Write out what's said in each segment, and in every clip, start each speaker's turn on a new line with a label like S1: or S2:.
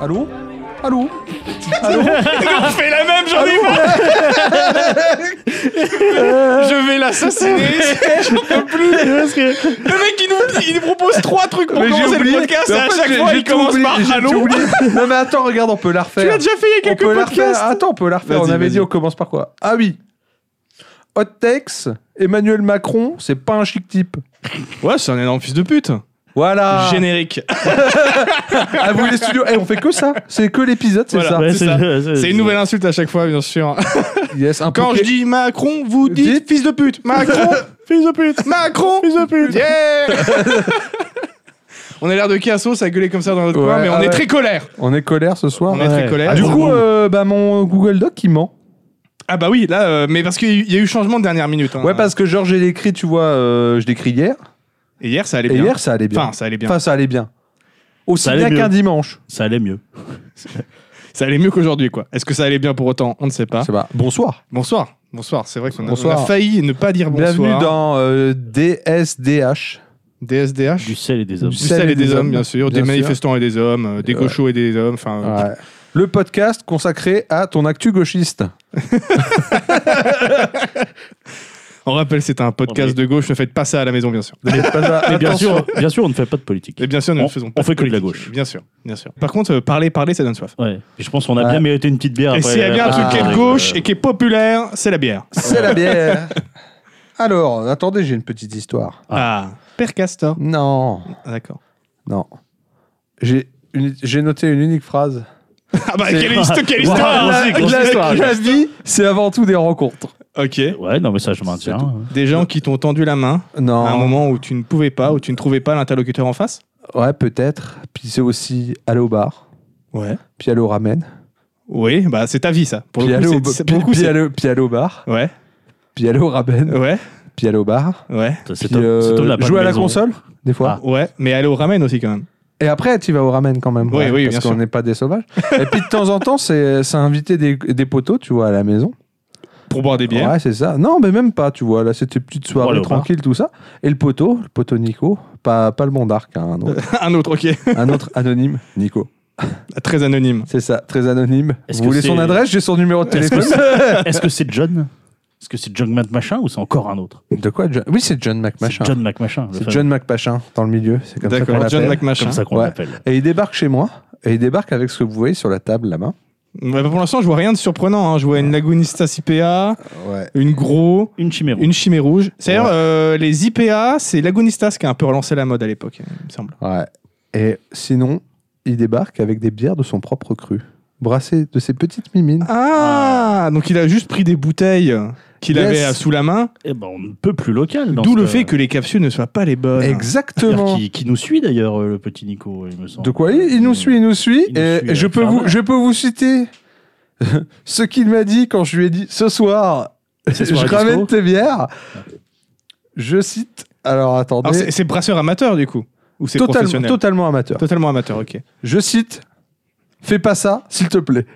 S1: Allô Allô
S2: On fait la même, j'en ai marre Je vais l'assassiner J'en peux plus Le mec, il nous, il nous propose trois trucs pour
S1: Mais j'ai
S2: commencer le
S1: oublié.
S2: podcast
S1: Mais
S2: et
S1: en
S2: à
S1: fait,
S2: chaque
S1: j'ai-
S2: fois,
S1: j'ai
S2: il
S1: tout
S2: commence
S1: oublié,
S2: par
S1: j'ai tout
S2: Allô
S1: oublié. Non mais attends, regarde, on peut la
S2: Tu l'as
S1: refaire.
S2: déjà fait il y a
S1: On
S2: quelques
S1: peut la refaire.
S2: podcasts
S1: Attends, on peut la refaire.
S3: Vas-y,
S1: On avait dit
S3: vas-y.
S1: on commence par quoi Ah oui. Hot Tex, Emmanuel Macron, c'est pas un chic type. hein.
S3: Ouais, c'est un énorme fils de pute.
S1: Voilà.
S3: Générique.
S1: Ah vous les studios, Eh, on fait que ça. C'est que l'épisode, c'est
S3: Voilà.
S1: ça.
S3: Ouais, c'est ça.
S4: c'est-
S3: C'est une nouvelle insulte à chaque fois, bien sûr.
S1: Yes, un
S3: Quand
S1: poké-
S3: je dis Macron, vous
S1: Dites.
S3: dites, fils de pute. Macron, fils de pute. Macron, fils de pute. Yeah On a l'air de cassos à gueuler comme ça dans notre
S1: Ouais,
S3: coin, mais on
S1: ah
S3: est
S1: ouais.
S3: très colère.
S1: on est colère ce soir.
S3: On est très
S4: Ouais.
S3: colère.
S1: Ah, du
S4: Ah,
S1: coup,
S4: bon.
S1: euh, bah mon Google Doc il ment.
S3: Ah bah oui, là, euh, mais parce qu'il y a eu changement de dernière minute. hein.
S1: Ouais, parce que Georges, j'ai écrit, tu vois, euh, je l'écris hier.
S3: Et hier, ça allait
S1: Et
S3: bien.
S1: hier, ça allait bien.
S3: Enfin, ça allait bien.
S1: Enfin, ça allait bien. Aussi
S4: Ça allait
S1: bien
S4: mieux.
S1: qu'un dimanche.
S4: Ça allait mieux.
S3: Ça allait mieux qu'aujourd'hui, quoi. Est-ce que ça allait bien pour autant On ne sait pas.
S1: C'est pas- Bonsoir.
S3: Bonsoir. Bonsoir, c'est vrai qu'on a,
S1: Bonsoir.
S3: on a failli ne pas dire bonsoir.
S1: Bienvenue dans euh, DSDH.
S3: DSDH.
S4: Du sel et des hommes.
S3: Du sel et des hommes, bien sûr.
S1: Bien
S3: des
S1: sûr.
S3: manifestants et des hommes. euh, des
S1: Ouais.
S3: gauchos et des hommes. Enfin, euh,
S1: Ouais. Le podcast consacré à ton actu gauchiste.
S3: on rappelle, c'est un podcast
S4: Oh,
S3: de gauche. Ne faites pas ça à la maison, bien sûr.
S1: Mais pas ça,
S4: Mais bien
S1: attention.
S4: sûr, bien sûr, on ne fait pas de politique.
S3: Et bien sûr, nous ne
S4: On-
S3: faisons
S4: on
S3: pas.
S4: fait
S3: de
S4: que de la
S3: politique.
S4: gauche.
S3: Bien sûr, bien sûr. Par contre, euh, parler, parler, ça donne soif.
S4: Ouais. Et je pense qu'on a
S1: Ouais.
S4: bien mérité une petite bière.
S3: Et
S4: après-
S3: s'il y a bien un
S4: après
S3: truc qui
S4: ce
S3: est de
S4: live,
S3: gauche
S4: euh,
S3: et qui est populaire, c'est la bière.
S1: C'est la bière. Alors, attendez, j'ai une petite histoire.
S3: Ah. Père Castor.
S1: Non,
S3: Ah, D'accord.
S1: non. J'ai une- j'ai noté une unique phrase.
S3: Ah bah,
S1: C'est-
S3: quelle, hist- quelle
S4: Wow,
S3: histoire
S4: la-
S3: hein,
S4: grosse
S3: quelle histoire.
S1: la vie, c'est avant tout des rencontres.
S3: Ok.
S4: Ouais, non, mais ça, je hein. maintiens.
S3: C'est Des gens qui t'ont tendu la main
S1: Non.
S3: à un moment où tu ne pouvais pas, où tu ne trouvais pas l'interlocuteur en face
S1: Ouais, peut-être. Puis c'est aussi aller au bar,
S3: Ouais.
S1: puis aller au ramen,
S3: Oui, bah c'est ta vie ça. Pour
S1: puis
S3: le
S1: aller au
S3: coup, c'est-
S1: puis-
S3: c'est- pour le coup,
S1: puis
S3: c'est-
S1: aller- puis aller au bar,
S3: Ouais,
S1: puis aller au ramen,
S3: ouais,
S1: puis aller au bar.
S3: ouais,
S4: Ça, Cet
S1: puis,
S4: homme- cet
S1: euh,
S4: homme n'a pas de
S1: jouer à la
S4: maison.
S1: console, des fois.
S4: Ah.
S3: ouais. Mais aller au ramen aussi quand même.
S1: Et après, tu vas au ramen quand même.
S3: Oui, oui, bien
S1: parce qu'on
S3: sûr.
S1: n'est pas des sauvages. Et puis de temps en temps, c'est c'est inviter des, des poteaux, tu vois, à la maison.
S3: Pour boire des bières.
S1: Ouais, c'est ça. Non, mais même pas, tu vois. Là, c'était petite
S4: Oh,
S1: soirée
S4: le bar.
S1: tranquille, tout ça. Et le poteau, le poteau Nico, pas, pas le bon d'arc, hein, un, autre,
S3: Un autre, ok.
S1: un autre anonyme, Nico.
S3: Très anonyme.
S1: C'est ça, très anonyme.
S4: Est-ce
S1: Vous
S4: que
S1: voulez son
S4: c'est-
S1: adresse J'ai son numéro de
S4: Est-ce que
S1: téléphone.
S4: Est-ce que c'est John Est-ce que c'est John Mac machin ou c'est encore un autre
S1: De quoi John- Oui, c'est John
S4: C'est
S1: McMachin.
S4: John Mac machin. le
S1: C'est
S4: fameux.
S1: John McPachin dans le milieu, c'est comme ça qu'on
S3: D'accord. John
S1: l'appelle.
S3: McMachin.
S4: Comme ça qu'on
S1: Ouais.
S4: l'appelle.
S1: Et il débarque chez moi, et il débarque avec ce que vous voyez sur la table là-bas.
S3: Ouais, bah, pour l'instant, je vois rien de surprenant. hein. Je vois une Lagunista IPA,
S1: Ouais.
S3: une Gros,
S4: Une chimère.
S3: une Chimée Rouge. C'est-à-dire,
S1: Ouais.
S3: euh, les IPA, c'est Lagunistas qui a un peu relancé la mode à l'époque, il me semble.
S1: Ouais. Et sinon, il débarque avec des bières de son propre cru, brassées de ses petites mimines.
S3: Ah, donc il a juste pris des bouteilles qu'il
S1: Yes.
S3: avait euh, sous la main,
S4: Eh ben, on ne peut plus local. dans
S3: d'où le
S4: cette-
S3: fait que les capsules ne soient pas les bonnes.
S1: Exactement.
S4: Qui, qui nous suit d'ailleurs, euh, le petit Nico, il me semble.
S1: De quoi il, il nous suit, il nous suit.
S4: Il nous
S1: et
S4: suit,
S1: et je,
S4: euh,
S1: peux
S4: enfin,
S1: vous,
S4: voilà.
S1: je peux vous citer ce qu'il m'a dit quand je lui ai dit ce soir,
S4: Ce soir
S1: je
S4: à disco.
S1: ramène tes bières. Je cite, alors attendez,
S3: Alors, Ah, c'est- c'est brasseur amateur du coup Ou c'est
S1: totalement,
S3: professionnel Ah.
S1: totalement amateur.
S3: Totalement amateur, ok.
S1: Je cite, fais pas ça, s'il te plaît.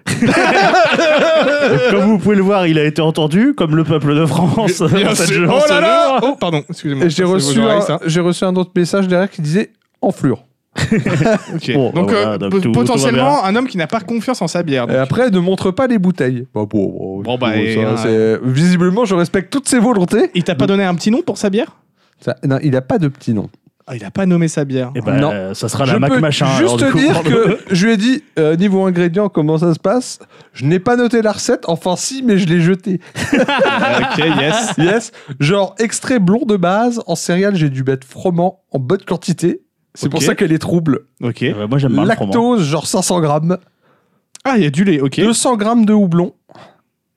S4: Comme vous pouvez le voir, il a été entendu, comme le peuple de France.
S3: Bien
S4: dans cette
S3: sûr.
S4: journée.
S3: Oh là là Oh, pardon, excusez-moi.
S1: Et j'ai
S3: C'est
S1: reçu,
S3: vos oreilles,
S1: un-
S3: ça.
S1: j'ai reçu un autre message derrière qui disait enflure.
S3: Ok.
S4: Bon,
S3: donc,
S4: bah
S3: euh,
S4: voilà, donc
S3: pot-
S4: tout-
S3: potentiellement, un homme qui n'a pas confiance en sa bière.
S1: Et après, ne montre pas les bouteilles. Bah, bon, bon,
S3: Bon,
S1: du
S3: bah,
S1: coup,
S3: et
S1: ça,
S3: un-
S1: c'est- visiblement, je respecte toutes ses volontés.
S3: Il t'a pas donné un petit nom pour sa bière
S1: Ça- non, il n'a pas de petit nom.
S3: Ah, Il a pas nommé sa bière.
S4: Eh ben,
S1: Non.
S4: euh, ça sera
S1: je
S4: la Mac
S1: peux
S4: machin. alors,
S1: juste
S4: du coup,
S1: dire
S4: pardon.
S1: que je lui ai dit, euh, niveau ingrédients, comment ça se passe Je n'ai pas noté la recette, enfin si, mais je l'ai jeté.
S3: ben, ok, yes.
S1: Yes. Genre, extrait blond de base, en céréales, j'ai dû mettre froment en bonne quantité. C'est pour
S3: Ok.
S1: ça qu'elle est trouble.
S3: Ok.
S4: Ouais, Eh ben, moi, j'aime bien le froment.
S1: Lactose, genre 500 grammes.
S3: Ah, il y a du lait, ok.
S1: 200 grammes de houblon,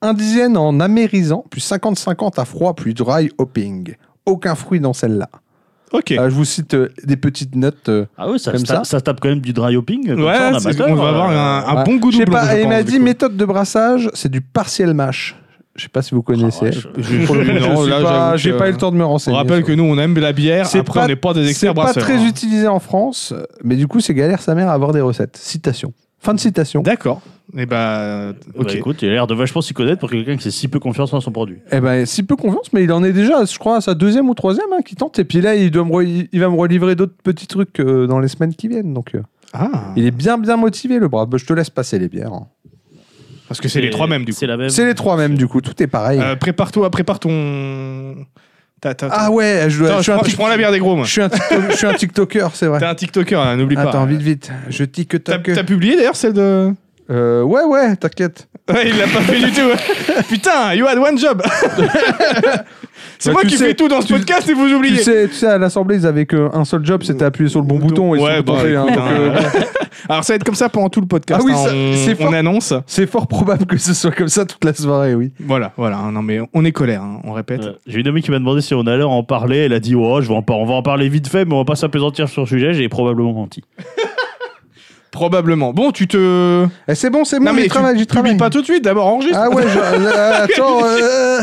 S1: un dizaine en amérisant, puis 50-50 à froid, puis dry hopping. Aucun fruit dans celle-là.
S3: Ok.
S1: Ah, je vous cite euh, des petites notes. euh.
S4: Ah ouais, ça,
S1: Comme
S4: se tape-
S1: ça.
S4: ça se tape quand même du dry hopping. comme ça, en
S3: ouais, c'est-
S4: amateur,
S3: on va
S4: euh,
S3: avoir hein. un, un
S1: ouais.
S3: bon goût
S1: Je sais
S3: doublon,
S1: pas,
S3: je
S1: il m'a
S3: pense, du
S1: dit
S3: coup.
S1: méthode de brassage, c'est du partiel mash. Je sais pas si vous connaissez.
S4: Ah ouais,
S3: Je-
S1: Je-
S3: je-
S1: je
S3: non,
S1: sais
S3: là,
S1: pas,
S3: j'avoue
S1: J'ai
S3: que-
S1: pas eu le temps de me
S3: On
S1: renseigner.
S3: rappelle
S1: euh, sur-
S3: que nous, on aime la bière.
S1: C'est
S3: Après,
S1: pas-
S3: on n'est pas des
S1: c'est
S3: experts
S1: pas
S3: brasseurs.
S1: très
S3: hein.
S1: utilisé en France, mais du coup, c'est galère sa mère à avoir des recettes. Citation. Fin de citation.
S3: D'accord. Et bah,
S4: Bah,
S3: ok.
S4: écoute, il a l'air de vachement s'y connaître pour quelqu'un qui fait si peu confiance en son produit.
S1: Eh ben, si peu confiance, mais il en est déjà, je crois, à sa deuxième ou troisième hein, qui tente. Et puis là, il, doit me re- il va me relivrer d'autres petits trucs euh, dans les semaines qui viennent. Donc, euh,
S3: Ah.
S1: Il est bien, bien motivé, le brave. Bah, Je te laisse passer les bières. hein.
S3: Parce que c'est les trois mêmes, du coup.
S4: C'est la même.
S1: C'est les trois mêmes, du coup. Tout est pareil.
S3: Euh, prépare-toi, prépare ton. T'as- t'as-
S1: ah ouais, je, dois-
S3: Attends,
S1: je
S3: je,
S1: suis un
S3: prends, je
S1: tic-
S3: prends la bière des gros, moi.
S1: je suis un tiktok- je suis un TikToker, c'est
S3: T'es
S1: vrai.
S3: un TikToker, hein, n'oublie pas.
S1: Attends, vite, vite. Je tic
S3: T'as t'as publié d'ailleurs celle de.
S1: Euh, ouais, ouais, t'inquiète.
S3: Ouais, il l'a pas fait du tout. Putain, you had one job. c'est
S1: Bah,
S3: moi
S1: tu
S3: qui
S1: sais-
S3: fais tout dans ce
S1: tu-
S3: podcast et vous
S1: Tu
S3: oubliez.
S1: sais, tu sais, à l'Assemblée, ils avaient qu'un seul job, c'était appuyer sur le bon bouton. et ils
S3: Ouais,
S1: sont
S3: bah,
S1: tombés, hein,
S3: écoute,
S1: donc,
S3: hein.
S1: euh,
S3: Alors ça va être comme ça pendant tout le podcast.
S1: Ah oui,
S3: hein,
S1: ça-
S3: on-
S1: c'est
S3: on
S1: fort.
S3: annonce.
S1: C'est fort probable que ce soit comme ça toute la soirée, oui.
S3: Voilà, voilà. hein, Non mais on est colère, hein, on répète.
S4: Ouais. J'ai une amie qui m'a demandé si on allait en parler. Elle a dit oh, je vais en par- on va en parler vite fait, mais on va pas s'apaisantir sur le sujet. J'ai probablement menti.
S3: Probablement. Bon, tu te.
S1: Eh, c'est bon, c'est bon,
S3: non mais
S1: j'y
S3: tu
S1: travaille, j'y
S3: publies
S1: travaille.
S3: pas tout de suite. D'abord enregistre.
S1: Ah ouais, je- euh, attends, euh,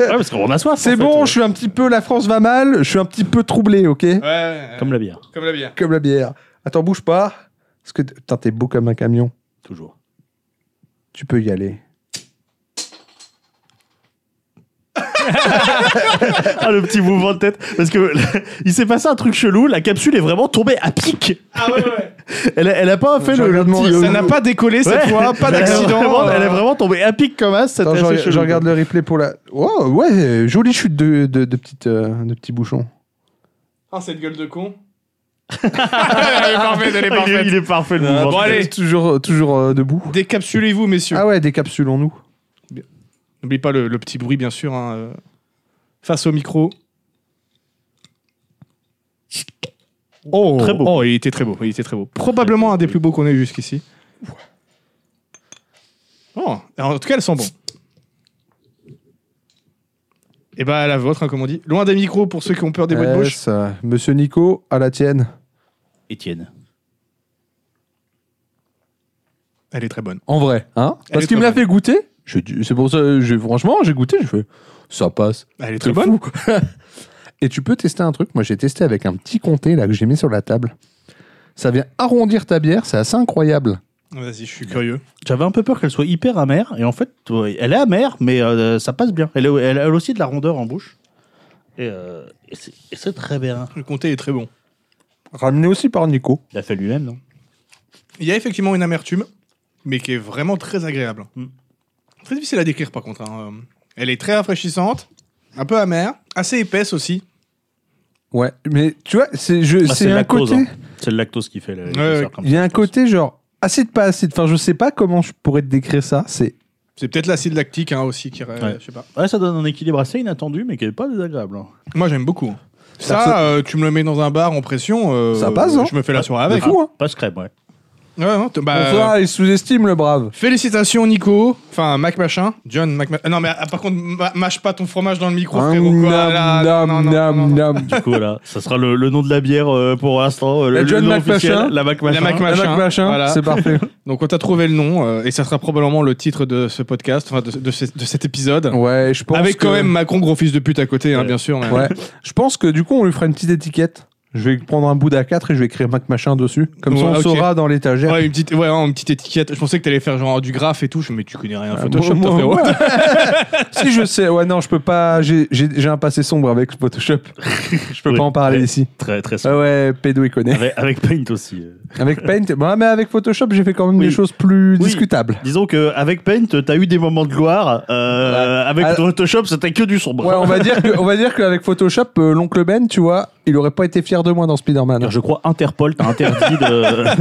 S4: Ouais, parce qu'on a soif. en
S1: c'est
S4: fait, euh,
S1: bon,
S4: ouais.
S1: je suis un petit peu, la France va mal, je suis un petit peu troublé, ok
S3: Ah. Ouais.
S4: Comme la bière,
S3: comme la bière.
S1: Comme la bière. Attends, bouge pas. Parce que, putain, t'es beau comme un camion.
S4: toujours.
S1: Tu peux y aller.
S4: Ah, le petit mouvement de tête. Parce que il s'est passé un truc chelou. La capsule est vraiment tombée à pic.
S3: Ah ouais ouais.
S4: Elle, a- elle a pas fait
S1: Je
S4: le, le
S1: regarde mon-
S4: petit.
S1: ça
S4: euh,
S3: Ça n'a pas décollé cette
S4: ouais.
S3: fois. Pas
S4: Elle est
S3: d'accident.
S4: vraiment- Elle est
S3: euh,
S4: vraiment tombée à pic comme as.
S1: Attends, je, je regarde le replay pour la. Oh, ouais, euh, jolie chute de, de, de, petite, euh, de petit bouchon.
S3: Ah cette gueule de con. elle est parfaite, Ah, elle est
S4: Il est,
S3: parfaite.
S4: il est parfait le
S3: Ah,
S4: mouvement.
S3: bon,
S4: de tête.
S3: allez.
S1: Toujours, toujours euh, debout.
S3: Décapsulez-vous messieurs.
S1: Ah ouais, décapsulons-nous.
S3: N'oublie pas le, le petit bruit, bien sûr, hein, euh, face au micro. Oh,
S4: Très beau.
S3: oh, il était très beau, il était très beau. Probablement un des plus beaux qu'on ait eu jusqu'ici. Oh, alors, en tout cas, elle sent bon. Et bah, la vôtre, hein, comme on dit. Loin des micros pour ceux qui ont peur des bruits de
S1: Eh,
S3: bouche.
S1: ça. Monsieur Nico, à la tienne.
S4: Étienne.
S3: Elle est très bonne.
S1: En vrai, hein
S3: Elle
S1: Parce
S3: est
S1: qu'il
S3: très
S1: me l'a
S3: bonne.
S1: fait goûter. J'ai dit- C'est pour ça, euh, j'ai- franchement, j'ai goûté, j'ai fait, ça passe.
S3: Elle est très
S1: C'est fou,
S3: bonne.
S1: quoi. Et tu peux tester un truc. Moi, j'ai testé avec un petit comté là que j'ai mis sur la table. Ça vient arrondir ta bière, c'est assez incroyable.
S3: Vas-y, je suis curieux.
S4: J'avais un peu peur qu'elle soit hyper amère. Et en fait, ouais, elle est amère, mais euh, ça passe bien. Elle, est- elle a aussi de la rondeur en bouche. Et, euh, et c'est- et c'est très bien.
S3: Le comté est très bon.
S1: Ramené aussi par Nico.
S4: Il a fait lui-même, non
S3: Il y a effectivement une amertume, mais qui est vraiment très agréable.
S4: Mm.
S3: Très difficile à décrire par contre. hein. Euh, Elle est très rafraîchissante, un peu amère, assez épaisse aussi.
S1: Ouais, mais tu vois, c'est je-
S4: Ah,
S1: c'est
S4: le
S1: un
S4: lactose,
S1: côté.
S4: hein. C'est le lactose qui fait. la-
S3: ouais.
S4: la- comme
S1: Il y a
S4: ça,
S1: un
S4: je pense.
S1: côté genre acide pas acide. Enfin, je sais pas comment je pourrais te décrire ça. C'est
S3: C'est peut-être l'acide lactique hein, aussi qui. euh,
S4: Ouais.
S3: je sais pas.
S4: Ouais, ça donne un équilibre assez inattendu, mais qui n'est pas désagréable. hein.
S3: Moi j'aime beaucoup.
S1: Perso-
S3: Ça, euh, tu me le mets dans un bar en pression. euh,
S1: Ça passe, hein
S3: Je me fais la soirée avec.
S1: C'est fou, hein.
S4: Ah, Pas crème, ouais.
S3: Ouais, non, t- bah,
S1: Enfin, il sous-estime le brave.
S3: Félicitations Nico, enfin Mac machin, John Mac. ma- Ah, Non mais ah, par contre, ma- mâche pas ton fromage dans le micro, frérot.
S1: Nam,
S3: quoi. Là,
S1: nam,
S3: non, non,
S1: nam,
S3: non, non.
S1: nam.
S4: Du coup, voilà, ça sera le, le nom de la bière euh, pour l'instant. euh,
S1: La
S4: Le,
S1: John
S4: le nom
S1: McMachin.
S4: officiel, la Mac
S3: La Mac
S1: Le Mac machin,
S3: voilà.
S1: c'est parfait.
S3: Donc on t'a trouvé le nom euh, et ça sera probablement le titre de ce podcast, enfin de, de ce- de cet épisode.
S1: Ouais, je pense.
S3: Avec quand
S1: que-
S3: même Macron gros fils de pute à côté, hein,
S4: Ouais.
S3: bien sûr. mais-
S1: Ouais. Je pense que du coup, on lui fera une petite étiquette. Je vais prendre un bout d'A4 et je vais écrire Mac machin dessus. Comme ça,
S3: Ouais,
S1: on
S3: ok.
S1: saura dans l'étagère.
S3: Ouais, une petite, ouais, hein, une petite étiquette. Je pensais que t'allais faire genre du graphe et tout, je- mais tu connais rien à
S1: Ah,
S3: Photoshop,
S1: moi-
S3: toi, frérot.
S1: moi- si je sais, ouais, non, je peux pas. J'ai j'ai- j'ai un passé sombre avec Photoshop. Je peux
S4: Oui.
S1: pas en parler
S4: Ouais.
S1: ici.
S4: Très, très simple.
S1: Ah ouais, Pédo, il connaît.
S4: Avec, avec Paint aussi. euh.
S1: Avec Paint, bah, mais avec Photoshop, j'ai fait quand même
S4: Oui.
S1: des choses plus
S4: Oui.
S1: discutables.
S4: Disons qu'avec Paint, t'as eu des moments de gloire. euh, Avec
S1: Ah.
S4: Photoshop, c'était que du sombre.
S1: Ouais, on va dire que, on va dire qu'avec Photoshop, euh, l'oncle Ben, tu vois, il aurait pas été fier de moi dans Spider-Man.
S4: Car je crois Interpol t'a interdit de.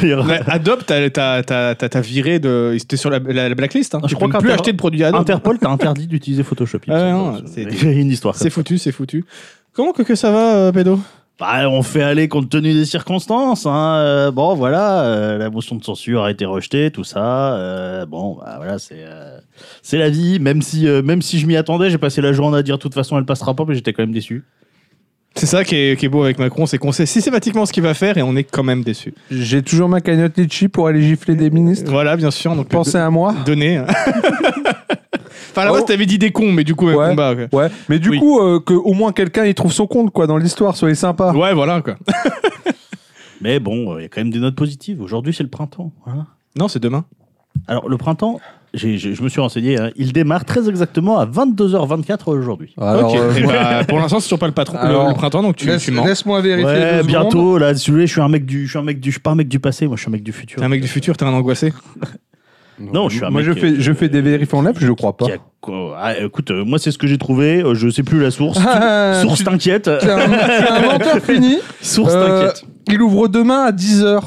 S4: D'ailleurs,
S3: Ouais, Adobe, t'as- t'as- t'as t'as- t'as viré de. C'était sur la, la- la blacklist. Hein.
S4: Ah, je
S3: tu
S4: crois
S3: peux plus
S4: qu'Inter-
S3: acheter de produits Adobe.
S4: Interpol t'a interdit d'utiliser Photoshop. il me
S3: Ah,
S4: semble.
S3: non, c'est-
S4: Il y a une histoire. comme
S3: C'est foutu, c'est foutu. Comment que, que ça va, euh, Pédo
S4: Bah, on fait aller compte tenu des circonstances. hein. Euh, bon, voilà, euh, la motion de censure a été rejetée, tout ça. Euh, bon, bah, voilà, c'est euh, c'est la vie. Même si euh, même si je m'y attendais, j'ai passé la journée à dire de toute façon elle passera pas, mais j'étais quand même déçu.
S3: C'est ça qui est, qui est beau avec Macron, c'est qu'on sait systématiquement ce qu'il va faire et on est quand même déçu.
S1: J'ai toujours ma cagnotte Litchi pour aller gifler des ministres.
S3: Voilà, bien sûr. Donc,
S1: Pensez à moi.
S3: donner. enfin, à la
S1: Oh.
S3: base, t'avais dit des cons, mais du coup, même
S1: Ouais.
S3: combat. quoi.
S1: Ouais, mais du
S3: Oui.
S1: coup, euh, que au moins quelqu'un y trouve son compte quoi dans l'histoire, soyez sympa.
S3: Ouais, voilà, quoi.
S4: Mais bon, euh, il y a quand même des notes positives. Aujourd'hui, c'est le printemps. voilà.
S3: Non, c'est demain.
S4: Alors, le printemps, j'ai- j'ai- je me suis renseigné, hein, il démarre très exactement à 22h24 aujourd'hui.
S1: Alors,
S3: Ok.
S1: euh,
S3: Eh
S1: moi,
S3: bah, pour l'instant, c'est toujours pas le patron, le-
S1: Alors,
S3: le, printemps, donc tu,
S1: laisse-
S3: tu mens.
S1: laisse-moi vérifier.
S4: Ouais,
S1: deux secondes.
S4: bientôt, là, si vous voulez, je suis un mec du, je suis un mec du, je suis pas un mec du passé, moi, je suis un mec du futur.
S3: T'es un mec du futur, t'es un angoissé.
S4: Non, je suis un
S1: Moi,
S4: mec,
S1: je fais,
S4: euh,
S1: je fais des vérifications en live, je crois pas.
S4: qui a- quoi- ah, écoute, euh, moi, c'est ce que j'ai trouvé. euh, je sais plus la source.
S1: Ah,
S4: source
S1: tu-
S4: t'inquiète.
S1: T'es un, t'es un menteur fini.
S4: source
S1: Euh,
S4: t'inquiète.
S1: Il ouvre demain à 10h.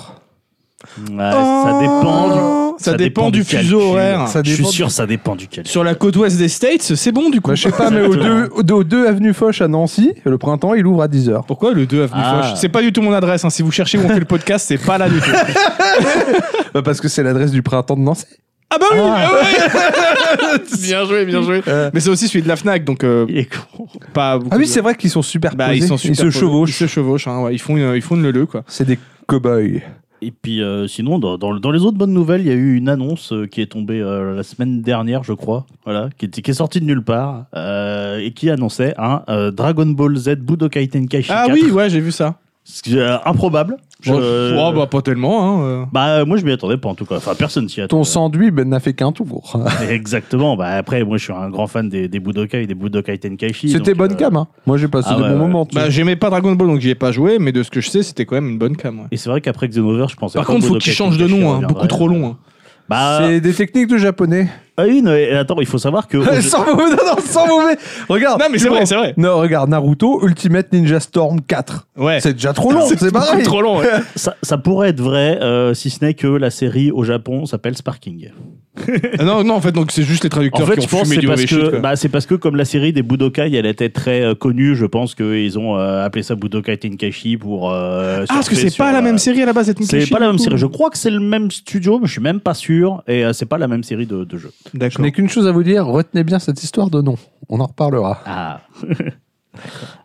S4: Ouais, ça dépend. Du,
S3: Ça, dépend, du, fuseau
S4: calcul.
S3: horaire.
S1: Ça
S4: je suis
S1: oh, dépend
S4: sûr, ça dépend du calcul.
S3: Sur la côte ouest des States, c'est bon du coup.
S1: Bah, je sais pas, mais au 2, au deux- au deux avenue Foch à Nancy, le printemps, il ouvre à 10h.
S3: Pourquoi le 2 avenue
S4: Ah.
S3: Foch C'est pas du tout mon adresse. hein. Si vous cherchez où on fait le podcast, c'est pas là du tout.
S1: Bah, parce que c'est l'adresse du printemps de Nancy.
S3: Ah bah oui
S4: Ah.
S3: ah ouais Bien joué, bien joué.
S1: Euh.
S3: Mais c'est aussi celui de la Fnac, donc euh,
S4: Il est con.
S3: pas beaucoup
S1: Ah oui,
S3: de-
S1: c'est vrai qu'ils sont superposés.
S3: Bah, ils, sont super
S1: se chevauchent.
S3: Ils se chevauchent, hein, ouais. ils, font une, ils font une leu quoi.
S1: C'est des cow-boys.
S4: Et puis, euh, sinon, dans, dans- dans les autres bonnes nouvelles, il y a eu une annonce euh, qui est tombée euh, la semaine dernière, je crois, voilà, qui, était- qui est sortie de nulle part euh, et qui annonçait un euh, Dragon Ball Z Budokai Tenkaichi 4.
S3: Ah oui, ouais, j'ai vu ça.
S4: Ce qui est, euh, improbable. Je- euh,
S3: Oh, bah pas tellement. Hein, euh.
S4: Bah, euh, moi, je m'y attendais pas en tout cas. Enfin, personne s'y attendait.
S1: Ton sandwich ben, n'a fait qu'un tour.
S4: Exactement. Bah, après, moi, je suis un grand fan des, des Budokai, des Budokai Tenkaichi.
S1: C'était
S4: donc,
S1: bonne
S4: euh,
S1: cam. Hein. Moi, j'ai passé
S4: ah
S1: des
S4: ouais,
S1: bons
S4: ouais.
S1: moments. tu
S3: Bah
S1: sais.
S3: j'aimais pas Dragon Ball, donc j'y ai pas joué, mais de ce que je sais, c'était quand même une bonne cam. ouais.
S4: Et c'est vrai qu'après Xenover, je pensais.
S3: Par
S4: pas
S3: contre,
S4: au
S3: faut que
S4: Budokai
S3: tu changes de
S4: Tenkaichi,
S3: nom,
S4: on
S3: hein,
S4: reviendrait.
S3: beaucoup trop long. hein.
S4: Bah,
S1: C'est des techniques de japonais.
S4: ah oui, non, et attends, il faut savoir que. au-
S1: sans mauvais, non, non, sans mauvais. Regarde.
S3: Non, mais c'est
S1: tu
S3: vrai,
S1: vois.
S3: c'est vrai.
S1: Non, regarde, Naruto Ultimate Ninja Storm 4.
S3: Ouais.
S1: C'est déjà trop long, c'est
S3: beaucoup
S1: pareil.
S3: trop long. ouais.
S4: Ça, ça pourrait être vrai, euh, si ce n'est que la série au Japon s'appelle Sparking.
S3: Ah non, non, en fait, donc c'est juste les traducteurs
S4: En fait,
S3: qui
S4: je
S3: ont
S4: pense
S3: fumé
S4: c'est
S3: du
S4: parce
S3: mauvais shit.
S4: que
S3: quoi.
S4: bah, c'est parce que comme la série des Budokai, elle était très euh, connue, je pense qu'ils ont euh, appelé ça Budokai Tenkaichi pour. euh,
S3: ah, parce que
S4: surfer
S3: c'est pas
S4: sur,
S3: la
S4: euh,
S3: même série à la base,
S4: C'est pas la même série. Je crois que c'est le même studio, mais je suis même pas sûr. Et euh, c'est pas la même série de, de jeux.
S1: Je
S3: D'accord.
S1: n'ai qu'une chose à vous dire, retenez bien cette histoire de nom. On en reparlera.
S4: Ah.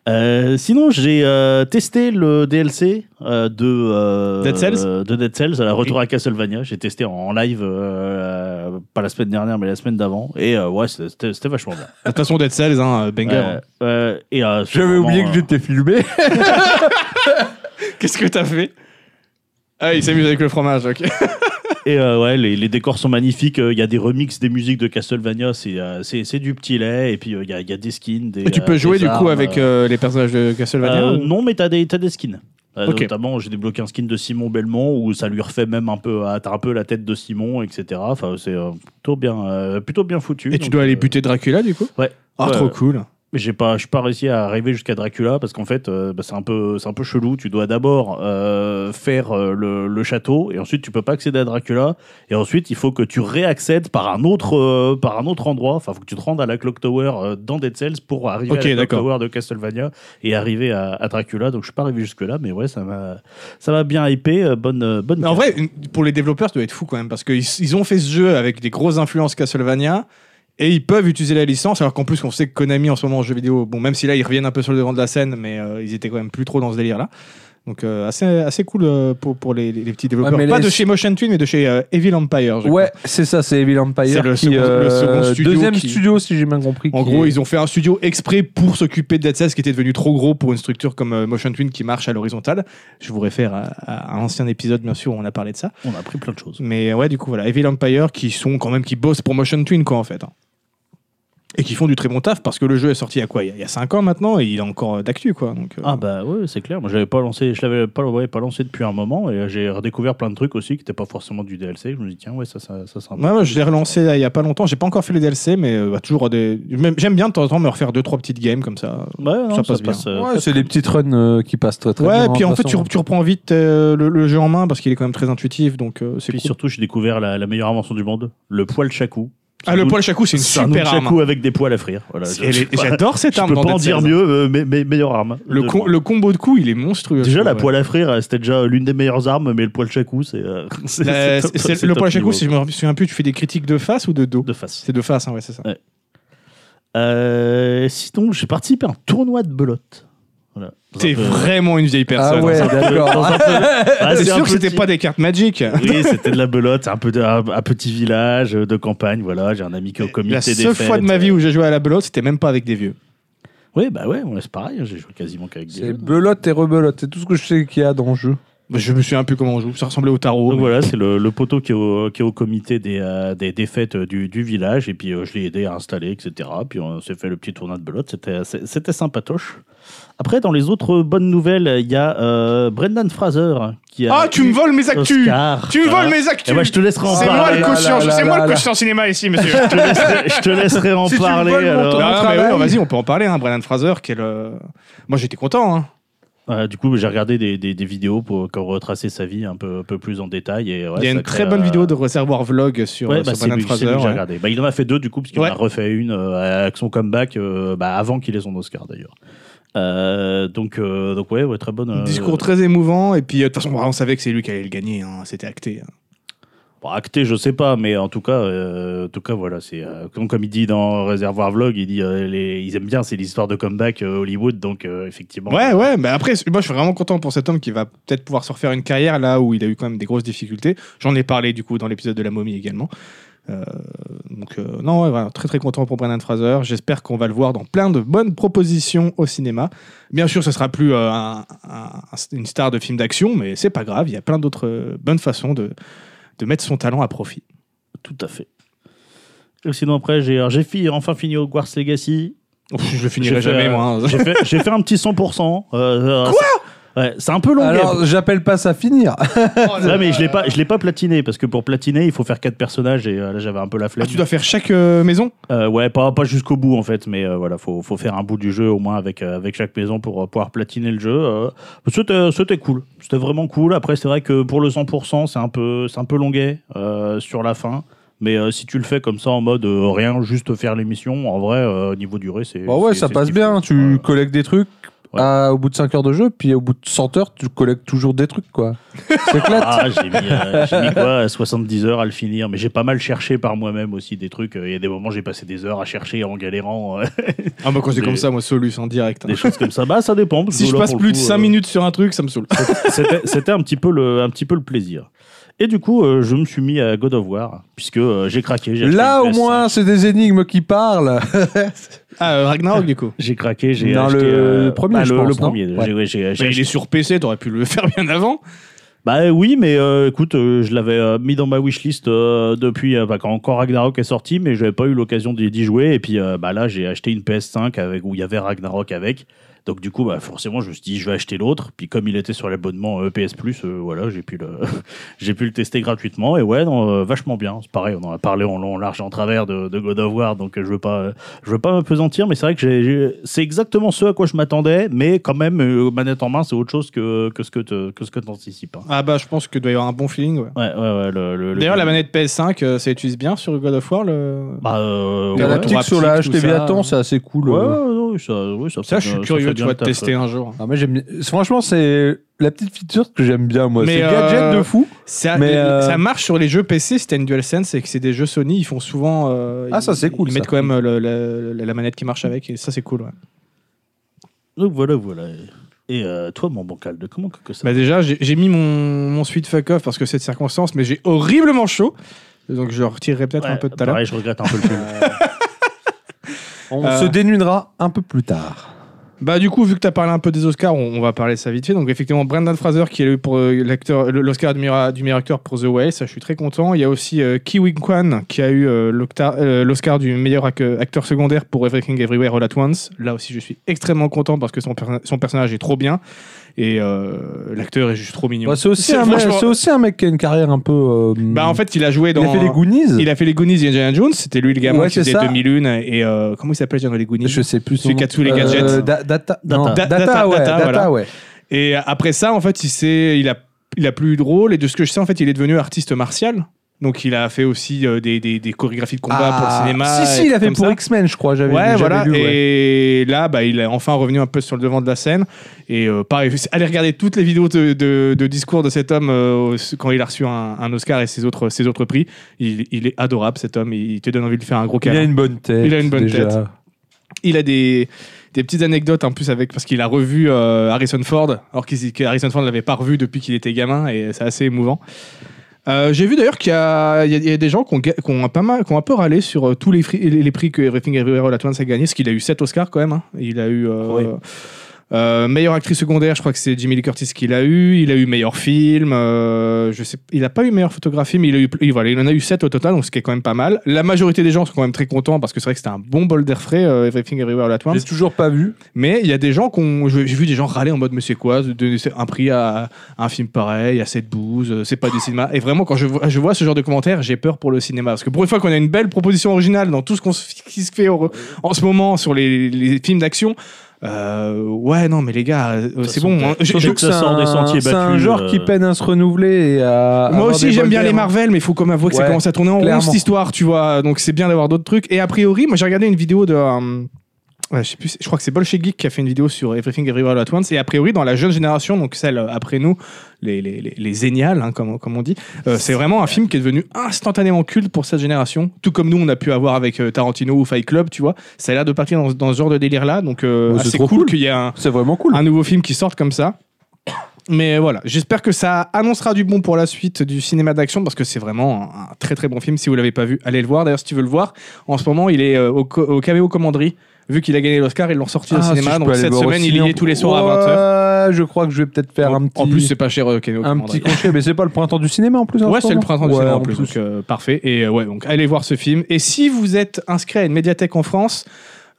S4: Euh, sinon, j'ai euh, testé le DLC euh, de, euh,
S3: Dead Cells
S4: euh, de Dead Cells à la retour à Castlevania. J'ai testé en live, euh, pas la semaine dernière, mais la semaine d'avant. Et euh, ouais, c'était c'était vachement bien.
S3: De toute façon, Dead Cells, hein, euh, banger.
S4: Euh, euh, et, euh, c'est
S1: J'avais
S4: vraiment,
S1: oublié que
S4: euh,
S1: j'étais filmé.
S3: Qu'est-ce que t'as fait Ah, il s'amuse avec le fromage, ok.
S4: Et euh, ouais, les, les décors sont magnifiques. Euh, Il y a des remixes des musiques de Castlevania. C'est euh, c'est c'est du petit lait. Et puis euh, il y, a, il y a des skins. Des,
S3: Et tu
S4: euh,
S3: peux
S4: des
S3: jouer du coup
S4: armes,
S3: avec
S4: euh,
S3: euh, les personnages de Castlevania hein.
S4: Euh,
S3: ou-
S4: Non, mais t'as des, t'as des skins. Euh,
S3: Ok.
S4: Notamment, j'ai débloqué un skin de Simon Belmont où ça lui refait même un peu, ah, t'as un peu la tête de Simon, etc. Enfin, c'est euh, plutôt bien, euh, plutôt bien foutu.
S3: Et tu
S4: Donc,
S3: dois aller
S4: euh,
S3: buter Dracula du coup
S4: Ouais.
S3: Ah,
S4: Ouais.
S3: trop cool.
S4: Mais j'ai pas, j'ai pas réussi à arriver jusqu'à Dracula parce qu'en fait, euh, bah, c'est un peu, c'est un peu chelou. Tu dois d'abord euh, faire euh, le, le château et ensuite tu peux pas accéder à Dracula et ensuite il faut que tu réaccèdes par un autre, euh, par un autre endroit. Enfin, faut que tu te rendes à la Clock Tower euh, dans Dead Cells pour arriver
S3: Ok,
S4: à la Clock
S3: d'accord.
S4: Tower de Castlevania et arriver à, à Dracula. Donc je suis pas arrivé jusque là, mais ouais, ça m'a, ça m'a bien hypé. euh, bonne, euh, bonne.
S3: Mais en
S4: carte.
S3: vrai, une- pour les développeurs, ça doit être fou quand même parce qu'ils ils ont fait ce jeu avec des grosses influences Castlevania et ils peuvent utiliser la licence alors qu'en plus on sait que Konami en ce moment en jeu vidéo, bon même si là ils reviennent un peu sur le devant de la scène, mais euh, ils étaient quand même plus trop dans ce délire là. Donc euh, assez assez cool euh, pour, pour les, les- les petits développeurs.
S1: mais
S3: Pas
S1: les-
S3: de chez Motion Twin, mais de chez euh, Evil Empire. je crois.
S1: Ouais, c'est ça, c'est Evil Empire.
S3: C'est le
S1: qui,
S3: second- le
S1: euh,
S3: second studio
S1: Deuxième
S3: qui-
S1: studio, si j'ai bien compris.
S3: En
S1: qui
S3: gros,
S1: est-
S3: ils ont fait un studio exprès pour s'occuper de Dead Cells qui était devenu trop gros pour une structure comme euh, Motion Twin qui marche à l'horizontale. Je vous réfère à, à un ancien épisode, bien sûr, où on a parlé de ça.
S4: on a appris plein de choses.
S3: Mais euh, ouais, du coup, voilà, Evil Empire qui sont quand même qui bossent pour Motion Twin, quoi, en fait. hein. Et qui font du très bon taf parce que le jeu est sorti il y a quoi Il y a 5 ans maintenant et il est encore euh, d'actu, quoi. Donc, euh,
S4: Ah bah ouais, c'est clair. Moi, j'avais pas lancé, je l'avais pas, ouais, pas lancé depuis un moment et euh, j'ai redécouvert plein de trucs aussi qui n'étaient pas forcément du DLC. Je me dis tiens ouais ça ça ça sera.
S3: Ouais, ouais, je l'ai relancé là, il y a pas longtemps. J'ai pas encore fait les DLC, mais euh, bah, toujours des. même- J'aime bien de temps en temps me refaire deux trois petites games comme ça.
S4: Ouais, non,
S3: Ça passe bien.
S4: euh,
S1: Ouais, c'est les petites runs euh, qui passent très très bien.
S3: ouais, puis
S1: de
S3: en
S1: toute
S3: fait, tu,
S1: façon.
S3: re- tu reprends vite euh, le, le jeu en main parce qu'il est quand même très intuitif, donc euh, c'est
S4: Puis
S3: cool.
S4: surtout j'ai découvert la, la meilleure invention du monde, le poil chaku.
S3: Ah, le poil chaku, c'est une
S4: un
S3: super arme.
S4: chaku avec des poils à frire. Voilà.
S3: C'est-
S4: Je-
S3: elle
S4: je-
S3: est- J'adore cette
S4: Je
S3: arme.
S4: peux
S3: dans
S4: pas en
S3: Dead
S4: dire
S3: Cells.
S4: mieux, euh, mais, mais meilleure arme.
S3: Le,
S4: de
S3: com-
S4: loin.
S3: le combo de coups, il est monstrueux.
S4: Déjà, la
S3: Ouais.
S4: poêle à frire, euh, c'était déjà l'une des meilleures armes, mais le poil chaku, c'est. euh, c'est-
S3: La-
S4: c'est
S3: c'est-
S4: top-
S3: c'est-
S4: c'est
S3: le
S4: top
S3: poil à chaque coup,
S4: niveau.
S3: si je me souviens plus, tu fais des critiques de face ou de dos
S4: De face.
S3: C'est de face, hein, ouais, c'est ça.
S4: Euh, sinon, j'ai participé à un tournoi de belote. Voilà. Dans
S3: T'es
S4: un peu-
S3: vraiment une vieille personne.
S1: Ah ouais,
S3: hein.
S1: d'accord.
S4: Ah,
S3: T'es
S4: c'est un
S3: sûr que c'était
S4: petit-
S3: pas des cartes magiques
S4: Oui, c'était de la belote, un peu de- un, un petit village de campagne. Voilà, j'ai un ami qui est au comité
S3: La
S4: des
S3: seule
S4: fêtes.
S3: fois de ma vie où j'ai joué à la belote, c'était même pas avec des vieux.
S4: Oui, bah ouais, ouais, c'est pareil. J'ai joué quasiment qu'avec des.
S1: C'est
S4: jeunes.
S1: belote et rebelote, c'est tout ce que je sais qu'il y a dans le jeu.
S3: Bah, Je me souviens plus comment on joue. Ça ressemblait au tarot.
S4: Donc
S3: mais-
S4: voilà, c'est le, le poteau qui est au, qui est au comité des, euh, des, des fêtes euh, du, du village. Et puis euh, je l'ai aidé à installer, etc. Puis on s'est fait le petit tournoi de belote. C'était, euh, c'est- c'était sympatoche. Après, dans les autres bonnes nouvelles, il y a euh, Brendan Fraser qui a.
S5: Ah, tu me voles mes actus Tu me voles mes actus
S4: Eh ben, je te laisserai en
S5: C'est
S4: parler.
S5: moi le
S1: là,
S5: quotient,
S1: là,
S5: c'est
S1: là,
S5: moi
S1: là,
S5: le
S1: là.
S5: quotient cinéma ici, monsieur.
S4: Je te laisserai, je te laisserai en
S1: Si tu me
S4: parler.
S1: voles mon
S4: alors.
S1: temps.
S3: Non,
S1: Ton
S3: mais
S1: travail.
S3: oui, vas-y, on peut en parler. Hein. Brennan Fraser, qui est le... Moi, j'étais content. Hein.
S4: Ouais, Ah, du coup, j'ai regardé des, des, des vidéos pour, pour retracer sa vie un peu, un peu plus en détail. Et ouais,
S3: Il y a une
S4: ça
S3: très
S4: crée,
S3: bonne
S4: euh,
S3: vidéo de Reservoir Vlog sur,
S4: Ouais,
S3: euh,
S4: bah,
S3: sur
S4: c'est
S3: Brendan
S4: lui, c'est lui
S3: Fraser.
S4: que j'ai
S3: ouais.
S4: regardé. Bah, il en a fait deux, du coup, parce qu'il
S3: Ouais.
S4: en a refait une euh, avec son comeback euh, bah, avant qu'il ait son Oscar, d'ailleurs. Euh, donc, euh, donc ouais, ouais, très bonne. euh,
S3: Discours très émouvant. Et puis, euh, de toute façon, bah, on savait que c'est lui qui allait le gagner. hein. C'était acté. hein.
S4: bon, acté, je sais pas, mais en tout cas, euh, en tout cas voilà, c'est euh, comme, comme il dit dans Réservoir Vlog, il dit euh, les- ils aiment bien, c'est l'histoire de comeback euh, Hollywood, donc euh, effectivement.
S3: Ouais, ouais. Mais après, c- moi, je suis vraiment content pour cet homme qui va peut-être pouvoir se refaire une carrière là où il a eu quand même des grosses difficultés. J'en ai parlé, du coup, dans l'épisode de La Momie également. Euh, donc, euh, non, ouais, voilà, très très content pour Brendan Fraser. J'espère qu'on va le voir dans plein de bonnes propositions au cinéma. Bien sûr, ce sera plus euh, un- un- une star de film d'action, mais c'est pas grave. Il y a plein d'autres euh, bonnes façons de, de mettre son talent à profit.
S4: Tout à fait. Et sinon après, j'ai alors, j'ai fi- enfin fini Hogwarts Legacy.
S3: Ouf, je le
S4: J'ai
S3: finirai
S4: fait,
S3: jamais,
S4: euh,
S3: moi. hein.
S4: J'ai fait, j'ai fait un petit 100%. euh, euh, c'est- ouais, C'est un peu long.
S1: Alors, j'appelle pas ça finir.
S3: euh,
S4: Ouais, mais je l'ai pas, je l'ai pas platiné parce que pour platiner, il faut faire quatre personnages et euh, là j'avais un peu la
S3: Ah,
S4: flemme.
S3: tu dois faire chaque euh, maison
S4: Euh, ouais, pas, pas jusqu'au bout en fait, mais euh, voilà, faut, faut faire un bout du jeu au moins avec euh, avec chaque maison pour euh, pouvoir platiner le jeu. euh. C'était, c'était cool, c'était vraiment cool. Après, c'est vrai que pour le 100%, c'est un peu, c'est un peu longuet euh, sur la fin. Mais euh, si tu le fais comme ça en mode euh, rien, juste faire l'émission, en vrai, euh, niveau durée, c'est.
S1: Bah ouais,
S4: c'est-
S1: ça
S4: c'est
S1: passe
S4: ce qu'il faut.
S1: bien. Tu
S4: Ouais.
S1: collectes des trucs
S4: Ouais.
S1: à- au bout de 5 heures de jeu, puis au bout de 100 heures, tu collectes toujours des trucs, quoi. C'est clair.
S4: Ah, j'ai mis, euh, j'ai mis quoi 70 heures à le finir, mais j'ai pas mal cherché par moi-même aussi des trucs. euh, Il y a des moments, j'ai passé des heures à chercher en galérant, euh,
S3: Ah, bah quand c'est
S4: Des-
S3: comme ça, moi, Solus en direct. hein.
S4: des choses comme ça. Bah, ça dépend. parce
S3: Si
S4: que
S3: je
S4: là,
S3: passe
S4: pour le
S3: plus de
S4: coup,
S3: 5
S4: euh,
S3: minutes sur un truc, ça me saoule.
S4: c'était- C'était un petit peu le, un petit peu le plaisir. Et du coup, euh, je me suis mis à God of War, puisque euh, j'ai craqué. j'ai acheté
S1: Là,
S4: une hein.
S1: au
S4: PS5.
S1: moins, c'est des énigmes qui parlent.
S3: Ah, euh, Ragnarok, du coup.
S4: J'ai craqué, j'ai
S1: Non,
S4: acheté.
S1: le
S4: euh,
S1: premier,
S4: bah,
S1: je
S4: le,
S1: pense,
S4: le
S1: non
S4: premier.
S1: Ouais.
S4: J'ai- ouais, j'ai- j'ai
S3: Bah, il est sur PC, t'aurais pu le faire bien avant.
S4: Bah oui, mais euh, écoute, euh, je l'avais euh, mis dans ma wishlist euh, depuis euh, bah, quand, quand Ragnarok est sorti, mais j'avais pas eu l'occasion d'y d'y jouer. Et puis euh, bah, là, j'ai acheté une PS5 avec, où il y avait Ragnarok avec. Donc du coup, bah, forcément, je me suis dit, je vais acheter l'autre. Puis comme il était sur l'abonnement euh, PS Plus, euh, voilà, j'ai pu, le, j'ai pu le tester gratuitement. Et ouais, non, euh, vachement bien. C'est pareil, on en a parlé en long, en large, en travers de, de God of War, donc euh, je veux pas, euh, je veux pas m'apesantir, mais c'est vrai que j'ai- j'ai- c'est exactement ce à quoi je m'attendais, mais quand même, euh, manette en main, c'est autre chose que, que ce que te- que ce que t'anticipes. hein.
S3: Ah, bah, je pense que doit y avoir un bon feeling, ouais.
S4: Ouais, ouais, ouais. Le, le- le-
S3: D'ailleurs, la manette PS5, euh, ça utilise bien sur God of War le...
S4: Bah, euh,
S3: T'as
S4: ouais.
S1: la
S3: retour
S1: petite sur la
S3: haptique, tout
S1: HTV
S3: ça.
S1: Attends, c'est assez cool.
S4: Ouais,
S1: euh.
S4: ouais, ouais, ça, oui, ça
S3: Ça,
S4: fait
S3: je
S4: bien-
S3: suis
S4: euh, ça
S3: curieux,
S4: fait
S3: tu
S4: bien
S3: vois,
S4: le
S3: de
S4: taf,
S3: tester
S4: ouais.
S3: un jour. hein.
S1: Ah, moi, j'aime bien- Franchement, c'est la petite feature que j'aime bien, moi.
S3: Mais,
S1: C'est gadget
S3: euh,
S1: de fou.
S3: Ça,
S1: Mais, euh,
S3: ça marche sur les jeux PC si t'as une DualSense et que c'est des jeux Sony, ils font souvent. euh,
S1: Ah, ça,
S3: ils-
S1: c'est cool,
S3: Ils
S1: ça.
S3: mettent quand même euh, le- le- la, la manette qui marche avec et ça, c'est cool, ouais.
S4: Donc voilà, voilà. Et euh, toi, mon bancal, de comment que, que ça
S3: Bah, déjà, j'ai j'ai mis mon, mon suite fuck off parce que c'est de circonstance, mais j'ai horriblement chaud. Donc, je le retirerai peut-être
S4: Ouais,
S3: un peu tout à l'heure.
S4: Pareil, je regrette un peu le film.
S1: On
S3: euh,
S1: se dénudera un peu plus tard.
S3: Bah du coup, vu que tu as parlé un peu des Oscars, on, on va parler de ça vite fait. Donc effectivement, Brendan Fraser qui a eu pour euh, l'acteur le- l'Oscar du, meilleur- du meilleur acteur pour The Whale, ça je suis très content. Il y a aussi euh, Kiwi Kwan qui a eu euh, l'octa- euh, l'Oscar du meilleur ac- euh, acteur secondaire pour Everything Everywhere All at Once. Là aussi, je suis extrêmement content parce que son, perso- son personnage est trop bien et euh, l'acteur est juste trop mignon.
S1: Bah, c'est aussi,
S3: C'est
S1: un mec-
S3: franchement-
S1: c'est aussi un mec qui a une carrière un peu. euh,
S3: Bah en fait, il a joué
S1: il
S3: dans
S1: a fait les Goonies.
S3: il a fait les Goonies et Indiana Jones, c'était lui le gamin
S1: Ouais,
S3: qui
S1: c'est
S3: faisait
S1: ça.
S3: 2001 et euh, comment il s'appelle dans les Goonies
S1: Je sais plus. son
S3: Celui
S1: nom. Euh,
S3: qui a tous les
S1: da-
S3: gadgets.
S1: data,
S4: Data.
S1: non,
S3: Da-
S1: data,
S3: data,
S1: ouais,
S3: data,
S1: data,
S3: voilà.
S1: ouais.
S3: Et après ça, en fait, il s'est, il a, il a plus eu de rôle. Et de ce que je sais, en fait, il est devenu artiste martial. Donc, il a fait aussi euh, des, des, des chorégraphies de combat pour
S1: Ah,
S3: le cinéma.
S1: Si,
S3: et
S1: si, il a fait
S3: comme
S1: pour
S3: ça.
S1: X-Men, je crois. J'avais
S3: Ouais,
S1: j'avais
S3: voilà.
S1: lu, ouais.
S3: et là, bah, il est enfin revenu un peu sur le devant de la scène. Et euh, pareil, allez regarder toutes les vidéos de, de, de discours de cet homme euh, quand il a reçu un, un Oscar et ses autres, ses autres prix. Il, il est adorable, cet homme. Il te donne envie de lui faire un gros
S1: Il
S3: câlin.
S1: a une bonne tête.
S3: Il a une bonne
S1: déjà.
S3: tête. Il a des, des petites anecdotes en plus avec parce qu'il a revu euh, Harrison Ford, alors qu'il- que Harrison Ford ne l'avait pas revu depuis qu'il était gamin et c'est assez émouvant. Euh, J'ai vu d'ailleurs qu'il y, a- il y a- il y a des gens qui ont, ga- qui ont un pas mal, qui ont un peu râlé sur euh, tous les, fri- les, les prix que Everything Everywhere All At Once a gagné, parce qu'il a eu 7 Oscars quand même. hein. Il a eu euh,
S4: Oui.
S3: Euh, meilleure actrice secondaire, je crois que c'est Jimmy Lee Curtis qui l'a eu. Il a eu meilleur film. euh, je sais, il n'a pas eu meilleure photographie, mais il, a eu, il- voilà, il en a eu 7 au total, donc ce qui est quand même pas mal. La majorité des gens sont quand même très contents parce que c'est vrai que c'était un bon bol d'air frais, euh, Everything Everywhere All At
S1: Je
S3: Once.
S1: l'ai toujours pas vu.
S3: Mais il y a des gens qui ont. J'ai j'ai vu des gens râler en mode, mais c'est quoi de donner un prix à un film pareil, à cette bouse, euh, c'est pas du cinéma. Et vraiment, quand je, vois- je vois ce genre de commentaires, j'ai peur pour le cinéma. Parce que pour une fois qu'on a une belle proposition originale dans tout ce qu'on se- qui se fait en, en ce moment sur les, les films d'action, euh, ouais, non, mais les gars, euh, c'est
S4: façon,
S3: bon.
S4: t'as-
S3: hein. J'ai-
S4: t'as-
S3: j'ai-
S1: Surtout
S4: que ça sort des sentiers
S1: C'est un
S4: battus,
S1: genre
S4: euh.
S1: qui peine à se renouveler. Et à
S3: moi
S1: avoir
S3: aussi,
S1: des
S3: j'aime
S1: bonnes
S3: bien les
S1: guerres. hein.
S3: Marvel, mais il faut quand même avouer que ça
S1: Ouais,
S3: commence à tourner en rond
S1: clairement.
S3: cette histoire, tu vois. Donc c'est bien d'avoir d'autres trucs. Et a priori, moi j'ai regardé une vidéo de. euh, ouais, je sais plus, je crois que c'est Bolche Geek qui a fait une vidéo sur Everything Everywhere All At Once. Et a priori, dans la jeune génération, donc celle euh, après nous, les, les, les, les zénials, hein, comme, comme on dit, euh, c'est vraiment un film qui est devenu instantanément culte pour cette génération. Tout comme nous, on a pu avoir avec euh, Tarantino ou Fight Club, tu vois. Ça a l'air de partir dans, dans ce genre de délire-là. Donc euh,
S1: Oh, c'est
S3: assez
S1: trop
S3: cool,
S1: cool.
S3: qu'il y ait un,
S1: C'est vraiment cool.
S3: un nouveau film qui sorte comme ça. Mais voilà, j'espère que ça annoncera du bon pour la suite du cinéma d'action parce que c'est vraiment un un très très bon film. Si vous l'avez pas vu, allez le voir. D'ailleurs, si tu veux le voir, en ce moment, il est euh, au, co- au caméo commanderie. Vu qu'il a gagné l'Oscar, ils l'ont sorti au
S1: Ah, si
S3: cinéma.
S1: je peux
S3: donc
S1: aller
S3: cette
S1: le voir au
S3: semaine, il y
S1: ciné,
S3: est
S1: en-
S3: tous les soirs à 20h.
S1: Ouais, je crois que je vais peut-être faire un petit.
S3: En plus, c'est pas cher au caméo
S1: un
S3: commanderie.
S1: petit crochet, mais c'est pas le printemps du cinéma en plus. en
S3: Ouais,
S1: ce
S3: c'est le
S1: moment
S3: printemps du
S1: Ouais,
S3: cinéma en plus, donc euh, parfait. Et euh, ouais, donc allez voir ce film. Et si vous êtes inscrit à une médiathèque en France,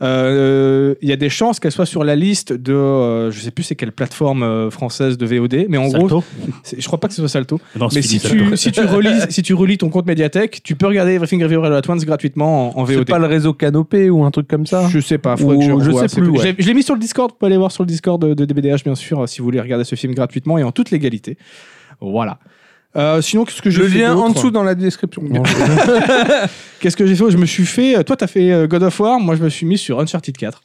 S3: euh, il y a des chances qu'elle soit sur la liste de, euh, je sais plus c'est quelle plateforme euh, française de VOD, mais en gros,
S4: Salto
S3: c'est- je crois pas que ce soit Salto.
S4: Non,
S1: Oh,
S4: c'est
S3: mais
S4: fini,
S3: si
S4: Salto.
S3: tu, si, tu relis, si tu relis ton compte médiathèque, tu peux regarder Everything Everywhere All At Once gratuitement en, en
S1: C'est
S3: VOD.
S1: pas le réseau canopé ou un truc comme ça
S3: Je sais pas, faudrait que je,
S1: Ou je
S3: revoie,
S1: sais
S3: c'est-
S1: plus, ouais.
S3: j'ai- Je l'ai mis sur le Discord, vous pouvez aller voir sur le Discord de, de DBDH bien sûr euh, si vous voulez regarder ce film gratuitement et en toute légalité. Voilà. Euh, sinon, qu'est-ce que je
S1: Le lien en dessous dans la description. Non, je-
S3: Qu'est-ce que j'ai fait Je me suis fait. euh, Toi, t'as fait euh, God of War. Moi, je me suis mis sur Uncharted 4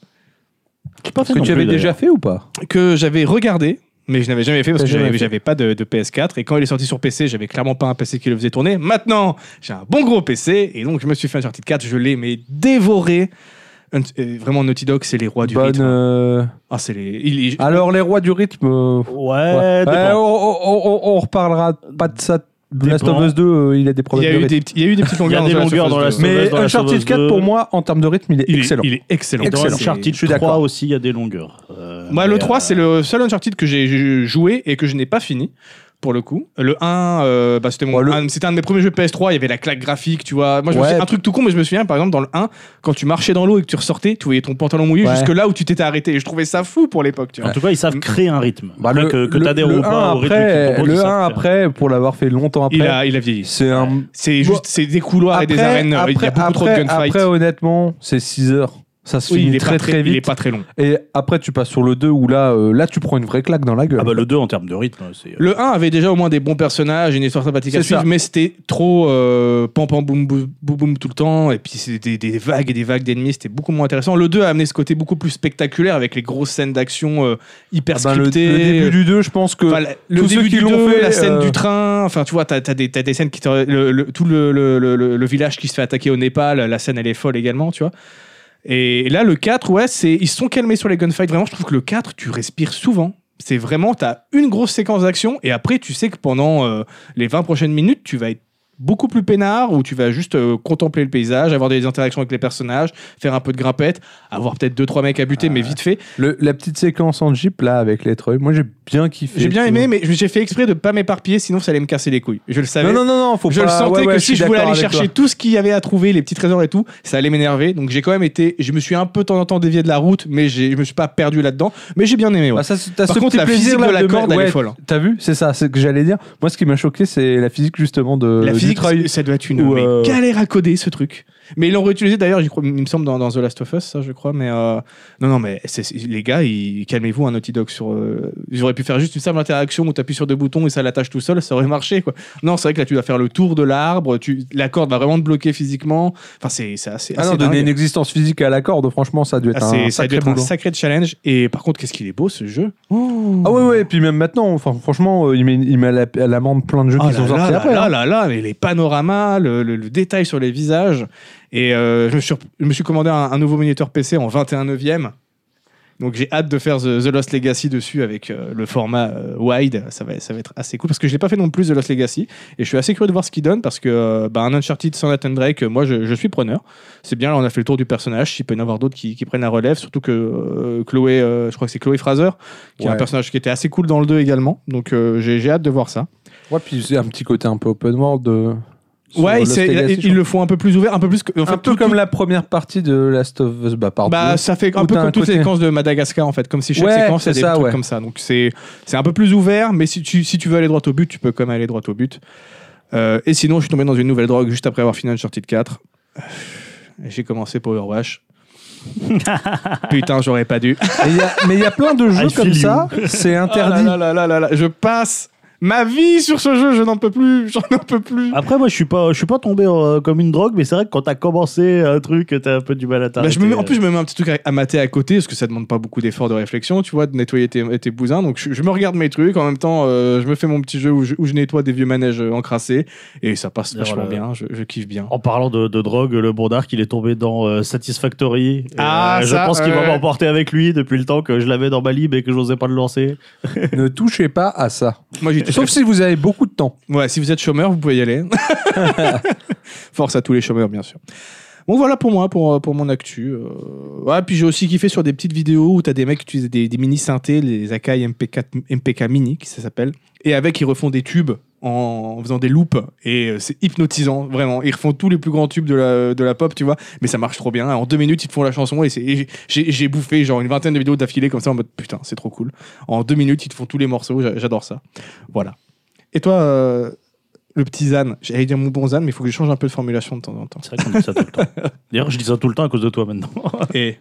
S1: que tu avais déjà fait ou pas
S3: que j'avais regardé, mais je n'avais jamais fait parce
S1: T'as
S3: que j'avais
S1: jamais fait.
S3: j'avais pas de, de PS4. Et quand il est sorti sur PC, j'avais clairement pas un PC qui le faisait tourner. Maintenant, j'ai un bon gros PC et donc je me suis fait Uncharted 4. Je l'ai mais dévoré. Un- euh, vraiment, Naughty Dog, c'est les rois du
S1: Bonne,
S3: rythme.
S1: euh,
S3: Ah, c'est les. il- il-
S1: Alors, les rois du rythme. euh,
S4: Ouais,
S1: ouais. Ouais,
S4: dépend.
S1: on, on- on- on reparlera pas de ça. Last
S4: Dépend.
S1: of Us 2, euh, il a des
S3: il y
S1: problèmes de
S3: a eu
S1: rythme.
S3: des petits- il y a eu des petites longueurs
S4: des longueurs
S3: Last of
S4: dans
S3: Us
S4: la-
S3: 2.
S4: Last
S1: Mais
S4: of Us
S1: Uncharted 4,
S4: 2.
S1: pour moi, en termes de rythme, il est
S3: Il est-
S1: excellent.
S3: Il est excellent.
S4: Et dans
S1: Excellent.
S4: Uncharted
S1: Je suis
S4: 3
S1: d'accord.
S4: aussi, il y a des longueurs. Euh,
S3: Moi, le
S4: mais,
S3: 3,
S4: euh,
S3: c'est le seul Uncharted que j'ai- j'ai joué et que je n'ai pas fini. Pour le coup, le 1, euh, bah, c'était mon-
S1: Ouais, le-
S3: un, c'était un de mes premiers jeux PS3, il y avait la claque graphique, tu vois. Moi, je me
S1: Ouais.
S3: souviens- un truc tout con, mais je me souviens, par exemple, dans le 1, quand tu marchais dans l'eau et que tu ressortais, tu voyais ton pantalon mouillé
S1: Ouais.
S3: jusque là où tu t'étais arrêté. Et je trouvais ça fou pour l'époque, tu vois.
S4: euh, En tout cas, ils savent créer un rythme.
S1: Bah,
S4: Après,
S1: le,
S4: que que
S1: le-
S4: t'adhères
S1: le
S4: ou pas
S1: un
S4: au rythme qu'ils
S1: après,
S4: proposent, ils
S1: le
S4: savent
S1: 1
S4: faire.
S1: après, pour l'avoir fait longtemps
S3: Il
S1: après,
S3: a, il a vieilli.
S1: c'est un.
S3: C'est
S1: Bon.
S3: juste c'est des couloirs et des arènes, euh, il y a beaucoup trop de
S1: après-
S3: gunfights.
S1: après, honnêtement, c'est 6 heures. Ça se
S3: Oui, il
S1: finit
S3: est pas
S1: très très
S3: il est
S1: vite.
S3: pas très long.
S1: Et après, tu passes sur le 2 où là, euh, là, tu prends une vraie claque dans la gueule.
S4: Ah bah le 2 en termes de rythme, c'est... euh.
S3: Le 1 avait déjà au moins des bons personnages, une histoire sympathique à
S1: C'est
S3: suivre,
S1: ça.
S3: mais c'était trop euh, pam pam boum boum boum, boum tout le temps, et puis c'était des, des vagues et des vagues d'ennemis, c'était beaucoup moins intéressant. Le 2 a amené ce côté beaucoup plus spectaculaire avec les grosses scènes d'action euh, hyper
S1: Ah bah, le, le
S3: scriptées.
S1: début du 2, je pense que.
S3: Enfin, la- le
S1: tous
S3: début
S1: ceux qui
S3: du
S1: l'ont
S3: deux,
S1: fait,
S3: la scène
S1: euh,
S3: du train, enfin tu vois, t'as as des, t'as des scènes qui te- le, le- tout le, le- le- le- le village qui se fait attaquer au Népal, la scène elle est folle également, tu vois. Et là, le 4, ouais, c'est ils se sont calmés sur les gunfights. Vraiment, je trouve que le 4, tu respires souvent. C'est vraiment, t'as une grosse séquence d'action et après, tu sais que pendant euh, les 20 prochaines minutes, tu vas être beaucoup plus peinard où tu vas juste euh, contempler le paysage, avoir des interactions avec les personnages, faire un peu de grimpette, avoir peut-être 2-3 mecs à buter, mais vite fait.
S1: Le- la petite séquence en Jeep là avec les treuils, moi j'ai bien kiffé.
S3: J'ai bien aimé, mais j'ai fait exprès de pas m'éparpiller, sinon ça allait me casser les couilles. Je le savais.
S1: Non, non, non, non, faut
S3: je
S1: pas.
S3: le sentais
S1: ouais, ouais,
S3: que si
S1: suis
S3: je voulais
S1: d'accord
S3: aller
S1: avec
S3: chercher
S1: toi.
S3: tout ce qu'il y avait à trouver, les petits trésors et tout, ça allait m'énerver. Donc j'ai quand même été, je me suis un peu de temps en temps dévié de la route, mais j'ai- je me suis pas perdu là-dedans. Mais j'ai bien aimé. ouais.
S1: Ah, ça, c'est- t'as
S3: Par
S1: ce
S3: contre,
S1: petit
S3: la
S1: plaisir
S3: physique de
S1: là,
S3: la corde, elle
S1: ouais,
S3: est folle.
S1: T'as vu C'est ça, c'est ce que j'allais dire. Moi, ce qui m'a choqué, c'est la physique justement de
S3: la
S1: du
S3: physique,
S1: treuil.
S3: ça doit être une
S1: Euh, Ou,
S3: mais
S1: euh,
S3: galère à coder ce truc. Mais ils l'ont réutilisé d'ailleurs, j'y crois- il me semble, dans, dans The Last of Us, ça, je crois. Mais euh, non, non, mais c'est- c'est- les gars, ils- calmez-vous, un Naughty Dog. Sur, euh, ils auraient pu faire juste une simple interaction où tu appuies sur deux boutons et ça l'attache tout seul, ça aurait marché. Quoi. Non, c'est vrai que là, tu dois faire le tour de l'arbre, tu- la corde va vraiment te bloquer physiquement. Enfin, c'est c'est assez.
S1: Ah non,
S3: assez
S1: donner
S3: dingue.
S1: une existence physique à la corde, franchement, ça a dû être
S3: Ah, c'est-
S1: un
S3: ça a
S1: sacré
S3: dû être un
S1: boulot.
S3: sacré challenge. Et par contre, qu'est-ce qu'il est beau ce jeu
S1: Ah ouais, ouais, et puis même maintenant, enfin, franchement, euh, il met, il met à la- à l'amende plein de jeux
S3: Ah
S1: qui
S3: là
S1: sont
S3: là
S1: sortis
S3: là
S1: après.
S3: là
S1: hein.
S3: là là, mais les panoramas, le, le- le détail sur les visages. Et euh, je, me suis, je me suis commandé un, un nouveau moniteur PC en 21 neuvième Donc j'ai hâte de faire The, The Lost Legacy dessus avec euh, le format euh, wide. Ça va, ça va être assez cool parce que je l'ai pas fait non plus The Lost Legacy et je suis assez curieux de voir ce qu'il donne parce que euh, bah, un Uncharted sans Nathan Drake, euh, moi je, je suis preneur. C'est bien, là on a fait le tour du personnage. S'il peut y en avoir d'autres qui, qui prennent la relève, surtout que euh, Chloé, euh, je crois que c'est Chloé Fraser, qui est un
S1: Ouais.
S3: personnage qui était assez cool dans le 2 également. Donc euh, j'ai j'ai hâte de voir ça.
S1: Ouais, puis c'est un petit côté un peu open world. euh, sur
S3: Ouais,
S1: Lost
S3: c'est-
S1: Legacy,
S3: ils,
S1: je
S3: ils le font un peu plus ouvert, un peu plus. que-
S1: crois.
S3: Enfin,
S1: un peu
S3: tout-
S1: comme
S3: tout-
S1: la première partie de Last of Us, bah, pardon.
S3: Bah, ça fait
S1: Où
S3: un peu
S1: t'as
S3: comme
S1: un
S3: toutes
S1: côté-
S3: les séquences de Madagascar en fait, comme si chaque
S1: Ouais,
S3: séquence il y a
S1: c'est
S3: des
S1: ça,
S3: trucs
S1: ouais.
S3: comme ça. Donc c'est c'est un peu plus ouvert, mais si tu si tu veux aller droit au but, tu peux quand même aller droit au but. Euh, et sinon, je suis tombé dans une nouvelle drogue juste après avoir fini Uncharted 4. Euh, J'ai commencé Power Wash. Putain, j'aurais pas dû.
S1: Et il y a- mais il y a plein de jeux
S4: I
S1: comme
S4: feel
S1: ça, c'est interdit.
S3: Ah là là là là là là, je passe ma vie sur ce jeu, je n'en peux plus, j'en peux plus.
S4: Après, moi, je suis pas, je suis pas tombé euh, comme une drogue, mais c'est vrai que quand t'as commencé un truc, t'as un peu du mal à
S3: Bah,
S4: t'arrêter. euh.
S3: je me mets- en plus, je me mets un petit truc à, à mater à côté, parce que ça demande pas beaucoup d'efforts de réflexion, tu vois, de nettoyer tes, tes bousins. Donc, je, je me regarde mes trucs, en même temps, euh, je me fais mon petit jeu où je, où je nettoie des vieux manèges euh, encrassés, et ça passe
S4: D'ailleurs,
S3: vachement
S4: le-
S3: bien, je, je kiffe bien.
S4: En parlant de, de drogue, le Bondard qu'il est tombé dans euh, Satisfactory. Et, euh,
S3: Ah,
S4: je
S3: ça,
S4: pense qu'il
S3: ouais.
S4: va m'emporter avec lui depuis le temps que je l'avais dans ma lib et que j'osais pas le lancer.
S1: Ne touchez pas à ça.
S3: Moi, j'y touche.
S1: Sauf si vous avez beaucoup de temps.
S3: Ouais, si vous êtes chômeur, vous pouvez y aller. Force à tous les chômeurs, bien sûr. Bon, voilà pour moi, pour, euh, pour mon actu. Euh, ouais, puis j'ai aussi kiffé sur des petites vidéos où t'as des mecs qui utilisent des, des mini synthés, les Akai MP4, MPK Mini, qui ça s'appelle. Et avec, ils refont des tubes en, en faisant des loops. Et euh, c'est hypnotisant, vraiment. Ils refont tous les plus grands tubes de la, de la pop, tu vois. Mais ça marche trop bien. En deux minutes, ils te font la chanson. Et, c'est- et j'ai- j'ai j'ai bouffé genre une vingtaine de vidéos d'affilée comme ça en mode putain, c'est trop cool. En deux minutes, ils te font tous les morceaux. J'a- J'adore ça. Voilà. Et toi, euh, le petit Zan, j'allais dire mon bon Zan, mais il faut que je change un peu de formulation de temps en temps.
S4: C'est vrai qu'on dit ça tout le temps. D'ailleurs, je dis ça tout le temps à cause de toi maintenant.
S3: Et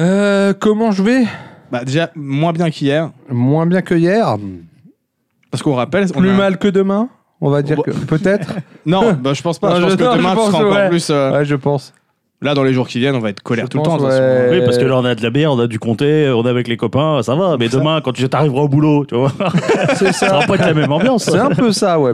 S1: Euh, comment je vais
S3: bah, déjà, moins bien qu'hier,
S1: Moins bien que hier.
S3: parce qu'on rappelle. on
S1: Plus
S3: a-
S1: mal que demain, on va dire
S3: Bah-
S1: que peut-être.
S3: Non, bah, je pense pas.
S1: Non,
S3: je pense
S1: je-
S3: que
S1: non,
S3: demain,
S1: je
S3: tu
S1: pense,
S3: seras encore
S1: ouais.
S3: plus. euh,
S1: Ouais, je pense.
S3: Là, dans les jours qui viennent, on va être colère
S1: Je
S3: tout le
S1: pense,
S3: temps. de toute
S1: ouais.
S3: façon.
S1: Euh,
S4: Oui, parce que là, on a de la bière, on a du comté, on est avec les copains, ça va. Mais demain, quand tu t'arriveras au boulot, tu vois,
S1: C'est
S4: ça
S1: ça.
S4: va pas être la même ambiance. hein.
S1: C'est un peu ça, ouais.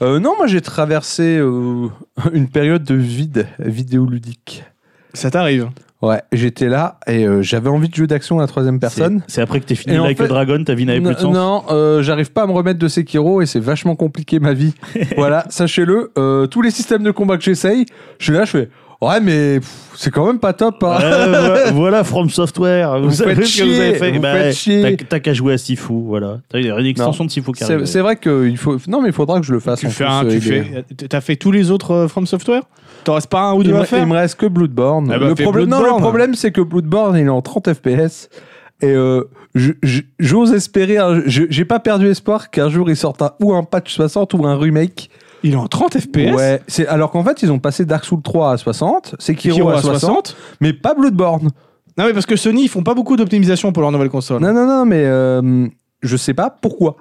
S1: Euh, non, moi j'ai traversé euh, une période de vide vidéoludique.
S3: hein. Ça t'arrive.
S1: Ouais, j'étais là et euh, j'avais envie de jeux d'action à la troisième personne.
S4: C'est- C'est après que t'es fini
S1: Et en
S4: Like
S1: fait-
S4: a Dragon, ta vie n'avait plus de
S1: Non,
S4: sens.
S1: non, euh, j'arrive pas à me remettre de Sekiro et c'est vachement compliqué ma vie. voilà, sachez-le, euh, tous les systèmes de combat que j'essaye, je suis là, je fais ouais, mais pff, c'est quand même pas top. hein.
S4: Ouais, voilà- voilà From Software, vous,
S1: Vous
S4: savez
S1: faites
S4: ce que vous avez
S1: chier,
S4: fait.
S1: vous
S4: Bah,
S1: faites chier.
S4: t'as- T'as qu'à jouer à Sifu, voilà. T'as une une extension de Sifu qui
S1: C'est
S4: arrive.
S1: c'est vrai qu'il faut. Non, mais il faudra que je le fasse.
S3: Tu
S1: en
S3: fais
S1: plus,
S3: un,
S1: euh,
S3: tu
S1: il est-
S3: fais. T'as fait tous les autres euh, From Software T'en restes pas un ou
S1: Il,
S3: deux
S1: me,
S3: à faire
S1: il me reste que Bloodborne.
S3: Ah bah,
S1: le,
S3: fais
S1: problème, non, le
S3: Bloodborne.
S1: problème, c'est que Bloodborne, il est en 30 FPS. Et euh, je- je- j'ose espérer. un- je- J'ai pas perdu espoir qu'un jour, il sorte un- ou un patch 60 ou un remake.
S3: Il est en 30 FPS
S1: Ouais, c'est alors qu'en fait, ils ont passé Dark Souls 3 à 60, Sekiro,
S3: Sekiro
S1: à 60, mais pas Bloodborne.
S3: Non, mais parce que Sony, ils font pas beaucoup d'optimisation pour leur nouvelle console.
S1: Non, non, non, mais euh, je sais pas pourquoi.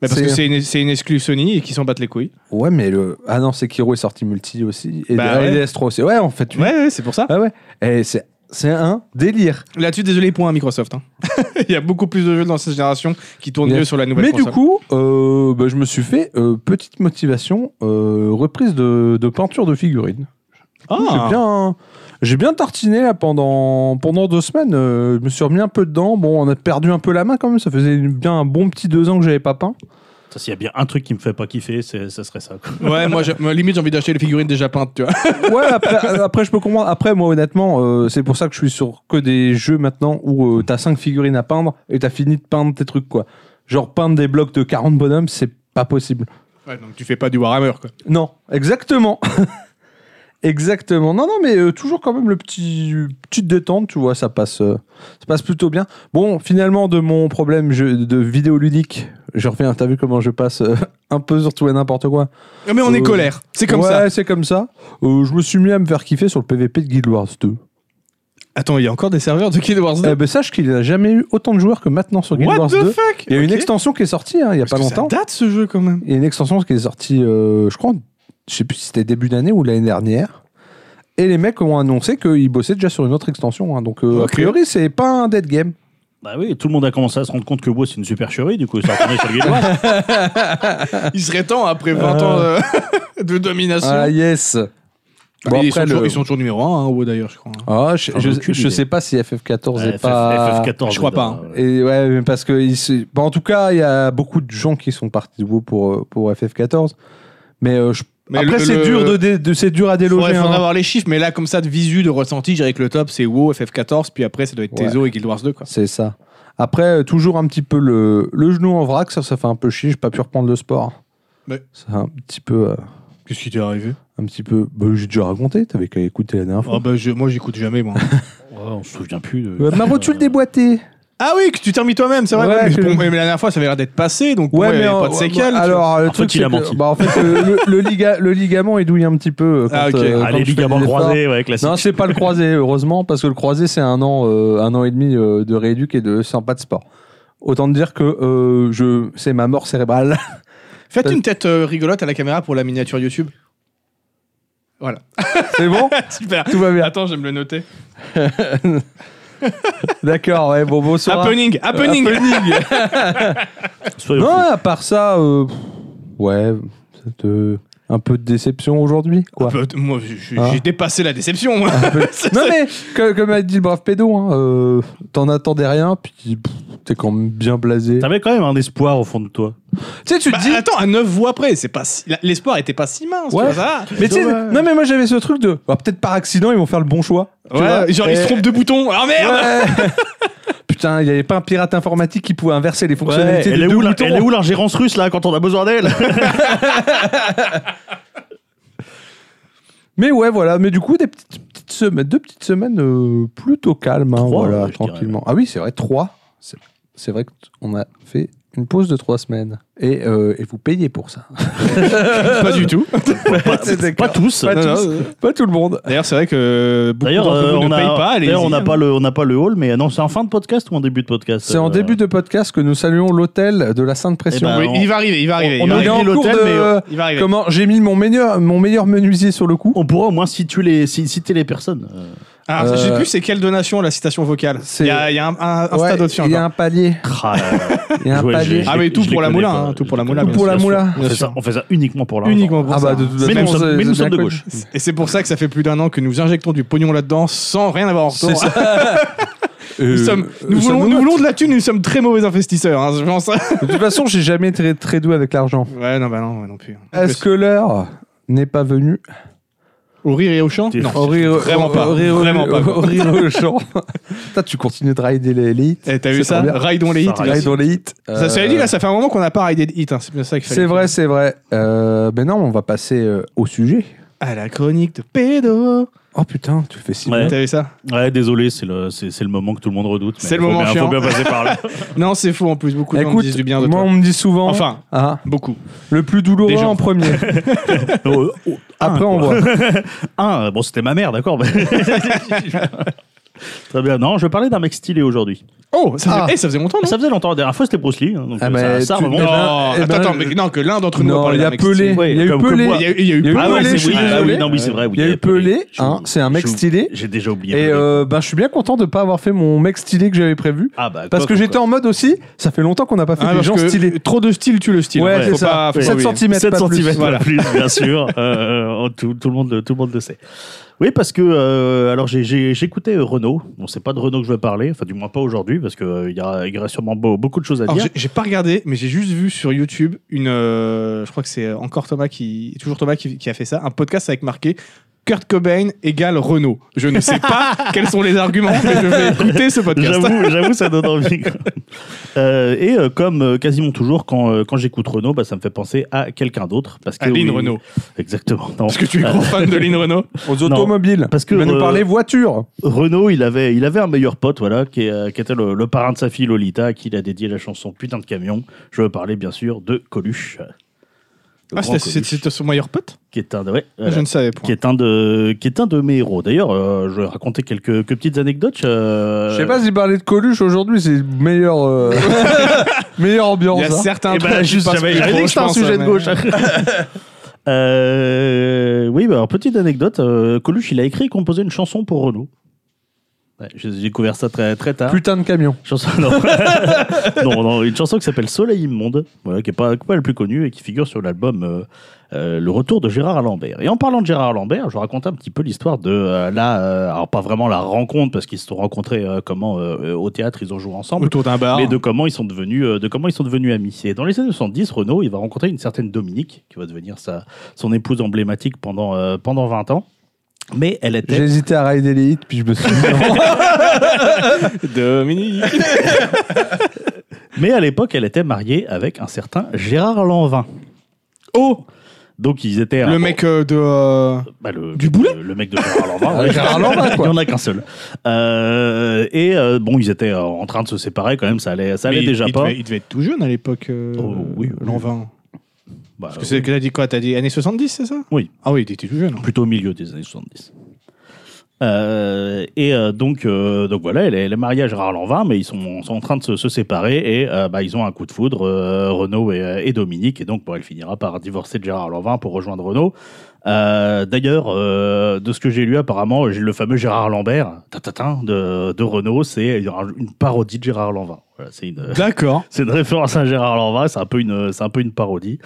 S3: Bah, parce
S1: c'est-
S3: que c'est une, c'est une exclue Sony et qu'ils s'en battent les couilles.
S1: Ouais, mais le. Ah non, Sekiro est sorti multi aussi. Et
S3: Bah
S1: et
S3: ouais.
S1: DS3 aussi. Ouais, en fait. tu-
S3: Ouais, ouais, c'est pour ça.
S1: Ah ouais. Et c'est c'est un délire.
S3: Là-dessus, désolé pour un Microsoft. hein. Il y a beaucoup plus de jeux dans cette génération qui tournent
S1: Bien.
S3: mieux sur la nouvelle
S1: Mais
S3: console.
S1: du coup, euh, bah, je me suis fait euh, petite motivation, euh, reprise de, de peinture de figurines.
S3: Ah.
S1: J'ai bien, j'ai bien tartiné là pendant pendant deux semaines. euh, je me suis remis un peu dedans. Bon, on a perdu un peu la main quand même. Ça faisait une- bien un bon petit deux ans que j'avais pas peint.
S4: Ça, S'il y a bien un truc qui me fait pas kiffer, c'est- ça serait ça. quoi.
S3: Ouais, moi, j'ai- moi, limite, j'ai envie d'acheter les figurines déjà peintes, tu vois.
S1: Ouais. Après, euh, après, je peux comprendre. Après, moi, honnêtement, euh, c'est pour ça que je suis sur que des jeux maintenant où euh, t'as cinq figurines à peindre et t'as fini de peindre tes trucs quoi. Genre peindre des blocs de 40 bonhommes, c'est pas possible.
S3: Ouais, donc tu fais pas du Warhammer, quoi.
S1: Non, exactement. exactement. Non, non, mais euh, toujours quand même le petit petite détente, tu vois, ça passe, euh, ça passe plutôt bien. Bon, finalement, de mon problème jeu- de vidéo ludique, je reviens. T'as vu comment je passe euh, un peu sur tout et n'importe quoi.
S3: Ah, Mais on est
S1: Euh,
S3: colère, c'est comme
S1: ouais,
S3: ça.
S1: c'est comme ça. Euh, je me suis mis à me faire kiffer sur le PVP de Guild Wars 2.
S3: Attends, il y a encore des serveurs de Guild Wars 2
S1: Eh ben, sache qu'il n'a jamais eu autant de joueurs que maintenant sur Guild
S3: Euh, What
S1: Wars
S3: the
S1: 2.
S3: fuck
S1: Il y a eu une
S3: Ok.
S1: extension qui est sortie hein, il n'y a
S3: Parce
S1: pas
S3: que
S1: longtemps.
S3: Ça date ce jeu quand même.
S1: Il y a une extension qui est sortie, euh, je crois, en- je sais plus si c'était début d'année ou l'année dernière. Et les mecs ont annoncé qu'ils bossaient déjà sur une autre extension. hein. Donc, euh, a
S3: Ok.
S1: priori, c'est pas un dead game.
S4: Bah oui, tout le monde a commencé à se rendre compte que WoW c'est une supercherie, du coup ça retourné sur le Game Pass.
S3: Il serait temps après 20 ans euh, de euh, domination.
S1: Ah, yes Bon,
S3: ils,
S1: après,
S3: sont toujours,
S1: le-
S3: ils sont toujours numéro 1 ou d'ailleurs, je crois. hein.
S1: Ah, je,
S4: J'en ai
S1: je-
S4: aucune
S1: je
S4: idée.
S1: sais pas si FF14
S4: Ouais,
S1: est
S4: FF,
S1: pas.
S4: FF14.
S3: je crois pas, hein.
S4: dedans, ouais.
S1: Et ouais, mais parce que il se- bon, en tout cas, il y a beaucoup de gens qui sont partis de WoW pour euh, pour FF14. Mais, euh, je-
S3: Mais
S1: après,
S3: le-
S1: c'est
S3: le-
S1: dur de, dé- de- c'est dur à déloger.
S3: Faudrait, faudrait
S1: hein.
S3: avoir les chiffres, mais là, comme ça, de visu, de ressenti, je dirais que le top, c'est WoW, FF14, puis après, ça doit être
S1: Ouais.
S3: Tezo et Guild Wars 2, quoi.
S1: C'est ça. Après, euh, toujours un petit peu le, le genou en vrac, ça, ça fait un peu chier. J'ai pas pu reprendre le sport.
S3: Ouais.
S1: C'est un petit peu, euh,
S3: Qu'est-ce qui t'est arrivé
S1: un petit peu. bah, j'ai déjà raconté. T'avais qu'à écouter la dernière fois.
S3: Ah bah, je- moi, j'écoute jamais, moi.
S4: Ouais, on se souvient plus. De...
S1: Euh, ma rotule déboîtée.
S3: ah oui, que tu termines toi-même, c'est vrai.
S1: Ouais,
S3: mais,
S1: que-
S3: bon, mais la dernière fois, ça avait l'air d'être passé, donc ouais, il y avait
S1: euh,
S3: pas de
S1: ouais,
S3: séquelles.
S1: bah, alors, le
S4: En
S1: truc,
S4: fait, il
S1: c'est
S4: a
S1: que-
S4: menti.
S1: bah, en fait, le, le- le liga- le ligament est douille un petit peu. euh, Quand,
S3: Ah, ok.
S1: euh, quand
S4: Ah, les
S1: je fais des
S4: ligaments
S1: efforts.
S4: croisés, ouais, classique.
S1: Non, c'est pas le croisé, heureusement, parce que le croisé, c'est un an, euh, un an et demi euh, de rééduc et de sans pas de sport. Autant te dire que euh, je, c'est ma mort cérébrale.
S3: Faites
S1: euh,
S3: une tête euh, rigolote à la caméra pour la miniature YouTube. Voilà.
S1: C'est bon
S3: Super.
S1: Tout va bien.
S3: Attends, je vais me le noter.
S1: D'accord, ouais, bon, bonsoir.
S3: Happening, happening. Ah,
S4: Soyons
S1: Non,
S4: fous.
S1: à part ça, euh, pff, ouais, c'est, euh, un peu de déception aujourd'hui, quoi.
S3: Un peu- bah, moi, j'ai- j'ai
S1: Ah.
S3: j'ai dépassé la déception, moi.
S1: Un peu- non mais, que- comme a dit le brave pédo, hein, euh, t'en attendais rien, puis pff, t'es quand même bien blasé.
S4: T'avais quand même un espoir au fond de toi.
S1: Tu sais, tu
S3: Bah,
S1: te dis,
S3: attends, à 9 voix près, c'est pas si- la- l'espoir était pas si mince,
S1: Ouais.
S3: tu vois ça
S1: mais tu sais,
S4: dommage.
S1: non mais moi j'avais ce truc de, bah, peut-être par accident ils vont faire le bon choix. tu vois.
S3: Ouais, genre ils se
S1: Et-
S3: trompent de bouton. Ah merde
S1: Ouais. Putain, il n'y avait pas un pirate informatique qui pouvait inverser les
S4: Ouais,
S1: fonctionnalités
S4: elle,
S1: des
S4: est
S1: deux
S4: où, la,
S1: boutons.
S4: elle est où l'ingérence russe là quand on a besoin d'elle
S1: Mais ouais, voilà. Mais du coup, des petites, petites semaines, deux petites semaines euh, plutôt calmes, hein,
S4: Trois,
S1: voilà,
S4: ouais, je
S1: tranquillement. Ah oui, c'est vrai, trois. C'est- C'est vrai qu'on a fait une pause de trois semaines. Et, euh, et vous payez pour ça.
S3: Pas du tout.
S4: pas, pas tous.
S1: Pas tous. Pas tout le monde.
S3: D'ailleurs, c'est vrai que beaucoup
S4: D'ailleurs,
S3: d'entre
S4: euh,
S3: vous
S4: on
S3: ne payent pas.
S4: a-
S3: allez-y.
S4: d'ailleurs, on n'a pas, le- on n'a pas le hall, mais euh, non, c'est en fin de podcast ou en début de podcast
S1: hein. C'est en
S4: euh,
S1: début de podcast que nous saluons l'hôtel de la Sainte Pression.
S4: ben,
S3: Oui,
S4: on-
S3: Il va arriver, il va arriver.
S4: on
S3: il va
S4: a
S1: Il est
S3: arriver.
S1: en
S4: écrit
S1: cours
S4: l'hôtel,
S1: de-
S4: mais, euh,
S3: Il va arriver.
S1: Comment j'ai mis mon meilleur, mon meilleur menuisier sur le coup.
S4: On pourra au moins situer les, si- citer les personnes. euh.
S3: Ah, je sais
S1: Euh,
S3: plus c'est quelle donation la citation vocale.
S1: c'est-
S3: Il y a, il y a un, un- un
S1: Ouais,
S3: stade au-dessus
S1: Il y a
S3: encore.
S1: un palier.
S4: Cra- euh,
S1: Il y a un
S4: je- ouais,
S1: palier.
S4: je- je
S3: Ah,
S4: les-
S3: mais tout
S4: je les
S3: pour la
S4: connais
S3: moula,
S4: pas,
S3: hein, tout
S4: je
S3: pour la
S4: les
S3: moula,
S4: connais
S1: bien sûr.
S4: pas. On fait, ça, on fait ça uniquement pour l'argent.
S3: Uniquement pour
S1: Ah
S3: ça.
S1: bah de toute
S4: Mais nous
S1: façon,
S4: sommes-
S1: c'est-
S4: mais nous
S1: c'est
S4: sommes de
S1: bien
S4: gauche.
S1: connu.
S3: Et c'est pour ça que ça fait plus d'un an que nous injectons du pognon là-dedans sans rien avoir en retour.
S1: C'est
S3: Nous,
S1: Euh,
S3: sommes,
S1: euh,
S3: nous, voulons,
S1: sommes-nous
S3: nous voulons de la thune, nous sommes très mauvais investisseurs, hein, je pense.
S1: De toute façon, j'ai jamais été très, très doué avec l'argent.
S3: Ouais, non, bah non, moi non plus.
S1: Est-ce que l'heure n'est pas venue
S3: Au rire et au chant
S4: T'es
S3: Non.
S4: fou.
S1: au rire,
S3: Vraiment pas,
S1: Au rire,
S3: vraiment pas, quoi.
S1: au rire au chant. Putain, tu continues de rider les, les hits.
S3: Eh,
S1: C'est
S3: T'as vu
S1: trop
S3: ça
S1: bien.
S3: Raidons les hits.
S4: Ça
S3: merci.
S1: Ride dans les hits.
S3: Ça,
S1: Euh,
S3: serait dit, là, ça fait un moment qu'on n'a pas raidé de hits. hein, C'est bien ça qu'il fallait.
S1: C'est vrai, c'est vrai. Euh, ben non, on va passer euh, au sujet.
S3: À la chronique de pédo.
S1: Oh putain, tu le fais si
S4: Ouais.
S1: bien.
S3: T'as vu ça
S4: Ouais, désolé, c'est le, c'est, c'est le moment que tout le monde redoute. mais
S3: C'est le
S4: faut
S3: moment
S4: bien,
S3: chiant.
S4: Faut bien passer par là.
S3: Non, c'est faux en plus. Beaucoup de gens me
S1: Écoute,
S3: disent du bien de
S1: moi
S3: toi.
S1: on me dit souvent,
S3: Enfin,
S1: ah,
S3: beaucoup.
S1: le plus douloureux
S3: Des gens.
S1: en premier.
S4: Oh, oh, un,
S1: Après on
S4: quoi.
S1: voit.
S4: Un, Ah, bon, c'était ma mère, d'accord. mais- Très bien. Non, je vais parler d'un mec stylé aujourd'hui.
S3: Oh, ça faisait,
S1: Ah.
S3: eh, ça faisait longtemps, non
S4: Ça faisait longtemps. La dernière fois, c'était Bruce Lee. hein, donc,
S1: Ah,
S4: euh,
S1: mais
S4: ça, ça
S1: tu-
S4: remonte.
S1: eh
S3: Non,
S1: ben, eh
S3: attends,
S1: ben,
S3: attends, mais non, que l'un d'entre nous a
S1: Non,
S3: parlé
S1: il y
S3: d'un
S1: a
S3: mec stylé.
S1: Pelé.
S4: Ouais,
S1: Il y a eu
S4: comme- comme
S1: Pelé.
S4: moi.
S3: Il y a eu- il y a eu
S1: Il y a eu
S3: Pelé.
S4: Ah ouais,
S1: Pelé,
S4: c'est
S1: je
S4: oui,
S1: suis
S4: ah
S1: désolé.
S4: oui, non, oui, c'est vrai. oui,
S1: Il y a eu Pelé,
S4: Je-
S1: hein, c'est un mec
S4: je-
S1: stylé.
S4: J'ai déjà oublié.
S1: Et
S4: Pelé.
S1: euh, ben, je suis bien content de ne pas avoir fait mon mec stylé que j'avais prévu.
S4: ah bah,
S1: Parce
S4: quoi,
S1: que j'étais
S4: quoi.
S1: en mode aussi, ça fait longtemps qu'on n'a pas fait
S3: Ah,
S1: des
S3: parce
S1: gens
S3: que
S1: stylés.
S3: Trop de style tue le style.
S1: Ouais,
S3: Faut
S1: c'est ça.
S3: pas- faut pas
S1: 7
S3: oublier.
S1: cm,
S4: 7
S1: pas plus.
S4: cm
S1: Voilà.
S4: plus, bien sûr. Euh, euh, tout, tout le monde, le- tout le monde le sait. Oui, parce que euh, alors j'ai- j'ai j'ai écouté euh, Renault. Bon, c'est pas de Renault que je vais parler, enfin du moins pas aujourd'hui, parce que euh, il y, aura- il y aura sûrement beau- beaucoup de choses à
S3: Alors,
S4: dire.
S3: j'ai- j'ai pas regardé, mais j'ai juste vu sur YouTube une. euh, je crois que c'est encore Thomas qui. Toujours Thomas qui, qui a fait ça. Un podcast avec marqué Kurt Cobain égale Renault. Je ne sais pas quels sont les arguments, mais je vais écouter ce podcast.
S4: J'avoue, j'avoue, ça donne envie. Euh, et euh, comme euh, quasiment toujours, quand, euh, quand j'écoute Renault, bah, ça me fait penser à quelqu'un d'autre. Parce que
S3: Aline
S4: oui,
S3: Renault.
S4: Exactement. Non.
S3: Parce que tu es gros fan de Lynn Renault.
S1: Aux automobiles.
S4: parce que,
S1: Il va
S4: euh,
S1: nous parler voiture.
S4: Renaud, il avait, il avait un meilleur pote, voilà, qui, est, euh, qui était le, le parrain de sa fille Lolita, à qui il a dédié la chanson Putain de camion. Je veux parler, bien sûr, de Coluche. Le
S3: Ah,
S4: grand Ah
S3: c'était
S4: Coluche,
S3: c'était son meilleur pote
S4: qui est un de, ouais,
S3: Je
S4: voilà,
S3: ne savais pas.
S4: qui est un de, qui est un de mes héros. D'ailleurs, euh, je vais raconter quelques, quelques petites anecdotes. euh,
S1: Je sais pas si parler de Coluche aujourd'hui, c'est meilleur, euh, meilleure
S3: Il y
S1: ambiance.
S3: a
S1: hein.
S3: certains.
S4: Eh ben,
S3: trucs qui
S4: juste,
S3: passent
S4: j'avais
S3: plus
S4: j'avais
S3: gros,
S4: dit que c'était un
S3: je pense,
S4: sujet de
S3: mais-
S4: gauche. Euh, oui, bah, alors, petite anecdote. euh, Coluche, il a écrit et composé une chanson pour Renaud. Ouais, J'ai j'ai découvert ça très, très tard.
S1: Putain de camion.
S4: Chanson, non. non, non, une chanson qui s'appelle Soleil immonde, voilà, qui n'est pas, qui est pas la plus connue et qui figure sur l'album euh, euh, Le Retour de Gérard Lambert. Et en parlant de Gérard Lambert, je vous raconte un petit peu l'histoire de euh, la, euh, alors pas vraiment la rencontre parce qu'ils se sont rencontrés euh, comment euh, euh, au théâtre, ils ont joué ensemble.
S3: Autour d'un bar.
S4: Mais de comment ils sont devenus, euh, de comment ils sont devenus amis. Et dans les années 70, Renaud, il va rencontrer une certaine Dominique, qui va devenir sa, son épouse emblématique pendant, euh, pendant 20 ans. Mais elle était.
S1: J'ai hésité à Ride Elite, puis je me suis dit non.
S3: Dominique.
S4: Mais à l'époque, elle était mariée avec un certain Gérard Lanvin. Oh Donc ils étaient.
S3: Le mec euh, de. euh,
S4: Bah, le-
S3: du boulet Euh,
S4: le, le mec de Gérard Lanvin. ouais.
S1: Gérard Lanvin,
S4: Il
S1: quoi.
S4: n'y en a qu'un seul. Euh, et euh, bon, ils étaient euh, en train de se séparer quand même, ça allait, ça allait
S3: Mais il-
S4: déjà
S3: il
S4: pas.
S3: Devait, il devait être tout jeune à l'époque. euh,
S4: Oh, oui, oui.
S3: L'an 20.
S4: Bah,
S3: Parce que c'est que t'as dit quoi T'as dit années 70, c'est ça
S4: Oui.
S3: Ah oui, il était tout jeune.
S4: plutôt au milieu des années 70. Euh, et euh, donc, euh, donc voilà, elle est, elle est mariée à Gérard Lanvin, mais ils sont, sont en train de se, se séparer et euh, bah, ils ont un coup de foudre, euh, Renaud et, et Dominique, et donc bon, elle finira par divorcer de Gérard Lanvin pour rejoindre Renaud. Euh, D'ailleurs, euh, de ce que j'ai lu, apparemment, j'ai le fameux Gérard Lambert tatatin, de, de Renaud, c'est une parodie de Gérard Lanvin. Voilà, c'est une,
S3: D'accord.
S4: c'est une référence à Gérard Lanvin, c'est un peu une, c'est un peu une parodie.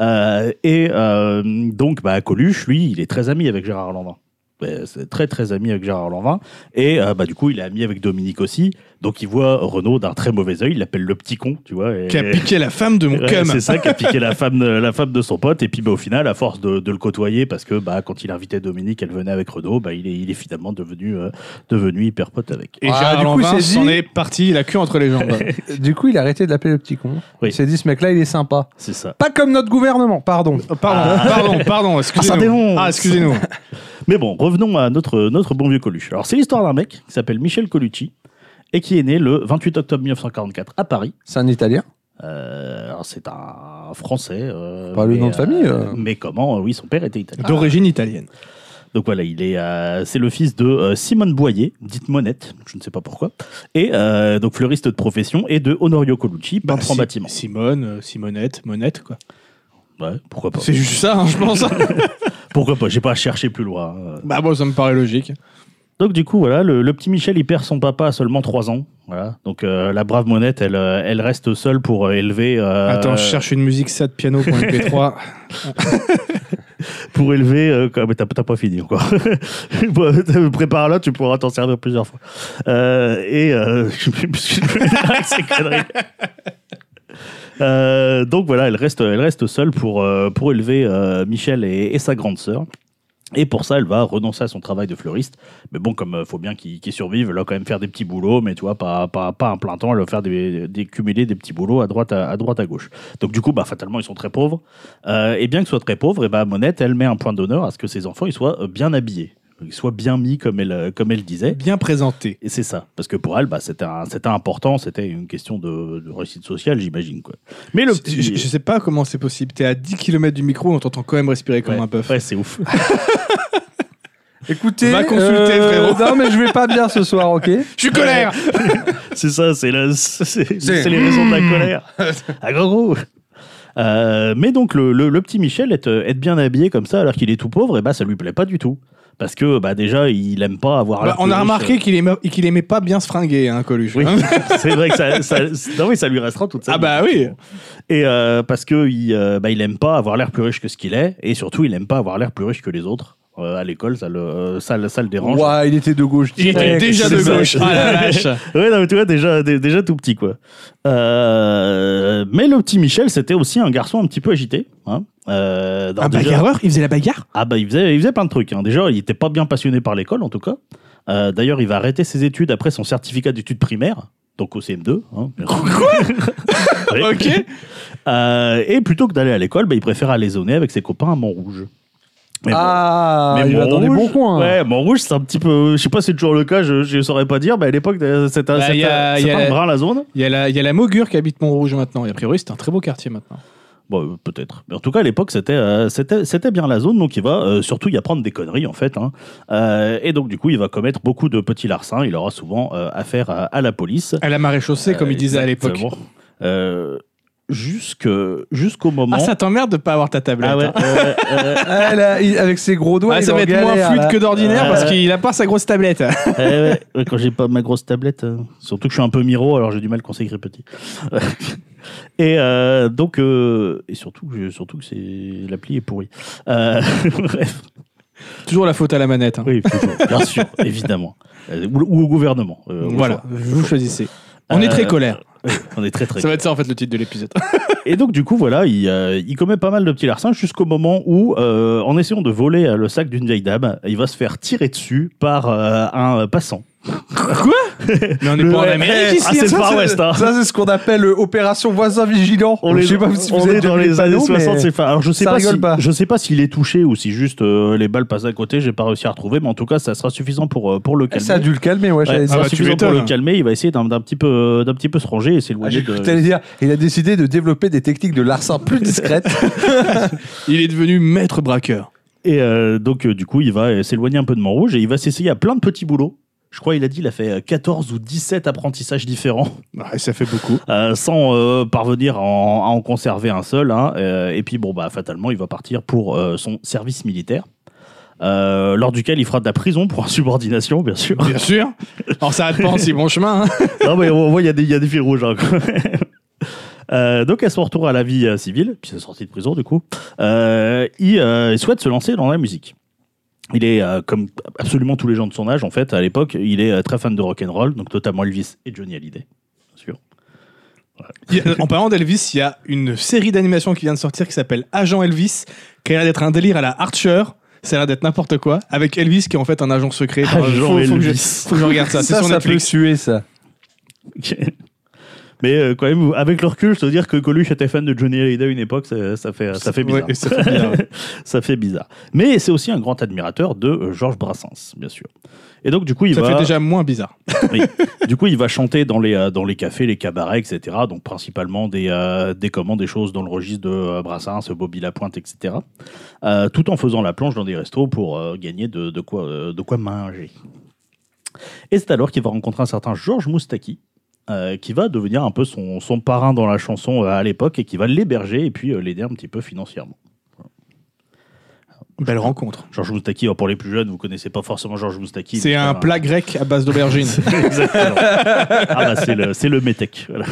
S4: Euh, et euh, donc, bah, Coluche, lui, il est très ami avec Gérard Lanvin. Euh, C'est très très ami avec Gérard Lanvin et euh, bah du coup il est ami avec Dominique aussi donc il voit Renaud d'un très mauvais œil il l'appelle le petit con tu vois et-
S3: Qui a piqué la femme de mon
S4: Ouais,
S3: cum.
S4: c'est ça qui a piqué la femme de, la femme de son pote et puis bah, au final à force de, de le côtoyer parce que bah quand il invitait Dominique elle venait avec Renaud bah il est il est finalement devenu euh, devenu hyper pote avec
S3: Et
S1: Ah,
S3: Gérard
S1: du coup,
S3: Lanvin
S1: il s'est
S3: s'en
S1: dit-
S3: est parti la queue entre les jambes.
S1: Du coup, il a arrêté de l'appeler le petit con.
S4: Oui.
S1: Il s'est dit, ce mec-là, il est sympa.
S4: c'est ça
S1: Pas comme notre gouvernement, pardon.
S3: Oh, pardon, pardon, pardon,
S4: Ah, ça
S3: excusez-nous.
S4: dénonce.
S3: Ah, excusez-nous.
S4: Mais bon, revenons à notre, notre bon vieux Coluche. Alors, c'est l'histoire d'un mec qui s'appelle Michel Colucci et qui est né le 28 octobre 1944 à Paris.
S1: C'est un Italien.
S4: Euh, alors, c'est un Français. euh,
S1: Pas le
S4: mais,
S1: nom de famille, euh.
S4: Mais comment euh, Oui, son père était italien.
S3: D'origine italienne.
S4: Donc voilà, il est, euh, c'est le fils de euh, Simone Boyer, dite Monette, je ne sais pas pourquoi, et euh, donc fleuriste de profession, et de Honorio Colucci,
S3: Bah,
S4: peintre en
S3: Si-
S4: bâtiment.
S3: Simone, euh, Simonette, Monette, quoi.
S4: Ouais, pourquoi pas
S3: C'est juste ça, hein, je pense.
S4: Pourquoi pas J'ai pas cherché plus loin. hein.
S3: bah, bon, ça me paraît logique.
S4: Donc du coup, voilà, le, le petit Michel, il perd son papa à seulement 3 ans. Voilà. Donc euh, la brave Monette, elle, euh, elle reste seule pour euh, élever... euh,
S3: Attends, je cherche une musique sad piano pour MP3.
S4: Pour élever... euh, quoi- mais t'as t'as pas fini encore. prépare là, tu pourras t'en servir plusieurs fois. Euh, et... euh, je sais plus ce que je voulais dire avec ces conneries. Euh, donc voilà, elle reste, elle reste seule pour, euh, pour élever euh, Michel et, et sa grande sœur. Et pour ça, elle va renoncer à son travail de fleuriste. Mais bon, comme euh, faut bien qu'il qu'il survive, elle va quand même faire des petits boulots, mais tu vois, pas, pas, pas un plein temps, elle va faire des, des cumuler des petits boulots à droite à, à droite à gauche. Donc du coup, bah, fatalement, ils sont très pauvres. Euh, et bien qu'ils soient très pauvres, et bah, Monette, elle met un point d'honneur à ce que ses enfants ils soient euh, bien habillés, qu'ils soient bien mis, comme elle, euh, comme elle disait.
S3: Bien présenté.
S4: Et c'est ça, parce que pour elle, bah, c'était un- c'était important, c'était une question de, de réussite sociale, j'imagine. quoi. Mais
S3: Je,
S4: le
S3: je-
S4: petit...
S3: je sais pas comment c'est possible. T'es à 10 km du micro, on t'entend quand même respirer comme
S4: Ouais,
S3: un bœuf.
S4: ouais, c'est ouf.
S1: Écoutez. euh,
S3: Va consulter, frérot.
S1: Non, mais je vais pas bien ce soir, ok
S3: Je suis colère
S4: c'est ça, c'est la- c'est- c'est les raisons de la colère. À gros gros. Euh, mais donc le, le- le petit Michel être, être bien habillé comme ça alors qu'il est tout pauvre et bah ça lui plaît pas du tout parce que bah déjà il aime pas avoir
S3: Bah,
S4: l'air
S3: On
S4: plus
S3: a
S4: riche.
S3: remarqué qu'il aimait, qu'il aimait pas bien se fringuer, hein, Coluche.
S4: Oui,
S3: Hein
S4: c'est vrai que ça, ça- non, oui, ça lui restera toute sa
S3: Ah
S4: vie.
S3: bah oui.
S4: Et euh, parce que il, euh, bah, il aime pas avoir l'air plus riche que ce qu'il est, et surtout il aime pas avoir l'air plus riche que les autres. Euh, à l'école, ça le, euh, ça, le- ça le dérange.
S1: Ouah, il était de gauche.
S3: Il était
S1: direct.
S3: déjà
S4: c'est
S3: de
S4: ça.
S3: gauche. Ah la vache.
S4: Ouais, non, mais tu vois, déjà, dé- déjà tout petit, quoi. Euh, mais le petit Michel, c'était aussi un garçon un petit peu agité. Hein. Euh, dans-
S3: Un
S4: déjà-
S3: bagarreur Ah bah, Il faisait la bagarre
S4: Ah bah, il faisait, il faisait plein de trucs. hein. Déjà, il était pas bien passionné par l'école, en tout cas. Euh, D'ailleurs, il va arrêter ses études après son certificat d'études primaires, donc au CM2. hein. Oui.
S3: Ok.
S4: Euh, et plutôt que d'aller à l'école, bah, il préfère aller zoner avec ses copains à Montrouge. Mais bon.
S1: Ah, il va dans des bons coins.
S4: Ouais, Montrouge, c'est un petit peu. Je sais pas si c'est toujours le cas, je, je saurais pas dire, mais à l'époque, euh, c'était un-
S3: Bah,
S4: c'était
S3: y a-
S4: un
S3: y
S4: c'était
S3: a-
S4: un brin la zone.
S3: Il y a la, il y a la Maugure qui habite Montrouge maintenant. Et a priori, c'est un très beau quartier maintenant.
S4: Bon, euh, peut-être. Mais en tout cas, à l'époque, c'était, euh, c'était, c'était bien la zone, donc il va euh, surtout y apprendre des conneries, en fait. hein. Euh, et donc, du coup, il va commettre beaucoup de petits larcins. Il aura souvent euh, affaire à, à la police.
S3: À la marée chaussée, comme
S4: Euh,
S3: il disait à l'époque.
S4: exactement. Euh, jusque- jusqu'au moment.
S3: Ah, ça t'emmerde de pas avoir ta tablette.
S4: Ah ouais,
S3: hein.
S4: ouais, ouais,
S1: Ah, là, il- avec ses gros doigts,
S3: Ah,
S1: il
S3: ça
S1: en
S3: va être
S1: galère,
S3: moins fluide
S1: là.
S3: que d'ordinaire
S4: Euh,
S3: parce qu'il a pas sa grosse tablette.
S4: ouais, ouais, ouais, Quand j'ai pas ma grosse tablette, euh, surtout que je suis un peu miro, alors j'ai du mal quand c'est écrit petit. et euh, donc, euh, et surtout, que- surtout que c'est l'appli est pourrie. Euh, bref.
S3: Toujours la faute à la manette. hein.
S4: Oui, toujours, bien sûr, évidemment. Euh, ou, ou au gouvernement. euh, au
S3: voilà,
S4: choix.
S3: vous choisissez. On est très
S4: Euh,
S3: colère.
S4: oui, on est très très.
S3: Ça va être ça en fait le titre de l'épisode.
S4: Et donc du coup voilà, il, euh, il commet pas mal de petits larcins jusqu'au moment où, euh, en essayant de voler euh, le sac d'une vieille dame, il va se faire tirer dessus par euh, un euh, passant.
S3: Mais on est
S4: Le-
S3: pas en
S4: ouais,
S3: Amérique
S4: ah,
S3: ici.
S4: c'est le
S1: Eh, Ça,
S4: Far West. hein.
S1: Ça, c'est ce qu'on appelle euh, opération voisin vigilant.
S4: On
S1: je
S4: est,
S1: sais pas si vous
S4: on
S1: avez
S4: est
S1: déjà
S4: dans
S1: vu
S4: les années
S1: panneaux, mais-
S4: 60. c'est fa- Alors je sais
S1: ça
S4: pas,
S1: rigole
S4: si-
S1: pas.
S4: je sais pas s'il est touché ou si juste euh, les balles passent à côté. J'ai pas réussi à retrouver, mais en tout cas ça sera suffisant pour euh, pour le calmer.
S1: Eh, Ça a dû le calmer, ouais.
S4: Ouais, Ah
S1: j'allais dire.
S4: ça sera
S3: bah, tu
S4: suffisant pour le
S3: m'étonnes.
S4: calmer. Il va essayer d'un d'un petit peu d'un petit peu se ranger et
S1: Ah,
S4: s'éloigner.
S1: j'ai cru
S4: de-
S1: que t'allais dire, il a décidé de développer des techniques de larcin plus discrètes.
S3: Il est devenu maître braqueur.
S4: Et euh, donc, euh, du coup, il va euh, s'éloigner un peu de Montrouge et il va s'essayer à plein de petits boulots. Je crois il a dit, il a fait euh, 14 ou 17 apprentissages différents
S3: ça fait beaucoup.
S4: euh, sans euh, parvenir à en, à en conserver un seul. hein. Euh, et puis, bon, bah, fatalement, il va partir pour euh, son service militaire, euh, lors duquel il fera de la prison pour insubordination, bien sûr.
S3: Bien sûr. Alors ça va pas en si bon chemin. hein.
S4: non, mais on voit, il y, a des- il y a des fils rouges. hein, quand même. Euh, donc à son retour à la vie euh, civile, puis sa sortie de prison du coup, euh, il, euh, il souhaite se lancer dans la musique. Il est euh, comme absolument tous les gens de son âge en fait à l'époque, il est euh, très fan de rock and roll, donc notamment Elvis et Johnny Hallyday, bien sûr.
S3: Il y a- En parlant d'Elvis, il y a une série d'animation qui vient de sortir qui s'appelle Agent Elvis, qui a l'air d'être un délire à la Archer. Ça a l'air d'être n'importe quoi. Avec Elvis qui est en fait un agent secret. Enfin,
S4: Agent
S3: faut, faut que je-
S4: Elvis.
S3: faut que je regarde ça. C'est
S1: ça,
S3: sur
S1: ça peut
S3: Netflix.
S1: suer, ça.
S4: Ok. Mais euh, quand même, avec le recul, se dire que Coluche était fan de Johnny Hallyday à une époque, ça, ça fait, ça fait bizarre.
S3: Ouais, ça fait bizarre.
S4: ça fait bizarre. Mais c'est aussi un grand admirateur de euh, Georges Brassens, bien sûr. Et donc du coup, il
S3: Ça
S4: va
S3: fait déjà moins bizarre.
S4: Oui. Du coup, il va chanter dans les, euh, dans les cafés, les cabarets, etc. Donc, principalement des, euh, des, comment, des choses dans le registre de euh, Brassens, Bobby Lapointe, etc. Euh, tout en faisant la planche dans des restos pour euh, gagner de, de quoi, euh, de quoi manger. Et c'est alors qu'il va rencontrer un certain Georges Moustaki, euh, qui va devenir un peu son, son parrain dans la chanson euh, à l'époque et qui va l'héberger et puis euh, l'aider un petit peu financièrement.
S3: Belle rencontre.
S4: Georges Moustaki, alors pour les plus jeunes, vous connaissez pas forcément Georges Moustaki.
S3: C'est
S4: mais
S3: un plat grec à base d'aubergine.
S4: Exactement. ah bah c'est le, c'est le métèque. Voilà.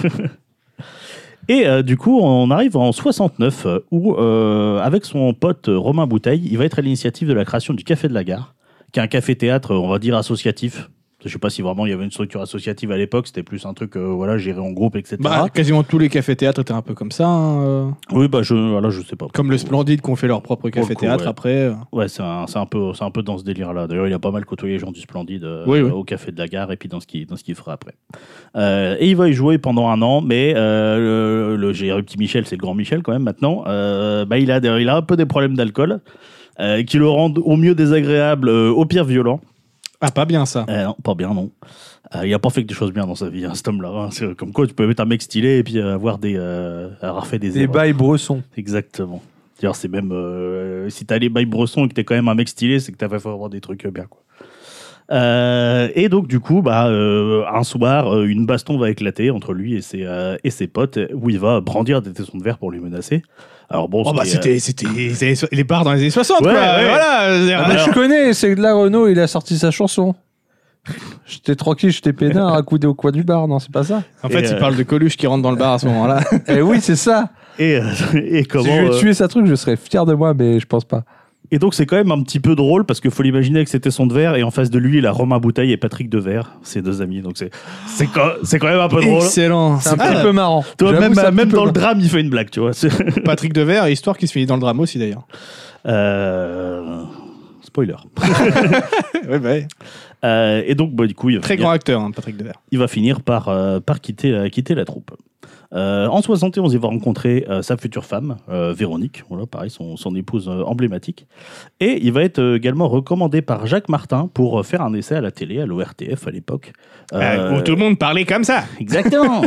S4: Et euh, du coup, on arrive en 69 euh, où, euh, avec son pote euh, Romain Bouteille, il va être à l'initiative de la création du Café de la Gare, qui est un café-théâtre, euh, on va dire, associatif. Je sais pas si vraiment il y avait une structure associative à l'époque, c'était plus un truc, euh, voilà, géré en groupe, etc.
S3: Bah, quasiment tous les cafés-théâtres étaient un peu comme ça. hein, euh,
S4: oui, bah je, voilà, je sais pas.
S3: Comme le Splendide qu'on fait leur propre
S4: Pour le
S3: café-théâtre
S4: coup, ouais.
S3: après. euh.
S4: Ouais, c'est un, c'est un, peu- c'est un peu dans ce délire-là. D'ailleurs, il a pas mal côtoyé les gens du Splendide euh,
S3: Oui, oui.
S4: au Café de la Gare et puis dans ce qu'il dans ce qu'il fera après. Euh, et il va y jouer pendant un an, mais euh, le, le- j'ai un petit Michel, c'est le grand Michel quand même maintenant, euh, bah, il, a, des- il a un peu des problèmes d'alcool euh, qui le rendent au mieux désagréable, euh, au pire violent.
S3: Ah, pas bien ça.
S4: Euh, non, pas bien, non. Euh, il a pas fait que des choses bien dans sa vie, hein, cet homme-là. hein. C'est Comme quoi, tu peux être un mec stylé et puis euh, avoir, des, euh, avoir fait des,
S1: Des
S4: erreurs.
S1: bails bressons.
S4: Exactement. D'ailleurs, c'est même. euh, si t'as les bails bressons et que t'es quand même un mec stylé, c'est que t'as fait avoir des trucs euh, bien, quoi. Euh, et donc, du coup, bah, euh, un soir, euh, une baston va éclater entre lui et ses, euh, et ses potes, où il va brandir des tessons de verre pour les menacer. Alors, bon,
S3: Oh bah
S4: c'était, euh,
S3: c'était c'était les années so- les bars dans les années 60
S4: Ouais,
S3: quoi.
S4: ouais.
S3: Voilà. euh,
S1: Ah bah,
S4: alors-
S1: je connais, c'est que là, Renault, il a sorti sa chanson. J'étais tranquille, j'étais peinard, accoudé au coin du bar, non, c'est pas ça
S3: En fait,
S4: Et,
S3: il
S4: euh,
S3: parle de Coluche qui rentre dans le bar à ce moment-là.
S1: Eh oui, c'est ça
S4: et, euh, et comment.
S1: Si je
S4: euh,
S1: vais tuer sa truc, je serais fier de moi, mais je pense pas.
S4: Et donc, c'est quand même un petit peu drôle parce que faut l'imaginer que c'était son de verre et en face de lui, il a Romain Bouteille et Patrick Devers, ses deux amis. Donc, c'est, c'est, quand, c'est quand même un peu drôle.
S3: Excellent.
S1: C'est un
S3: Ah,
S1: petit peu marrant.
S4: Toi,
S1: J'avoue,
S4: même
S1: c'est un
S4: même
S1: petit peu
S4: dans le drame, il fait une blague, tu vois. C'est-
S3: Patrick Devers, histoire qui se finit dans le drame aussi d'ailleurs.
S4: Euh, Spoiler.
S3: Ouais, bah ouais.
S4: Euh, et donc, bah, du coup, il va,
S3: Très
S4: finir,
S3: grand acteur, hein, Patrick Devers.
S4: il va finir par, euh, par quitter, la, quitter la troupe. Euh, en 71, il va rencontrer euh, sa future femme, euh, Véronique, voilà, pareil, son, son épouse euh, emblématique. Et il va être euh, également recommandé par Jacques Martin pour euh, faire un essai à la télé, à l'ORTF à l'époque. Euh,
S3: Euh, où tout le monde parlait comme ça.
S4: Exactement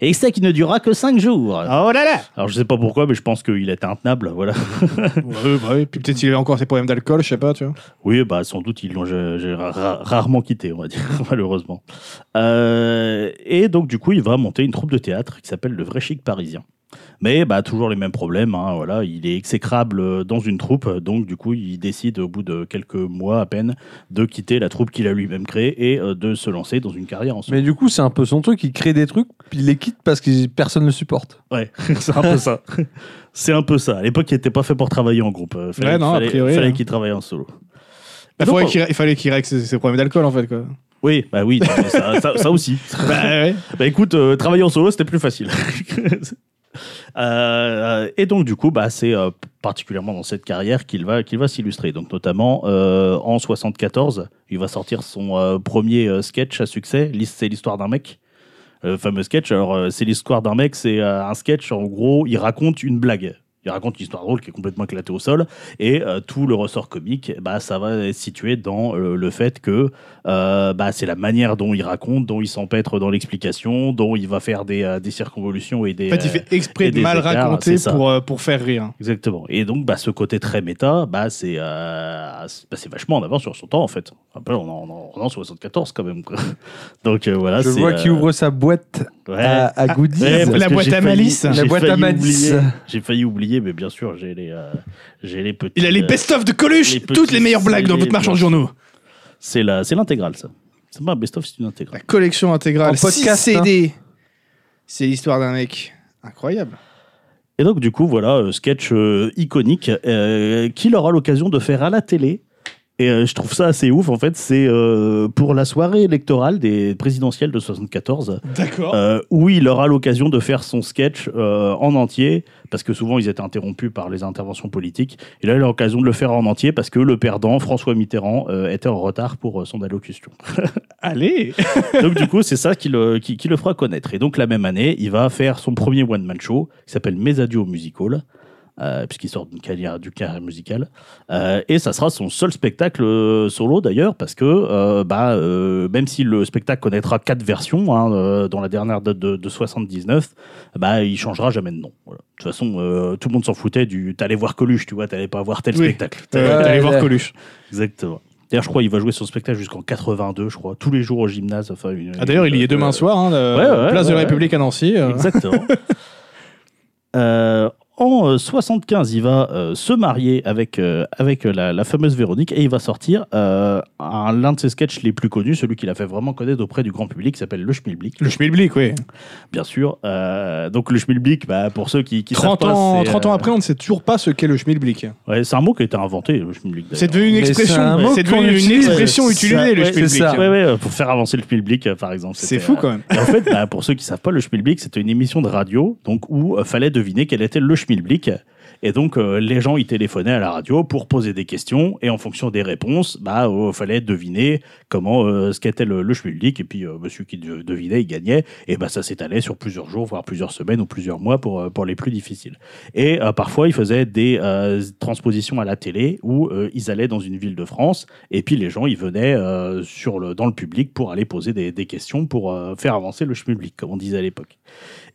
S4: Et ça qui ne durera que 5 jours.
S3: Oh là là.
S4: Alors, je sais pas pourquoi, mais je pense qu'il était intenable, voilà.
S3: Ouais, bah oui. Puis peut-être il avait encore ses problèmes d'alcool, je sais pas, tu vois.
S4: Oui, bah, sans doute, ils l'ont j'ai- j'ai ra- ra- rarement quitté, on va dire, malheureusement. Euh, et donc, du coup, il va monter une troupe de théâtre qui s'appelle Le Vrai Chic Parisien. Mais bah, toujours les mêmes problèmes. hein, voilà, il est exécrable euh, dans une troupe, donc du coup, il décide au bout de quelques mois à peine de quitter la troupe qu'il a lui-même créée et euh, de se lancer dans une carrière en solo.
S1: Mais du coup, c'est un peu son truc. Il crée des trucs, puis il les quitte parce que personne ne le supporte.
S4: Ouais, c'est un peu ça. C'est un peu ça. À l'époque, il n'était pas fait pour travailler en groupe. Euh, Fallait,
S3: Ouais, non, a
S4: fallait-
S3: priori,
S4: fallait
S3: hein.
S4: qu'il travaille en solo.
S3: Il
S4: Donc,
S3: faudrait
S4: on-
S3: qu'il- il fallait qu'il règle ses, ses problèmes d'alcool en fait quoi.
S4: Oui, bah oui, non, mais ça, ça- ça aussi. Bah écoute, euh, travailler en solo, c'était plus facile. Euh, et donc, du coup, bah, c'est euh, particulièrement dans cette carrière qu'il va, qu'il va s'illustrer. Donc, notamment euh, en 74, il va sortir son euh, premier euh, sketch à succès. L'his- C'est l'histoire d'un mec. Le fameux sketch. Alors, euh, c'est l'histoire d'un mec. C'est euh, un sketch. En gros, il raconte une blague. Il raconte une histoire drôle qui est complètement éclatée au sol. Et euh, tout le ressort comique, bah, ça va être situé dans euh, le fait que euh, bah, c'est la manière dont il raconte, dont il s'empêtre dans l'explication, dont il va faire des, euh, des circonvolutions et des.
S3: En fait, il fait
S4: Euh, et
S3: exprès de
S4: des
S3: mal
S4: écarts,
S3: raconter
S4: c'est ça.
S3: pour, euh, pour faire rire.
S4: Exactement. Et donc, bah, ce côté très méta, bah, c'est euh, c'est- bah, c'est vachement en avance sur son temps, en fait. Après, on est en, on est en 74 quand même. quoi. Donc, euh, voilà.
S1: Je
S4: c'est,
S1: vois
S4: euh,
S1: qu'il ouvre sa boîte
S4: ouais.
S1: à, à goodies.
S4: Ouais, parce
S3: La
S4: que
S3: boîte
S4: j'ai
S3: à
S4: failli-
S3: malice.
S4: j'ai
S1: La boîte
S4: failli
S1: à malice.
S4: oublier- J'ai failli oublier, mais bien sûr, j'ai les, euh, j'ai les petits.
S3: Il a les
S4: euh,
S3: best-of de Coluche,
S4: les
S3: toutes les
S4: petits
S3: meilleures blagues dans
S4: scellés,
S3: votre marchand de
S4: bien
S3: journaux.
S4: C'est la- c'est l'intégrale, ça. C'est pas un best-of, c'est une intégrale.
S3: La collection intégrale,
S1: En podcast,
S3: six hein. CD. C'est l'histoire d'un mec incroyable.
S4: Et donc, du coup, voilà, euh, sketch euh, iconique euh, qu'il aura l'occasion de faire à la télé. Et euh, je trouve ça assez ouf, en fait. C'est euh, pour la soirée électorale des présidentielles de 74,
S3: D'accord.
S4: euh, où il aura l'occasion de faire son sketch euh, en entier, parce que souvent ils étaient interrompus par les interventions politiques. Et là, il a l'occasion de le faire en entier, parce que le perdant, François Mitterrand, euh, était en retard pour euh, son allocution.
S3: Allez.
S4: Donc du coup, c'est ça qui le, qui, qui le fera connaître. Et donc la même année, il va faire son premier one-man show qui s'appelle Mes Adieux au Musical, euh, puisqu'il sort d'une carrière, d'une carrière musicale. Euh, et ça sera son seul spectacle euh, solo d'ailleurs, parce que euh, bah, euh, même si le spectacle connaîtra quatre versions, hein, euh, dont la dernière date de, de 79, bah, il changera jamais de nom. Voilà. De toute façon, euh, tout le monde s'en foutait du « t'allais voir Coluche, tu vois, t'allais pas voir tel
S3: Oui.
S4: spectacle ».
S1: Ouais,
S3: T'allais voir
S1: ouais.
S3: Coluche.
S4: Exactement. D'ailleurs, je crois qu'il va jouer son spectacle jusqu'en 82, je crois, tous les jours au gymnase. Enfin, une-
S3: Ah, D'ailleurs, il y
S4: euh,
S3: est demain soir, hein, le-
S4: ouais, ouais,
S3: place de la
S4: ouais.
S3: République à Nancy. euh.
S4: Exactement. Hein. Euh, en euh, 75, il va euh, se marier avec, euh, avec la, la fameuse Véronique et il va sortir euh, un- l'un de ses sketchs les plus connus, celui qu'il a fait vraiment connaître auprès du grand public, qui s'appelle Le Schmilblick,
S3: Le schmilblick, oui.
S4: bien sûr. Euh, donc, Le Schmilblick, bah, pour ceux qui, qui
S3: 30
S4: savent pas,
S3: ans,
S4: c'est,
S3: 30 ans
S4: euh,
S3: après, on ne sait toujours pas ce qu'est le schmilblick.
S4: ouais, c'est un mot qui a été inventé, Le Schmilblick.
S3: C'est
S4: d'ailleurs.
S3: devenu une
S1: Mais c'est un
S3: expression,
S1: mot
S3: c'est
S1: qu'on
S3: devenu une
S1: utilise.
S3: expression
S1: Ça,
S3: utilisée, le
S4: ouais,
S1: c'est
S3: schmilblick.
S1: ça.
S4: Ouais, ouais, euh, pour faire avancer le Schmilblick, euh, par exemple.
S3: C'est
S4: c'était,
S3: fou
S4: euh,
S3: quand même.
S4: Et en fait, bah, pour ceux qui savent pas, le Schmilblick, c'était une émission de radio donc où euh, fallait deviner quel était le Schmilblick. Et donc, euh, les gens, ils téléphonaient à la radio pour poser des questions. Et en fonction des réponses, bah, euh, fallait deviner comment, euh, ce qu'était le, le Schmilblick. Et puis, euh, monsieur qui de- devinait, il gagnait. Et bah, ça s'étalait sur plusieurs jours, voire plusieurs semaines ou plusieurs mois pour, euh, pour les plus difficiles. Et euh, parfois, ils faisaient des euh, transpositions à la télé où euh, ils allaient dans une ville de France et puis les gens, ils venaient euh, sur le, dans le public pour aller poser des, des questions, pour euh, faire avancer le schmilblick, comme on disait à l'époque.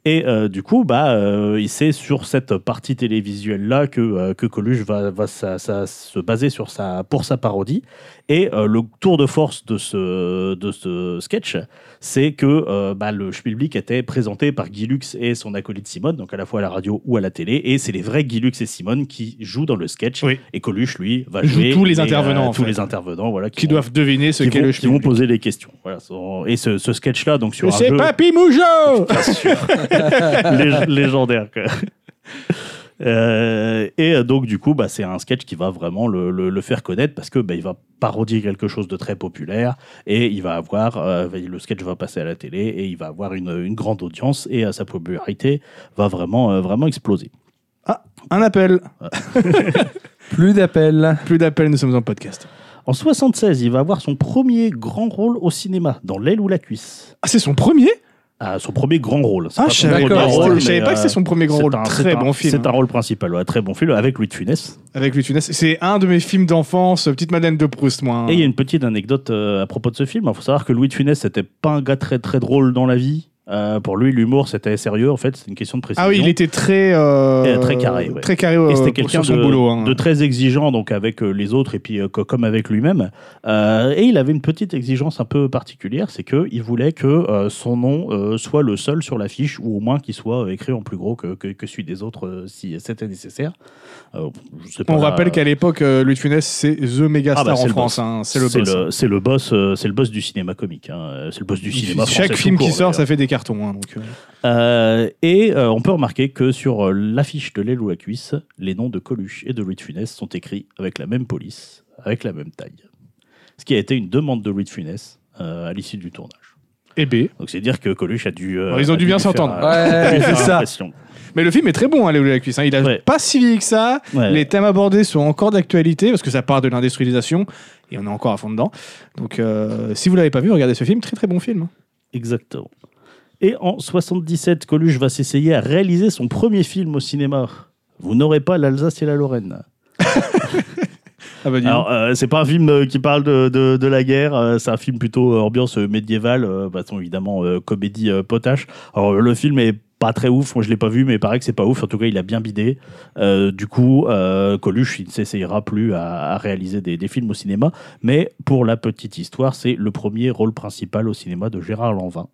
S4: Et euh, du coup, bah, euh, c'est sur cette partie télévisuelle-là que, euh, que Coluche va, va sa- sa- se baser sur sa, pour sa parodie. Et euh, le tour de force de ce, de ce sketch, c'est que euh, bah, le schmilblick était présenté par Guy Lux et son acolyte Simone, donc à la fois à la radio ou à la télé. Et c'est les vrais Guy Lux et Simone qui jouent dans le sketch.
S3: Oui.
S4: Et Coluche, lui, va
S3: Il joue
S4: jouer
S3: tous les
S4: mais,
S3: intervenants, en
S4: tous
S3: fait.
S4: les intervenants, voilà,
S3: Qui
S4: vont-
S3: doivent deviner ce
S4: qui
S3: qu'est
S4: vont,
S3: le
S4: qui vont
S3: schmilblick.
S4: poser les questions. Voilà, son- et ce, ce sketch-là, donc sur un
S3: C'est
S4: jeu
S3: Papy Mougeot
S4: lég- légendaire. quoi. Euh, et euh, donc du coup, bah, c'est un sketch qui va vraiment le, le- le faire connaître parce que bah, il va parodier quelque chose de très populaire et il va avoir euh, le sketch va passer à la télé et il va avoir une, une grande audience et euh, sa popularité va vraiment euh, vraiment exploser.
S3: Un appel.
S1: Plus d'appels.
S3: Plus d'appels, nous sommes en podcast.
S4: En 76, il va avoir son premier grand rôle au cinéma dans L'aile ou la cuisse.
S3: Ah, c'est son premier
S4: Ah, son premier grand rôle. C'est
S3: Ah,
S4: pas
S3: je
S4: son
S3: savais
S4: premier
S1: pas.
S3: pas,
S4: rôle,
S3: je savais
S4: mais,
S3: pas que
S4: euh,
S3: c'était son premier grand
S4: C'est
S3: rôle.
S4: un-
S3: Très
S4: c'est un-
S3: bon film.
S5: hein.
S3: hein,
S4: C'est un rôle principal, ouais, très bon film avec Louis de Funès.
S3: Avec Louis de Funès. C'est un de mes films d'enfance, euh, petite Madeleine de Proust, moi. hein.
S4: Et il y a une petite anecdote euh, à propos de ce film. Il faut savoir que Louis de Funès, c'était pas un gars très très drôle dans la vie. Euh, pour lui, l'humour, c'était sérieux. En fait, c'est une question de précision.
S5: Ah oui, il était très. euh,
S4: Et très carré, ouais.
S5: Très carré
S4: Et
S5: euh,
S4: c'était
S5: pour-
S4: quelqu'un
S5: sur son
S4: de,
S5: boulot. hein.
S4: de très exigeant donc avec euh, les autres et puis euh, co- comme avec lui-même. Euh, et il avait une petite exigence un peu particulière, c'est que il voulait que euh, son nom euh, soit le seul sur l'affiche ou au moins qu'il soit euh, écrit en plus gros que, que, que celui des autres euh, si c'était nécessaire. Euh, je sais pas,
S3: On
S4: là,
S3: rappelle qu'à l'époque, euh, Louis de Funès, c'est The Mega
S4: Ah bah,
S3: Star
S4: c'est
S3: en
S4: le
S3: France.
S4: boss.
S3: hein. C'est le boss.
S4: c'est le boss, euh, c'est le boss du cinéma comique. hein. C'est le boss du cinéma.
S3: Chaque
S4: français
S3: film
S4: tout
S3: qui sort,
S4: court, d'ailleurs.
S3: ça fait des cartons. hein, donc, euh.
S4: Euh, et euh, on peut remarquer que sur euh, l'affiche de l'aile ou la cuisse, les noms de Coluche et de Louis de Funès sont écrits avec la même police, avec la même taille. Ce qui a été une demande de Louis de Funès euh, à l'issue du tournage.
S3: Et B.
S4: Donc c'est dire que Coluche a dû. euh,
S3: Ils ont
S4: a
S3: dû bien
S4: lui faire,
S3: s'entourer.
S4: euh,
S1: Ouais,
S4: lui faire
S1: c'est ça.
S4: impression.
S3: Mais le film est très bon, hein, Léo de la cuisse. hein. Il a
S4: Ouais.
S3: pas si vieilli que ça.
S4: Ouais.
S3: Les thèmes abordés sont encore d'actualité parce que ça part de l'industrialisation et on est encore à fond dedans. Donc, euh, si vous l'avez pas vu, regardez ce film. Très très bon film. hein.
S4: Exactement. Et en 77, Coluche va s'essayer à réaliser son premier film au cinéma. Vous n'aurez pas l'Alsace et la Lorraine.
S3: Ah bah, dis donc.
S4: Alors, euh, c'est pas un film euh, qui parle de, de- de la guerre, euh, c'est un film plutôt euh, ambiance euh, médiévale, euh, façon évidemment euh, comédie euh, potache. Alors, le film est pas très ouf, moi je l'ai pas vu, mais pareil que c'est pas ouf, en tout cas il a bien bidé. Euh, du coup, euh, Coluche, il ne s'essayera plus à, à réaliser des, des films au cinéma, mais pour la petite histoire, c'est le premier rôle principal au cinéma de Gérard Lanvin.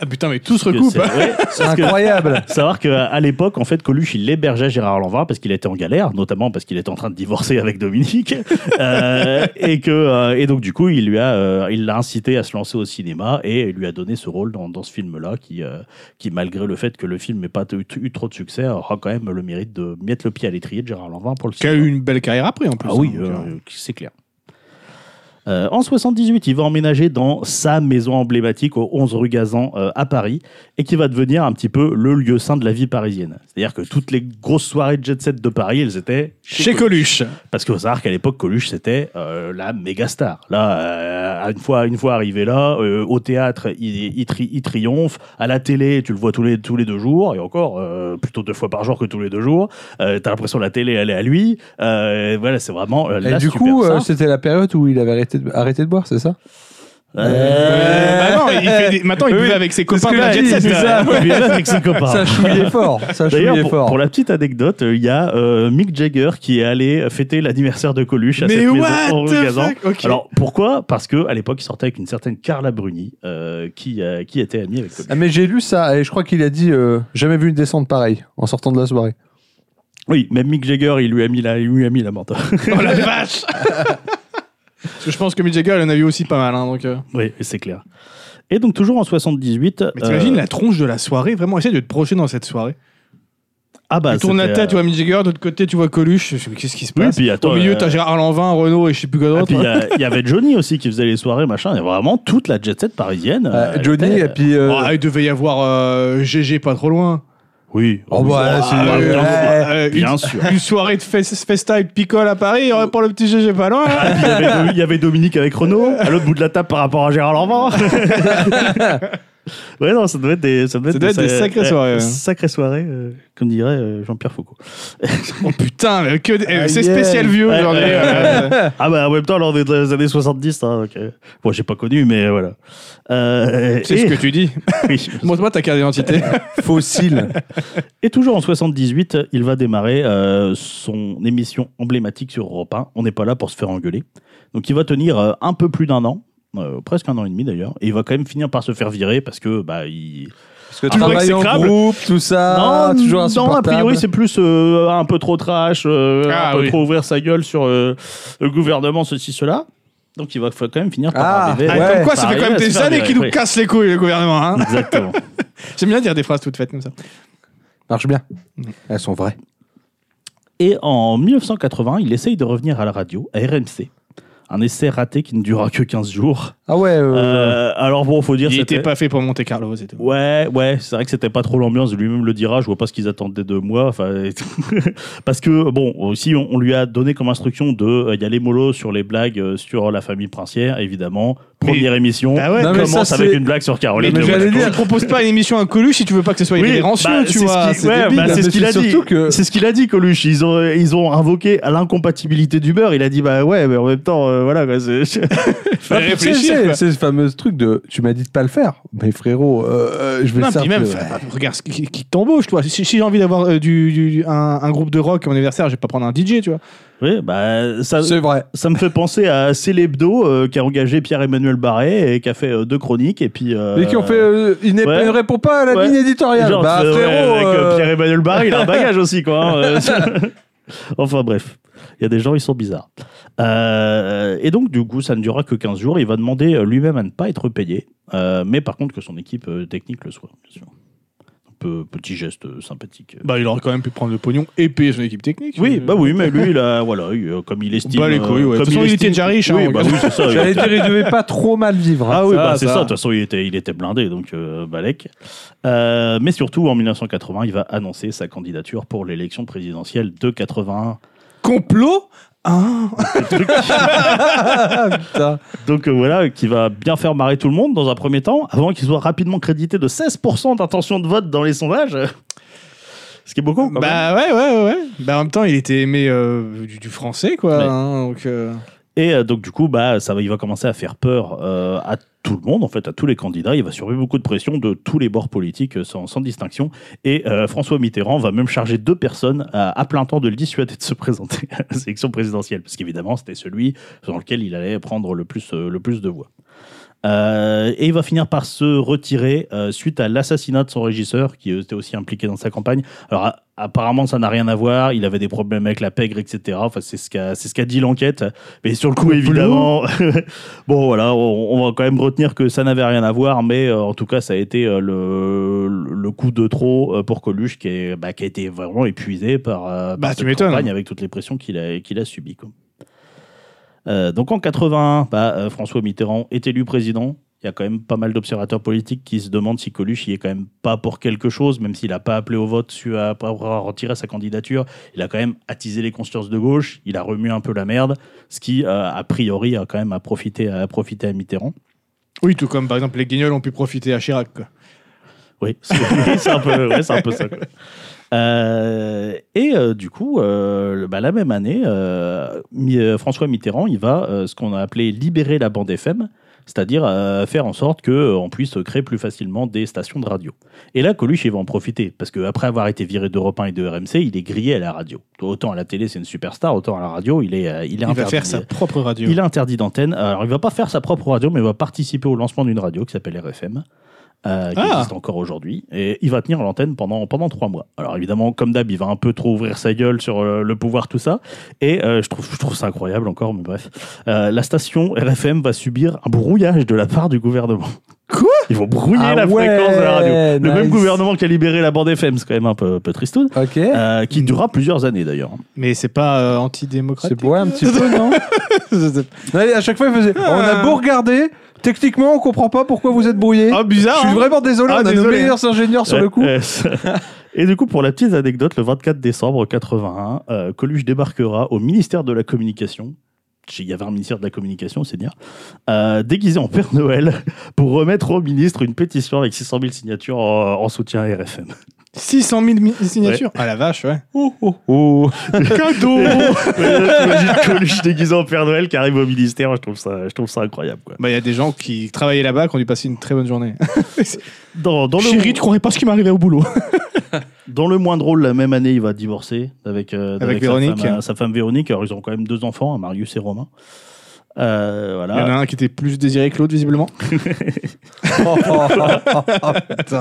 S3: Ah, putain, mais tout se
S4: Que
S3: recoupe.
S4: c'est- ouais,
S1: C'est
S4: que-
S1: incroyable.
S4: Savoir qu'à à l'époque, en fait, Coluche, il hébergeait Gérard Lanvin parce qu'il était en galère, notamment parce qu'il était en train de divorcer avec Dominique. Euh, et, que, euh, et donc, du coup, il lui a, euh, il l'a incité à se lancer au cinéma et il lui a donné ce rôle dans, dans ce film-là qui, euh, qui, malgré le fait que le film n'ait pas eu, eu trop de succès, aura quand même le mérite de mettre le pied à l'étrier de Gérard Lanvin pour le
S3: Qui a
S4: cinéma.
S3: eu une belle carrière après en plus.
S4: Ah oui,
S3: hein, donc,
S4: euh,
S3: euh,
S4: c'est clair. Euh, en 78, il va emménager dans sa maison emblématique au 11 rue Gazan euh, à Paris et qui va devenir un petit peu le lieu saint de la vie parisienne. C'est-à-dire que toutes les grosses soirées de jet set de Paris, elles étaient
S3: Chez Coluche.
S4: parce qu'il faut savoir qu'à l'époque, Coluche, c'était euh, la méga star. Là, euh, une, fois, une fois arrivé là, euh, au théâtre, il, il tri- il triomphe. À la télé, tu le vois tous les, tous les deux jours, et encore, euh, plutôt deux fois par jour que tous les deux jours. Euh, T'as l'impression que la télé, elle est à lui. Euh, voilà, c'est vraiment euh,
S1: Et
S4: la
S1: du
S4: super
S1: coup, euh,
S4: star.
S1: c'était la période où il avait arrêté de, arrêté de boire, c'est ça
S4: Euh,
S3: Bah non, il fait des- Maintenant, il
S1: Oui,
S3: buvait avec ses
S1: c'est ce
S3: copains
S1: que
S3: de la
S1: j'ai
S3: jet
S1: dit,
S3: set.
S1: c'est ça.
S3: là.
S4: il vivait avec ses copains.
S1: Ça chouillait fort. Ça
S4: D'ailleurs,
S1: chouillait
S4: pour,
S1: fort.
S4: pour la petite anecdote, euh, il y a euh, Mick Jagger qui est allé fêter l'anniversaire de Coluche à
S3: Mais
S4: cette maison
S3: what
S4: en rue
S3: the
S4: Gazan.
S3: fuck Ok.
S4: Alors pourquoi Parce que à l'époque, il sortait avec une certaine Carla Bruni, euh, qui euh, qui était amie avec Coluche.
S1: Ah, mais j'ai lu ça et je crois qu'il a dit euh, jamais vu une descente pareille en sortant de la soirée.
S4: Oui, même Mick Jagger, il lui a mis la, il lui a mis la menthe.
S3: Oh la vache Parce que je pense que Mick Jagger, il en a eu aussi pas mal. hein, donc, euh.
S4: oui, c'est clair. Et donc toujours en 78.
S3: Mais t'imagines
S4: euh,
S3: la tronche de la soirée Vraiment, essaye de te projeter dans cette soirée.
S4: ah bah
S3: tu tournes la
S4: c'était,
S3: tête, tu
S4: euh,
S3: vois Mick Jagger, de l'autre côté, tu vois Coluche. Je sais, mais Qu'est-ce qui se
S4: Oui,
S3: passe
S4: puis attends,
S3: Au milieu,
S4: euh,
S3: t'as Gérard Lanvin, Renault et je sais plus quoi
S4: et
S3: d'autre.
S4: puis il y a- il y, avait Johnny aussi qui faisait les soirées machin. Il y avait vraiment toute la jet set parisienne.
S1: Euh,
S4: euh, elle
S1: Johnny,
S4: était, euh,
S1: et puis. euh,
S3: Ah, il devait y avoir euh, GG pas trop loin.
S4: oui.
S1: Oh, bah, c'est-
S4: Ah, bien sûr.
S3: Euh, une-
S4: bien sûr.
S3: Une soirée de fes- festa et de picole à Paris euh, pour le petit GG pas loin. hein.
S4: Ah, Il y, avait, il y avait Dominique avec Renault, à l'autre bout de la table par rapport à Gérard Lanvin. ouais, non, ça devait être des, ça devait
S3: Ça doit être des sacrées
S4: ouais,
S3: soirées, ouais.
S4: Sacrées soirées, euh, comme dirait euh, Jean-Pierre Foucault.
S3: Oh putain, mais que des- eh,
S1: Aïe,
S3: c'est spécial
S1: aïe.
S3: vieux
S4: Ouais,
S3: aujourd'hui.
S4: ouais,
S3: euh,
S4: Ah bah en même temps, lors des, des années 70, hein, ok. Bon, j'ai pas connu, mais voilà. Euh,
S3: C'est ce
S4: et-
S3: que tu dis.
S4: oui.
S3: Montre-moi ta carte d'identité.
S1: Fossile.
S4: Et toujours en 78, il va démarrer euh, son émission emblématique sur Europe 1. On n'est pas là pour se faire engueuler. Donc il va tenir euh, un peu plus d'un an, euh, presque un an et demi d'ailleurs. Et il va quand même finir par se faire virer parce que bah il
S1: Parce que
S4: Toujours
S1: travail en
S4: exécrable.
S1: groupe, tout
S3: Ah,
S1: ça,
S4: non,
S1: toujours
S4: non, a
S1: insupportable.
S4: priori c'est plus euh, un peu trop trash, euh,
S3: Ah,
S4: un peu
S3: oui.
S4: trop ouvrir sa gueule sur euh, le gouvernement, ceci cela. Donc il va faut quand même finir par
S1: Ah,
S4: arriver.
S1: ouais.
S3: Ah, comme quoi, ça
S4: par
S3: fait quand
S4: arriver
S3: même
S4: à se
S3: des
S4: faire
S3: années
S4: virer,
S3: qu'ils nous
S4: oui.
S3: cassent les couilles, le gouvernement. hein.
S4: Exactement.
S3: J'aime bien dire des phrases toutes faites comme ça.
S1: Marche bien. Elles sont vraies.
S4: Et en 1980, il essaye de revenir à la radio, à RMC. Un essai raté qui ne dura que 15 jours.
S1: Ah ouais. euh,
S4: Euh, alors bon, faut dire
S3: Il
S4: c'était
S3: était pas fait pour Monte Carlo, c'est tout.
S4: Ouais, ouais, c'est vrai que c'était pas trop l'ambiance, lui-même le dira, je vois pas ce qu'ils attendaient de moi. enfin, Parce que, bon, aussi, on, on lui a donné comme instruction de euh, y aller mollo sur les blagues euh, sur la famille princière, évidemment.
S3: Mais-
S4: Première émission,
S3: Bah ouais,
S1: Non, mais
S4: commence
S1: ça,
S4: avec
S1: c'est-
S4: une blague sur
S1: Mais
S4: Caroline. de
S1: j'allais
S4: Monaco.
S1: dire,
S3: Tu proposes pas une émission à Coluche si tu veux pas que ce soit
S4: Oui,
S3: irrévérencieux,
S4: bah,
S3: tu
S4: c'est ce
S3: vois.
S4: qui-
S3: c'est
S4: ouais,
S3: débile.
S4: bah, c'est ce
S1: Mais
S4: qu'il a
S1: c'est
S4: dit.
S1: surtout que-
S4: C'est ce qu'il a dit, Coluche. Ils ont, ils ont invoqué à l'incompatibilité du beurre. Il a dit, bah ouais, mais en même temps, euh, voilà, quoi, c'est-
S3: Fallait
S1: Ah, puis, tu sais,
S3: réfléchir,
S1: C'est
S3: quoi.
S1: c'est ce fameux truc de tu m'as dit de pas le faire, mais frérot, euh, euh, je vais
S3: Non,
S1: le faire.
S3: puis même,
S1: que-
S3: enfin, regarde ce qui, qui t'embauche, toi. Si, si j'ai envie d'avoir euh, du, du- un, un groupe de rock à mon anniversaire, je vais pas prendre un DJ, tu vois.
S4: Oui, bah, ça,
S1: C'est vrai.
S4: ça me fait penser à Célébdo euh, qui a engagé Pierre-Emmanuel Barré et qui a fait euh, deux chroniques et puis. euh,
S1: Mais qui ont fait. euh, il n'est-
S4: ouais.
S1: il ne répond pas à la
S4: Ouais.
S1: ligne éditoriale.
S4: Genre,
S1: bah,
S4: euh, ouais,
S1: frérot.
S4: avec, euh,
S1: euh,
S4: Pierre-Emmanuel Barré, il a un bagage aussi, quoi. hein, euh, enfin, bref. Il y a des gens, ils sont bizarres. Euh, et donc, du coup, ça ne durera que 15 jours. Il va demander euh, lui-même à ne pas être payé, euh, mais par contre que son équipe euh, technique le soit, bien sûr. Un peu- petit geste euh, sympathique.
S3: Bah, il aurait quand même pu prendre le pognon et payer son équipe technique.
S4: Oui, bah oui, mais lui, il a- voilà, il, euh, comme il estime.
S3: Bah, les couilles, ouais.
S4: comme
S3: De toute façon, il était déjà riche, hein,
S4: Oui, bah
S3: regarde.
S4: oui, c'est ça. il-
S1: J'allais dire, il devait pas trop mal vivre.
S4: Ah oui, bah, c'est
S3: ça.
S4: ça. De toute façon, il était, il était blindé, donc euh, Balek. Euh, mais surtout, en 1980, il va annoncer sa candidature pour l'élection présidentielle de 81.
S3: Complot Ah
S1: Ah, putain.
S4: Donc euh, voilà, qui va bien faire marrer tout le monde dans un premier temps, avant qu'il soit rapidement crédité de 16% d'intention de vote dans les sondages. Ce qui est beaucoup. quand même.
S3: Bah ouais, ouais, ouais, ouais. Bah en même temps, il était aimé euh, du, du français, quoi.
S4: Ouais.
S3: hein, donc, euh,
S4: Et euh, donc du coup, bah, ça va, il va commencer à faire peur euh, à tout le monde, en fait, à tous les candidats. Il va survivre beaucoup de pression de tous les bords politiques, euh, sans, sans distinction. Et euh, François Mitterrand va même charger deux personnes à, à plein temps de le dissuader de se présenter à la sélection présidentielle, parce qu'évidemment, c'était celui dans lequel il allait prendre le plus, euh, le plus de voix. Euh, et il va finir par se retirer euh, suite à l'assassinat de son régisseur, qui euh, était aussi impliqué dans sa campagne. Alors a- apparemment, ça n'a rien à voir. Il avait des problèmes avec la pègre, etc. Enfin, c'est ce qu'a c'est ce qu'a dit l'enquête. Mais sur le coup, évidemment, bon voilà, on, on va quand même retenir que ça n'avait rien à voir, mais euh, en tout cas, ça a été euh, le, le coup de trop euh, pour Coluche, qui, est, bah, qui a été vraiment épuisé par, euh, par
S3: Bah, tu
S4: cette
S3: m'étonnes.
S4: campagne avec toutes les pressions qu'il a, qu'il a subies. quoi. Euh, donc en 81, bah, euh, François Mitterrand est élu président. Il y a quand même pas mal d'observateurs politiques qui se demandent si Coluche y est quand même pas pour quelque chose, même s'il n'a pas appelé au vote su- après avoir retiré sa candidature. Il a quand même attisé les consciences de gauche, il a remué un peu la merde, ce qui, euh, a priori, a quand même à profiter à, profiter à Mitterrand.
S3: Oui, tout comme par exemple les Guignols ont pu profiter à Chirac, quoi.
S4: Oui, c'est oui, c'est un, peu- ouais, c'est un peu ça. quoi. Euh, et euh, du coup, euh, le- bah, la même année, euh, Mi- euh, François Mitterrand, il va euh, ce qu'on a appelé libérer la bande FM, c'est-à-dire euh, faire en sorte que euh, on puisse créer plus facilement des stations de radio. Et là, Coluche, il va en profiter, parce qu'après avoir été viré d'Europe 1 et de RMC, il est grillé à la radio. Autant à la télé, c'est une superstar, autant à la radio, il est, euh, il est
S3: Il va
S4: interdit.
S3: faire sa propre radio.
S4: Il est interdit d'antenne. Alors, il va pas faire sa propre radio, mais il va participer au lancement d'une radio qui s'appelle RFM. euh, qui
S3: Ah.
S4: existe encore aujourd'hui et il va tenir l'antenne pendant pendant trois mois. Alors évidemment, comme d'hab, il va un peu trop ouvrir sa gueule sur euh, le pouvoir tout ça. Et euh, je trouve je trouve ça incroyable encore, mais bref. Euh, la station RFM va subir un brouillage de la part du gouvernement.
S3: Quoi
S4: Ils vont brouiller
S1: Ah
S4: la fréquence de la radio.
S1: ouais,
S4: Le même
S1: nice.
S4: gouvernement qui a libéré la bande FM, c'est quand même un peu, un peu tristoun,
S1: Ok.
S4: euh,
S1: Mm.
S4: qui durera plusieurs années d'ailleurs. hein.
S3: Mais c'est pas euh, antidémocratique.
S1: C'est pour un petit peu, non Allez, À chaque fois, il faisait. On
S4: Ah.
S1: a beau regarder, techniquement, on comprend pas pourquoi vous êtes brouillé.
S3: Ah, bizarre
S1: Je suis
S3: hein.
S1: vraiment désolé,
S3: Ah,
S1: on a nos
S3: désolé.
S1: meilleurs ingénieurs sur
S4: Ouais,
S1: le coup.
S4: ouais, ça- et du coup, pour la petite anecdote, le 24 décembre 81, euh, Coluche débarquera au ministère de la Communication. Il y avait un ministère de la Communication, c'est bien. euh, déguisé en Père Noël pour remettre au ministre une pétition avec 600 000 signatures en, en soutien à RFM.
S3: 600 000 mi- signatures Ah la vache, ouais.
S4: Cadeau T'imagines Coluche déguisé en Père Noël qui arrive au ministère, je trouve ça, je trouve ça incroyable. Quoi.
S3: Bah il y a des gens qui travaillaient là-bas qui ont dû passer une très bonne journée.
S4: Dans, dans le
S3: Chérie, tu croirais pas ce qui m'arrivait au boulot
S4: Dans le moins drôle, la même année, il va divorcer avec, euh, d'avec sa
S3: Véronique.
S4: femme, euh, Sa femme, Véronique. Alors, ils ont quand même deux enfants, hein, Marius et Romain. Euh,
S3: Il y en a
S4: voilà.
S3: un qui était plus désiré que l'autre, visiblement.
S1: Oh, oh, oh, oh, putain.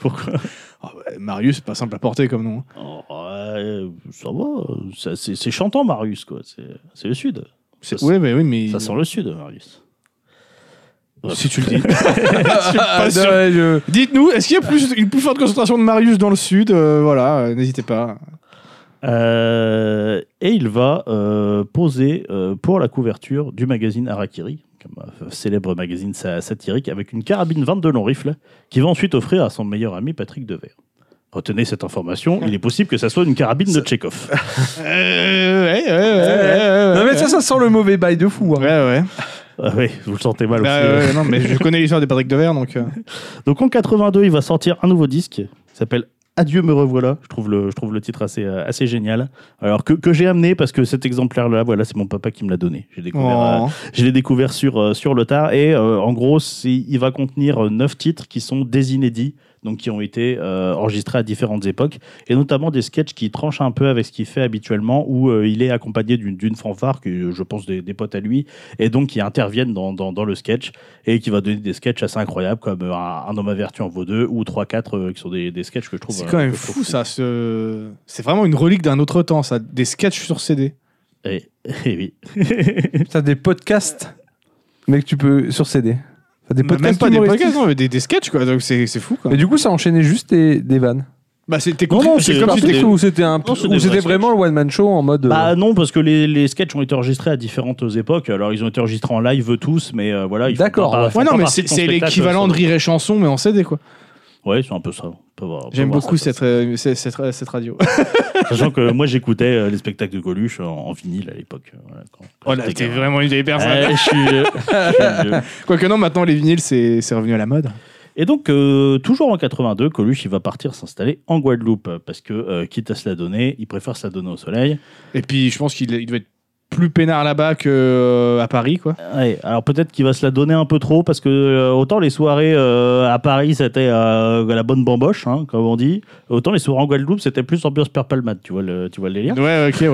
S4: Pourquoi
S3: Ah ouais, Marius, c'est pas simple à porter comme nom. hein.
S4: Oh, euh, Ça va. euh, ça- C'est c'est chantant, Marius, quoi. C'est- C'est le Sud. Ça,
S3: Oui, mais bah oui, mais.
S4: ça sent le Sud, Marius. Bref.
S3: Si tu le dis.
S1: Ah,
S3: pas
S1: non,
S3: sûr.
S1: je-
S3: Dites-nous, est-ce qu'il y a plus, une plus forte concentration de Marius dans le sud Euh, Voilà, euh, n'hésitez pas.
S4: Euh, et il va euh, poser euh, pour la couverture du magazine Harakiri, comme un célèbre magazine sa- satirique, avec une carabine 22 long rifle qu'il va ensuite offrir à son meilleur ami Patrick Devers. Retenez cette information, il est possible que ça soit une carabine de Tchekhov.
S3: Euh, ouais, ouais, ouais,
S1: Non,
S3: ouais, ouais,
S1: mais ça, ça sent le mauvais bail de fou. hein.
S3: ouais. Ouais, ouais.
S4: Ah oui, vous le sentez mal aussi.
S3: Bah, ouais, non, mais je connais l'histoire des Patrick Devers, donc. euh,
S4: Donc en 82, il va sortir un nouveau disque, qui s'appelle Adieu me revoilà. Je trouve le, je trouve le titre assez, euh, assez génial. Alors que, que j'ai amené parce que cet exemplaire là, voilà, c'est mon papa qui me l'a donné. J'ai découvert, euh,
S5: Oh.
S4: je l'ai découvert sur, euh, sur le tard. Et euh, en gros, c'est- il va contenir euh, neuf titres qui sont des inédits, donc qui ont été euh, enregistrés à différentes époques, et notamment des sketchs qui tranchent un peu avec ce qu'il fait habituellement, où euh, il est accompagné d'une d'une fanfare, que euh, je pense des, des potes à lui, et donc qui interviennent dans, dans, dans le sketch, et qui va donner des sketchs assez incroyables, comme euh, un, un homme à vertu en vaut deux, ou trois, quatre, euh, qui sont des, des sketchs que je trouve.
S3: C'est
S4: euh,
S3: quand même
S4: que je trouve
S3: fou ça. ce- C'est vraiment une relique d'un autre temps, ça. Des sketchs sur CD.
S4: Et, et oui.
S1: T'as des podcasts, mais que tu peux sur CD. T'as des podcasts
S3: Même pas des
S1: humoristiques.
S3: podcasts, non, mais des, des sketchs quoi. Donc c'est c'est fou quoi.
S1: Et du coup, ça enchaînait juste des, des vannes.
S3: Bah c'était
S4: Non, non,
S3: c'est
S4: c'est
S3: comme
S4: parti
S3: si
S4: des-
S3: t'écoutes-
S1: Ou c'était un,
S4: Non, c'est
S1: ou
S4: des
S1: c'était
S4: vrais
S1: vraiment le one man show en mode. euh,
S4: Bah non, parce que les, les sketchs ont été enregistrés à différentes époques. Alors ils ont été enregistrés en live tous, mais euh, voilà. ils font
S1: D'accord,
S4: pas-
S1: ouais.
S4: font
S3: Ouais,
S4: pas
S3: non, mais
S4: partie
S3: c'est
S4: de ton
S3: c'est
S4: spectacle,
S3: l'équivalent de
S4: ça.
S3: rire et chanson, mais en CD quoi.
S4: Ouais, c'est un peu ça. On peut voir- on peut
S3: J'aime
S4: voir
S3: beaucoup
S4: ça, ça.
S3: cette, euh, cette, cette- cette radio.
S4: Sachant que moi j'écoutais euh, les spectacles de Coluche en, en vinyle à l'époque. euh, Voilà, quand- quand
S3: Oh là,
S4: j'étais
S3: t'es
S4: gamin.
S3: vraiment une vieille personne.
S4: Ouais, je suis, euh, je suis vieux.
S3: Quoique non, maintenant les vinyles c'est c'est revenu à la mode.
S4: Et donc, euh, toujours en 82, Coluche il va partir s'installer en Guadeloupe parce que, euh, quitte à se la donner, il préfère se la donner au soleil.
S3: Et puis je pense qu'il il doit être plus peinard là-bas que euh, à Paris quoi.
S4: Ouais, alors peut-être qu'il va se la donner un peu trop parce que euh, autant les soirées euh, à Paris c'était euh, la bonne bamboche, hein, comme on dit, autant les soirées en Guadeloupe c'était plus ambiance perpalmade, tu vois le, tu vois le délire.
S3: Ouais, ok, ouais.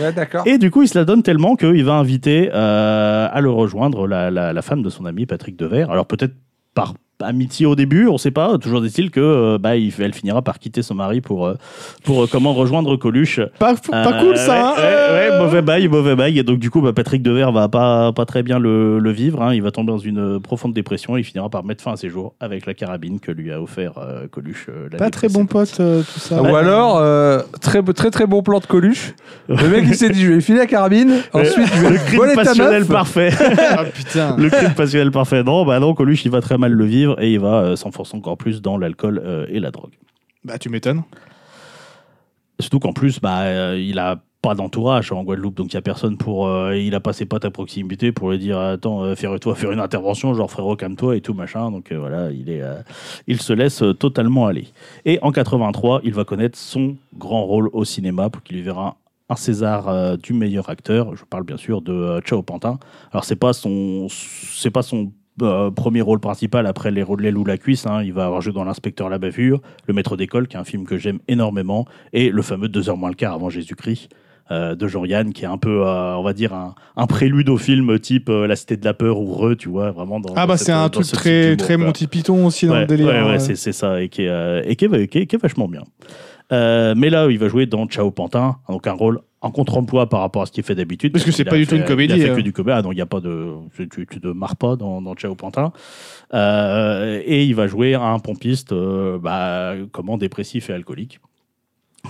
S1: Ouais, d'accord.
S4: Et du coup, il se la donne tellement qu'il va inviter euh, à le rejoindre la, la- la femme de son ami Patrick Devers. Alors peut-être par amitié au début, on sait pas. Toujours dit-il que euh, bah, il- elle finira par quitter son mari pour euh, pour euh, comment rejoindre Coluche.
S3: Pas, pas
S4: Euh,
S3: cool ça.
S4: ouais,
S3: hein,
S4: ouais,
S3: euh.
S4: ouais, mauvais bail, mauvais bail. Et donc du coup, bah, Patrick Devers va pas pas très bien le, le vivre. hein. Il va tomber dans une euh, profonde dépression. Et il finira par mettre fin à ses jours avec la carabine que lui a offert euh, Coluche. euh, l'année
S3: Pas très bon
S4: précédente.
S3: pote euh, tout ça.
S4: bah,
S1: Ou alors, euh, très, très très bon plan de Coluche. Le mec, il s'est dit je vais filer la carabine, ensuite je
S4: Euh, le
S1: vais
S4: crime
S1: voler ta
S4: passionnel
S1: meuf.
S4: parfait.
S3: Ah putain.
S4: le crime passionnel parfait. Non, bah non, Coluche, il va très mal le vivre et il va euh, s'enfoncer encore plus dans l'alcool euh, et la drogue.
S3: Bah tu m'étonnes.
S4: Surtout qu'en plus, bah, euh, il a pas d'entourage en Guadeloupe, donc il y a personne pour. euh, il a pas ses potes à proximité pour lui dire Attends, euh, toi faire une intervention, genre frérot, calme-toi et tout machin. Donc euh, voilà, il, est, euh, il se laisse euh, totalement aller. Et en 83, il va connaître son grand rôle au cinéma pour qu'il lui verra un César euh, du meilleur acteur. Je parle bien sûr de euh, Chao Pantin. Alors c'est pas son, c'est pas son euh, premier rôle principal après les rôles de l'aile ou la cuisse. hein. Il va avoir joué dans l'inspecteur la bavure, le maître d'école, qui est un film que j'aime énormément, et le fameux 2 heures moins le quart avant Jésus-Christ. euh, de Jean-Yann, qui est un peu, euh, on va dire, un, un prélude au film type euh, La Cité de la Peur ou Re, tu vois, vraiment dans.
S3: Ah
S4: dans
S3: bah
S4: cette-
S3: c'est
S4: euh,
S3: un
S4: dans
S3: truc
S4: ce type
S3: très
S4: d'humour,
S3: très
S4: quoi.
S3: Monty Python aussi dans
S4: Ouais,
S3: le délire.
S4: ouais, ouais,
S3: hein.
S4: c'est c'est ça, et qui est, euh, et qui est- qui est- qui est vachement bien. Euh, mais là, il va jouer dans Ciao Pantin, donc un rôle en contre-emploi par rapport à ce qu'il fait d'habitude.
S3: Parce que c'est
S4: qu'il
S3: pas
S4: a
S3: du tout
S4: fait-
S3: une comédie,
S4: Il a fait
S3: hein.
S4: que du comédie. Ah non, il n'y a pas de. Tu, tu, tu te marres pas dans, dans Ciao Pantin. Euh, et il va jouer un pompiste, euh, bah, comment, dépressif et alcoolique,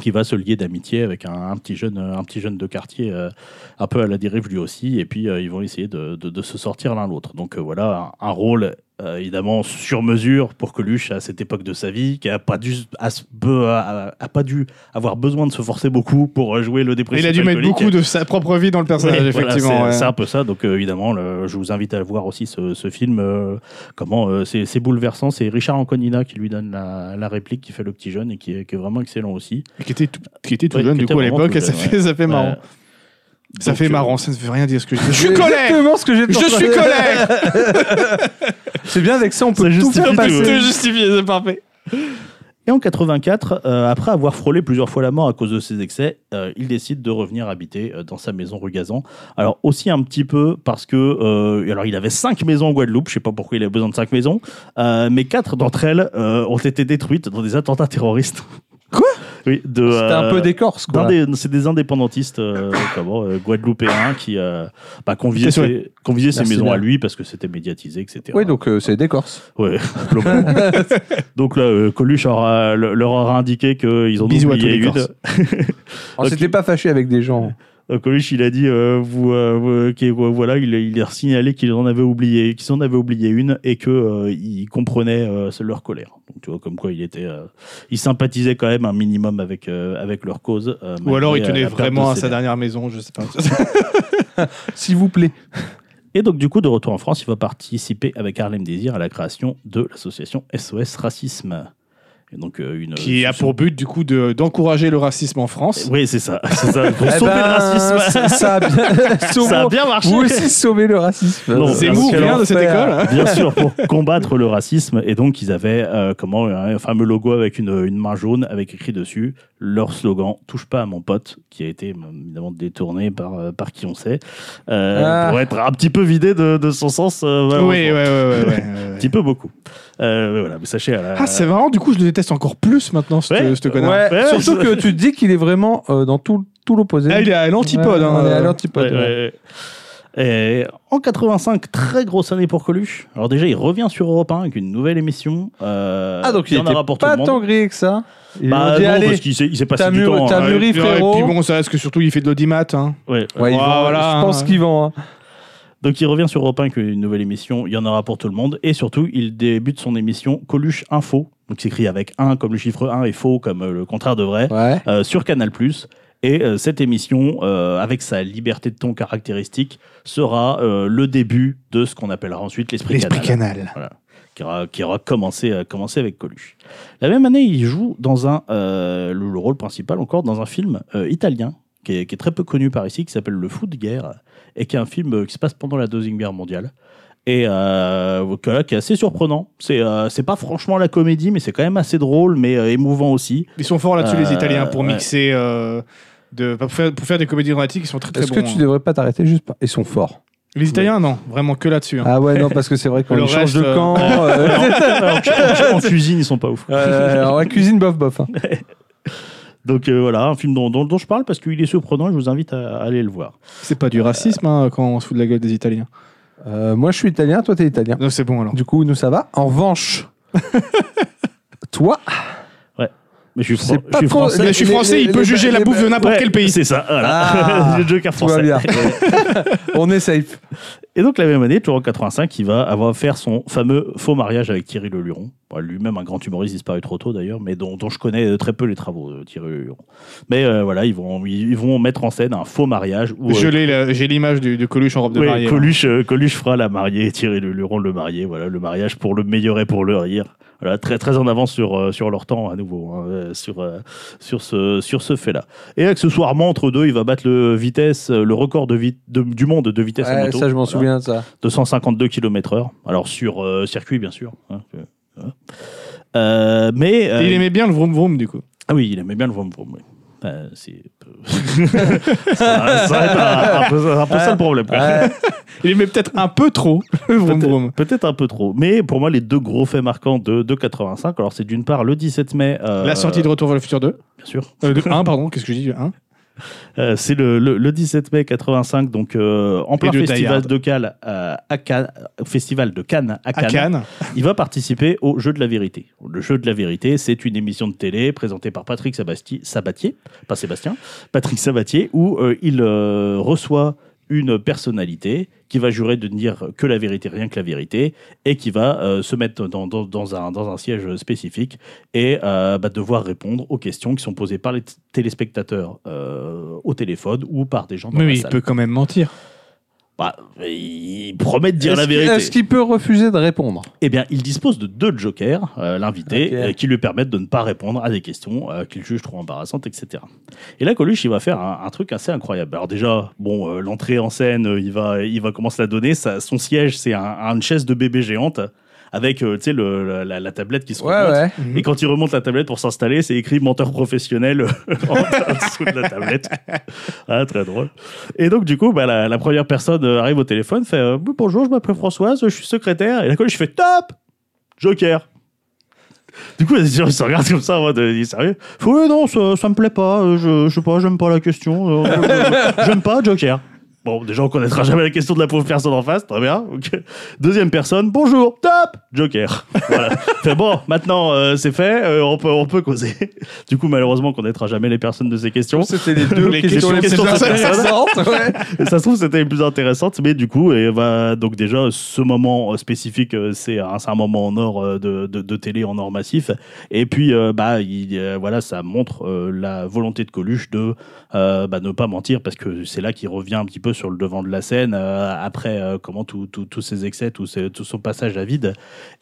S4: qui va se lier d'amitié avec un, un petit jeune, un petit jeune de quartier, euh, un peu à la dérive lui aussi, et puis euh, ils vont essayer de, de- de se sortir l'un l'autre. Donc euh, voilà, un, un rôle euh, évidemment sur mesure pour Coluche à cette époque de sa vie, qui a pas dû, a, s- be- a- a pas dû avoir besoin de se forcer beaucoup pour euh, jouer le
S3: Et
S4: dépressif.
S3: Il a dû mettre
S4: alcoolique.
S3: beaucoup de sa propre vie dans le personnage,
S4: Ouais, voilà,
S3: effectivement.
S4: c'est-
S3: ouais.
S4: c'est un peu ça. Donc euh, évidemment, le- je vous invite à voir aussi ce, ce film. euh, comment euh, c'est c'est bouleversant. C'est Richard Anconina qui lui donne la, la réplique, qui fait le petit jeune et qui, est- qui est vraiment excellent aussi.
S3: Qui était tout, qui était tout
S4: Ouais,
S3: jeune
S4: qui
S3: du
S4: était
S3: coup à
S4: vraiment
S3: l'époque,
S4: tout
S3: et ça
S4: jeune,
S3: fait, ça fait marrant.
S4: Ouais.
S3: Ça
S4: Donc,
S3: fait
S4: euh,
S3: marrant, ça ne veut rien dire ce que je dis. Je
S1: C'est
S3: suis colère
S1: exactement ce que j'ai
S3: Je
S1: pensé.
S3: suis colère
S1: C'est bien avec ça, on peut
S4: Ça
S1: tout
S4: justifie
S1: faire
S4: tout,
S1: passer.
S4: ouais.
S3: justifié, c'est parfait.
S4: Et en 84, euh, après avoir frôlé plusieurs fois la mort à cause de ses excès, euh, il décide de revenir habiter euh, dans sa maison rue Gazan. Alors aussi un petit peu parce que euh, alors il avait cinq maisons en Guadeloupe, je sais pas pourquoi il avait besoin de cinq maisons, euh, mais quatre d'entre elles euh, ont été détruites dans des attentats terroristes.
S1: Quoi
S4: Oui, de.
S1: C'était un
S4: euh,
S1: peu des Corses,
S4: d'un
S1: quoi.
S4: des- c'est des indépendantistes euh, comment, euh, guadeloupéens qui euh, bah, conviaient,
S3: T'es sûr.
S4: ses, conviaient ses
S1: Merci
S4: maisons
S1: bien.
S4: à lui parce que c'était médiatisé, etc.
S1: Oui, donc euh, c'est des Corses.
S4: Ouais, globalement. Donc là, euh, Coluche aura- le- leur aura indiqué qu'ils ont
S3: Bisous à
S4: oublié
S3: tous les
S4: une.
S3: Corses.
S1: On
S4: Ok.
S1: s'était pas fâché avec des gens.
S4: Euh, Coluche, il a dit, euh, vous, euh, vous- qu'il- voilà, il, il leur signalait qu'ils en avaient oublié, qu'ils en avaient oublié une et que euh, ils comprenaient euh, leur colère. Donc tu vois, comme quoi il était, euh, il sympathisait quand même un minimum avec euh, avec leur cause. euh,
S3: Ou
S4: malgré,
S3: alors il
S4: euh,
S3: tenait
S4: la perte de
S3: vraiment à
S4: ses
S3: sa
S4: nerfs.
S3: dernière maison, je sais pas.
S1: S'il vous plaît.
S4: Et donc, du coup, de retour en France, il va participer avec Harlem Désir à la création de l'association SOS Racisme. Et donc, euh, une,
S3: Qui
S4: euh,
S3: a pour but, du coup, de- d'encourager le racisme en France.
S4: Oui, c'est ça. C'est ça. Pour
S1: Eh
S4: sauver
S1: ben,
S4: le racisme.
S1: ça- ça a bien,
S4: Ça a
S1: sauvons-
S4: bien marché.
S1: vous aussi sauvez le racisme.
S4: Non,
S3: C'est
S4: parce
S3: mou,
S4: que
S3: vient de cette
S1: l'enfer-
S3: école. hein.
S4: Bien sûr, pour combattre le racisme. Et donc, ils avaient euh, comment un fameux logo avec une, une main jaune avec écrit dessus leur slogan Touche pas à mon pote, qui a été euh, évidemment détourné par, euh, par qui on sait, euh,
S1: Ah.
S4: pour être un petit peu vidé de, de son sens. euh, malheureusement.
S3: Oui, ouais, ouais, ouais, ouais,
S4: Un
S3: ouais.
S4: petit peu beaucoup. Euh, voilà, mais sachez. à la-
S3: Ah, c'est marrant, du coup, je le déteste encore plus maintenant, ce
S4: Ouais.
S3: ce connard.
S1: Ouais,
S4: Ouais,
S1: surtout
S4: je-
S1: que tu te dis qu'il est vraiment euh, dans tout, tout l'opposé.
S3: Ah, il est à l'antipode.
S1: Ouais,
S3: hein.
S1: on est à
S4: Ouais,
S1: l'antipode.
S4: ouais,
S1: ouais.
S4: ouais. Et en 85, très grosse année pour Coluche. Alors déjà, il revient sur Europe 1 avec une nouvelle émission. euh,
S1: Ah, donc
S4: qui
S1: il
S4: en
S1: était
S4: aura pour tout
S1: pas
S4: le monde.
S1: tant grillé que ça. Ils
S4: Bah
S1: ont dit,
S4: non,
S1: allez,
S4: parce qu'il s'est il s'est passé
S1: t'as
S4: du
S1: mûr-
S4: temps.
S1: t'as
S4: hein.
S3: Ouais,
S1: mûri,
S3: et puis-
S1: frérot.
S3: Et puis bon, ça, est-ce que surtout, il fait de l'audimat. Hein.
S4: Ouais.
S1: Ouais, ils vont-
S3: Voilà,
S1: je pense
S3: hein.
S1: qu'ils vont. hein.
S4: Donc il revient sur Europe 1 avec une nouvelle émission, il y en aura pour tout le monde, et surtout il débute son émission Coluche Info, donc c'est écrit avec 1 comme le chiffre 1 et faux comme euh, le contraire de vrai,
S1: Ouais.
S4: euh, sur Canal ⁇ et euh, cette émission, euh, avec sa liberté de ton caractéristique, sera euh, le début de ce qu'on appellera ensuite l'esprit
S3: L'esprit
S4: canal,
S3: canal.
S4: qui aura, qui aura commencé, euh, commencé avec Coluche. La même année, il joue dans un, euh, le, le rôle principal encore dans un film euh, italien, qui est, qui est très peu connu par ici, qui s'appelle Le Fou de guerre, et qui est un film euh, qui se passe pendant la Deuxième Guerre mondiale. Et euh, que là, qui est assez surprenant. C'est euh, c'est pas franchement la comédie, mais c'est quand même assez drôle, mais euh, émouvant aussi.
S3: Ils sont forts là-dessus, les
S4: Euh,
S3: Italiens, pour
S4: ouais.
S3: mixer. euh, de, pour, faire, pour faire des comédies dramatiques, ils sont très très
S1: Est-ce
S3: bons.
S1: que tu
S3: hein.
S1: devrais pas t'arrêter juste par- Ils sont forts.
S3: Les Italiens, non, vraiment que là-dessus. hein.
S1: Ah ouais, non, parce que c'est vrai qu'on
S3: Le
S1: les change
S3: reste,
S1: de
S3: euh,
S1: camp. euh,
S4: Alors, en, en cuisine, ils sont pas ouf.
S1: euh, alors, la cuisine bof bof. hein.
S4: Donc euh, voilà, un film dont, dont- dont je parle parce qu'il est surprenant et je vous invite à, à aller le voir.
S3: C'est pas du racisme hein, quand on se fout de la gueule des Italiens.
S1: Euh, moi, je suis italien, toi, t'es italien.
S3: Non, c'est bon alors.
S1: Du coup, nous, ça va. En revanche, toi,
S4: Mais je suis, fran-
S1: C'est pas
S4: je suis
S1: trop-
S4: français.
S3: Mais Eh je suis
S1: les-
S3: français,
S1: les-
S3: il peut
S1: les-
S3: juger la
S1: les-
S3: bouffe de n'importe
S4: Ouais,
S3: quel pays.
S4: C'est ça, voilà.
S1: Ah,
S4: le Joker
S1: tout va
S4: français.
S1: bien. on est safe.
S4: Et donc la même année, toujours en 85, il va avoir faire son fameux faux mariage avec Thierry Le Luron. Bon, Lui-même un grand humoriste disparu trop tôt d'ailleurs, mais dont, dont je connais euh, très peu les travaux, euh, Thierry Le Luron. Mais euh, voilà, ils vont, ils ils vont mettre en scène un faux mariage où euh,
S3: Je l'ai, là, J'ai l'image du- de Coluche en robe de hein.
S4: ouais,
S3: mariée.
S4: Coluche, euh, Coluche fera la mariée et Thierry Le Luron le marié. Voilà, le mariage pour le meilleur et pour le rire. Voilà, très, très en avance sur, euh, sur leur temps à nouveau, hein, euh, sur, euh, sur ce, sur ce fait-là. Et accessoirement, entre deux, il va battre le, vitesse, euh, le record de vit- de- du monde de vitesse en
S1: Ouais,
S4: moto.
S1: ça, je m'en
S4: Voilà.
S1: souviens de ça.
S4: 252 km/h. Alors sur euh, circuit, bien sûr. hein, que- voilà. Euh, mais euh,
S3: Et Il aimait bien le vroom vroom du coup.
S4: ah oui, il aimait bien le vroom vroom. oui. Euh, c'est euh, ça, ça va être un, un peu, un peu ça le problème. quoi.
S3: Ah,
S1: Ouais.
S3: Il aimait peut-être un peu trop le vroom
S4: Peut-être-
S3: vroom.
S4: Peut-être un peu trop, mais pour moi les deux gros faits marquants de, de 85. Alors c'est d'une part le 17 mai, euh,
S3: La sortie de Retour vers le futur 2.
S4: bien sûr,
S3: Euh, de 1, pardon, qu'est-ce que j'ai dit 1
S4: Euh, c'est le, le, le 17 mai 85, donc euh, en plein
S3: de Die
S4: festival
S3: Hard.
S4: de Cannes, euh, à Cannes- festival de Cannes à
S3: à
S4: Cannes.
S3: Cannes.
S4: Il va participer au Jeu de la vérité. Le Jeu de la vérité, c'est une émission de télé présentée par Patrick Sabasti- Sabatier, pas Sébastien, Patrick Sabatier, où euh, il euh, reçoit une personnalité qui va jurer de ne dire que la vérité, rien que la vérité, et qui va euh, se mettre dans, dans- dans un, dans un siège spécifique et euh, bah, devoir répondre aux questions qui sont posées par les t- téléspectateurs euh, au téléphone ou par des gens dans
S3: Mais
S4: la
S3: oui, il
S4: salle.
S3: peut quand même mentir.
S4: Bah, il promet de dire
S1: Est-ce
S4: la
S1: qu'il-
S4: vérité.
S1: Est-ce qu'il peut refuser de répondre
S4: Eh bien, il dispose de deux jokers, euh, l'invité,
S1: Ok.
S4: euh, qui lui permettent de ne pas répondre à des questions euh, qu'il juge trop embarrassantes, etc. Et là, Coluche, il va faire un, un truc assez incroyable. Alors déjà, bon, euh, l'entrée en scène, euh, il va, il va commencer à donner. Sa- son siège, c'est un, une chaise de bébé géante avec, euh, tu sais, le- la, la- la tablette qui se
S1: Ouais,
S4: remonte.
S1: ouais.
S4: Et quand il remonte la tablette pour s'installer, c'est écrit menteur professionnel en dessous de la tablette. Ah, très drôle. Et donc, du coup, bah, la, la première personne euh, arrive au téléphone, fait euh, Bonjour, je m'appelle Françoise, je suis secrétaire. Et la colle, je fais Top Joker du coup, les gens ils se regardent comme ça en mode, euh, il est sérieux. Faut, ouais, non, ça, ça me plaît pas, euh, je, je sais pas, j'aime pas la question, euh, je- je- j'aime pas Joker. Bon, déjà, on connaîtra jamais la question de la pauvre personne en face, très bien. ok. Deuxième personne, bonjour, top, Joker. Voilà. Fait, bon, maintenant, euh, c'est fait, euh, on, peut, on peut causer. Du coup, malheureusement, on connaîtra jamais les personnes de ces questions.
S1: C'était les deux
S4: Les
S1: questions les plus
S4: questions- questions-
S1: intéressantes. ouais.
S4: Et ça se trouve, c'était les plus intéressantes, mais du coup, et va donc déjà, ce moment euh, spécifique, euh, c'est un, c'est un moment en or euh, de, de- de télé, en or massif. Et puis, euh, bah, il, euh, voilà, ça montre euh, la volonté de Coluche de euh, bah, ne pas mentir, parce que c'est là qu'il revient un petit peu sur le devant de la scène euh, après euh, comment tout- tout- tous ses excès, tout, ses- tout son passage à vide.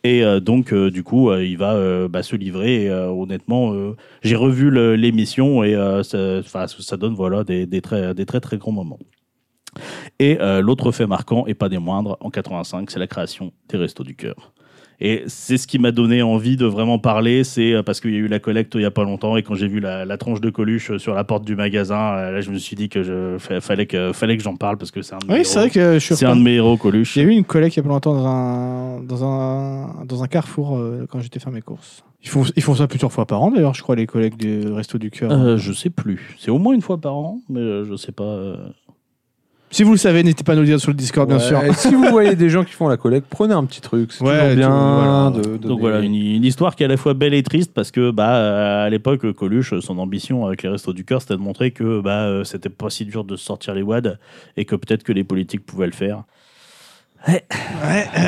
S4: Et euh, donc, euh, du coup, euh, il va euh, bah, se livrer. Et, euh, honnêtement, euh, j'ai revu le- l'émission et euh, ça, enfin, ça donne voilà, des, des très, des très très grands moments. Et euh, l'autre fait marquant, et pas des moindres, en 85, c'est la création des Restos du Cœur. Et c'est ce qui m'a donné envie de vraiment parler, c'est euh, parce qu'il y a eu la collecte il n'y a pas longtemps, et quand j'ai vu la, la tranche de Coluche euh, sur la porte du magasin, euh, là je me suis dit que je, fa- fallait que, fallait que j'en parle, parce que c'est un de mes
S3: Oui,
S4: héros.
S3: c'est vrai que je suis
S4: oh. C'est un de mes héros, Coluche.
S3: J'ai eu une collègue il y a pas longtemps dans un, dans un, dans un carrefour euh, quand j'étais faire mes courses. Ils font, ils font ça plusieurs fois par an d'ailleurs, je crois, les collègues du Resto du Cœur.
S4: Euh, je sais plus. C'est au moins une fois par an, mais euh, je sais pas. euh.
S3: Si vous le savez, n'hésitez pas à nous le dire sur le Discord, bien
S1: Ouais,
S3: sûr.
S1: et si vous voyez des gens qui font la collecte, prenez un petit truc. C'est
S3: Ouais,
S1: toujours
S3: tout-
S1: bien.
S3: voilà.
S1: de- de
S4: Donc voilà, une, une histoire qui est à la fois belle et triste parce que bah euh, à l'époque euh, Coluche, son ambition avec les restos du cœur, c'était de montrer que bah euh, c'était pas si dur de sortir les wads et que peut-être que les politiques pouvaient le faire. Ouais.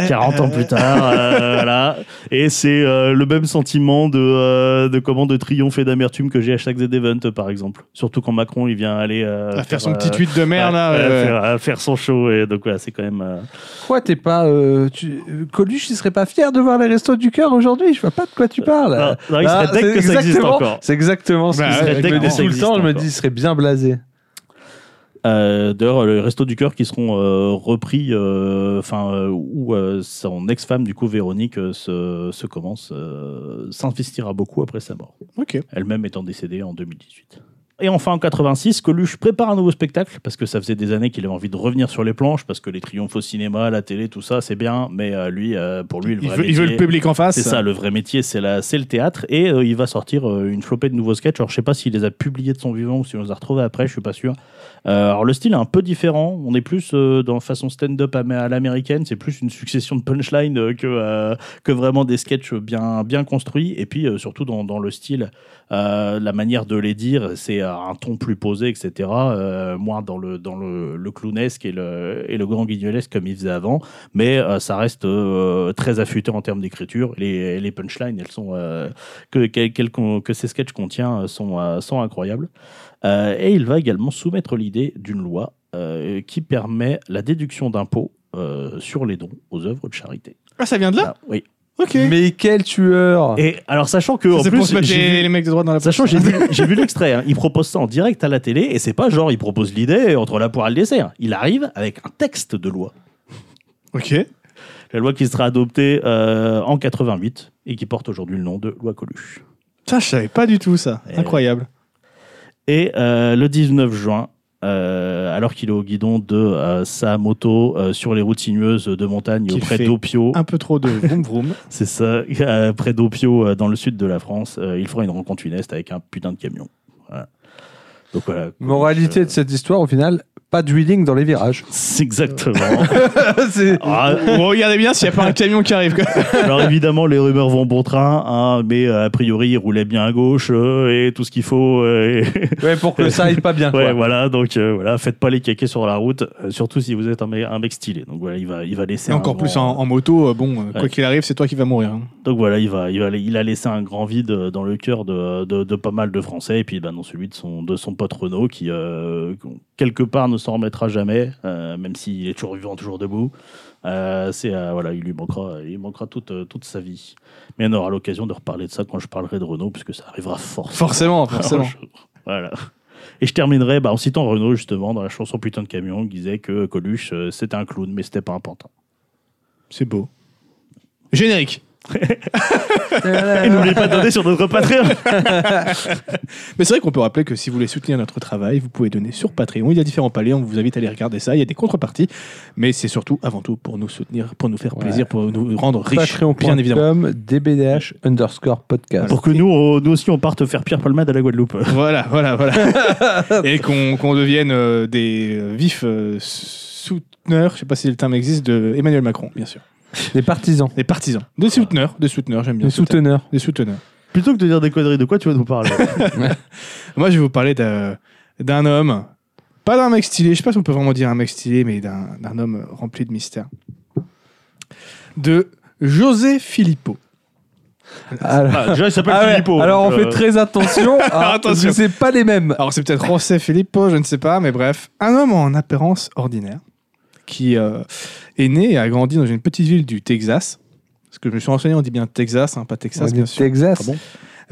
S4: 40 ans plus tard, euh, voilà. Et c'est euh, le même sentiment de, euh, de comment de triomphe et d'amertume que j'ai à chaque Z-Event, par exemple. Surtout quand Macron, il vient aller euh,
S3: À faire son
S4: euh,
S3: petit tweet de merde
S4: ouais,
S3: là.
S4: ouais,
S3: ouais, ouais.
S4: faire- à faire son show. Et donc voilà, c'est quand même. euh,
S1: Quoi, t'es pas. euh, tu- euh, Coluche, il serait pas fier de voir les restos du cœur aujourd'hui Je vois pas de quoi tu parles.
S4: non, non, Ah, il
S1: Là,
S4: serait
S1: c'est
S4: deg que ça existe
S1: exactement-
S4: encore.
S1: C'est exactement ce
S3: Bah
S1: que
S3: ouais,
S1: je me
S3: il serait
S1: dis
S3: deg que ça
S1: tout le
S4: existe
S1: temps. Je me
S4: encore.
S1: dis, il serait bien blasé.
S4: Euh, D'ailleurs, le Resto du Cœur qui seront euh, repris, euh, enfin, euh, où euh, son ex-femme, du coup, Véronique, euh, se, se commence, euh, s'investira beaucoup après sa mort.
S3: Ok.
S4: Elle-même étant décédée en 2018. Et enfin, en 86, Coluche prépare un nouveau spectacle, parce que ça faisait des années qu'il avait envie de revenir sur les planches, parce que les triomphes au cinéma, la télé, tout ça, c'est bien, mais euh, lui, euh, pour lui, le
S3: Il
S4: vrai
S3: veut, il
S4: métier-
S3: veut le public en face.
S4: c'est ça, le vrai métier, c'est la- c'est le théâtre. Et euh, il va sortir euh, une flopée de nouveaux sketchs. Alors, je sais pas s'il les a publiés de son vivant ou s'il nous a retrouvés après, je suis pas sûr. Euh, alors, le style est un peu différent. On est plus euh, dans façon stand-up à, à l'américaine. C'est plus une succession de punchlines euh, que, euh, que vraiment des sketchs bien, bien construits. Et puis, euh, surtout dans, dans le style, euh, la manière de les dire, c'est euh, un ton plus posé, etc. Euh, moins dans le, dans le, le clownesque et le, et le grand guignolesque comme il faisait avant mais euh, ça reste euh, très affûté en termes d'écriture. Les, les punchlines, elles sont euh, que, que, qu'elles con- que ces sketchs contiennent euh, sont, euh, sont incroyables. Euh, et il va également soumettre l'idée d'une loi euh, qui permet la déduction d'impôts euh, sur les dons aux œuvres de charité.
S3: Ah, ça vient de là
S4: Ah, oui.
S3: Ok.
S1: Mais quel tueur
S4: Et alors sachant que en
S3: C'est pour se
S4: plus
S3: mettre
S4: j'ai
S3: les,
S4: vu-
S3: les mecs de droite dans la
S4: Sachant, j'ai vu, j'ai vu l'extrait. hein. Il propose ça en direct à la télé et c'est pas genre il propose l'idée entre la poire et le dessert. Il arrive avec un texte de loi.
S3: Ok.
S4: La loi qui sera adoptée euh, en 88 et qui porte aujourd'hui le nom de loi Coluche.
S3: Putain, je savais pas du tout ça.
S4: Et-
S3: Incroyable.
S4: Et euh, le 19 juin, euh, alors qu'il est au guidon de euh, sa moto euh, sur les routes sinueuses de montagne
S3: Qu'il
S4: auprès
S3: fait
S4: d'Opio,
S3: Un peu trop de vroom vroom.
S4: c'est ça, euh, près d'Opio euh, dans le sud de la France, euh, il fera une rencontre funeste avec un putain de camion. Voilà. Donc voilà.
S1: Moralité de
S4: Coluche,
S1: cette histoire, au final, pas de wheeling dans les virages.
S4: euh, c'est exactement.
S1: C'est-
S4: Ah,
S3: Bon, regardez bien s'il y a pas un camion qui arrive. quoi.
S4: Alors évidemment, les rumeurs vont bon train, hein, mais euh, a priori, il roulait bien à gauche euh, et tout ce qu'il faut. euh, et-
S1: Ouais, pour que ça aille pas bien.
S4: Ouais,
S1: quoi.
S4: voilà, donc euh, voilà, faites pas les caquets sur la route, euh, surtout si vous êtes un, mec- un mec stylé. Donc voilà, il va, il va laisser
S3: Et
S4: un
S3: encore
S4: grand-
S3: plus en, en moto, euh, bon, euh,
S4: Ouais.
S3: quoi qu'il arrive, c'est toi qui vas mourir. hein.
S4: Donc voilà, il va, il va, il a laissé un grand vide euh, dans le cœur de, de, de pas mal de Français, et puis ben, dans celui de son, de son pote Renault qui euh, quelque part ne s'en remettra jamais, euh, même s'il est toujours vivant, toujours debout. Euh, c'est euh, voilà, il lui manquera, il lui manquera toute, euh, toute sa vie. Mais on aura l'occasion de reparler de ça quand je parlerai de Renault, puisque ça arrivera
S3: Forcément,
S4: forcément.
S3: forcément.
S4: Un jour. Voilà. Et je terminerai bah, en citant Renault, justement, dans la chanson Putain de camion, qui disait que Coluche, euh, c'était un clown, mais c'était pas un pantin.
S3: C'est beau. Générique.
S1: Euh,
S4: Et n'oubliez pas de donner sur notre Patreon
S3: Mais c'est vrai qu'on peut rappeler que si vous voulez soutenir notre travail, vous pouvez donner sur Patreon. Il y a différents paliers, on vous invite à aller regarder ça. Il y a des contreparties, mais c'est surtout, avant tout, pour nous soutenir, pour nous faire
S1: Ouais.
S3: plaisir, pour nous rendre riches, bien évidemment.
S1: Patreon.com, DBDH underscore podcast.
S4: Pour que nous, on- nous aussi, on parte faire Pierre Palmade à la Guadeloupe.
S3: Voilà, voilà, voilà. Et qu'on qu'on devienne euh, des euh, vifs euh, souteneurs, je sais pas si le terme existe, de Emmanuel Macron, bien sûr.
S1: Des partisans.
S3: Des partisans. Des souteneurs, des souteneurs, j'aime bien.
S1: Des
S3: ce terme.
S1: souteneurs.
S3: Des souteneurs.
S4: Plutôt que de dire des conneries, de quoi tu vas nous parler
S3: Moi, je vais vous parler d'un d'un homme, pas d'un mec stylé, je sais pas si on peut vraiment dire un mec stylé, mais d'un d'un homme rempli de mystère. De José Filippo.
S1: Alors,
S4: Ah, déjà, il s'appelle
S1: ah ouais,
S4: Filippo.
S1: alors on
S4: donc,
S1: fait
S4: euh,
S1: très attention, à, parce que
S6: Attention.
S1: c'est pas les
S3: Ah,
S1: mêmes.
S6: Alors, c'est peut-être.
S3: José Filippo, je ne sais pas, mais bref, un homme en apparence ordinaire qui euh, est né et a grandi dans une petite ville du Texas. Parce que je me suis renseigné, on dit bien Texas, hein, pas Texas, bien sûr.
S1: Texas.
S3: Ah bon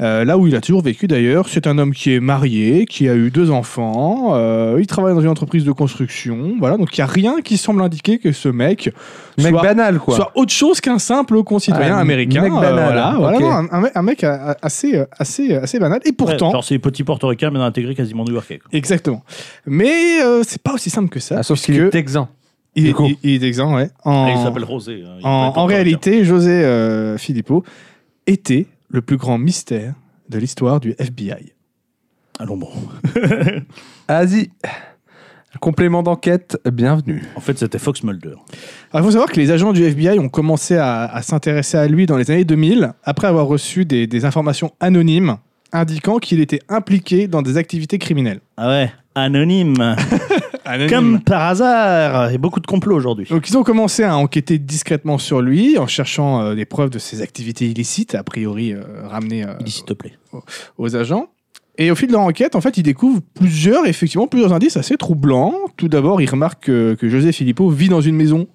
S3: Euh, là où il a toujours vécu d'ailleurs. C'est un homme qui est marié, qui a eu deux enfants. euh, il travaille dans une entreprise de construction. Voilà, donc il n'y a rien qui semble indiquer que ce mec,
S1: Mec
S3: soit,
S1: banal quoi.
S3: soit autre chose qu'un simple concitoyen
S1: Ah,
S3: américain.
S1: mec
S3: euh,
S1: banal,
S3: voilà,
S1: hein,
S3: voilà,
S1: ok.
S3: non, un, un mec- un mec a- a- assez, euh, assez, assez banal. Et
S4: ouais,
S3: pourtant,
S4: genre, c'est petit portoricain, mais intégré quasiment New Yorkais. quoi.
S3: exactement. Mais euh, c'est pas aussi simple que ça.
S1: Ah, sauf
S3: puisque
S1: qu'il est texan.
S3: il,
S1: du
S3: est-
S1: coup.
S3: il- il est exempt, ouais. En,
S4: Ah, Il s'appelle Rosé. hein, il est
S3: en-
S4: pas
S3: en
S4: portoricain.
S3: réalité, José euh, Filippo était le plus grand mystère de l'histoire du FBI.
S4: Allons bon.
S1: Asie. Complément d'enquête, bienvenue.
S4: En fait, c'était Fox Mulder.
S3: Il faut savoir que les agents du FBI ont commencé à, à s'intéresser à lui dans les années 2000, après avoir reçu des, des informations anonymes indiquant qu'il était impliqué dans des activités criminelles.
S4: Ah ouais, anonyme. Comme par hasard. Il y a beaucoup de complots aujourd'hui.
S3: Donc ils ont commencé à enquêter discrètement sur lui en cherchant euh, des preuves de ses activités illicites, a priori euh, ramenées euh,
S4: Dis, S'il te plaît.
S3: aux agents. Et au fil de leur enquête, en fait, ils découvrent plusieurs, effectivement, plusieurs indices assez troublants. Tout d'abord, ils remarquent que, que José Filippo vit dans une maison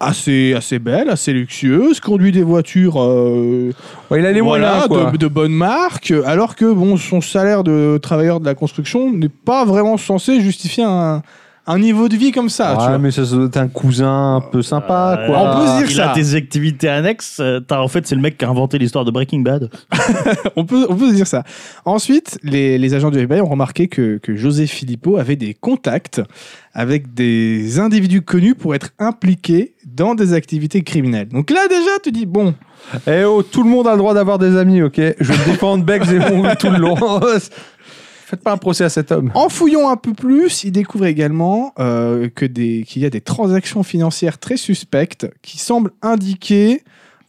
S3: assez, assez belle, assez luxueuse, conduit des voitures euh,
S1: Ouais, il a les
S3: voilà,
S1: moyens quoi.
S3: de, de bonnes marques, alors que bon, son salaire de travailleur de la construction n'est pas vraiment censé justifier un, un niveau de vie comme ça. Ah, tu
S1: Ouais,
S3: vois.
S1: mais ça ça doit être un cousin un peu sympa
S4: Euh,
S1: quoi.
S3: on peut se dire
S4: il
S3: ça.
S4: a des activités annexes. euh, t'as- en fait, c'est le mec qui a inventé l'histoire de Breaking Bad.
S3: on, peut, on peut se dire ça. Ensuite, les, les agents du FBI ont remarqué que, que José Filippo avait des contacts avec des individus connus pour être impliqués dans des activités criminelles. Donc là, déjà, tu dis, bon,
S1: Eh oh, tout le monde a le droit d'avoir des amis, ok Je vais défendre Bex et mon tout le long. Faites pas un procès à cet homme.
S3: en fouillant un peu plus, ils découvrent également euh, que des- qu'il y a des transactions financières très suspectes qui semblent indiquer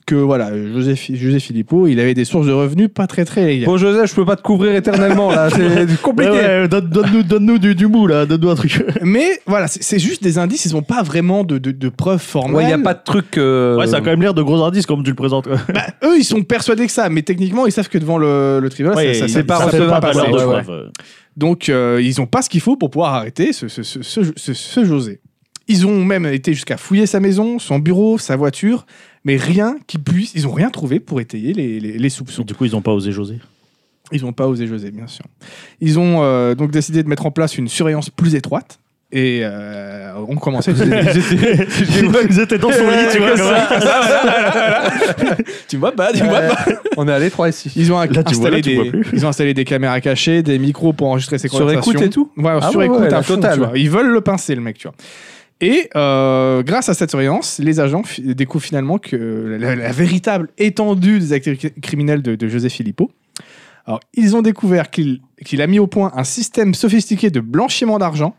S3: que voilà, José, Fi- José Filippo, il avait des sources de revenus pas très très légales.
S1: Bon, Joseph, je peux pas te couvrir éternellement là, c'est compliqué.
S4: Ouais, ouais, donne, nous du, du bout, là. Donne-nous un truc.
S3: Mais voilà, c'est c'est juste des indices, ils n'ont pas vraiment de, de- de preuves formelles.
S1: Ouais, y a pas de truc. euh,
S4: Ouais, ça a quand même l'air de gros indices comme tu le présentes. quoi.
S3: Bah, eux, ils sont persuadés que ça, mais techniquement, ils savent que devant le, le tribunal,
S4: Ouais,
S3: ça, ça
S4: il-
S3: s'est
S4: il
S3: pas
S4: s'appelle
S1: ça
S3: retenir
S1: va
S4: pas
S3: passé.
S1: passer,
S4: Ballard de
S1: ouais, ouais.
S4: preuve, euh.
S3: Donc, euh, ils n'ont pas ce qu'il faut pour pouvoir arrêter ce, ce, ce, ce, ce- ce José. Ils ont même été jusqu'à fouiller sa maison, son bureau, sa voiture, mais rien qui puisse. Ils n'ont rien trouvé pour étayer les, les, les soupçons.
S4: Du coup, ils ont pas osé José.
S3: Ils n'ont pas osé José, bien sûr. Ils ont euh, donc décidé de mettre en place une surveillance plus étroite. Et euh, on commençait.
S4: Ils étaient dans son lit, tu vois. comme-
S3: tu me vois pas, tu me vois
S1: euh, on est à l'étroit ici.
S3: Ils ont, inc-
S4: Là, tu vois, là,
S3: installé
S4: tu
S3: des,
S4: vois plus.
S3: ils ont installé des caméras cachées, des micros pour enregistrer ses
S1: Sur
S3: conversations.
S1: écoute et tout
S3: Ouais,
S1: Ah
S3: sur
S1: ouais,
S3: écoute
S1: ouais,
S3: à
S1: la
S3: fond,
S1: totale.
S3: tu vois. Ils veulent le pincer, le mec, tu vois. Et euh, grâce à cette surveillance, les agents fi- découvrent finalement que la, la véritable étendue des activités criminelles de, de José Filippo. Alors, ils ont découvert qu'il qu'il a mis au point un système sophistiqué de blanchiment d'argent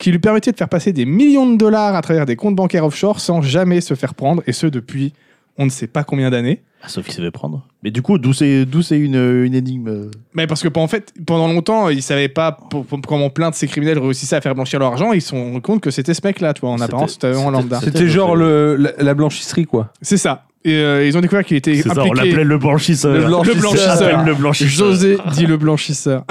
S3: qui lui permettait de faire passer des millions de dollars à travers des comptes bancaires offshore sans jamais se faire prendre, et ce depuis on ne sait pas combien d'années.
S4: Ah, Sauf qu'il s'est fait prendre. Mais du coup, d'où c'est d'où c'est une, une énigme euh,
S3: Mais parce que en fait, pendant longtemps, ils savaient pas pour- pour- comment plein de ces criminels réussissaient à faire blanchir leur argent. Ils se sont rendus compte que c'était ce mec-là, tu vois, en
S4: C'était-
S3: apparence, c'était en
S4: c'était-
S3: lambda.
S1: C'était genre le, la, la blanchisserie quoi.
S3: C'est ça. Et euh, ils ont découvert qu'il était
S4: C'est ça, on
S3: impliqué.
S4: l'appelait le blanchisseur.
S1: Le blanchisseur.
S4: Le blanchisseur. Le blanchisseur.
S3: José dit le blanchisseur.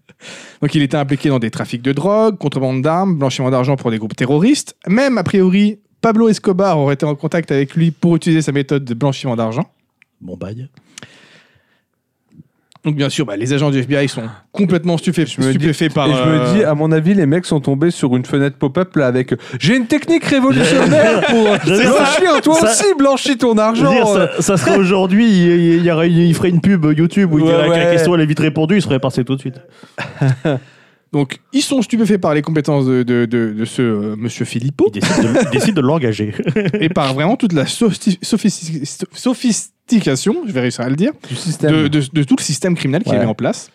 S3: Donc il était impliqué dans des trafics de drogue, contrebande d'armes, blanchiment d'argent pour des groupes terroristes. Même a priori, Pablo Escobar aurait été en contact avec lui pour utiliser sa méthode de blanchiment d'argent.
S4: Bon bail.
S3: Donc bien sûr, bah, les agents du FBI sont complètement stupé-
S1: me dis-
S3: stupéfaits
S4: Ah
S3: par.
S1: Et je
S3: euh,
S1: me dis, à mon avis, les mecs sont tombés sur une fenêtre pop-up là avec J'ai une technique révolutionnaire pour euh,
S4: C'est
S1: blanchir, toi
S4: Ça-
S1: aussi, blanchis ton
S4: Je veux
S1: argent. euh,
S4: dire, ça, ça serait aujourd'hui, il, il, il y aurait une- il ferait une pub YouTube où il
S1: Ouais,
S4: dirait que la
S1: ouais.
S4: question elle est vite répondue, il serait passé tout de suite.
S3: Donc, ils sont stupéfaits par les compétences de, de- de- de ce euh, monsieur Filippo
S4: Il décide de, il décide de l'engager.
S3: et par vraiment toute la sophi- sophisti- so- sophistication, je vais réussir à le dire,
S1: du système.
S3: de, de- de tout le système criminel qu'il
S1: Ouais.
S3: avait en place.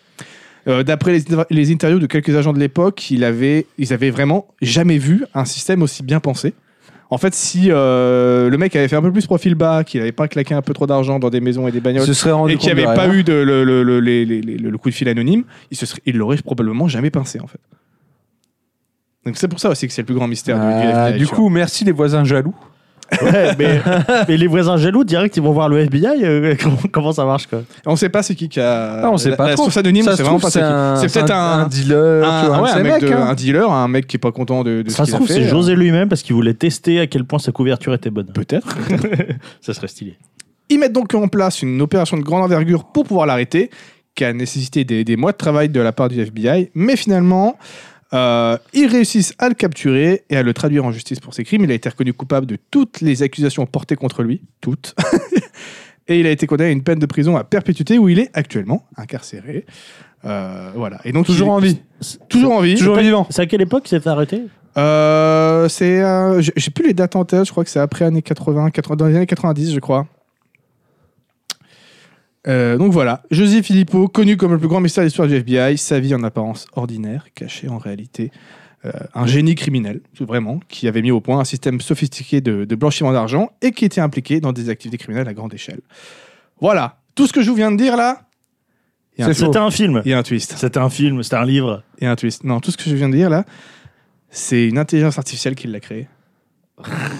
S3: Euh, D'après les, les interviews de quelques agents de l'époque, il avait, ils avaient vraiment jamais vu un système aussi bien pensé. En fait, si euh, le mec avait fait un peu plus profil bas, qu'il n'avait pas claqué un peu trop d'argent dans des maisons et des bagnoles,
S1: se serait rendu
S3: et qu'il
S1: compte
S3: n'y
S1: de
S3: avait
S1: rien.
S3: pas eu de- le, le- le- les- les- les- le coup de fil anonyme, il se serait- il l'aurait probablement jamais pincé en fait. Donc c'est pour ça aussi que c'est le plus grand mystère du-
S1: Ah,
S3: du
S1: du
S3: FBI. tu
S1: coup, merci les voisins jaloux.
S3: vois.
S4: Ouais, mais, mais les voisins jaloux, direct, ils vont voir le FBI. euh, comment, comment ça marche, quoi
S3: On sait pas c'est qui qui a.
S1: Ah, on sait
S3: la-
S1: pas
S3: La
S1: trop.
S3: source anonyme,
S1: Ça
S3: c'est
S1: se
S3: vraiment
S1: trouve,
S3: pas c'est qui. C'est peut-être un.
S1: dealer, tu vois,
S3: ouais,
S1: de
S3: un,
S1: ces
S3: mec
S1: mecs,
S3: de-
S1: hein.
S3: un dealer, un mec qui est pas content de, de ce
S4: Ça se
S3: qu'il a
S4: trouve,
S3: fait,
S4: c'est
S3: euh.
S4: José lui-même parce qu'il voulait tester à quel point sa couverture était bonne.
S3: Peut-être.
S4: Ça serait stylé.
S3: Ils mettent donc en place une opération de grande envergure pour pouvoir l'arrêter, qui a nécessité des, des mois de travail de la part du FBI. Mais finalement, euh, ils réussissent à le capturer et à le traduire en justice pour ses crimes. Il a été reconnu coupable de toutes les accusations portées contre lui, toutes. et il a été condamné à une peine de prison à perpétuité où il est actuellement incarcéré. Euh, voilà. Et donc
S1: Toujours
S3: il-
S1: en vie.
S3: toujours en vie.
S1: Toujours vivant.
S4: C'est à quelle époque il s'est fait arrêter
S3: Euh, c'est, euh, j'ai j'ai plus les dates en tête, je crois que c'est après années 80, 80, dans les années 90, je crois. Euh, donc voilà, José Filippo, connu comme le plus grand mystère de l'histoire du FBI, sa vie en apparence ordinaire, cachée en réalité. euh, un génie criminel, tout vraiment, qui avait mis au point un système sophistiqué de, de blanchiment d'argent et qui était impliqué dans des activités criminelles à grande échelle. Voilà, tout ce que je vous viens de dire là, il y a un twist.
S4: C'était un film.
S3: Il y a un twist.
S4: C'était un film, c'était un livre.
S3: Il y a un twist. Non, tout ce que je viens de dire là, c'est une intelligence artificielle qui l'a créé.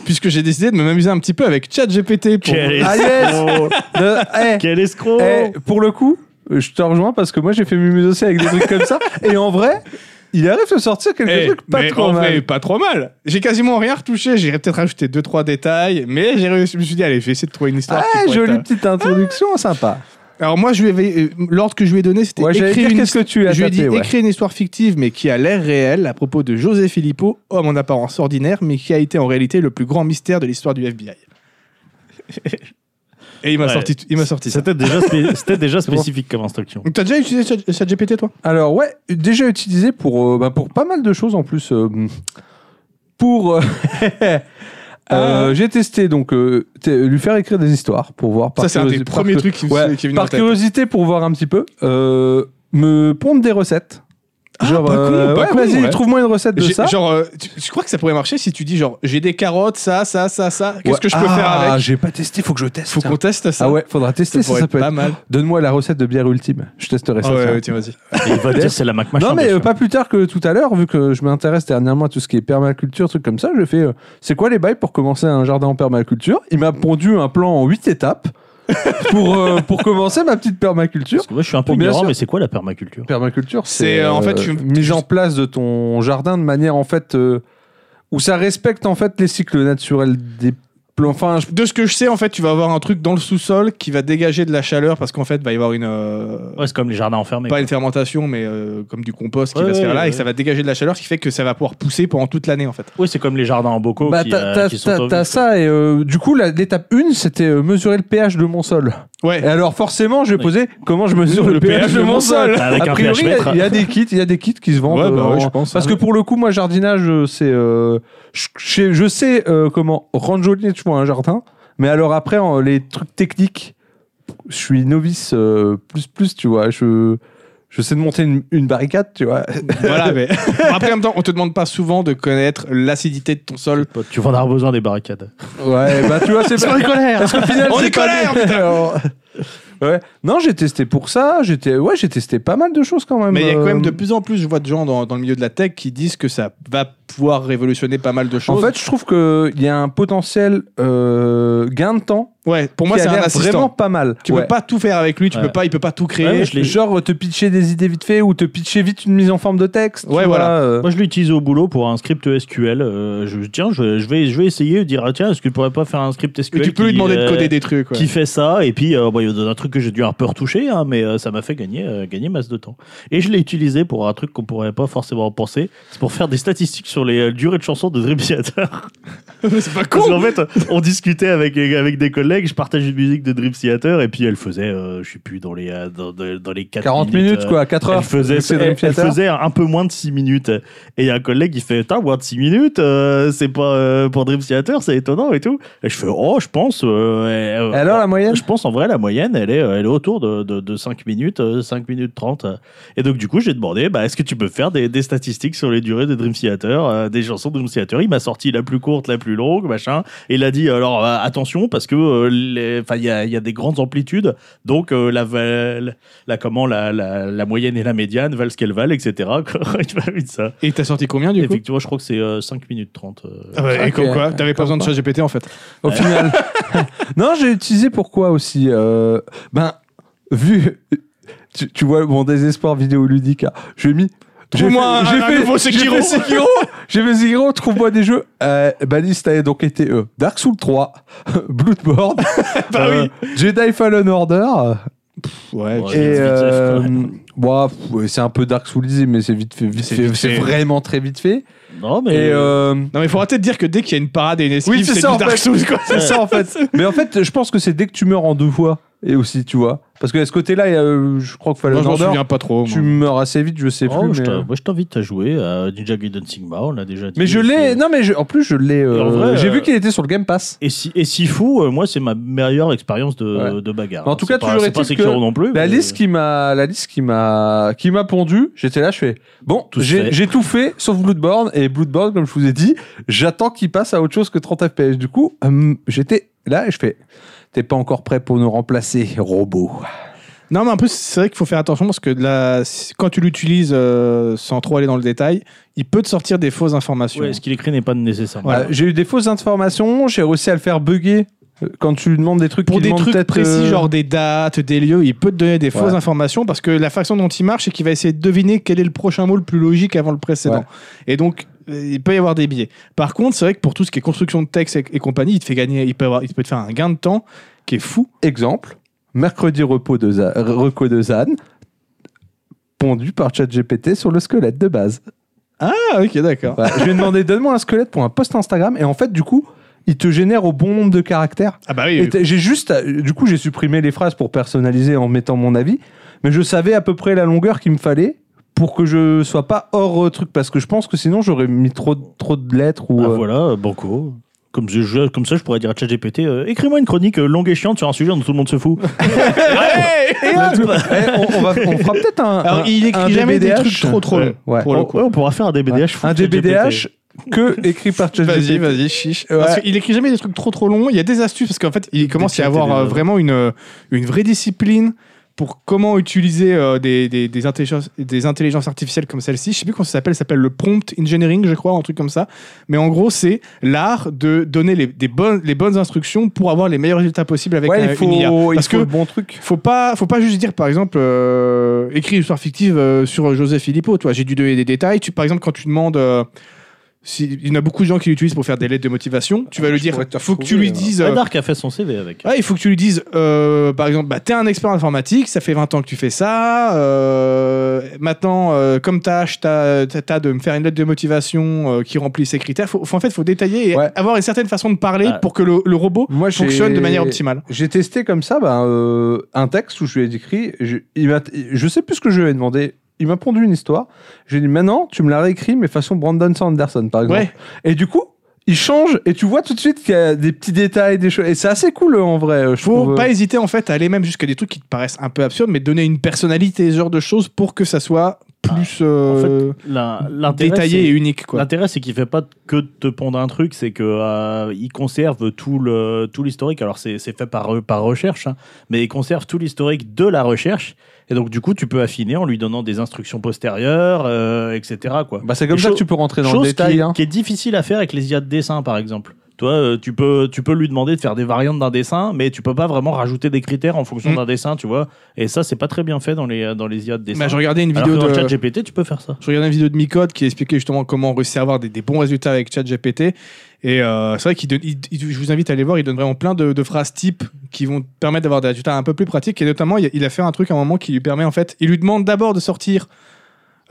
S3: Puisque j'ai décidé de me m'amuser un petit peu avec ChatGPT pour.
S4: Quel
S1: Ah, yes
S4: escroc
S1: De- eh,
S4: Quel escroc
S1: eh, pour le coup, je te rejoins parce que moi j'ai fait Mumuse aussi avec des trucs comme ça. Et en vrai, il arrive de sortir quelques
S3: Eh,
S1: trucs pas
S3: mais
S1: trop
S3: en
S1: mal.
S3: vrai, pas trop mal. J'ai quasiment rien retouché. J'ai peut-être rajouté deux trois détails, mais j'ai réussi- je me suis dit allez, je vais essayer de trouver une histoire. qui
S1: Ah,
S3: pourrait
S1: jolie
S3: être-
S1: petite introduction, sympa.
S3: Alors moi, je lui avais- euh, l'ordre que je lui ai donné, c'était
S1: Ouais, j'allais
S3: écrire
S1: dire
S3: une
S1: qu'est-ce que tu as
S3: Je lui ai dit
S1: tapé, ouais.
S3: écrire une histoire fictive mais qui a l'air réelle à propos de José Filippo, homme en apparence ordinaire mais qui a été en réalité le plus grand mystère de l'histoire du FBI. Et il m'a
S4: Ouais.
S3: sorti, il m'a sorti ça.
S4: C'était déjà, spé- c'était déjà spécifique comme instruction.
S3: Donc t'as déjà utilisé Chat- ChatGPT toi
S1: Alors ouais, déjà utilisé pour, euh, bah, pour pas mal de choses en plus. euh, pour... euh, euh, J'ai testé donc euh, t- lui faire écrire des histoires pour voir. par
S3: Ça c'est un des
S1: curiosi- par
S3: premiers
S1: cu-
S3: trucs qui, me-
S1: ouais,
S3: qui est venu en
S1: par
S3: tête.
S1: curiosité pour voir un petit peu. euh, me pondre des recettes. Genre,
S3: Ah, pas con,
S1: euh,
S3: pas
S1: ouais,
S3: con,
S1: vas-y,
S3: ouais.
S1: trouve-moi une recette de
S3: J'ai-
S1: ça.
S3: Genre, euh, tu- je crois que ça pourrait marcher si tu dis genre j'ai des carottes, ça, ça, ça, ça. Qu'est-ce
S1: Ouais.
S3: que je peux
S1: Ah,
S3: faire avec
S1: J'ai pas testé, faut que je teste.
S3: Faut
S1: tiens.
S3: qu'on teste ça.
S1: Ah ouais, faudra
S3: ça
S1: tester ça,
S3: pourrait
S1: ça
S3: être
S1: peut
S3: pas
S1: être.
S3: mal.
S1: Donne-moi la recette de bière ultime. Je testerai ça.
S3: Ah ouais,
S1: tiens.
S3: ouais, tiens, vas-y.
S4: Et il va dire c'est la Mac Machin.
S1: non mais
S4: bien
S1: euh,
S4: sûr.
S1: pas plus tard que tout à l'heure, vu que je m'intéresse dernièrement à tout ce qui est permaculture, trucs comme ça, je fais euh, c'est quoi les bails pour commencer un jardin en permaculture Il m'a pondu un plan en 8 étapes pour, euh, pour commencer ma petite permaculture.
S4: Parce que moi, je suis un peu
S1: Bien
S4: ignorant,
S1: sûr.
S4: mais c'est quoi la permaculture
S1: Permaculture, c'est
S3: C'est, euh, en fait, tu-
S1: mise en place de ton jardin de manière en fait euh, où ça respecte en fait les cycles naturels des plants. Enfin, je-
S3: De ce que je sais, en fait, tu vas avoir un truc dans le sous-sol qui va dégager de la chaleur parce qu'en fait, va y avoir une. euh,
S4: Ouais, c'est comme les jardins enfermés.
S3: pas
S4: quoi.
S3: une fermentation, mais euh, comme du compost qui
S4: Ouais,
S3: va se faire
S4: ouais,
S3: là, et
S4: ouais.
S3: que ça va dégager de la chaleur, ce qui fait que ça va pouvoir pousser pendant toute l'année en fait.
S4: Oui, c'est comme les jardins en bocaux
S1: bah,
S4: qui,
S1: t'as
S4: euh,
S1: t'as-
S4: qui sont
S1: t'as-
S4: au-
S1: t'as ça et euh, du coup la- l'étape 1 c'était euh, mesurer le pH de mon sol.
S3: Ouais.
S1: Et alors forcément, je vais
S4: Oui.
S1: poser comment je mesure le, pH, de mon sol.
S4: Avec
S1: a
S4: un
S1: priori, il y a-
S4: pH-mètre.
S1: il y, a des kits, il y a des kits qui se vendent.
S3: Ouais, bah
S1: euh,
S3: ouais,
S1: en-
S3: je pense,
S1: Parce
S3: hein.
S1: que pour le coup, moi, jardinage, euh, c'est, euh, je, je sais- je sais euh, comment rendre joli, tu vois, un jardin. Mais alors après, en- les trucs techniques, je suis novice euh, plus plus, tu vois. Je je sais de monter une, une barricade, tu vois.
S3: voilà, mais après, en même temps, on te demande pas souvent de connaître l'acidité de ton sol.
S4: Tu vas en avoir besoin des barricades.
S1: Ouais, bah tu vois, c'est pas Parce qu'au final,
S3: On
S1: c'est
S3: est
S1: pas
S3: colère,
S1: des- Alors, Ouais. Non, j'ai testé pour ça. J'étais, ouais, j'ai testé pas mal de choses quand même.
S3: Mais il y a quand
S1: euh,
S3: même de plus en plus, je vois de gens dans, dans le milieu de la tech qui disent que ça va pouvoir révolutionner pas mal de
S1: En
S3: choses.
S1: fait, je trouve qu'il y a un potentiel euh, gain de temps
S3: ouais, pour moi,
S1: qui
S3: c'est
S1: a
S3: un
S1: l'air
S3: assistant.
S1: vraiment pas mal.
S3: Tu
S1: Ouais.
S3: peux pas tout faire avec lui, tu
S4: Ouais.
S3: peux pas, il peut pas tout créer.
S4: Ouais, mais je l'ai-
S1: Genre euh, te pitcher des idées vite fait ou te pitcher vite une mise en forme de texte. tu
S3: Ouais,
S1: vois,
S3: voilà.
S1: euh.
S4: Moi, je l'utilise au boulot pour un script SQL. euh, je, tiens, je, je vais, je vais essayer de dire ah, tiens, est-ce que tu pourrais pas faire un script
S3: Et
S4: SQL
S3: tu peux lui
S4: qui,
S3: demander de
S4: euh,
S3: coder des trucs. ouais.
S4: qui fait ça Et puis, euh, bon, il y a un truc que j'ai dû un peu retoucher, hein, mais euh, ça m'a fait gagner, euh, gagner masse de temps. Et je l'ai utilisé pour un truc qu'on pourrait pas forcément penser. C'est pour faire des statistiques sur les euh, durées de chansons de Dream Theater.
S3: c'est pas
S4: Parce
S3: con.
S4: qu'en fait, on discutait avec, avec des collègues, je partageais une musique de Dream Theater, et puis elle faisait, euh, je sais plus, dans les, euh, dans, dans- dans les 4
S1: 40 minutes,
S4: euh,
S1: quoi, 4 heures.
S4: Elle faisait,
S1: C'est Dream
S4: elle, elle
S1: Theater.
S4: faisait un peu moins de 6 minutes. Et il y a un collègue qui fait Putain, moins de 6 minutes, euh, c'est pas euh, pour Dream Theater, c'est étonnant et tout. Et je fais Oh, je pense. euh, elle-
S1: Et alors la moyenne
S4: je pense en vrai la moyenne elle est, euh, elle est autour de, de, 5 minutes, euh, 5 minutes 30. Et donc du coup j'ai demandé bah, est-ce que tu peux faire des, des statistiques sur les durées de Dream Theater euh, des chansons de Doom Sky Theory. Il m'a sorti la plus courte, la plus longue, machin. Et il a dit alors euh, attention parce que euh, les- enfin il y a, il y a des grandes amplitudes, donc euh, la, val- la comment la, la, la moyenne et la médiane valent ce qu'elles valent, etc. quoi. Il m'a mis ça.
S3: Et t'as sorti combien du coup
S4: Effectivement, je crois que c'est 5 minutes 30. euh.
S3: Ah ouais, Et
S1: Ok,
S3: comme quoi, t'avais pas
S1: comme
S3: besoin de
S1: quoi.
S3: ChatGPT en fait.
S1: Au final. non, j'ai utilisé pourquoi aussi. euh, ben, vu. Tu, tu vois mon désespoir vidéoludique. hein, J'ai mis. J'ai
S3: Trouve-moi
S1: fait-
S3: un-
S1: j'ai
S3: un
S1: fait-
S3: nouveau Sekiro.
S1: J'ai fait Sekiro. J'ai fait Sekiro, Trouve-moi des jeux. Euh, ma liste a donc été euh, Dark Souls 3, Bloodborne,
S3: Bah
S1: euh, Jedi Fallen Order. euh,
S3: Ouais,
S4: Ouais.
S1: et
S4: vite, vite,
S1: euh,
S4: ouais.
S1: bon, pff, ouais, c'est un peu Dark Soulsé, mais c'est vite fait. vite
S3: C'est
S1: fait,
S3: vite
S1: c'est
S3: fait.
S1: vraiment très vite fait.
S4: Non mais
S1: Et euh,
S3: Non mais faudra peut-être dire que dès qu'il y a une parade et une esquive,
S1: Oui, c'est
S3: c'est
S1: ça,
S3: du
S1: en
S3: Dark
S1: fait.
S3: Souls quoi.
S1: C'est ça en fait. Mais en fait, je pense que c'est dès que tu meurs en deux fois. Et aussi, tu vois. Parce que à ce côté-là, il y a, euh, je crois que Fallen
S3: Moi, je m'en
S1: Order,
S3: souviens pas trop.
S1: tu meurs assez vite, je sais
S4: oh,
S1: plus.
S4: je
S1: mais euh,
S4: t'in- moi je t'invite à jouer à Ninja Gaiden Sigma, on l'a déjà dit. euh,
S1: mais je l'ai. Non, mais je- en plus, je l'ai. euh,
S4: Et en vrai,
S1: J'ai
S4: euh,
S1: vu qu'il était sur le Game Pass.
S4: Et si, et si fou, euh, moi c'est ma meilleure expérience de,
S1: Ouais.
S4: de bagarre. hein.
S1: En tout
S4: C'est
S1: cas,
S4: pas-
S1: toujours
S4: c'est pas
S1: est-il
S4: Sekiro
S1: que
S4: non plus.
S1: La
S4: mais-
S1: liste qui m'a, la liste qui m'a, qui m'a pondu, j'étais là, je fais bon,
S4: Tout se
S1: j'ai
S4: fait.
S1: j'ai tout fait sauf Bloodborne et Bloodborne, comme je vous ai dit, j'attends qu'il passe à autre chose que 30 FPS. Du coup, hum, j'étais là et je fais, t'es pas encore prêt pour nous remplacer, robot.
S3: Non, mais en plus, c'est vrai qu'il faut faire attention parce que de la- quand tu l'utilises euh, sans trop aller dans le détail, il peut te sortir des fausses informations.
S4: Ouais, ce qu'il écrit n'est pas nécessaire.
S1: Euh, j'ai eu des fausses informations, j'ai réussi à le faire bugger euh, quand tu lui demandes des trucs
S3: Pour
S1: qui
S3: des
S1: demandent
S3: trucs
S1: peut-être,
S3: précis,
S1: euh,
S3: genre des dates, des lieux, il peut te donner des fausses
S1: Ouais.
S3: informations parce que la façon dont il marche, c'est qu'il va essayer de deviner quel est le prochain mot le plus logique avant le précédent.
S1: Ouais.
S3: Et donc, euh, il peut y avoir des biais. Par contre, c'est vrai que pour tout ce qui est construction de texte et, et compagnie, il te fait gagner, il peut, avoir- il peut te faire un gain de temps qui est fou.
S1: Exemple, mercredi repos de Za- euh, reco de Zan, pondu par ChatGPT sur le squelette de base.
S3: Ah, ok, d'accord.
S1: Voilà, je lui ai demandé donne-moi un squelette pour un post Instagram et en fait du coup il te génère au bon nombre de caractères.
S3: Ah, bah
S1: Et
S3: oui.
S1: t'as- j'ai juste à- du coup j'ai supprimé les phrases pour personnaliser en mettant mon avis, mais je savais à peu près la longueur qu'il me fallait pour que je sois pas hors euh, truc parce que je pense que sinon j'aurais mis trop de- trop de lettres ou
S4: Ah,
S1: euh,
S4: voilà, euh, Banco. Comme, je- je- comme ça, je pourrais dire à ChatGPT euh, écris-moi une chronique euh, longue et chiante sur un sujet dont tout le monde se fout.
S1: Et hop, eh, on, on va- on fera peut-être un, un-
S3: Alors, il
S1: un
S3: écrit jamais des
S1: DBDH.
S3: trucs trop trop longs.
S1: Ouais.
S3: Pour le
S4: Oh,
S3: coup.
S4: ouais, on pourra faire un DBDH. fou
S1: un
S4: de ChatGPT.
S1: DBDH que écrit par
S3: Vas-y,
S1: ChatGPT.
S3: vas-y, chiche.
S1: Ouais.
S3: Parce qu'il écrit jamais des trucs trop trop longs. Il y a des astuces parce qu'en fait, il commence à y
S4: cheats et
S3: avoir
S4: des
S3: euh,
S4: œuvres.
S3: vraiment une, une vraie discipline pour comment utiliser euh, des, des, des, intelligences, des intelligences artificielles comme celle-ci. Je sais plus comment ça s'appelle. Ça s'appelle le prompt engineering, je crois, un truc comme ça. Mais en gros, c'est l'art de donner les, des bonnes, les bonnes instructions pour avoir les meilleurs résultats possibles avec
S1: Ouais,
S3: euh,
S1: il faut,
S3: une IA.
S1: il
S3: Parce
S1: faut
S3: que
S1: le bon truc.
S3: faut pas, faut pas juste dire, par exemple, euh, écris une histoire fictive euh, sur Joseph Filippo. Toi, j'ai dû donner des détails. Tu, par exemple, quand tu demandes, euh, si, il y en a beaucoup de gens qui l'utilisent pour faire des lettres de motivation. Tu vas lui dire,
S1: Ah, pourrais te
S3: faut que tu
S1: retrouver,
S3: lui
S1: là.
S3: dises. euh,
S4: Adark a fait son CV avec.
S3: Ouais, il faut que tu lui dises, euh, par exemple, bah, t'es un expert en informatique, ça fait 20 ans que tu fais ça. euh, maintenant, euh, comme tâche, t'as t'as- t'as de me faire une lettre de motivation euh, qui remplit ces critères. Faut, faut- en fait, faut détailler et
S1: Ouais.
S3: avoir une certaine façon de parler
S4: Ah.
S3: pour que le, le robot
S1: Moi, j'ai-
S3: fonctionne de manière optimale.
S1: J'ai testé comme ça ben, euh, un texte où je lui ai écrit, je, il m'a- je sais plus ce que je lui ai demandé. Il m'a pondu une histoire. Je lui ai dit maintenant, tu me la réécris, mais façon Brandon Sanderson, par exemple.
S3: Ouais.
S1: Et du coup, il change et tu vois tout de suite qu'il y a des petits détails, des choses. Et c'est assez cool en vrai. euh, Je
S3: Faut
S1: trouve.
S3: pas hésiter en fait à aller même jusqu'à des trucs qui te paraissent un peu absurdes, mais donner une personnalité, ce genre de choses pour que ça soit plus euh,
S4: La- Bah, l'intérêt,
S3: détaillé
S4: c'est-
S3: et unique. Quoi.
S4: L'intérêt, c'est qu'il fait pas que de te pondre un truc, c'est que euh, il conserve tout le tout l'historique. Alors c'est c'est fait par par recherche, hein, mais il conserve tout l'historique de la recherche. Et donc du coup, tu peux affiner en lui donnant des instructions postérieures, euh, etc. Quoi.
S1: Bah, c'est comme
S4: Et
S1: ça que
S4: cho-
S1: tu peux rentrer dans le
S4: Chose
S1: détail.
S4: qui,
S1: hein.
S4: qui est difficile à faire avec les IA de dessin, par exemple. Toi, euh, tu peux tu peux lui demander de faire des variantes d'un dessin, mais tu peux pas vraiment rajouter des critères en fonction
S3: Mm.
S4: d'un dessin, tu vois. Et ça, c'est pas très bien fait dans les dans les IA de dessin.
S3: Bah, je regardais une
S4: Alors
S3: vidéo
S4: que dans
S3: de.
S4: ChatGPT, tu peux faire ça.
S3: Je regardais une vidéo de Micode qui expliquait justement comment réussir à avoir des, des bons résultats avec ChatGPT. Et euh, c'est vrai qu'il donne- il- il- je vous invite à aller voir, il donne vraiment plein de, de phrases types qui vont te permettre d'avoir des résultats un peu plus pratiques. Et notamment, il, il a fait un truc à un moment qui lui permet en fait, il lui demande d'abord de sortir.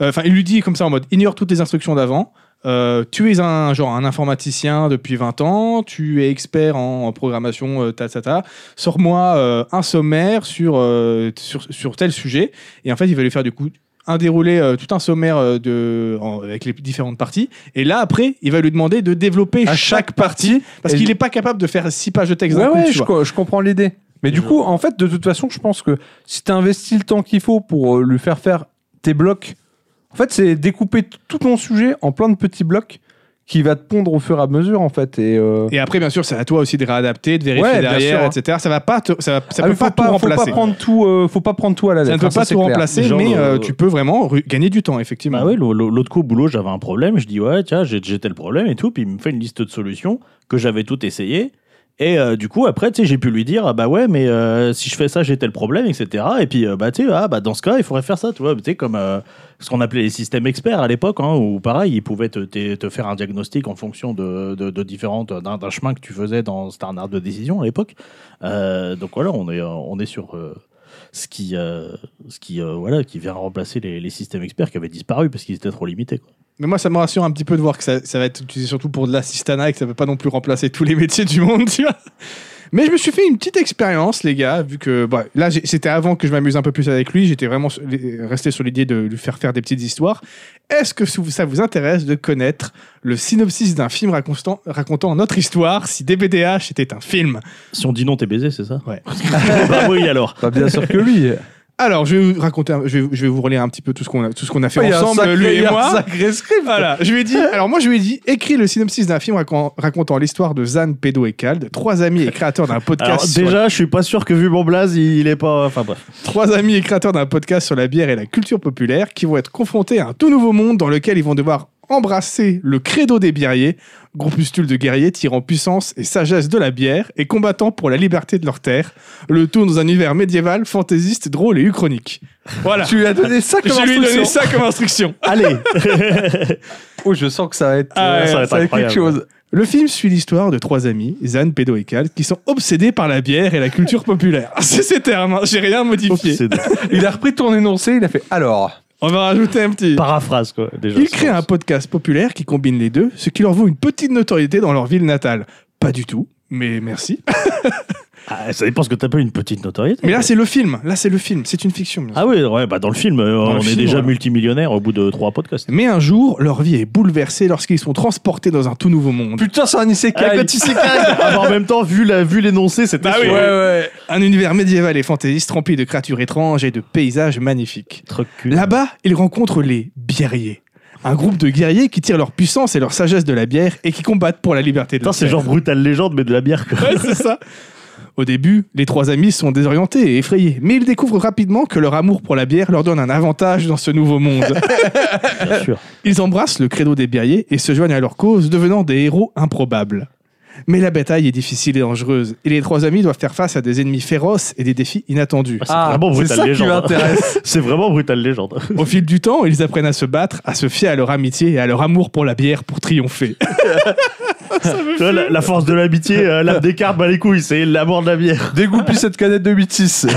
S3: euh, Enfin, il lui dit comme ça en mode ignore toutes les instructions d'avant. Euh, tu es un genre un informaticien depuis 20 ans, tu es expert en, en programmation, euh, ta ta ta. Sors-moi euh, un sommaire sur, euh, sur sur tel sujet. Et en fait, il va lui faire du coup un déroulé, euh, tout un sommaire euh, de, en- avec les différentes parties. Et là, après, il va lui demander de développer
S1: À
S3: chaque,
S1: chaque partie.
S3: parce
S1: Et-
S3: qu'il n'est pas capable de faire six pages de texte
S1: Ouais,
S3: d'un coup,
S1: ouais,
S3: tu
S1: je,
S3: vois.
S1: co- je comprends l'idée. Mais du
S4: Je-
S1: coup, en fait, de toute façon, je pense que si tu investis le temps qu'il faut pour euh, lui faire faire tes blocs, en fait, c'est découper t- tout ton sujet en plein de petits blocs qui va te pondre au fur et à mesure, en fait. Et, euh,
S3: Et après, bien sûr, c'est à toi aussi de réadapter, de vérifier
S1: Ouais, bien
S3: derrière,
S1: sûr. hein.
S3: etc. Ça va pas, te- ça, va- ça
S1: ah,
S3: peut
S1: mais faut
S3: pas tout
S1: faut
S3: remplacer.
S1: prendre tout, euh, faut pas prendre tout à la
S3: ça
S1: lettre.
S3: ne peut
S1: hein,
S3: pas
S1: c'est
S3: tout
S1: clair.
S3: remplacer,
S4: Genre,
S3: mais euh,
S4: euh,
S3: tu peux vraiment ru- gagner du temps, effectivement.
S4: Bah ouais, l'au- l'au- l'autre coup au boulot, j'avais un problème, je dis ouais, tiens, j'ai j'ai tel problème et tout, puis il me fait une liste de solutions que j'avais toutes essayées. Et euh, du coup, après, tu sais, j'ai pu lui dire, ah bah ouais, mais euh, si je fais ça, j'ai tel problème, etc. Et puis, euh, bah tu sais, ah bah dans ce cas, il faudrait faire ça, tu vois, tu sais, comme euh, ce qu'on appelait les systèmes experts à l'époque, hein, où pareil, ils pouvaient te, te- te faire un diagnostic en fonction de, de, de différentes, d'un d'un chemin que tu faisais dans cet arbre de décision à l'époque. Euh, donc voilà, on est, euh, on est sur euh, ce qui, euh, ce qui, euh, voilà, qui vient remplacer les, les systèmes experts qui avaient disparu parce qu'ils étaient trop limités. quoi.
S3: Mais moi, ça me rassure un petit peu de voir que ça, ça va être utilisé surtout pour de l'assistanat et que ça ne peut pas non plus remplacer tous les métiers du monde, tu vois. Mais je me suis fait une petite expérience, les gars, vu que bah, là, j'ai- c'était avant que je m'amuse un peu plus avec lui. J'étais vraiment sur- resté sur l'idée de lui faire faire des petites histoires. Est-ce que sou- ça vous intéresse de connaître le synopsis d'un film racontant, racontant notre histoire si DBDH était un film
S4: Si on dit non, t'es baisé, c'est ça
S3: Ouais.
S4: bah oui, alors.
S1: Bah, bien sûr que oui.
S3: Alors, je vais vous raconter, un- je vais, je vais vous relire un petit peu tout ce qu'on a, tout ce qu'on a fait
S1: Oh, Il y a un
S3: ensemble,
S1: sacré-
S3: lui
S1: il y
S3: et
S1: a un
S3: moi.
S1: sacré script.
S3: Voilà, je lui ai dit. Alors moi, je lui ai dit, écris le synopsis d'un film racon- racontant l'histoire de Zan, Pédo et Cald, trois amis et créateurs d'un podcast.
S4: Alors,
S3: sur-
S4: déjà, je suis pas sûr que vu mon blaze, il, il est pas. Enfin bref.
S3: trois amis et créateurs d'un podcast sur la bière et la culture populaire qui vont être confrontés à un tout nouveau monde dans lequel ils vont devoir embrasser le credo des biériers, groupuscule de guerriers tirant puissance et sagesse de la bière et combattant pour la liberté de leur terre, le tout dans un univers médiéval, fantaisiste, drôle et uchronique. Voilà.
S1: Tu lui as donné ça
S3: Je
S1: comme
S3: lui ai
S1: instruction.
S3: donné ça comme instruction.
S4: Allez
S1: Oh, je sens que ça va être,
S4: Ah ouais,
S1: euh,
S4: ça va être
S1: quelque
S4: incroyable.
S1: chose.
S3: Le film suit l'histoire de trois amis, Zan, Pédo et Cal, qui sont obsédés par la bière et la culture populaire. C'est ces termes, hein, j'ai rien modifié.
S4: C'est-
S1: Il a repris ton énoncé, il a fait alors.
S3: On va rajouter un petit.
S4: Paraphrase, quoi. Déjà,
S3: Ils créent un podcast populaire qui combine les deux, ce qui leur vaut une petite notoriété dans leur ville natale. Pas du tout, mais merci.
S4: Ah, ça dépend ce que t'appelles une petite notoriété.
S3: Mais là, c'est le film. Là, c'est le film. C'est une fiction. bien sûr.
S4: Ah oui, ouais, bah dans le film, euh,
S3: le
S4: on
S3: film,
S4: est déjà
S3: voilà.
S4: multimillionnaire au bout de trois podcasts.
S3: Mais un jour, leur vie est bouleversée lorsqu'ils sont transportés dans un tout nouveau monde.
S1: Putain, c'est un isekai.
S4: Ah, bah, en même temps, vu la- vu l'énoncé, c'était
S3: Bah oui.
S4: sûr.
S1: Ouais, ouais.
S3: Un univers médiéval et fantaisiste rempli de créatures étranges et de paysages magnifiques.
S4: Truc cul.
S3: Là-bas, ils rencontrent les biériers. Un groupe de guerriers qui tirent leur puissance et leur sagesse de la bière et qui combattent pour la liberté de
S4: Putain,
S3: leur
S4: c'est
S3: terre.
S4: genre Brutal Légende, mais de la bière, quoi.
S3: Ouais, c'est ça. Au début, les trois amis sont désorientés et effrayés, mais ils découvrent rapidement que leur amour pour la bière leur donne un avantage dans ce nouveau monde.
S4: Bien sûr.
S3: Ils embrassent le credo des biériers et se joignent à leur cause, devenant des héros improbables. Mais la bataille est difficile et dangereuse, et les trois amis doivent faire face à des ennemis féroces et des défis inattendus.
S4: Ah, c'est vraiment
S1: c'est
S4: Brutal
S1: ça qui
S4: Légende.
S1: m'intéresse.
S4: C'est vraiment Brutal Légende.
S3: Au fil du temps, ils apprennent à se battre, à se fier à leur amitié et à leur amour pour la bière pour triompher.
S4: Tu vois, la, la force de l'amitié, euh, l'âme des cartes, bah les couilles, c'est l'amour de la bière.
S1: Dégoupille cette canette de 8-6.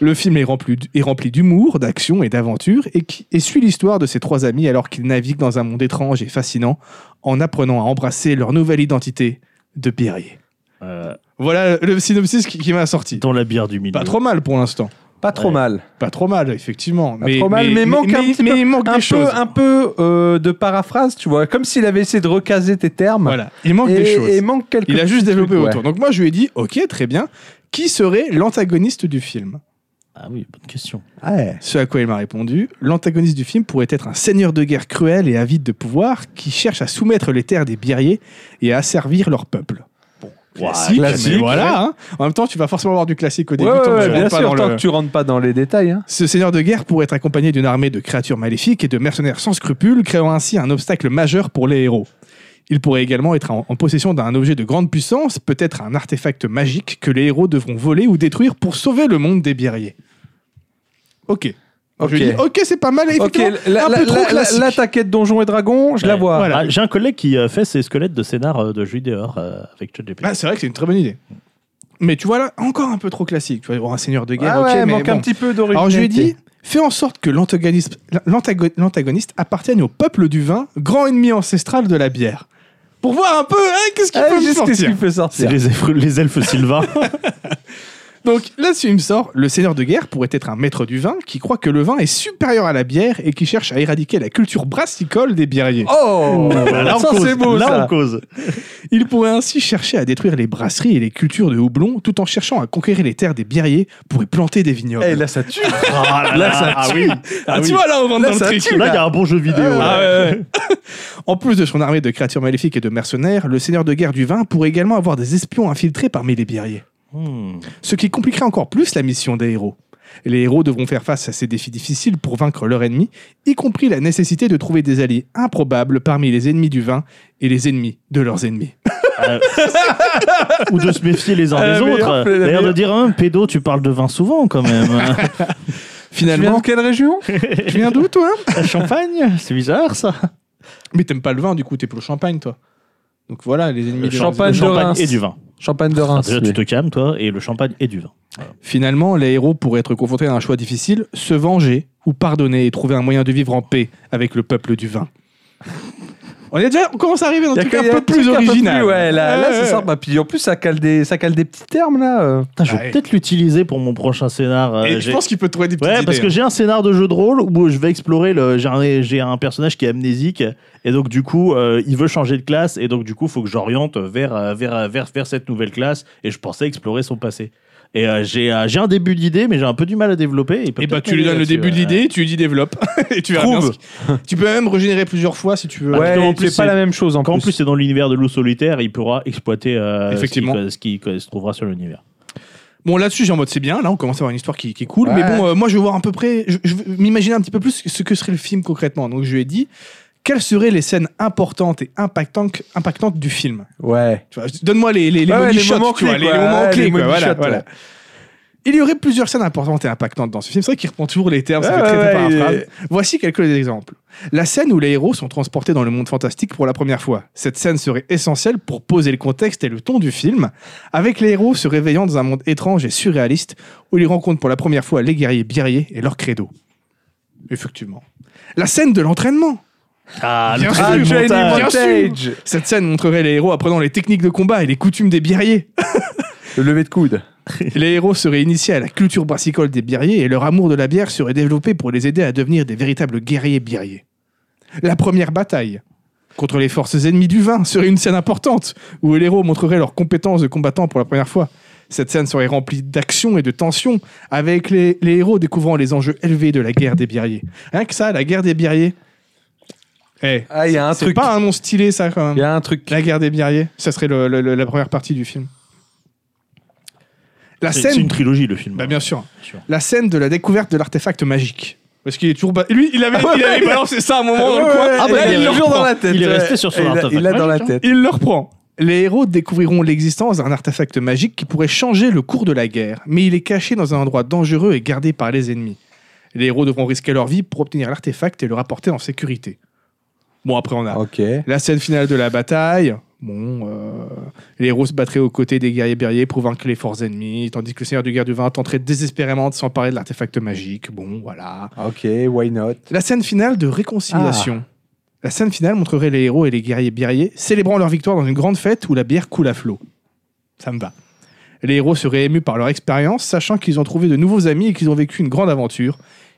S3: Le film est rempli, est rempli d'humour, d'action et d'aventure et, qui- et suit l'histoire de ces trois amis alors qu'ils naviguent dans un monde étrange et fascinant en apprenant à embrasser leur nouvelle identité de biérier.
S4: Euh,
S3: Voilà le synopsis qui, qui m'a sorti.
S4: dans la bière du milieu.
S3: Pas trop mal pour l'instant.
S1: Pas trop
S4: Ouais.
S1: mal.
S3: Pas trop mal, effectivement.
S1: Pas trop mal, mais manque un petit
S3: mais
S1: peu-
S3: il manque
S1: Un
S3: des
S1: peu,
S3: choses.
S1: un peu euh, de paraphrase, tu vois, comme s'il avait essayé de recaser tes termes.
S3: Voilà, il manque
S1: et,
S3: des choses.
S1: et manque quelque
S3: Il a juste développé
S1: Ouais.
S3: autour. Donc moi, je lui ai dit, ok, très bien. Qui serait l'antagoniste du film
S4: Ah oui, bonne question.
S1: Ouais.
S3: Ce à quoi il m'a répondu, l'antagoniste du film pourrait être un seigneur de guerre cruel et avide de pouvoir qui cherche à soumettre les terres des birriers et à asservir leur peuple.
S4: Ouah,
S3: Classique,
S1: classique,
S3: mais voilà. hein. En même temps, tu vas forcément avoir du classique au
S1: Ouais,
S3: début.
S1: ouais,
S3: tant que
S1: ouais,
S3: tu
S1: bien
S3: rentres pas
S1: sûr,
S3: dans
S1: tant
S3: le-
S1: que tu rentres pas dans les détails. hein.
S3: Ce seigneur de guerre pourrait être accompagné d'une armée de créatures maléfiques et de mercenaires sans scrupules, créant ainsi un obstacle majeur pour les héros. Il pourrait également être en, en possession d'un objet de grande puissance, peut-être un artefact magique que les héros devront voler ou détruire pour sauver le monde des birriers. Ok.
S1: Ok.
S3: Je lui dis, ok, c'est pas mal.
S1: Ok,
S3: effectivement,
S1: la,
S3: un
S1: la,
S3: peu trop
S1: la, la,
S3: classique.
S1: la taquette Donjons et Dragons, je la
S4: Ouais.
S1: vois.
S3: Voilà.
S4: Ah, J'ai un collègue qui euh, fait ses squelettes de scénar euh, de jeux vidéo euh, avec ChatGPT.
S1: Ah,
S3: Bah, c'est vrai que c'est une très bonne idée. Mais tu vois là, encore un peu trop classique. Tu vois, oh, un seigneur de
S1: Ouais,
S3: guerre, ok,
S1: Ah ouais,
S3: mais
S1: manque
S3: bon.
S1: un petit peu d'origine.
S3: Alors je lui ai dit, fais en sorte que l'antagoniste l'antago- l'antagoniste appartienne au peuple du vin, grand ennemi ancestral de la bière. Pour
S1: Eh, Ah
S3: voir un peu, hein, qu'est-ce qu'il peut me
S1: juste qu'est-ce
S3: sortir
S1: qu'il peut
S4: c'est
S1: sortir
S4: les, elfes- les elfes sylvains.
S5: Donc là, ce film sort, le seigneur de guerre pourrait être un maître du vin qui croit que le vin est supérieur à la bière et qui cherche à éradiquer la culture brassicole des biériers.
S1: Oh
S4: là, on
S1: Ça,
S4: cause.
S1: c'est beau,
S4: là,
S1: ça.
S4: on cause.
S5: Il pourrait ainsi chercher à détruire les brasseries et les cultures de houblon tout en cherchant à conquérir les terres des biériers pour y planter des vignobles.
S1: Eh, là, ça tue.
S4: Ah, là, ça
S1: Ah
S4: tue.
S5: Ah,
S4: Ah
S5: tu
S4: oui.
S5: vois, là, on rentre
S1: Là,
S5: dans
S1: ça
S5: le truc.
S1: tue,
S4: Là, il y a un bon jeu vidéo.
S5: Ah
S4: là.
S5: ouais, ouais, ouais. en plus de son armée de créatures maléfiques et de mercenaires, le seigneur de guerre du vin pourrait également avoir des espions infiltrés parmi les biériers.
S4: Hmm.
S5: Ce qui compliquerait encore plus la mission des héros. Les héros devront faire face à ces défis difficiles pour vaincre leur ennemi, y compris la nécessité de trouver des alliés improbables parmi les ennemis du vin et les ennemis de leurs ennemis.
S4: Euh, Ou de se méfier les uns
S1: Ah,
S4: des
S1: la meilleure,
S4: autres.
S1: la
S4: D'ailleurs, de
S1: meilleure.
S4: dire, hein, pédo, tu parles de vin souvent quand même.
S5: Finalement,
S1: Finalement, quelle région
S5: tu viens d'où toi
S4: Champagne C'est bizarre ça.
S5: Mais t'aimes pas le vin, du coup, t'es pour le champagne, toi. Donc voilà, les ennemis
S1: Le
S5: de leurs
S1: champagne.
S4: Le
S1: de
S4: champagne
S1: Reims.
S4: et du vin.
S1: Champagne de
S4: Ah,
S1: Reims.
S4: déjà,
S1: oui.
S4: tu te calmes, toi, et le champagne et du vin.
S5: Finalement, les héros pourraient être confrontés à un choix difficile, se venger ou pardonner et trouver un moyen de vivre en paix avec le peuple du vin. On est déjà, on commence à arriver dans
S1: Il y
S5: un
S1: a
S5: truc
S1: que-
S5: un
S1: il y a
S5: peu plus
S1: truc un peu
S5: original.
S1: plus, ouais, là, là,
S5: Ouais,
S1: c'est
S5: ouais.
S1: sympa. Puis en plus, ça cale des, ça cale des petits termes, là. euh.
S4: Putain, je vais
S5: Ouais.
S4: peut-être l'utiliser pour mon prochain scénar. euh,
S3: Et je
S4: j'ai-
S3: pense qu'il peut trouver des petites
S4: Ouais, parce
S3: idées, hein.
S4: que j'ai un scénar de jeu de rôle où je vais explorer le. J'ai un, j'ai un personnage qui est amnésique et donc du coup euh, il veut changer de classe et donc du coup faut que j'oriente vers, euh, vers, euh, vers, vers cette nouvelle classe et je pensais explorer son passé. Et euh, j'ai euh, j'ai un début d'idée mais j'ai un peu du mal à développer.
S3: Et bah, tu lui donnes le début de l'idée, tu lui dis développe. Et tu verras bien
S1: Trouve.
S3: ce- Tu peux même régénérer plusieurs fois si tu veux.
S1: Ouais,
S4: parce qu'en
S1: il
S4: plus,
S1: fait pas
S4: c'est-
S1: la même chose en
S4: euh, Quand en
S1: plus.
S4: plus c'est dans l'univers de loup solitaire, il pourra exploiter euh,
S3: Effectivement.
S4: ce qui- ce qui ce qui se trouvera sur l'univers.
S3: Bon, là-dessus, j'ai en mode c'est bien. Là, on commence à avoir une histoire qui, qui est cool.
S1: Ouais.
S3: Mais bon, euh, moi, je veux voir à peu près. Je, je veux m'imaginer un petit peu plus ce que serait le film concrètement. Donc, je lui ai dit quelles seraient les scènes importantes et impactantes, impactantes du film.
S1: Ouais.
S3: Tu vois, Donne-moi les, les, les,
S1: Ouais, ouais,
S3: money
S1: les
S3: shots,
S1: moments
S3: tu vois,
S1: clés,
S3: les-
S1: quoi.
S3: les moments
S1: Ouais,
S3: clés.
S1: les
S3: quoi,
S1: money
S3: voilà,
S1: shots,
S3: voilà.
S1: ouais.
S3: Il y aurait plusieurs scènes importantes et impactantes dans ce film. C'est vrai qu'il reprend toujours les termes,
S1: Ouais,
S3: ça fait très,
S1: ouais,
S3: très
S1: ouais, il
S3: paraphrase.
S1: est-
S3: Voici quelques exemples. La scène où les héros sont transportés dans le monde fantastique pour la première fois. Cette scène serait essentielle pour poser le contexte et le ton du film, avec les héros se réveillant dans un monde étrange et surréaliste où ils rencontrent pour la première fois les guerriers birriers et leur credo. Effectivement. La scène de l'entraînement.
S4: Ah,
S3: Bien
S4: le
S3: sûr,
S1: Ah,
S4: truc de
S1: Johnny
S4: montage.
S3: Bien sûr.
S1: Montage.
S3: Cette scène montrerait les héros apprenant les techniques de combat et les coutumes des birriers.
S1: Le lever de coude.
S3: Les héros seraient initiés à la culture brassicole des birriers et leur amour de la bière serait développé pour les aider à devenir des véritables guerriers birriers. La première bataille contre les forces ennemies du vin serait une scène importante où les héros montreraient leurs compétences de combattants pour la première fois. Cette scène serait remplie d'action et de tension avec les, les héros découvrant les enjeux élevés de la guerre des birriers. Rien que ça, la guerre des birriers. Eh,
S1: Ah, il y a un
S3: c'est
S1: truc.
S3: pas un nom stylé ça quand même.
S1: Il y a un truc.
S3: La guerre des birriers, ça serait le- le- le- la première partie du film. La
S4: C'est
S3: scène
S4: c'est une trilogie le film. hein,
S3: bah bien sûr.
S4: Bien sûr.
S3: La scène de la découverte de l'artefact magique. Parce qu'il est toujours. ba- Lui, il avait,
S1: Ah ouais,
S3: il avait
S1: ouais.
S3: balancé ça à un moment dans Oh, le
S1: Ouais,
S3: coin.
S1: Oh, ouais,
S4: Ah,
S1: il
S4: bah,
S1: a
S4: il est
S1: toujours
S4: reprend.
S1: dans la tête.
S4: Il est resté
S1: ouais.
S4: sur son
S1: Il l'a-
S4: artefact.
S1: Il l'a dans la
S4: Magique, hein.
S1: tête.
S3: Il le reprend. Les héros découvriront l'existence d'un artefact magique qui pourrait changer le cours de la guerre, mais il est caché dans un endroit dangereux et gardé par les ennemis. Les héros devront risquer leur vie pour obtenir l'artefact et le rapporter en sécurité. Bon, après, on a
S1: Ok.
S3: la scène finale de la bataille. Bon, euh, les héros se battraient aux côtés des guerriers berriers pour vaincre les forces ennemies, tandis que le seigneur du guerre du vin tenterait désespérément de s'emparer de l'artefact magique. Bon, voilà.
S1: Ok, why not
S3: La scène finale de réconciliation. La scène finale montrerait les héros et les guerriers birriers célébrant leur victoire dans une grande fête où la bière coule à flot. Ça me va. Les héros seraient émus par leur expérience, sachant qu'ils ont trouvé de nouveaux amis et qu'ils ont vécu une grande aventure.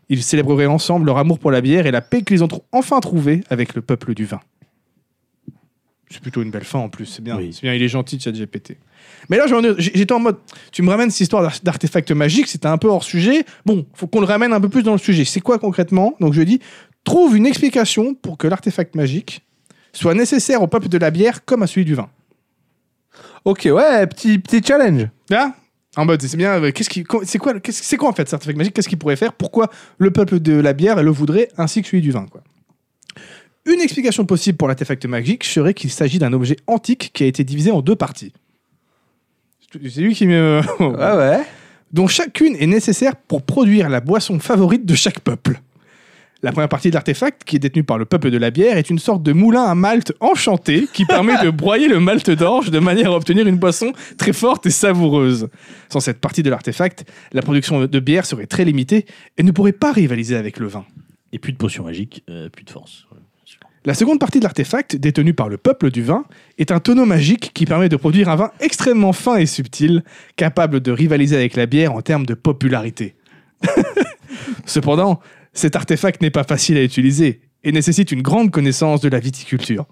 S3: Ils célébreraient ensemble leur amour pour la bière et la paix qu'ils ont trou- enfin trouvée avec le peuple du vin. C'est plutôt une belle fin en plus, c'est bien.
S4: Oui.
S3: C'est bien, il est gentil, GPT. Mais là, j'en ai- j'- j'étais en mode, tu me ramènes cette histoire d'ar- d'artefact magique, c'était un peu hors sujet. Bon, faut qu'on le ramène un peu plus dans le sujet. C'est quoi concrètement Donc je dis, trouve une explication pour que l'artefact magique soit nécessaire au peuple de la bière comme à celui du vin.
S1: Ok, ouais, petit, petit challenge.
S3: Là, Ah, en mode, c'est bien. euh, Qu'est-ce qui, co- c'est quoi, le- qu'est-ce- c'est quoi en fait cet artefact magique Qu'est-ce qu'il pourrait faire Pourquoi le peuple de la bière le voudrait ainsi que celui du vin quoi. Une explication possible pour l'artefact magique serait qu'il s'agit d'un objet antique qui a été divisé en deux parties. C'est lui qui me.
S1: Ouais, Ah, ouais.
S3: dont chacune est nécessaire pour produire la boisson favorite de chaque peuple. La première partie de l'artefact, qui est détenue par le peuple de la bière, est une sorte de moulin à malt enchanté qui permet de broyer le malt d'orge de manière à obtenir une boisson très forte et savoureuse. Sans cette partie de l'artefact, la production de bière serait très limitée et ne pourrait pas rivaliser avec le vin.
S4: Et plus de potion magique, euh, plus de force.
S3: La seconde partie de l'artefact, détenue par le peuple du vin, est un tonneau magique qui permet de produire un vin extrêmement fin et subtil, capable de rivaliser avec la bière en termes de popularité. Cependant, cet artefact n'est pas facile à utiliser et nécessite une grande connaissance de la viticulture.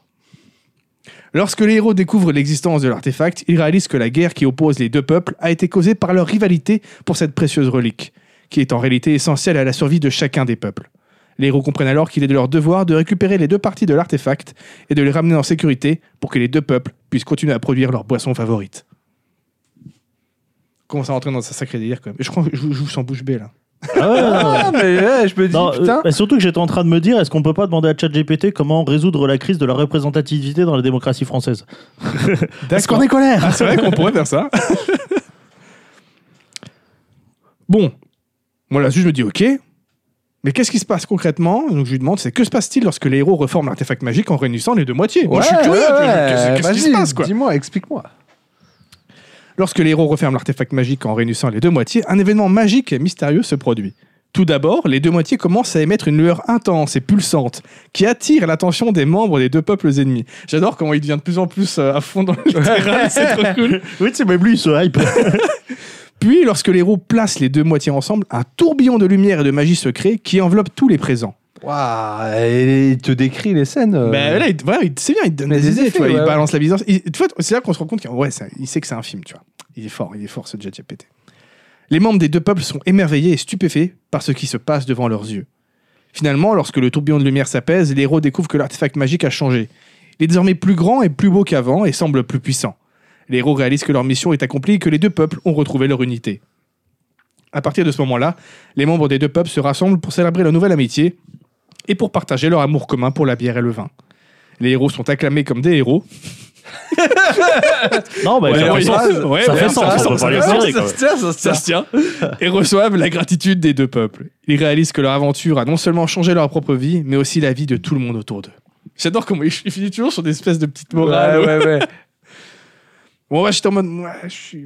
S3: Lorsque les héros découvrent l'existence de l'artefact, ils réalisent que la guerre qui oppose les deux peuples a été causée par leur rivalité pour cette précieuse relique, qui est en réalité essentielle à la survie de chacun des peuples. Les héros comprennent alors qu'il est de leur devoir de récupérer les deux parties de l'artefact et de les ramener en sécurité pour que les deux peuples puissent continuer à produire leur boisson favorite. Comment ça rentrer dans un sacré délire quand même. Je crois que je, je vous sens bouche bée là.
S4: Ah ouais, ouais, ouais.
S1: Ah, mais ouais, je me dis,
S4: Non, euh,
S1: putain.
S4: bah, surtout que j'étais en train de me dire, est-ce qu'on peut pas demander à ChatGPT comment résoudre la crise de la représentativité dans la démocratie française Est-ce qu'on est colère
S3: Ah, c'est vrai qu'on pourrait faire ça. bon, moi là-dessus, je me dis ok. Mais qu'est-ce qui se passe concrètement Donc je lui demande, c'est que se passe-t-il lorsque les héros reforment l'artefact magique en réunissant les deux moitiés Moi, je suis
S1: Ouais,
S3: curieux.
S1: ouais,
S3: je-
S1: ouais,
S3: Qu'est-ce qu'est-ce qui se
S1: vas-y,
S3: passe quoi
S1: Dis-moi, explique-moi.
S3: Lorsque les héros referment l'artefact magique en réunissant les deux moitiés, un événement magique et mystérieux se produit. Tout d'abord, les deux moitiés commencent à émettre une lueur intense et pulsante qui attire l'attention des membres des deux peuples ennemis. J'adore comment il devient de plus en plus euh, à fond dans le terrain, c'est trop cool.
S4: Eh, Oui, c'est même lui, il se hype.
S3: Puis, lorsque les héros placent les deux moitiés ensemble, un tourbillon de lumière et de magie se crée qui enveloppe tous les présents.
S1: Waouh, et il te décrit les scènes. euh,
S3: Ben là, il, voilà, il- c'est bien, il te donne
S1: Mais
S3: des,
S1: des
S3: idées,
S1: effets,
S3: tu vois, il
S1: ouais,
S3: balance la vision. Il- tu vois, C'est là qu'on se rend compte qu'il ouais, ça- il sait que c'est un film, tu vois. Il est fort, il est fort ce JJPT. Les membres des deux peuples sont émerveillés et stupéfaits par ce qui se passe devant leurs yeux. Finalement, lorsque le tourbillon de lumière s'apaise, les héros découvrent que l'artefact magique a changé. Il est désormais plus grand et plus beau qu'avant et semble plus puissant. Les héros réalisent que leur mission est accomplie et que les deux peuples ont retrouvé leur unité. À partir de ce moment-là, les membres des deux peuples se rassemblent pour célébrer la nouvelle amitié et pour partager leur amour commun pour la bière et le vin. Les héros sont acclamés comme des héros.
S4: Non, bah,
S3: Ouais,
S4: ça
S3: ouais,
S4: fait sens.
S3: ouais, ouais,
S4: ça fait
S3: ouais,
S4: sens,
S3: ça,
S4: on peut
S3: ça
S4: pas les
S3: fait
S4: retirer,
S3: sens,
S4: quoi.
S3: ça se tient, ça se tient. et reçoivent la gratitude des deux peuples. Ils réalisent que leur aventure a non seulement changé leur propre vie, mais aussi la vie de tout le monde autour d'eux. J'adore comment il il finit toujours sur des espèces de petites morales.
S1: Ouais, ouais, ouais.
S3: Bon, ouais, j'étais en mode, ouais, je suis,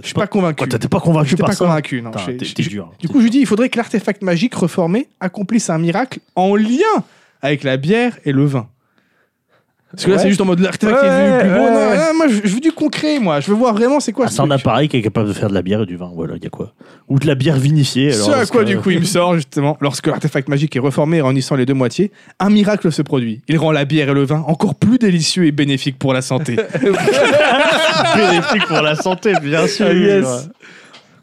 S3: je suis pas convaincu.
S4: Quoi, T'étais pas convaincu
S3: J'étais
S4: par
S3: pas
S4: ça
S3: convaincu, non. Je-
S4: Putain, t'es-
S3: je-
S4: t'es
S3: je-
S4: dur.
S3: Du coup, je lui dis, il faudrait que l'artefact magique reformé accomplisse un miracle en lien avec la bière et le vin. Parce que là,
S1: Ouais.
S3: c'est juste en mode l'artefact est devenu
S1: Ouais,
S3: plus beau.
S1: ouais,
S3: Non,
S1: ouais.
S3: non, moi, je, je veux du concret, moi. Je veux voir vraiment c'est quoi
S4: Ah,
S3: ce
S4: c'est un
S3: truc.
S4: appareil qui est capable de faire de la bière et du vin. Voilà, il y a quoi Ou de la bière vinifiée. Alors,
S3: Ce à
S4: parce
S3: quoi,
S4: que-
S3: du coup, il me sort, justement, lorsque l'artefact magique est reformé en unissant les deux moitiés, un miracle se produit. Il rend la bière et le vin encore plus délicieux et bénéfiques pour la santé.
S4: bénéfique pour la santé, bien sûr.
S3: Ah, yes.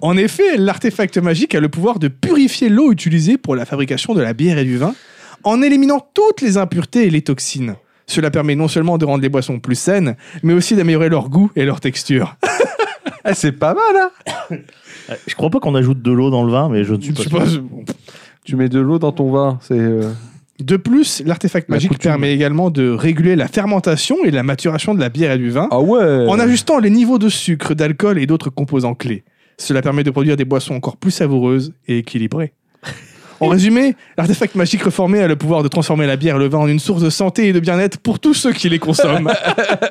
S3: En effet, l'artefact magique a le pouvoir de purifier l'eau utilisée pour la fabrication de la bière et du vin, en éliminant toutes les impuretés et les toxines. Cela permet non seulement de rendre les boissons plus saines, mais aussi d'améliorer leur goût et leur texture.
S1: Eh, c'est pas mal, hein.
S4: Ouais, Je crois pas qu'on ajoute de l'eau dans le vin, mais je ne
S3: Je
S4: suis pas.
S3: sais
S4: sûr.
S3: pas, je-
S1: Tu mets de l'eau dans ton vin, c'est. euh,
S3: De plus, l'artefact
S1: La
S3: magique
S1: coutume.
S3: permet également de réguler la fermentation et la maturation de la bière et du vin,
S1: Ah ouais.
S3: en ajustant les niveaux de sucre, d'alcool et d'autres composants clés. Cela permet de produire des boissons encore plus savoureuses et équilibrées. En résumé, l'artefact magique reformé a le pouvoir de transformer la bière et le vin en une source de santé et de bien-être pour tous ceux qui les consomment.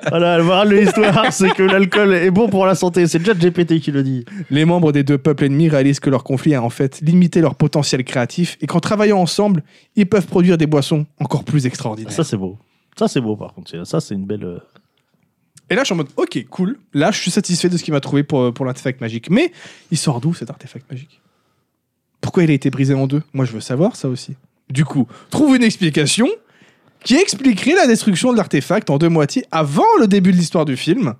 S4: Voilà, le moral de l'histoire, c'est que l'alcool est bon pour la santé. C'est déjà GPT qui le dit.
S3: les membres des deux peuples ennemis réalisent que leur conflit a en fait limité leur potentiel créatif et qu'en travaillant ensemble, ils peuvent produire des boissons encore plus extraordinaires.
S4: Ça, c'est beau. Ça, c'est beau, par contre. C'est- Ça, c'est une belle. euh,
S3: Et là, je suis en mode, ok, cool. Là, je suis satisfait de ce qu'il m'a trouvé pour, pour l'artefact magique. Mais il sort d'où cet artefact magique Pourquoi il a été brisé en deux Moi, je veux savoir ça aussi. Du coup, trouve une explication qui expliquerait la destruction de l'artefact en deux moitiés avant le début de l'histoire du film.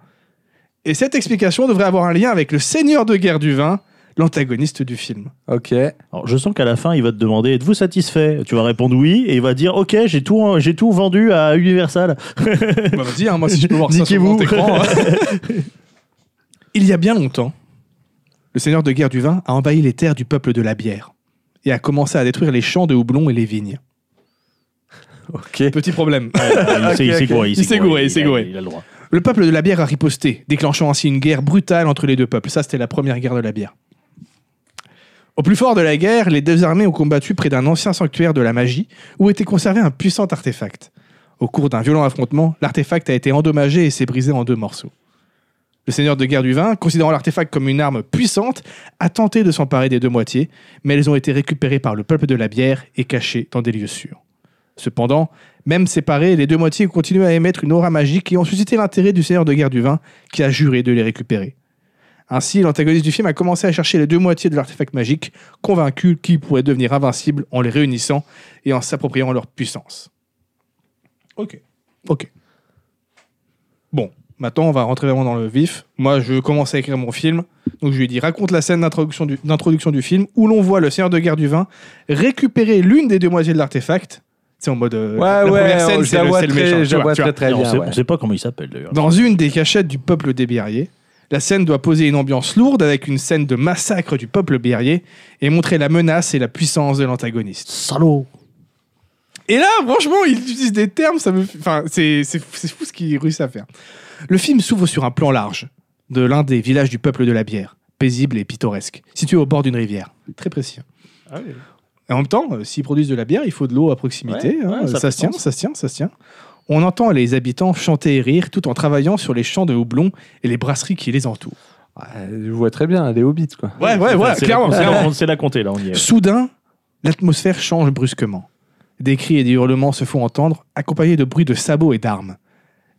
S3: Et cette explication devrait avoir un lien avec le seigneur de guerre du vin, l'antagoniste du film.
S1: Ok.
S4: Alors, je sens qu'à la fin, il va te demander êtes-vous satisfait Tu vas répondre oui, et il va dire ok, j'ai tout, j'ai tout vendu à Universal.
S3: Bah, vas-y, hein, moi, si je peux voir ça sur
S4: Niquez-vous.
S3: mon écran. hein. Il y a bien longtemps, le seigneur de guerre du vin a envahi les terres du peuple de la bière et a commencé à détruire les champs de houblon et les vignes.
S1: Ok.
S3: Petit problème.
S4: il s'est- il s'est gouré,
S3: Il s'est gouré, il s'est
S4: a-
S3: gouré.
S4: Il a le droit.
S3: Le peuple de la bière a riposté, déclenchant ainsi une guerre brutale entre les deux peuples. Ça, c'était la première guerre de la bière. Au plus fort de la guerre, les deux armées ont combattu près d'un ancien sanctuaire de la magie, où était conservé un puissant artefact. Au cours d'un violent affrontement, l'artefact a été endommagé et s'est brisé en deux morceaux. Le seigneur de guerre du vin, considérant l'artefact comme une arme puissante, a tenté de s'emparer des deux moitiés, mais elles ont été récupérées par le peuple de la bière et cachées dans des lieux sûrs. Cependant, même séparés, les deux moitiés continuent à émettre une aura magique et ont suscité l'intérêt du seigneur de guerre du vin, qui a juré de les récupérer. Ainsi, l'antagoniste du film a commencé à chercher les deux moitiés de l'artefact magique, convaincu qu'ils pourraient devenir invincibles en les réunissant et en s'appropriant leur puissance.
S7: Ok.
S3: Ok. Bon, maintenant on va rentrer vraiment dans le vif. Moi, je commence à écrire mon film, donc je lui ai dit raconte la scène d'introduction du, d'introduction du film où l'on voit le seigneur de guerre du vin récupérer l'une des deux moitiés de l'artefact. C'est en mode. euh,
S1: Ouais,
S3: la
S1: ouais,
S3: première scène,
S1: je
S3: c'est
S1: la
S3: le,
S1: vois
S3: c'est le
S1: très-
S3: méchant, tu
S1: je la
S3: vois,
S1: vois
S3: tu vois.
S1: très très
S4: Et on,
S1: bien.
S4: sait,
S1: ouais.
S4: on sait pas comment il s'appelle d'ailleurs.
S3: Dans une des cachettes du peuple des Biarriers, la scène doit poser une ambiance lourde avec une scène de massacre du peuple Biarrier et montrer la menace et la puissance de l'antagoniste.
S4: Salaud
S3: Et là, franchement, ils utilisent des termes, ça me... enfin, c'est, c'est, fou- c'est fou ce qu'ils réussissent à faire. Le film s'ouvre sur un plan large de l'un des villages du peuple de la bière, paisible et pittoresque, situé au bord d'une rivière. Très précis. hein. Ah Et en même temps, euh, s'ils produisent de la bière, il faut de l'eau à proximité.
S4: Ouais,
S3: hein,
S4: ouais,
S3: ça,
S4: ça fait
S3: se tient,
S4: sens.
S3: ça se tient, ça se tient. On entend les habitants chanter et rire tout en travaillant sur les champs de houblon et les brasseries qui les entourent.
S1: Ouais, Je vois très bien, les hobbits, quoi.
S3: Ouais, ouais, ouais,
S4: C'est-
S3: clairement,
S4: c'est-
S3: clairement.
S4: on sait la compter là, on y est.
S3: Soudain, l'atmosphère change brusquement. Des cris et des hurlements se font entendre, accompagnés de bruits de sabots et d'armes.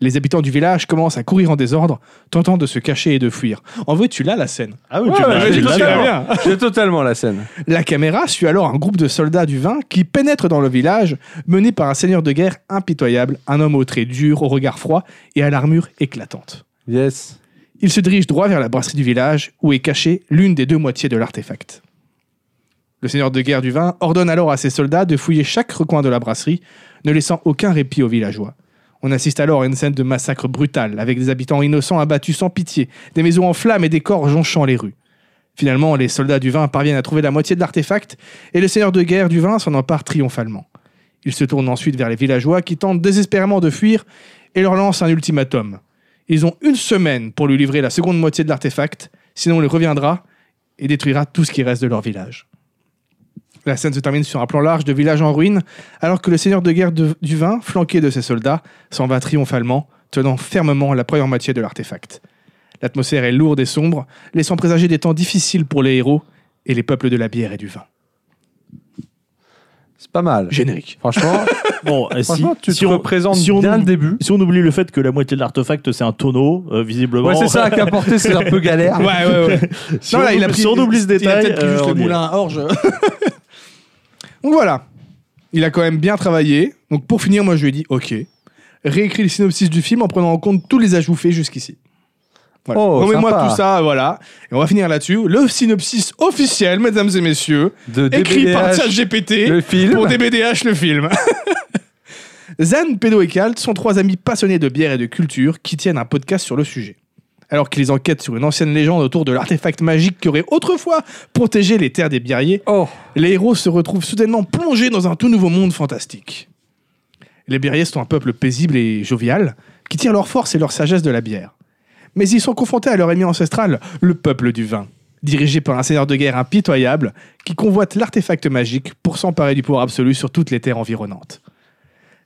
S3: Les habitants du village commencent à courir en désordre, tentant de se cacher et de fuir. En vrai, tu l'as la scène.
S4: Ah oui,
S1: Ouais, ouais,
S4: m'as-
S1: j'ai
S4: l'as
S1: tout
S4: bien.
S1: à l'heure. J'ai totalement la scène.
S3: La caméra suit alors un groupe de soldats du vin qui pénètrent dans le village, menés par un seigneur de guerre impitoyable, un homme aux traits durs, au regard froid et à l'armure éclatante.
S1: Yes.
S3: Il se dirige droit vers la brasserie du village, où est cachée l'une des deux moitiés de l'artefact. Le seigneur de guerre du vin ordonne alors à ses soldats de fouiller chaque recoin de la brasserie, ne laissant aucun répit aux villageois. On assiste alors à une scène de massacre brutal, avec des habitants innocents abattus sans pitié, des maisons en flammes et des corps jonchant les rues. Finalement, les soldats du vin parviennent à trouver la moitié de l'artefact, et le seigneur de guerre du vin s'en empare triomphalement. Il se tourne ensuite vers les villageois qui tentent désespérément de fuir et leur lance un ultimatum. Ils ont une semaine pour lui livrer la seconde moitié de l'artefact, sinon il reviendra et détruira tout ce qui reste de leur village. La scène se termine sur un plan large de village en ruine, alors que le seigneur de guerre de- du vin, flanqué de ses soldats, s'en va triomphalement, tenant fermement la première moitié de l'artefact. L'atmosphère est lourde et sombre, laissant présager des temps difficiles pour les héros et les peuples de la bière et du vin.
S1: C'est pas mal.
S3: Générique.
S1: Franchement,
S4: Bon, et si,
S1: franchement tu
S4: si
S1: te
S4: on,
S1: représentes
S4: si on
S1: bien le
S4: oublie-
S1: début.
S4: si on oublie le fait que la moitié de l'artefact c'est un tonneau, euh, visiblement.
S1: Ouais, c'est ça, qu'à porter, c'est un peu galère.
S3: Ouais, ouais, ouais.
S4: si,
S3: Non,
S4: on
S3: là, il a pris-
S4: oublie, Ah si on oublie ce
S7: Il a
S4: détail,
S7: peut-être pris
S4: euh,
S7: juste le
S4: on y est.
S7: moulin à orge.
S3: Donc voilà. Il a quand même bien travaillé. Donc pour finir, moi je lui ai dit OK. Réécris le synopsis du film en prenant en compte tous les ajouts faits jusqu'ici. Voilà.
S1: Oh,
S3: Remets-moi
S1: sympa.
S3: tout ça, voilà. Et on va finir là-dessus. Le synopsis officiel, mesdames et messieurs,
S1: De
S3: écrit par
S1: DBDH,
S3: ChatGPT.
S1: le film.
S3: Pour DBDH, le film. Zan, Pédo et Kalt sont trois amis passionnés de bière et de culture qui tiennent un podcast sur le sujet. Alors qu'ils enquêtent sur une ancienne légende autour de l'artefact magique qui aurait autrefois protégé les terres des biériers,
S1: Oh,
S3: les héros se retrouvent soudainement plongés dans un tout nouveau monde fantastique. Les biériers sont un peuple paisible et jovial qui tire leur force et leur sagesse de la bière. Mais ils sont confrontés à leur ennemi ancestral, le peuple du vin, dirigé par un seigneur de guerre impitoyable qui convoite l'artefact magique pour s'emparer du pouvoir absolu sur toutes les terres environnantes.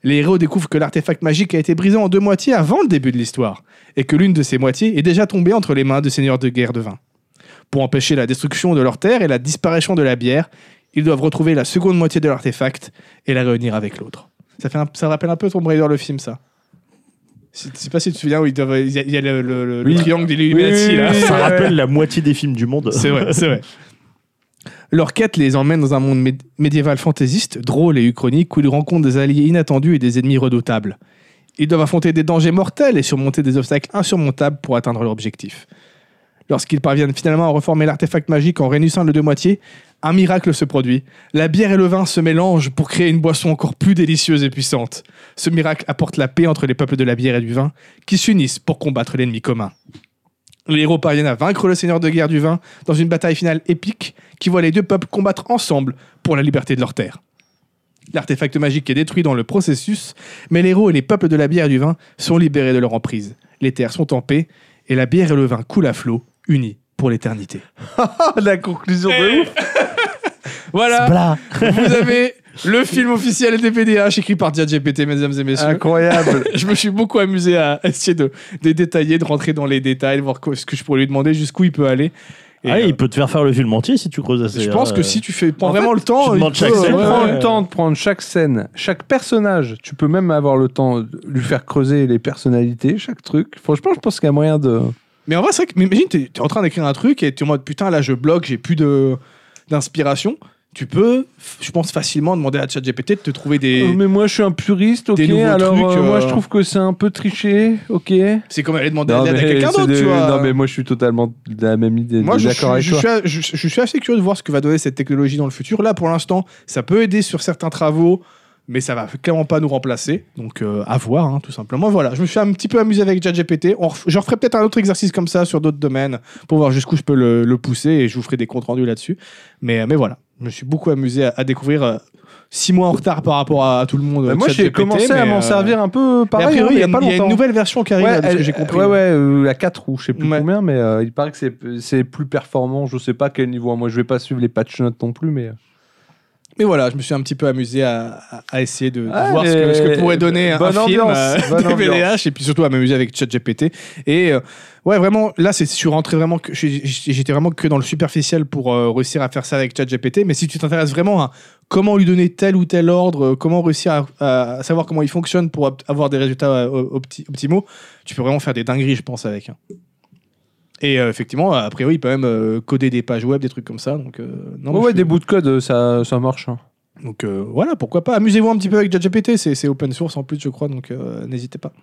S3: Les héros découvrent que l'artefact magique a été brisé en deux moitiés avant le début de l'histoire, et que l'une de ces moitiés est déjà tombée entre les mains du seigneur de guerre de vin. Pour empêcher la destruction de leur terre et la disparition de la bière, ils doivent retrouver la seconde moitié de l'artefact et la réunir avec l'autre. Ça, fait un- ça rappelle un peu Tomb Raider, le film, ça. Je sais pas si tu te souviens où ils doivent- il y a, il y a le, le- le
S1: Oui.
S3: triangle des Illuminati,
S1: Oui, oui,
S3: là.
S1: oui,
S4: Ça
S1: Ouais.
S4: rappelle la moitié des films du monde.
S3: C'est vrai, c'est vrai. Leur quête les emmène dans un monde méd- médiéval fantaisiste, drôle et uchronique, où ils rencontrent des alliés inattendus et des ennemis redoutables. Ils doivent affronter des dangers mortels et surmonter des obstacles insurmontables pour atteindre leur objectif. Lorsqu'ils parviennent finalement à reformer l'artefact magique en réunissant les deux moitiés, un miracle se produit. La bière et le vin se mélangent pour créer une boisson encore plus délicieuse et puissante. Ce miracle apporte la paix entre les peuples de la bière et du vin, qui s'unissent pour combattre l'ennemi commun. Les héros parviennent à vaincre le seigneur de guerre du vin dans une bataille finale épique qui voit les deux peuples combattre ensemble pour la liberté de leur terre. L'artefact magique est détruit dans le processus, mais les héros et les peuples de la bière et du vin sont libérés de leur emprise. Les terres sont en paix et la bière et le vin coulent à flot, unis pour l'éternité.
S1: la conclusion de ouf.
S3: Voilà,
S4: Blah.
S3: vous avez le film officiel des PDH écrit par ChatGPT, mesdames et messieurs.
S1: Incroyable.
S3: je me suis beaucoup amusé à essayer de, de détailler, de rentrer dans les détails, de voir quoi- ce que je pourrais lui demander, jusqu'où il peut aller. Et,
S4: Ah,
S3: euh,
S4: il peut te faire faire le film entier si tu creuses assez.
S3: je pense
S4: hein,
S3: que
S4: euh.
S3: si tu fais, prends
S4: en
S3: vraiment le temps.
S4: tu
S3: il
S4: demandes
S3: peut-
S4: chaque scène.
S1: Tu
S3: ouais,
S1: prends
S3: ouais.
S1: le temps de prendre chaque scène, chaque personnage. Tu peux même avoir le temps de lui faire creuser les personnalités, chaque truc. Franchement, je pense qu'il y a moyen de.
S3: Mais en vrai, c'est vrai que, mais imagine, t'es es en train d'écrire un truc et tu es en mode putain, là je bloque, j'ai plus de d'inspiration. Tu peux, f- je pense, facilement demander à ChatGPT de te trouver des.
S1: Euh, mais moi, je suis un puriste, ok.
S3: des nouveaux
S1: Alors,
S3: trucs,
S1: euh,
S3: euh,
S1: moi, je trouve que c'est un peu triché, ok.
S3: C'est comme aller demander l'aide à quelqu'un
S1: c'est
S3: d'autre,
S1: des-
S3: tu vois.
S1: non, mais moi, je suis totalement de la même idée.
S3: Moi, je, suis-
S1: d'accord avec
S3: je
S1: toi.
S3: suis, a- je, je suis assez curieux de voir ce que va donner cette technologie dans le futur. Là, pour l'instant, ça peut aider sur certains travaux, mais ça va clairement pas nous remplacer. Donc, euh, à voir, hein, tout simplement. Voilà, je me suis un petit peu amusé avec ChatGPT. On ref- Je referai peut-être un autre exercice comme ça sur d'autres domaines pour voir jusqu'où je peux le, le pousser et je vous ferai des comptes rendus là-dessus. Mais, mais voilà, je me suis beaucoup amusé à, à découvrir. euh, Six mois en retard par rapport à, à tout le monde.
S1: Bah, moi, j'ai
S3: ChatGPT,
S1: commencé
S3: mais,
S1: à m'en
S3: euh,
S1: servir un peu
S3: mais a
S1: pareil. hein,
S3: priori,
S1: il
S3: il
S1: y a pas
S3: y a une
S1: longtemps.
S3: nouvelle version qui arrive,
S1: Ouais,
S3: là, de ce
S1: elle-
S3: que j'ai compris.
S1: ouais, ouais, euh, la 4 ou je sais plus
S3: Ouais.
S1: combien, mais euh, il paraît que c'est- c'est plus performant. Je sais pas à quel niveau. Moi, je vais pas suivre les patch notes non plus, mais. euh,
S3: Mais voilà, je me suis un petit peu amusé à, à- à essayer de, de
S1: Ah,
S3: voir ce que,
S1: mais-
S3: ce que pourrait donner un
S1: bonne
S3: film
S1: ambiance,
S3: euh,
S1: bonne
S3: de VDH,
S1: ambiance.
S3: et puis surtout à m'amuser avec ChatGPT. Et euh, ouais, vraiment, là, c'est, je suis rentré vraiment, que, j'ai- j'ai- j'étais vraiment que dans le superficiel pour euh, réussir à faire ça avec ChatGPT. Mais si tu t'intéresses vraiment à comment lui donner tel ou tel ordre, euh, comment réussir à, à savoir comment il fonctionne pour ob- avoir des résultats euh, opti- optimaux, tu peux vraiment faire des dingueries, je pense, avec. hein. Et euh, effectivement, a priori, il peut même euh, coder des pages web, des trucs comme ça. Donc, euh, non,
S1: ouais,
S3: mais
S1: ouais,
S3: je-
S1: des bouts de code, euh, ça, ça marche. hein.
S3: donc euh, voilà, pourquoi pas. Amusez-vous un petit peu avec ChatGPT, c'est c'est open source en plus, je crois, donc euh, n'hésitez pas.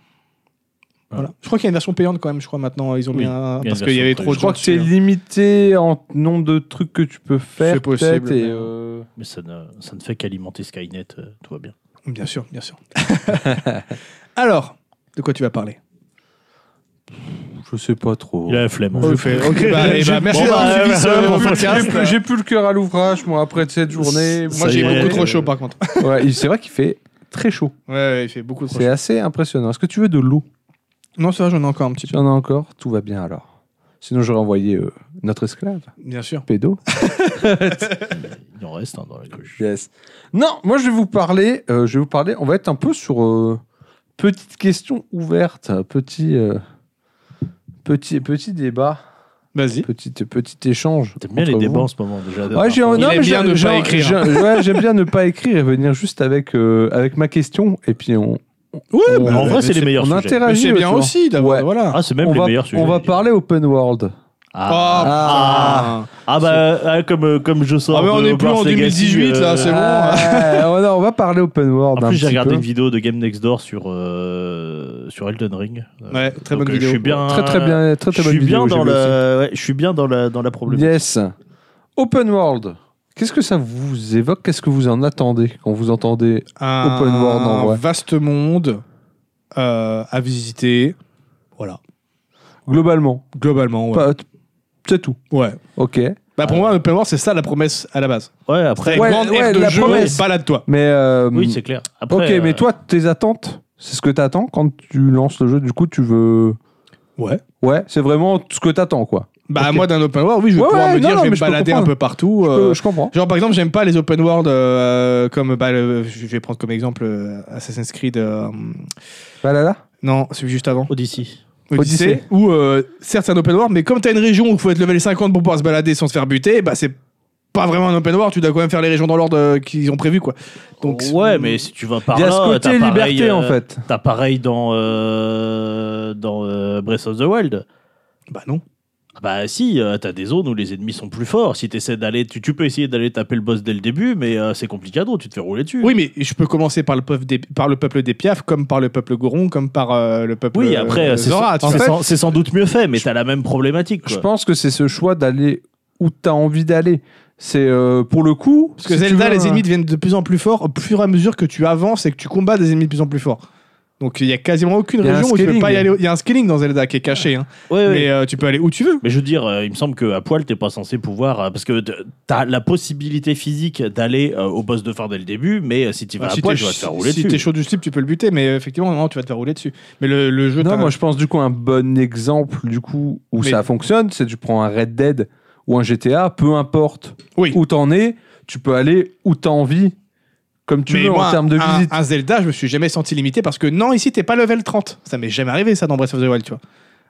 S3: Voilà. Je crois qu'il y a une version payante quand même, je crois maintenant. Ils ont
S4: Oui,
S3: mis un-
S4: il y a
S3: Parce
S4: une
S3: qu'il y avait
S4: version payante.
S3: trop de
S1: Je crois
S3: gens
S1: que c'est
S3: dessus,
S1: limité en nombre de trucs que tu peux faire.
S3: C'est possible,
S1: peut-être, et,
S3: mais-
S1: euh,
S4: Mais ça ne, ça ne fait qu'alimenter Skynet, euh, tout va bien.
S3: hein. Bien sûr, bien sûr. Alors, de quoi tu vas parler
S1: Je sais pas trop.
S4: Il a la flemme.
S3: Je fais- ok, bah, eh bah, merci
S4: Bon,
S3: d'avoir
S4: bah,
S3: suivi
S4: bah,
S3: ce
S4: bah, bah,
S3: podcast.
S1: J'ai plus- J'ai plus le cœur à l'ouvrage, moi, après cette journée.
S4: Ça
S3: Moi, j'ai
S4: y est.
S3: beaucoup trop chaud par contre.
S1: Ouais, c'est vrai qu'il fait très chaud.
S3: Ouais, ouais, il fait beaucoup trop
S1: C'est
S3: chaud.
S1: assez impressionnant. Est-ce que tu veux de l'eau
S3: Non, ça, va, j'en ai encore un petit
S1: Tu
S3: peu.
S1: en as encore Tout va bien alors. Sinon, j'aurais envoyé euh, notre esclave,
S3: Bien sûr.
S1: Pédo.
S4: Il en reste hein, dans la cruche.
S1: Yes. Non, moi, je vais vous parler. euh, je vais vous parler. On va être un peu sur euh, petite question ouverte, petit, euh, petit, petit débat,
S3: Vas-y.
S1: petit, petit échange.
S4: T'aimes bien
S1: entre
S4: les
S1: vous.
S4: débats en ce moment déjà.
S1: Ouais, j'ai-
S3: Il
S1: non,
S3: aime
S1: mais
S3: bien
S1: j'ai-
S3: ne pas
S1: j'ai-
S3: écrire.
S1: j'ai- ouais, j'aime bien ne pas écrire et venir juste avec, euh, avec ma question. Et puis on,
S3: Ouais, bah,
S1: on-
S4: mais en vrai, c'est les meilleurs
S1: on
S4: sujets.
S3: mais
S1: interagit.
S3: c'est bien
S1: autour.
S3: aussi d'avoir.
S1: Ouais.
S3: Voilà.
S4: Ah, c'est même
S1: on
S4: les
S1: va,
S4: meilleurs sujets.
S1: on va
S4: il dit.
S1: parler open world.
S3: Ah,
S4: Ah,
S3: putain.
S4: Ah, bah, ah, comme, euh, comme je sors.
S3: Ah, mais on
S4: de
S3: est plus en
S4: Hogwarts Legacy,
S3: 2018, là,
S4: euh,
S3: c'est bon. hein.
S1: Ah, ouais, non, on va parler open world.
S4: En
S1: un
S4: plus, j'ai
S1: petit
S4: regardé
S1: peu.
S4: une vidéo de Game Next Door sur, euh, sur Elden Ring. Euh,
S3: Ouais, très
S4: donc,
S3: bonne
S4: euh,
S3: vidéo.
S4: Je suis bien,
S1: Très très bien, très très
S4: je
S1: bonne
S4: suis
S1: vidéo.
S4: bien dans
S1: j'ai vu aussi.
S4: la, ouais, je suis bien dans la, dans la problématique.
S1: Yes. Open world. Qu'est-ce que ça vous évoque Qu'est-ce que vous en attendez quand vous entendez
S3: un
S1: Open world, en vrai.
S3: vaste monde euh, à visiter. Voilà.
S1: globalement
S3: Globalement, ouais.
S1: Pas- C'est tout.
S3: Ouais.
S1: Ok.
S3: Bah, pour moi, Open World, c'est ça la promesse à la base.
S4: Ouais,
S3: Très
S4: après.
S1: Ouais,
S3: grande
S1: ouais,
S3: aire de
S1: la
S3: jeu,
S1: promesse.
S3: balade-toi.
S1: Mais euh,
S4: Oui, c'est clair. Après,
S1: ok.
S4: euh,
S1: Mais toi, tes attentes, c'est ce que t'attends quand tu lances le jeu. Du coup, tu veux.
S3: Ouais.
S1: Ouais, c'est vraiment ce que t'attends, quoi.
S3: Bah,
S1: Ok.
S3: moi, d'un Open World, oui, je vais
S1: Ouais,
S3: pouvoir
S1: ouais,
S3: me
S1: non, non,
S3: dire, je vais
S1: mais
S3: me
S1: je peux
S3: balader un
S1: comprendre.
S3: peu partout.
S1: Euh,
S3: euh,
S1: je comprends.
S3: Genre, par exemple, j'aime pas les Open World euh, comme. Bah, le- je vais prendre comme exemple euh, Assassin's Creed. euh,
S1: Bah là là.
S3: non, celui juste avant.
S4: Odyssey.
S3: Odyssey,
S1: Odyssey.
S3: où euh, certes c'est un open world, mais comme t'as une région où il faut être level 50 pour pouvoir se balader sans se faire buter, bah c'est pas vraiment un open world, tu dois quand même faire les régions dans l'ordre euh, qu'ils ont prévu quoi. Donc mm, hmm,
S4: ouais, mais si tu vas par
S1: Il y a
S4: là,
S1: ce côté
S4: t'as pareil,
S1: liberté, en
S4: euh,
S1: fait.
S4: T'as pareil dans, euh, dans euh, Breath of the Wild.
S3: Bah non.
S4: Ah Bah si, euh, t'as des zones où les ennemis sont plus forts. Si t'essaies d'aller, tu, tu peux essayer d'aller taper le boss dès le début, mais euh, c'est compliqué tu te fais rouler dessus.
S3: Oui, mais je peux commencer par le peuple des, par le peuple des Piaf, comme par le peuple Goron, comme par euh, le peuple.
S4: Oui, après,
S3: euh,
S4: c'est
S3: Zora. tu
S4: sans,
S3: vois.
S4: c'est sans- c'est sans doute mieux fait, mais t'as la même problématique.
S1: Je
S4: quoi.
S1: pense que c'est ce choix d'aller où t'as envie d'aller. C'est euh, pour le coup.
S3: Parce que
S1: si tu
S3: Zelda,
S1: veux,
S3: les
S1: euh,
S3: ennemis deviennent de plus en plus forts au fur et à mesure que tu avances et que tu combats des ennemis de plus en plus forts. Donc il y a quasiment aucune
S1: Il y a un
S3: région où tu peux
S1: scaling.
S3: pas y aller. Il y a un scaling dans Zelda qui est caché, hein.
S4: Ouais, ouais.
S3: mais euh, tu peux aller où tu veux.
S4: Mais je veux dire, euh, il me semble qu'à poil, t'es pas censé pouvoir. euh, parce que t- t'as la possibilité physique d'aller euh, au boss de fin dès le début, mais euh, si tu vas
S3: Bah,
S4: à
S3: si
S4: poil,
S3: t'es
S4: tu vas te faire rouler
S3: si t'es
S4: dessus.
S3: chaud du slip, tu peux le buter, mais euh, effectivement, non, tu vas te faire rouler dessus. Mais le, le jeu,
S1: Non,
S3: t'as-
S1: moi je pense du coup un bon exemple du coup où
S3: Mais-
S1: ça fonctionne, c'est tu prends un Red Dead ou un GTA, peu importe
S3: Oui.
S1: où t'en es, tu peux aller où t'as envie, comme tu
S3: mais
S1: veux
S3: moi,
S1: en termes de
S3: un,
S1: visite.
S3: un Zelda, je me suis jamais senti limité parce que non, ici, t'es pas level 30. Ça m'est jamais arrivé, ça, dans Breath of the Wild, tu vois.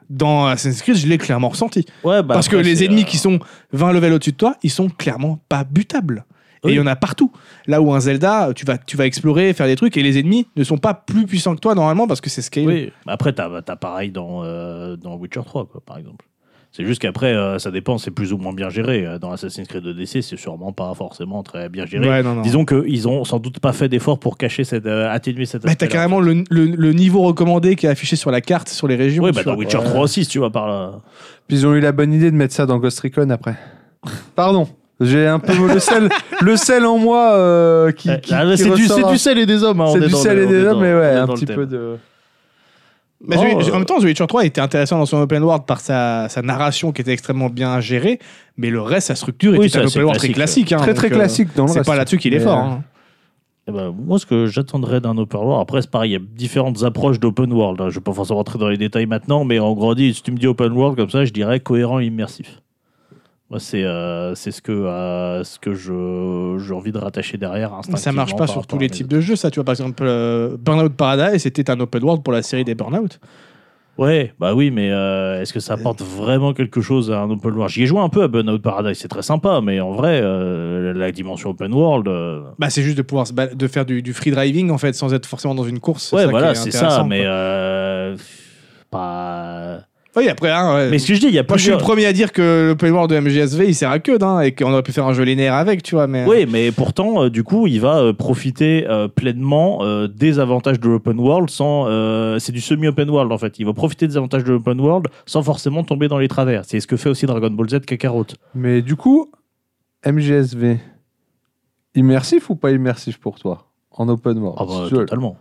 S3: Dans Assassin's Creed, je l'ai clairement ressenti.
S4: Ouais, bah,
S3: Parce que
S4: après,
S3: les
S4: c'est,
S3: ennemis
S4: euh,
S3: qui sont 20 levels au-dessus de toi, ils sont clairement pas butables.
S4: Oui.
S3: Et il y en a partout. Là où un Zelda, tu vas, tu vas explorer, faire des trucs, et les ennemis ne sont pas plus puissants que toi normalement parce que c'est scalé.
S4: Oui. Après, t'as as pareil dans, euh, dans Witcher 3, quoi, par exemple. C'est juste qu'après, euh, ça dépend, c'est plus ou moins bien géré. Euh, Dans Assassin's Creed DC, c'est sûrement pas forcément très bien géré.
S3: Ouais, non, non.
S4: Disons qu'ils ont sans doute pas fait d'efforts pour cacher cette, euh, atténuer cette.
S3: Bah, t'as
S4: aspect-là.
S3: carrément le, le- le niveau recommandé qui est affiché sur la carte, sur les régions.
S4: Oui, bah,
S3: sur-
S4: dans Witcher 3 aussi, si tu vois par là.
S1: Puis ils ont eu la bonne idée de mettre ça dans Ghost Recon après. Pardon. J'ai un peu le sel, le sel en moi euh, qui,
S4: Eh,
S1: qui-
S4: là, là,
S1: qui
S4: c'est du,
S1: ressort
S4: c'est
S1: à-
S4: du sel et des hommes. hein, on
S1: C'est
S4: est
S1: du
S4: dans
S1: sel
S4: le-
S1: et
S4: on
S1: des
S4: est
S1: hommes,
S4: dans-
S1: mais
S4: on
S1: ouais,
S4: est
S1: un
S4: dans le
S1: petit
S4: thème.
S1: peu de.
S3: Mais
S4: Non,
S3: The-
S4: euh,
S3: En même temps, The Witcher 3 était intéressant dans son open world par sa, sa narration qui était extrêmement bien gérée, mais le reste, sa structure
S4: Oui,
S3: était
S4: ça,
S3: un
S4: c'est
S3: open world très
S4: classique,
S3: classique. hein,
S1: Très très
S3: donc, euh,
S1: classique dans le
S3: C'est
S1: reste.
S3: pas là-dessus qu'il est
S1: Mais,
S3: fort.
S1: euh,
S3: hein.
S4: Eh ben, moi, ce que j'attendrais d'un open world, après, c'est pareil, il y a différentes approches d'open world. hein. Je ne vais pas forcément rentrer dans les détails maintenant, mais en grandi, si tu me dis open world comme ça, je dirais cohérent et immersif. Moi, c'est euh, c'est ce que, euh, ce que je- j'ai envie de rattacher derrière.
S3: Ça marche pas sur tous les types
S4: de
S3: de jeux, ça. Tu vois, par exemple, euh, Burnout Paradise, c'était un open world pour la série des Burnout.
S4: Ouais, bah oui, mais euh, est-ce que ça apporte vraiment quelque chose à un open world J'y ai joué un peu à Burnout Paradise, c'est très sympa, mais en vrai, euh, la dimension open world. euh,
S3: Bah, c'est juste de pouvoir se bal- de faire du, du free driving en fait, sans être forcément dans une course.
S4: Ouais,
S3: ça qui
S4: voilà,
S3: est
S4: c'est
S3: intéressant,
S4: ça, mais.
S3: quoi.
S4: euh, Pas.
S3: Oui, après, hein, ouais.
S4: Mais ce que je dis, il y a
S3: Moi, je suis le
S4: plusieurs.
S3: premier à dire que l'open world de MGSV, il sert à que d'un, et qu'on aurait pu faire un jeu linéaire avec, tu vois. Mais
S4: Oui, mais pourtant, euh, du coup, il va euh, profiter euh, pleinement euh, des avantages de l'open world sans. euh, c'est du semi-open world en fait. Il va profiter des avantages de l'open world sans forcément tomber dans les travers. C'est ce que fait aussi Dragon Ball Z Kakarot.
S1: Mais du coup, MGSV, immersif ou pas immersif pour toi En open world
S4: Ah bah,
S1: si tu veux.
S4: totalement.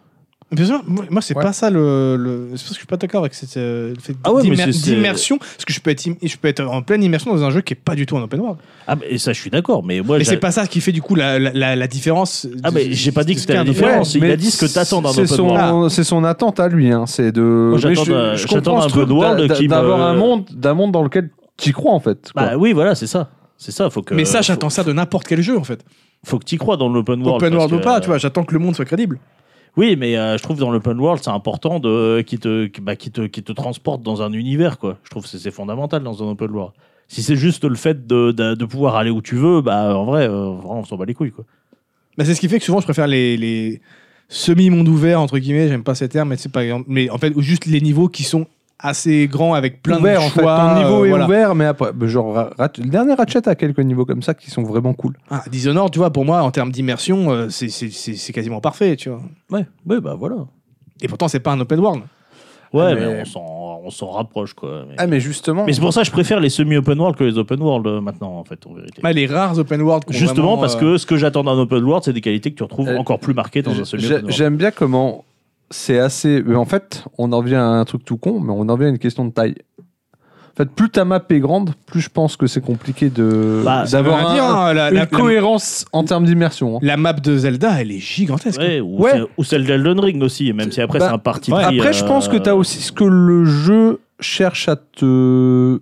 S3: Bien sûr, moi, moi, c'est
S1: Ouais.
S3: pas ça le. le- C'est parce que je suis pas d'accord avec cette, euh, le fait
S4: Ah ouais, mais
S3: d'immer-
S4: c'est- c'est-
S3: d'immersion. Parce que je peux, être im- je peux être en pleine immersion dans un jeu qui est pas du tout un open world.
S4: Ah, mais ça, je suis d'accord, mais moi,
S3: mais
S4: j'a-
S3: c'est pas ça qui fait du coup la, la- la- la différence.
S4: Ah,
S3: de-
S4: mais j'ai pas dit
S3: de
S4: que
S3: ce
S4: c'était
S3: qu'est
S4: la
S3: un open
S4: différence.
S1: Ouais,
S4: il a
S1: mais
S4: dit ce que t'attends d'un
S1: c'est
S4: open
S1: son-
S4: world.
S1: C'est son attente à lui, hein, c'est de. mais
S4: j'attends
S1: je-
S4: d'un-
S1: je
S4: j'attends
S1: comprends
S4: d'un
S1: ce truc
S4: open world
S1: d'a-
S4: qui me-
S1: d'avoir un monde, d'un monde dans lequel tu crois en fait. quoi.
S4: Bah oui, voilà, c'est ça. C'est ça, faut que.
S3: Mais ça,
S4: euh, faut-
S3: j'attends ça de n'importe quel jeu en fait.
S4: Faut que t'y crois dans l'open world.
S3: open
S4: parce
S3: world ou
S4: que,
S3: pas,
S4: euh,
S3: tu vois, j'attends que le monde soit crédible.
S4: Oui, mais euh, je trouve dans l'open world, c'est important de euh, qui te qui, bah, qui te qui te transporte dans un univers quoi. Je trouve que c'est- c'est fondamental dans un open world. Si c'est juste le fait de, de, de pouvoir aller où tu veux, bah en vrai, euh, vraiment, on s'en bat les couilles quoi.
S3: Bah, c'est ce qui fait que souvent je préfère les, les semi-mondes ouverts, entre guillemets, j'aime pas ces termes, mais c'est par exemple. Mais en fait, ou juste les niveaux qui sont assez grands avec plein
S1: ouvert,
S3: de
S1: en fait.
S3: choix.
S1: Ton niveau
S3: euh,
S1: est
S3: voilà.
S1: ouvert, mais après, bah, genre, Ra- Rat- le dernier Ratchet a quelques niveaux comme ça qui sont vraiment cool.
S3: Ah, Dishonored, tu vois, pour moi, en termes d'immersion, euh, c'est- c'est c'est- c'est quasiment parfait, tu vois.
S4: Ouais, ouais, bah voilà.
S3: Et pourtant, c'est pas un open world.
S4: Ouais,
S1: Mais-
S4: mais, on s'en on s'en rapproche quoi. Mais,
S1: Ah, mais justement.
S4: mais c'est pour ça que je préfère les semi open world que les open world euh, maintenant en fait en vérité.
S3: Bah, les rares open world qu'on euh,
S4: Justement parce que ce que j'attends d'un open world, c'est des qualités que tu retrouves
S1: Euh,
S4: encore plus marquées dans
S1: J'ai-
S4: un semi
S1: j'ai-
S4: open world.
S1: J'aime bien comment c'est assez. mais en fait, on en revient à un truc tout con, mais on en revient à une question de taille. En fait, plus ta map est grande, plus je pense que c'est compliqué de
S4: Bah, ça
S3: D'avoir hein,
S1: d'avoir un-
S3: la,
S1: Ah, une
S3: la-
S1: cohérence en termes d'immersion. hein.
S3: la map de Zelda, elle est gigantesque.
S4: Ouais, ou,
S1: Ouais.
S4: celle- ou celle d'Elden Ring aussi, même si après
S1: Bah,
S4: c'est un parti
S1: Ouais.
S4: pris,
S1: Après, je pense que
S4: euh,
S1: tu as aussi ce que le jeu cherche à te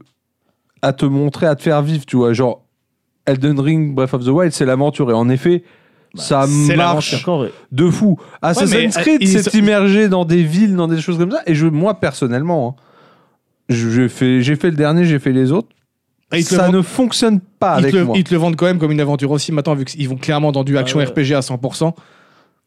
S1: à te montrer, à te faire vivre, tu vois, genre Elden Ring, Breath of the Wild, c'est l'aventure et en effet,
S4: Bah,
S1: ça
S3: c'est
S1: marche
S4: Encore,
S1: de fou.
S3: mais,
S1: Assassin's
S3: euh,
S1: Creed
S3: ils
S1: s'est
S3: sont-
S1: immergé dans des villes, dans des choses comme ça. Et je, moi, personnellement, hein, je- j'ai fait, j'ai fait le dernier, j'ai fait les autres.
S3: Et ils te
S1: ça
S3: le
S1: ne fonctionne pas
S3: Ils
S1: avec
S3: te, le-
S1: moi.
S3: ils te le vendent quand même comme une aventure aussi maintenant, vu qu'ils vont clairement dans du action
S4: Ah ouais.
S3: RPG à 100%.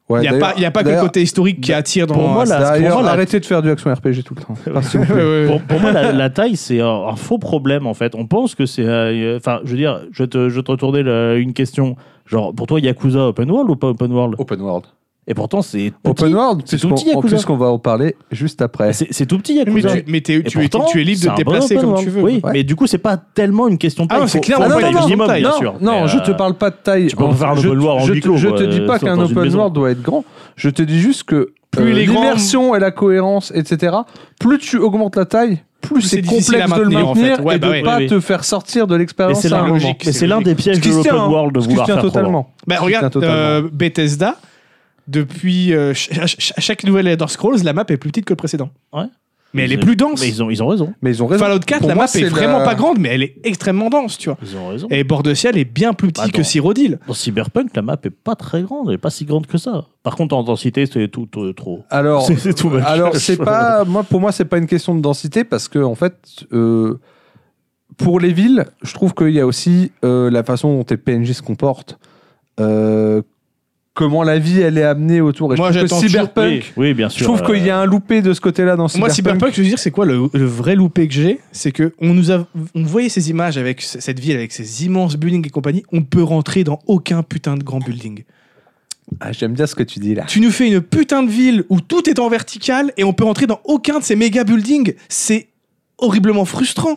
S1: Ouais,
S3: Il n'y a,
S1: d'ailleurs-
S3: pas- y a pas que le
S1: d'ailleurs- bah,
S3: côté historique qui attire dans.
S4: pour moi, là,
S1: d'ailleurs,
S4: pour moi, là-
S1: arrêtez de faire du action RPG tout le temps. Enfin, s'il vous
S3: Ouais,
S1: plaît.
S3: ouais, ouais.
S4: Pour, pour moi, la, la taille, c'est un, un faux problème, en fait. On pense que c'est. euh, Enfin, je veux dire, je vais te, je vais te retourner la- une question. Genre, pour toi, Yakuza open world ou pas open world
S1: Open World.
S4: Et pourtant, c'est. petit.
S1: Open World,
S4: c'est
S1: puisqu'on-
S4: tout petit, Yakuza.
S1: puisqu'on va en parler juste après.
S4: C'est c'est tout petit,
S3: Mais,
S4: Yakuza.
S3: tu, mais t'es-
S4: Et
S3: tu es,
S4: pourtant,
S3: tu es libre
S4: c'est
S3: de
S4: un
S3: te
S4: bon
S3: déplacer
S4: open
S3: comme
S4: world.
S3: tu veux.
S4: Oui,
S1: Ouais.
S4: mais du coup, c'est pas tellement une question de
S3: Ah
S4: taille.
S3: non, c'est
S4: Faut-
S3: clairement
S4: faut
S3: pas
S4: taille
S3: une question de
S4: minimum,
S3: taille.
S4: bien
S1: non,
S4: sûr.
S1: non,
S4: Mais,
S1: je te
S4: euh,
S1: parle pas de taille.
S4: tu peux
S1: En-
S4: faire un
S1: je,
S4: open world en
S1: je-
S4: huis clos,
S1: je te
S4: euh,
S1: dis pas
S4: sauf
S1: qu'un
S4: dans une
S1: open
S4: maison.
S1: world doit être grand. Je te dis juste que
S3: Plus
S1: euh,
S3: il est grand-
S1: l'immersion et la cohérence, etc. Plus tu augmentes la taille, plus,
S3: c'est
S1: c'est
S3: difficile
S1: complexe
S3: à
S1: de le
S3: maintenir, en fait.
S1: maintenir
S3: Ouais,
S1: et
S3: bah
S1: de
S3: ouais.
S1: pas
S4: Oui, oui.
S1: te faire sortir de
S4: Et
S1: l'expérience.
S4: c'est
S1: à un
S4: l'un-
S1: moment.
S3: logique,
S4: et
S3: c'est
S4: c'est l'un des pièges
S1: Ce
S4: de
S1: qui se tient,
S4: l'open
S1: hein.
S4: world de
S1: Ce qui se
S4: vouloir
S1: tient
S4: faire trop grand.
S1: totalement.
S3: Bah,
S1: Ce qui
S3: regarde,
S1: se tient
S3: euh,
S1: totalement.
S3: Bethesda, depuis euh, ch- à ch- à chaque nouvelle Elder Scrolls, la map est plus petite que le précédent.
S4: Ouais.
S3: Mais elle
S4: Ils-
S3: est plus dense.
S4: Mais ils ont, ils ont raison.
S1: Mais ils ont raison.
S3: Fallout 4,
S1: Pour
S3: la
S1: moi,
S3: map est,
S1: c'est
S3: vraiment
S1: la-
S3: pas grande, mais elle est extrêmement dense, tu vois.
S4: Ils ont raison.
S3: Et Bord de Ciel est bien plus petit
S4: Bah,
S3: que
S4: dans-
S3: Cyrodiil.
S4: Dans Cyberpunk, la map est pas très grande, elle est pas si grande que ça. Par contre, en densité, c'est tout, tout- trop.
S1: Alors,
S4: C'est- c'est tout moche.
S1: alors c'est pas moi pour moi c'est pas une question de densité parce que en fait euh, pour les villes, je trouve qu'il y a aussi euh, la façon dont tes PNJ se comportent. Euh, comment la vie elle est amenée autour. Et
S3: Moi,
S1: je trouve
S3: j'attends
S1: que
S3: toujours-
S1: Cyberpunk.
S4: Oui, oui, bien sûr.
S1: Je trouve
S4: euh,
S1: qu'il y a un loupé de ce côté-là dans
S3: Moi,
S1: Cyberpunk.
S3: Cyberpunk, je veux dire, c'est quoi le, le vrai loupé que j'ai C'est que on nous a, on voyait ces images avec c- cette ville, avec ces immenses buildings et compagnie. On peut rentrer dans aucun putain de grand building.
S1: Ah, J'aime bien ce que tu dis là.
S3: Tu nous fais une putain de ville où tout est en vertical et on peut rentrer dans aucun de ces méga buildings. C'est horriblement frustrant.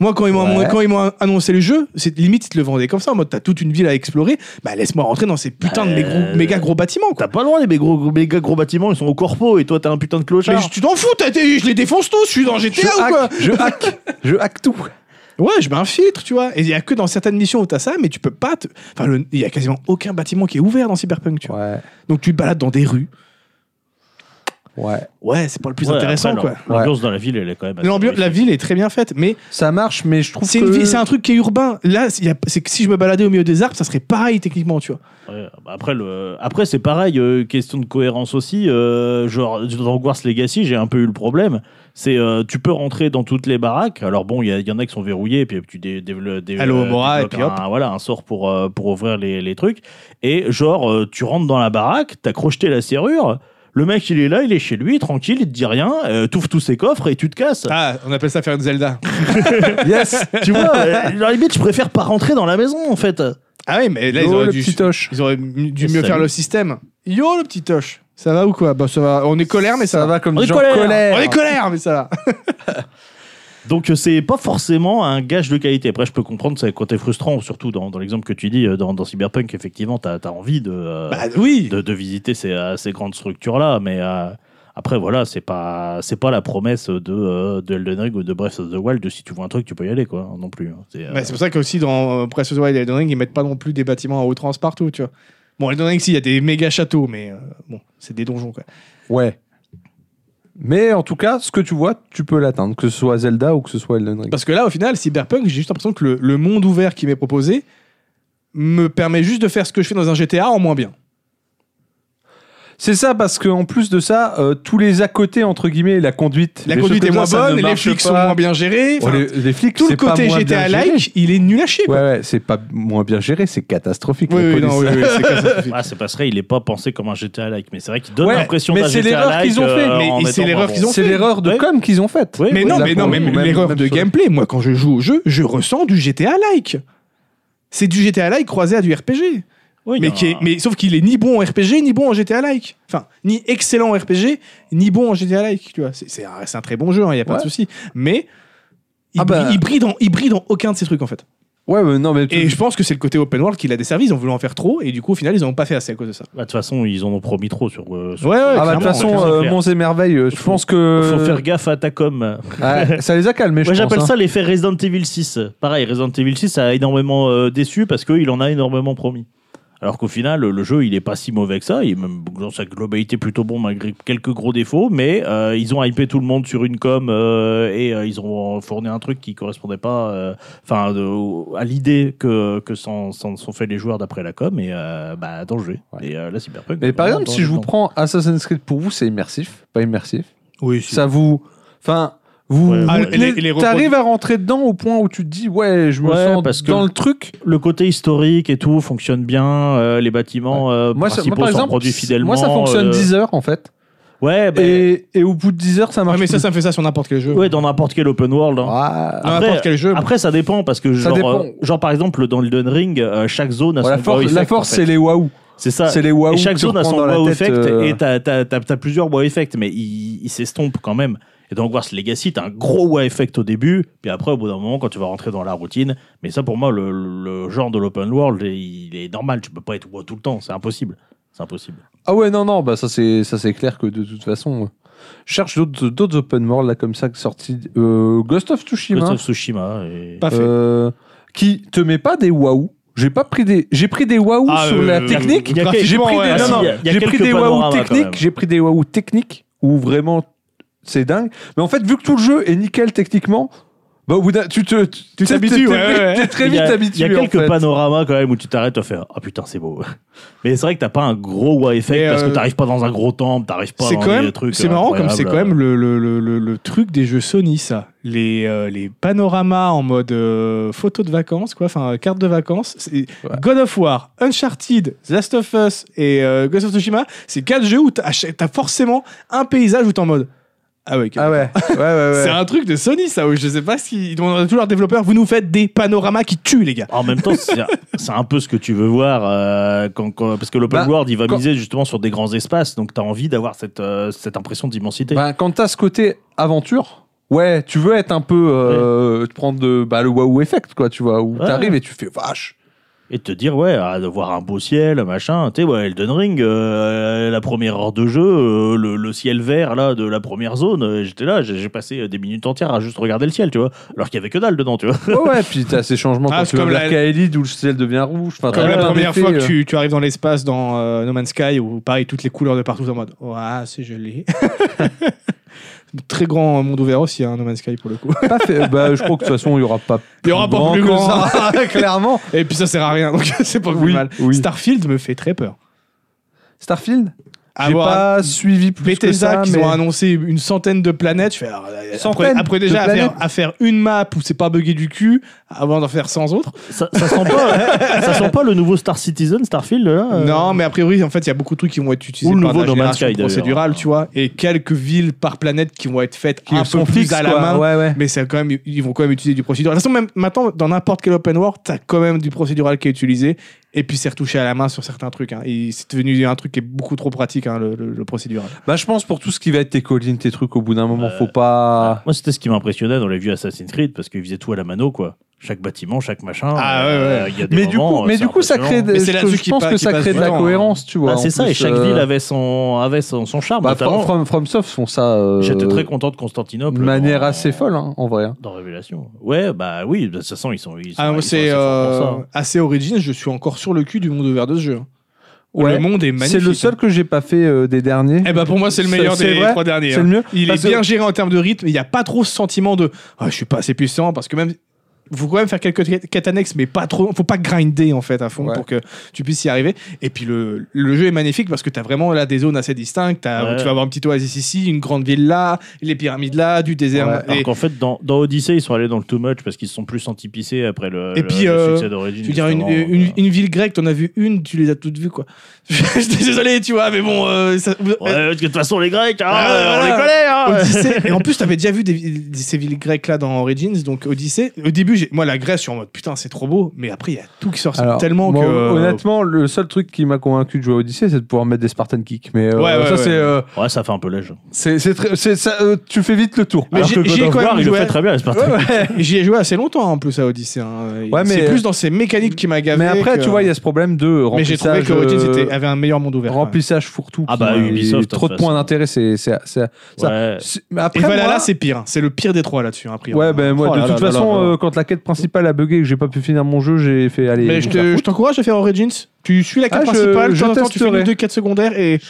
S3: Moi, quand ils m'ont
S1: Ouais.
S3: quand ils m'ont annoncé le jeu, c'est limite ils te le vendaient comme ça en mode t'as toute une ville à explorer. Bah laisse-moi rentrer dans ces putains de
S4: Euh,
S3: mes gros- méga gros bâtiments. Quoi.
S4: T'as pas loin les méga gros, méga gros bâtiments, ils sont au corpo et toi t'as un putain de
S3: Mais
S4: clochard.
S3: je- tu t'en fous, t'as été- je les défonce tous, je suis dans GTA
S1: Je
S3: ou quoi
S1: hack, je hack, je hack tout.
S3: Ouais, je m'infiltre, tu vois. Et il y a que dans certaines missions où t'as ça, mais tu peux pas. te- Enfin, le- il y a quasiment aucun bâtiment qui est ouvert dans Cyberpunk, tu vois.
S1: Ouais,
S3: Donc tu te balades dans des rues.
S1: ouais.
S3: Ouais, c'est pas le plus
S4: Ouais,
S3: intéressant,
S4: après, Bah,
S3: quoi.
S4: l'am- L'ambiance dans la ville, elle est quand même. assez
S3: L'ambiance, la
S4: riche.
S3: ville est très bien faite, mais
S1: Ça marche, mais je trouve
S3: c'est
S1: que.
S3: une vie- c'est un truc qui est urbain. Là, il y a- c'est que si je me baladais au milieu des arbres, ça serait pareil techniquement, tu vois.
S4: Ouais, bah après, le... après c'est pareil, euh, question de cohérence aussi. euh, genre, dans Hogwarts Legacy, j'ai un peu eu le problème. C'est euh, tu peux rentrer dans toutes les baraques. Alors bon, il y, a- il y en a qui sont verrouillés, puis tu dé- dévelop- dé- euh,
S3: Allo Homora,
S4: développes
S3: et puis hop.
S4: un, voilà, un sort pour, euh, pour ouvrir les, les trucs. Et genre, euh, tu rentres dans la baraque, t'as crocheté la serrure. Le mec, il est là, il est chez lui, tranquille, il te dit rien, euh, t'ouvres tous ses coffres et tu te casses.
S3: Ah, on appelle ça faire une Zelda.
S1: Yes.
S4: Tu vois, euh, genre, limite, je préfère pas rentrer dans la maison en fait.
S3: Ah oui, mais là, ils
S1: Oh,
S3: auraient
S1: le
S3: dû,
S1: petit toche.
S3: ils auraient dû mieux
S4: Et salut.
S3: faire le système. Yo, le petit toche. Ça va ou quoi Bah, ça va. On est colère, mais ça,
S1: Ça
S3: va.
S1: va comme
S4: On est
S1: des gens
S4: colère.
S1: colère.
S3: On est colère, mais ça va.
S4: Donc euh, c'est pas forcément un gage de qualité. Après, je peux comprendre c'est quand t'es frustrant, surtout dans, dans l'exemple que tu dis euh, dans, dans Cyberpunk, effectivement, t'as as envie de, euh,
S3: Bah oui.
S4: de, de visiter ces, euh, ces grandes structures là, mais euh, après voilà, c'est pas c'est pas la promesse de, euh, de Elden Ring ou de Breath of the Wild de si tu vois un truc, tu peux y aller quoi, hein, non plus. hein. C'est, euh,
S3: Bah, c'est pour ça qu'aussi dans euh, Breath of the Wild et Elden Ring, ils mettent pas non plus des bâtiments à outrance partout, tu vois. Bon, Elden Ring, si, il y a des méga châteaux, mais euh, bon, c'est des donjons, quoi.
S1: Ouais. Mais en tout cas, ce que tu vois, tu peux l'atteindre, que ce soit Zelda ou que ce soit Elden Ring.
S3: Parce que là, au final, Cyberpunk, j'ai juste l'impression que le, le monde ouvert qui m'est proposé me permet juste de faire ce que je fais dans un GTA en moins bien.
S1: C'est ça, parce qu'en plus de ça, euh, tous les à côté, entre guillemets, la conduite.
S3: La
S1: les
S3: conduite
S1: choses
S3: est
S1: comme
S3: moins
S1: ça, ça ne
S3: bonne, les
S1: marche
S3: flics sont
S1: pas.
S3: moins bien gérés.
S1: Ouais,
S3: enfin,
S1: les, les flics,
S3: tout le
S1: c'est pas
S3: côté
S1: moins
S3: GTA
S1: bien géré.
S3: like, il est nul à chier,
S1: Ouais,
S3: quoi.
S1: ouais, c'est pas moins bien géré, c'est catastrophique.
S3: Oui,
S1: la
S3: oui,
S1: police.
S3: non, oui, oui, c'est catastrophique.
S4: ah, c'est pas vrai, il est pas pensé comme un GTA like, mais c'est vrai qu'il donne
S1: Ouais,
S4: l'impression
S1: mais
S4: d'un
S1: c'est
S4: GTA
S1: l'erreur
S4: like. euh,
S1: qu'ils ont fait,
S3: mais
S4: en
S3: c'est
S4: mettant,
S3: l'erreur
S4: bah,
S3: qu'ils ont
S4: bon,
S1: C'est
S3: fait.
S1: l'erreur de
S4: Ouais.
S1: com qu'ils ont faite.
S4: Oui,
S3: Mais
S4: oui,
S3: non,
S1: là,
S3: mais
S1: pour
S3: non,
S1: le
S3: mais
S1: coup, même-
S3: l'erreur
S1: même
S3: de
S1: chose.
S3: gameplay, moi quand je joue au jeu, je ressens du GTA like. C'est du GTA like croisé à du RPG.
S4: oui, hein. il y
S3: mais,
S4: a
S3: qui est-
S4: un-
S3: mais sauf qu'il est ni bon en RPG, ni bon en GTA like. Enfin, ni excellent en RPG, ni bon en GTA like, tu vois. C'est- C'est un, c'est un très bon jeu, il n'y a pas de
S1: Ouais.
S3: souci. Mais il,
S1: Ah bah.
S3: brille, il brille dans, il brille dans aucun de ces trucs en fait.
S1: Ouais, mais non, mais tu-
S3: Et je pense que c'est le côté open world qui l'a desservi. Ils ont voulu en faire trop et du coup au final ils n'ont pas fait assez à cause de ça.
S4: bah, de toute façon, ils en ont promis trop sur. euh, sur-
S3: Ouais, ouais,
S1: Ah bah, de
S4: clairement,
S1: toute
S4: ouais,
S1: façon,
S4: c'est
S1: euh,
S4: clair.
S1: Monts et Merveilles, euh, je
S4: Faut-
S1: pense que.
S4: faut faire gaffe à ta com.
S1: Ouais, ça les a calmés, je
S4: Moi,
S1: pense.
S4: j'appelle
S1: hein.
S4: ça l'effet Resident Evil 6. Pareil, Resident Evil 6 a énormément euh, déçu parce qu'il en a énormément promis. Alors qu'au final, le jeu, il est pas si mauvais que ça. Il est même dans sa globalité plutôt bon, malgré quelques gros défauts. Mais euh, ils ont hypé tout le monde sur une com euh, et euh, ils ont fourni un truc qui correspondait pas euh, enfin, de- à l'idée que, que s'en s'en sont fait les joueurs d'après la com. Et euh, bah, danger.
S1: Ouais.
S4: Et euh, là, Cyberpunk.
S1: Mais par
S4: vraiment
S1: exemple,
S4: dans
S1: si
S4: les
S1: je vous
S4: dents.
S1: prends Assassin's Creed pour vous, c'est immersif, pas immersif.
S3: Oui,
S1: Ça vous. Enfin. Vous,
S4: Ouais.
S1: vous
S3: Ah,
S1: tenez-
S3: et les- et les
S1: t'arrives à rentrer dedans au point où tu te dis ouais je me
S4: Ouais,
S1: sens
S4: parce que-
S1: dans le truc.
S4: le côté historique et tout fonctionne bien. euh, les bâtiments euh,
S1: Moi, ça,
S4: principaux
S1: moi, par
S4: sont
S1: exemple,
S4: produits fidèlement.
S1: moi ça fonctionne
S4: euh,
S1: 10 heures en fait.
S4: Ouais, bah,
S1: Et, et au bout de 10 heures ça marche.
S3: mais ça,
S1: plus.
S3: ça me fait ça sur n'importe quel jeu.
S4: Ouais, dans n'importe quel open world. hein.
S1: Ah,
S3: Dans n'importe quel jeu.
S4: Après, ça dépend parce que
S1: Ça
S4: genre,
S1: dépend.
S4: euh, genre par exemple dans Elden Ring, euh, chaque zone a
S1: la
S4: son wow
S1: force,
S4: effect.
S1: la force
S4: en fait.
S1: c'est les waouh.
S4: c'est ça.
S1: C'est les waouh.
S4: Et chaque
S1: que tu
S4: zone a
S1: reprends
S4: son
S1: dans la
S4: wow
S1: tête,
S4: effect
S1: euh,
S4: et t'as t'as- t'as- t'as plusieurs wow effects, mais ils ils s'estompent quand même. Et dans Hogwarts Legacy, t'as un gros wow effect au début, puis après, au bout d'un moment, quand tu vas rentrer dans la routine. Mais ça, pour moi, le, le genre de l'open world, il est normal. Tu peux pas être wow tout le temps, c'est impossible. C'est impossible.
S1: Ah ouais, non, non, bah ça c'est ça c'est clair que de toute façon, euh, je cherche d'autres d'autres open world là comme ça sortis euh, Ghost of Tsushima,
S4: Ghost of Tsushima. et-
S3: Pas Ah, fait.
S1: euh, qui te met pas des waouh. J'ai pas pris des j'ai pris des waouh
S3: Ah,
S1: sur
S3: euh,
S1: la
S3: euh,
S1: technique.
S4: il y a
S1: J'ai
S3: graphiquement,
S1: pris
S3: ouais.
S1: des
S3: Ah,
S1: non,
S3: si,
S1: non,
S4: il y a- il y a
S1: j'ai pris
S4: quelques
S1: des waouh
S4: panoramas, quand même.
S1: techniques, j'ai pris des waouh techniques où vraiment c'est dingue. Mais en fait, vu que tout le jeu est nickel techniquement, bah, au bout d'un- tu te, tu t'es-
S3: t'habitues, ouais,
S1: t'es-
S3: ouais,
S1: t'es très
S4: Il y
S1: vite
S4: a-
S1: habitué.
S4: Il y a quelques
S1: en fait.
S4: panoramas quand même où tu t'arrêtes à faire Ah putain, c'est beau. Mais c'est vrai que t'as pas un gros wow effect
S3: Mais,
S4: parce que
S3: euh,
S4: t'arrives pas dans un gros temple, t'arrives pas
S3: C'est
S4: dans
S3: quand même,
S4: des trucs.
S3: c'est
S4: euh,
S3: marrant comme c'est quand
S4: incroyables.
S3: même le, le- le- le- le truc des jeux Sony, ça. Les, euh, les panoramas en mode euh, photo de vacances, quoi, enfin euh, carte de vacances. C'est-
S1: Ouais.
S3: God of War, Uncharted, The Last of Us et euh, Ghost of Tsushima, c'est quatre jeux où t'as ach- t'as forcément un paysage où t'es en mode. Ah ouais,
S1: Ah ouais, ouais, ouais. ouais.
S3: c'est un truc de Sony, ça. Où je sais pas si ils demandent à tous leurs développeurs, vous nous faites des panoramas qui tuent, les gars.
S4: En même temps, c'est c'est un peu ce que tu veux voir, euh, quand- quand- parce que l'open
S1: Bah,
S4: world, il va
S1: quand-
S4: miser justement sur des grands espaces, donc t'as envie d'avoir cette, euh, cette impression d'immensité.
S3: Bah
S1: Ben, quand t'as ce côté aventure, ouais, tu veux être un peu. euh, te prendre de, bah, le wow effect, quoi, tu vois, où
S4: Ouais.
S1: t'arrives et tu fais vache.
S4: Et de te dire, ouais, ah, de voir un beau ciel, machin. Tu sais, ouais, Elden Ring, euh, la première heure de jeu, euh, le, le ciel vert là, de la première zone, euh, j'étais là, j'ai j'ai passé euh, des minutes entières à juste regarder le ciel, tu vois. Alors qu'il y avait que dalle dedans, tu vois.
S1: Ouais, ouais, puis t'as ces changements
S3: Ah,
S1: quand
S3: c'est
S1: tu vas
S3: comme
S1: vers
S3: la-
S1: Kaelid où le ciel devient rouge. Enfin, t'as
S3: Comme la
S1: plein
S3: première
S1: d'effets,
S3: fois que
S1: euh.
S3: tu, tu arrives dans l'espace dans euh, No Man's Sky, où pareil, toutes les couleurs de partout en mode Ouah, c'est joli. Très grand monde ouvert aussi, hein, No Man's Sky pour le coup.
S1: Pas fait- bah, je crois que de toute façon, il y aura pas
S3: Il y aura pas plus
S1: que
S3: grand.
S1: ça, clairement.
S3: Et puis ça sert à rien, donc c'est pas plus
S1: Oui,
S3: mal.
S1: oui.
S3: Starfield me fait très peur.
S1: Starfield J'ai
S3: Avoir
S1: pas suivi plus que
S3: Bethesda
S1: ça,
S3: qui
S1: mais...
S3: ont annoncé une centaine de planètes, je fais, alors, euh, après,
S1: Centaines
S3: après
S1: de
S3: déjà à faire,
S1: planètes.
S3: à faire une map où c'est pas buggé du cul, avant d'en faire 100 autres.
S4: Ça, ça sent pas, ça sent pas le nouveau Star Citizen, Starfield là euh,
S3: Non, mais a priori, en fait, il y a beaucoup de trucs qui vont être utilisés
S4: Ou le
S3: par
S4: nouveau
S3: la
S4: No Man's
S3: génération
S4: Sky, d'ailleurs.
S3: procédurale, tu vois, et quelques villes par planète qui vont être faites
S1: qui
S3: un
S1: sont
S3: peu plus
S1: fixes,
S3: à la
S1: quoi.
S3: main.
S1: Ouais, ouais.
S3: Mais c'est quand même, ils vont quand même utiliser du procédural. De toute façon, même maintenant, dans n'importe quel open world, t'as quand même du procédural qui est utilisé, et puis c'est retouché à la main sur certains trucs. hein. Et c'est devenu un truc qui est beaucoup trop pratique, hein, le, le- le procédural.
S1: Bah, je pense pour tout ce qui va être tes collines, tes trucs, au bout d'un
S4: Euh,
S1: moment, faut pas.
S4: Moi, c'était ce qui m'impressionnait dans les vieux Assassin's Creed parce qu'ils faisaient tout à la mano, quoi. Chaque bâtiment, chaque machin. euh,
S3: Ah, ouais,
S4: il y a des
S1: Mais du
S4: moments,
S1: coup,
S4: euh,
S1: mais
S4: c'est
S1: du coup, ça crée.
S4: impressionnant.
S1: Des,
S3: Mais c'est
S1: je-
S3: là-dessus
S1: je
S3: qui
S1: pense
S3: pa-
S1: que
S3: qui
S1: ça
S3: passe
S1: crée de
S3: du
S1: la
S3: temps, hein.
S1: cohérence, tu vois.
S4: Bah,
S1: en
S4: c'est ça,
S1: plus,
S4: et chaque
S1: euh,
S4: ville avait son, avait son, son charme.
S1: Bah,
S4: notamment.
S1: From, From- FromSoft font ça. euh,
S4: J'étais très content de Constantinople.
S1: de manière
S4: dans-
S1: assez folle, hein, en vrai.
S4: Dans Révélation. Ouais, bah oui, de toute façon, ils sont. Ils sont
S3: Ah, moi,
S4: ils sont
S3: c'est
S4: assez forts pour
S3: euh,
S4: ça, hein.
S3: assez origine, je suis encore sur le cul du monde ouvert de ce jeu. hein.
S1: Ouais.
S3: Le monde est magnifique.
S1: C'est le seul
S3: hein.
S1: que j'ai pas fait euh, des derniers.
S3: Eh ben pour moi, c'est le
S1: C'est-
S3: meilleur
S1: c'est
S3: des
S1: vrai
S3: trois derniers.
S1: C'est
S3: hein.
S1: le mieux.
S3: Il
S1: Parce
S3: est
S1: que-
S3: bien géré en termes de rythme. Il n'y a pas trop ce sentiment de Ah, je suis pas assez puissant parce que même faut quand même faire quelques quêtes- quêtes annexes, mais pas trop. Faut pas grinder en fait à fond
S1: Ouais.
S3: pour que tu puisses y arriver. Et puis le, le jeu est magnifique parce que tu as vraiment là des zones assez distinctes. T'as-
S4: Ouais.
S3: Tu vas avoir un petit oasis ici, une grande ville là, les pyramides là, du désert.
S1: Ouais.
S3: Et-
S4: Alors qu'en fait, dans, dans Odyssey, ils sont allés dans le too much parce qu'ils se sont plus sentis pissés après le,
S3: Et
S4: le-
S3: puis,
S4: le
S3: euh,
S4: succès d'Origin.
S3: Je veux dire, une,
S4: justement, euh,
S3: une-
S4: donc,
S3: une ville grecque, t'en as vu une, tu les as toutes vues quoi. Je suis désolé, tu vois, mais bon. euh, ça-
S4: euh, Ouais, parce que de toute façon, les Grecs, hein,
S3: Ah Ouais,
S4: on les
S3: voilà.
S4: connaît hein.
S3: Odyssée. Et en plus, t'avais déjà vu des, vi- ces villes grecques là dans Origins, donc Odyssée. Au début, j'ai- moi, la Grèce, je suis en mode putain, c'est trop beau, mais après, il y a tout qui sort
S1: Alors,
S3: tellement
S1: moi,
S3: que. euh,
S1: Honnêtement, le seul truc qui m'a convaincu de jouer à Odyssey, c'est de pouvoir mettre des Spartan Kicks. Mais euh,
S3: Ouais, ouais,
S1: ça,
S3: ouais.
S1: c'est, euh,
S4: Ouais, ça fait un peu l'âge.
S1: c'est. c'est très- c'est- ça, euh, tu fais vite le tour.
S3: Mais
S4: Alors
S3: j'ai-
S4: que God
S3: j'y ai
S4: of
S3: quand
S4: War,
S3: même
S4: il le
S3: joué.
S4: fait très bien, c'est pas
S1: Ouais, ouais.
S3: euh, J'y ai joué assez longtemps en plus à Odyssée. hein.
S1: Ouais,
S3: c'est
S1: mais-
S3: plus dans ces mécaniques qui m'a gavé.
S1: Mais après,
S3: que-
S1: tu vois, il y a ce problème de remplissage.
S3: Mais j'ai trouvé que Origins
S1: euh,
S3: était- avait un meilleur monde ouvert.
S1: remplissage fourre-tout.
S4: Ah
S1: qui-
S4: bah, Ubisoft,
S1: Trop
S4: de
S1: de
S4: toute
S1: points
S4: façon.
S1: d'intérêt, c'est. c'est- c'est-
S4: Ouais.
S1: c'est- mais
S3: Et
S1: Après,
S3: voilà,
S1: moi-
S3: là, c'est pire. hein. C'est le pire des trois là-dessus, hein, a priori.
S1: Ouais, ben moi,
S3: Oh
S1: de
S3: là
S1: toute
S3: là là
S1: façon,
S3: là là.
S1: euh, quand la quête principale a bugué et que j'ai pas pu finir mon jeu, j'ai fait aller.
S3: Mais je te- je t'encourage à faire Origins. Tu suis la quête
S1: Ah, je-
S3: principale,
S1: je
S3: tu tu fais
S1: testerai.
S3: une, deux quêtes secondaires et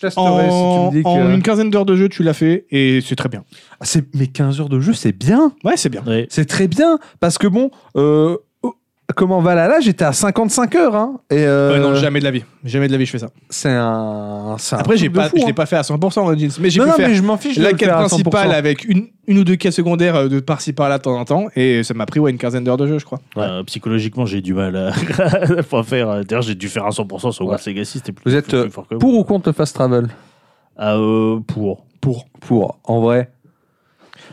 S1: testerai
S3: en,
S1: si tu
S3: en
S1: me dis
S3: une
S1: que.
S3: quinzaine d'heures de jeu, tu l'as fait et c'est très bien.
S1: Ah, c'est- mais 15 heures de jeu, c'est bien.
S3: Ouais, c'est bien.
S4: Ouais.
S1: C'est très bien. Parce que bon, euh, oh, comment va là là J'étais à 55 heures. Hein, et euh,
S3: Ouais, non, jamais de la vie. Jamais de la vie, je fais ça.
S1: c'est un. c'est un
S3: Après, j'ai
S1: truc de
S3: pas,
S1: fou,
S3: je
S1: hein.
S3: l'ai pas fait à 100% Origins, mais j'ai
S1: Non,
S3: pu
S1: non,
S3: faire
S1: mais je m'en fiche. de
S3: la
S1: le
S3: quête
S1: faire à 100%.
S3: principale avec une, une ou deux quêtes secondaires euh, de par-ci par-là de temps en temps, et ça m'a pris ouais, une quinzaine d'heures de jeu, je crois.
S4: Euh, psychologiquement, j'ai du mal à, à pas faire. euh, D'ailleurs, j'ai dû faire un 100% sur War Legacy. C'était plus,
S1: Vous êtes,
S4: plus
S1: euh,
S4: fort que moi.
S1: Pour ou contre le fast travel
S4: Ah, euh, pour.
S3: Pour.
S1: Pour, en vrai.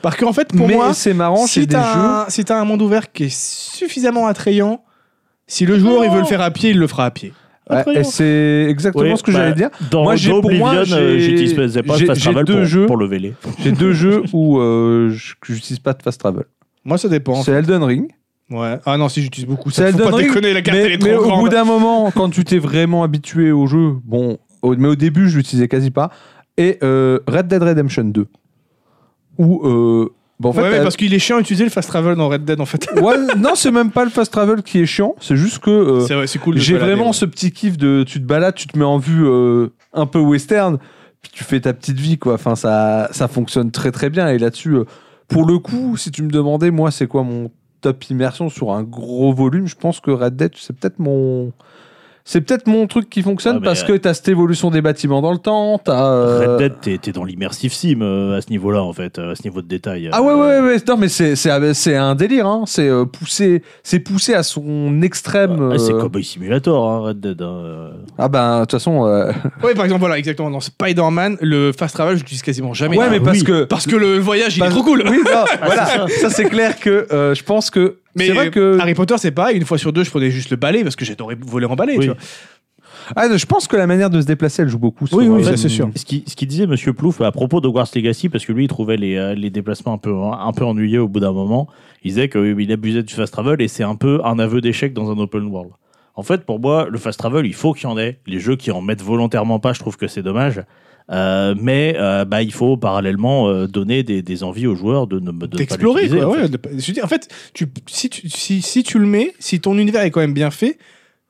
S3: Parce qu'en fait, pour
S1: mais
S3: moi,
S1: c'est marrant, c'est
S3: si
S1: des jeux.
S3: t'as un, si t'as un monde ouvert qui est suffisamment attrayant, si le joueur il veut le faire à pied, il le fera à pied.
S1: Ouais,
S4: attrayant.
S1: et c'est exactement
S4: Ouais,
S1: ce que
S4: bah,
S1: j'allais dire.
S4: Dans
S1: Moi, j'ai- pour
S4: Oblivion,
S1: moi,
S4: euh,
S1: j'ai-
S4: j'utilisais pas le
S1: j'ai-
S4: fast
S1: j'ai
S4: travel
S1: deux
S4: pour,
S1: jeux.
S4: pour le véler.
S1: J'ai deux jeux où euh, je- que j'utilise pas de fast travel.
S3: Moi, ça dépend.
S1: C'est Elden Ring.
S3: Ouais. Ah non, si j'utilise beaucoup ça,
S1: C'est
S3: faut
S1: Elden
S3: pas
S1: Ring,
S3: déconner, la carte elle
S1: Mais,
S3: est
S1: mais au
S3: trop
S1: bout
S3: grande.
S1: d'un moment, quand tu t'es vraiment habitué au jeu, bon, au- mais au début, je l'utilisais quasi pas. Et euh, Red Dead Redemption 2. Où, euh, bah, en fait,
S3: ouais, mais
S1: t'as-
S3: parce qu'il est chiant d'utiliser le fast travel dans Red Dead en fait.
S1: Ouais, non, c'est même pas le fast travel qui est chiant. C'est juste que euh,
S3: C'est ouais, c'est cool. de se
S1: j'ai
S3: balader,
S1: vraiment
S3: ouais.
S1: ce petit kiff de tu te balades, tu te mets en vue euh, un peu western. puis tu fais ta petite vie, quoi. Enfin, ça, ça fonctionne très très bien. Et là-dessus, euh, pour le coup, si tu me demandais, moi, c'est quoi mon top immersion sur un gros volume, je pense que Red Dead, c'est peut-être mon. C'est peut-être mon truc qui fonctionne
S4: Ah, mais,
S1: parce
S4: euh,
S1: que t'as cette évolution des bâtiments dans le temps, t'as. euh,
S4: Red Dead, t'es- t'es dans l'immersive sim euh, à ce niveau-là, en fait, euh, à ce niveau de détail.
S1: Ah ouais,
S4: Euh,
S1: ouais, ouais, ouais. non, mais c'est, c'est, c'est un délire, hein. c'est, euh, poussé, c'est poussé à son extrême.
S4: ah, c'est
S1: euh,
S4: Cowboy Simulator, hein, Red Dead. hein, euh.
S1: Ah ben, de toute façon. euh,
S3: Oui, par exemple, voilà, exactement. Dans Spider-Man, le fast travel, je l'utilise quasiment jamais.
S1: ouais, mais parce
S4: Ah oui.
S1: que.
S3: Parce que le voyage, il
S1: Bah,
S3: est trop cool.
S1: Oui, non, voilà.
S4: c'est ça.
S1: ça. c'est clair que euh, je pense que.
S3: Mais
S1: c'est vrai que.
S3: Harry Potter, c'est pareil. Une fois sur deux, je prenais juste le balai parce que j'adorais voler en balai.
S4: Oui.
S3: Tu vois.
S1: Ah, je pense que la manière de se déplacer, elle joue beaucoup. sur, euh,
S4: ça, Ce qui, ce qui disait Monsieur Plouf à propos de Hogwarts Legacy, parce que lui, il trouvait les, euh, les déplacements un peu, un peu ennuyeux au bout d'un moment, il disait qu'il abusait du fast travel et c'est un peu un aveu d'échec dans un open world. En fait, pour moi, le fast travel, il faut qu'il y en ait. Les jeux qui en mettent volontairement pas, je trouve que c'est dommage. Euh, mais euh, bah, il faut parallèlement euh, donner des, des envies aux joueurs de ne de ne pas
S3: D'explorer,
S4: l'utiliser,
S3: quoi.
S4: en
S3: ouais,
S4: fait.
S3: de- je veux dire, en fait, tu, si, tu, si, si tu le mets, si ton univers est quand même bien fait,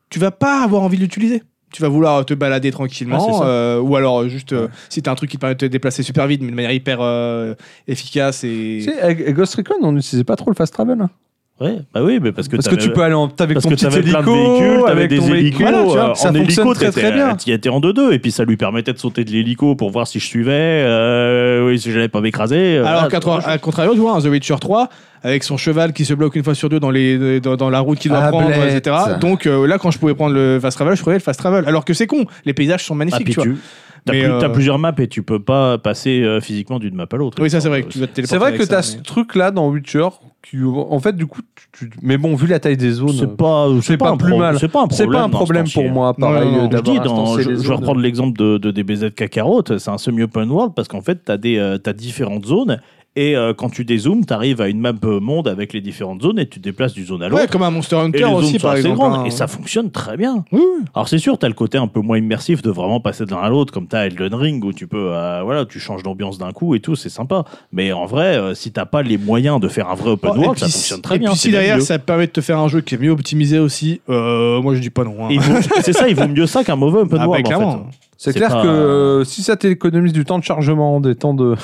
S3: tu vas pas avoir envie de l'utiliser. Tu vas vouloir te balader
S4: Ah, c'est
S3: tranquillement,
S4: ça.
S3: euh, ou alors juste euh, si t'as un truc qui te permet de te déplacer super vite, mais de manière hyper euh, efficace et.
S1: Tu sais, avec- avec Ghost Recon, on n'utilisait pas trop le fast travel. hein.
S4: Ouais, bah oui, mais parce que,
S1: Parce que
S4: t'avais-
S1: tu peux aller en, t'avais
S4: Parce
S1: ton
S4: que
S1: petit
S4: t'avais
S1: hélico,
S4: plein de véhicules, t'avais
S1: avec
S4: des
S1: ton
S4: hélicos,
S1: Voilà, tu vois,
S4: euh,
S1: ça
S4: en
S1: fonctionne
S4: hélico,
S1: très
S4: t'étais-
S1: très bien.
S4: t'y étais en 2-2, et puis ça lui permettait de sauter de l'hélico pour voir si je suivais, euh, oui, si j'allais pas m'écraser. euh,
S3: Alors
S4: voilà,
S3: qu'à
S4: ce genre de
S3: tra- à contrario, tu vois, un The Witcher 3, avec son cheval qui se bloque une fois sur deux dans, les, dans, dans la route qu'il doit
S1: Ah,
S3: prendre,
S1: blette.
S3: etc. Donc euh, là, quand je pouvais prendre le fast travel, je prenais le fast travel. Alors que c'est con, les paysages sont
S4: Ah,
S3: magnifiques,
S4: puis
S3: tu vois.
S4: tu as
S3: Mais, euh,
S4: plusieurs maps et tu peux pas passer euh, physiquement d'une map à l'autre. euh,
S3: Oui, ça c'est vrai que tu dois te
S1: C'est
S3: téléporter.
S1: vrai
S3: avec
S1: que
S3: ça,
S1: t'as ce
S3: mais-
S1: truc-là dans Witcher. Qui, en fait, du coup, tu- tu- mais bon, vu la taille des zones.
S4: C'est pas, c'est
S1: c'est
S4: pas,
S1: pas
S4: un
S1: plus
S4: pro-
S1: mal.
S4: C'est pas un
S1: C'est
S4: problème,
S1: pas un
S4: dans ce
S1: problème
S4: temps-ci. hein.
S1: pour moi, pareil,
S3: Non, non, non.
S1: euh,
S4: Je,
S1: d'avoir
S4: dis dans,
S1: instancé
S4: je,
S1: les
S4: je vais
S1: zones.
S4: reprendre l'exemple de, de DBZ Kakarot, c'est un semi-open world parce qu'en fait, tu as, as différentes zones et euh, quand tu dézoomes, tu arrives à une map euh, monde avec les différentes zones et tu te déplaces d'une zone à l'autre.
S3: Ouais, comme un Monster
S4: et
S3: Hunter
S4: les
S3: aussi,
S4: zones sont
S3: par
S4: assez
S3: exemple.
S4: grandes
S3: hein.
S4: et ça fonctionne très bien.
S3: Oui, oui.
S4: Alors c'est sûr, tu as le côté un peu moins immersif de vraiment passer de l'un à l'autre, comme tu as Elden Ring où tu peux, euh, voilà, tu changes d'ambiance d'un coup et tout, c'est sympa. Mais en vrai, euh, si t'as pas les moyens de faire un vrai open
S3: Oh,
S4: world,
S3: et
S4: ça
S3: puis-
S4: fonctionne très
S3: et
S4: bien.
S3: puis
S4: c'est
S3: si
S4: bien
S3: derrière
S4: mieux.
S3: ça permet de te faire un jeu qui est mieux optimisé aussi, euh, moi je dis pas non. hein.
S4: Et il vaut- c'est ça, il vaut mieux ça qu'un mauvais open
S3: Ah, bah,
S4: world. en
S3: clairement.
S4: fait.
S1: C'est
S4: C'est
S1: clair
S4: pas-
S1: que euh, si ça t'économise du temps de chargement, des temps de.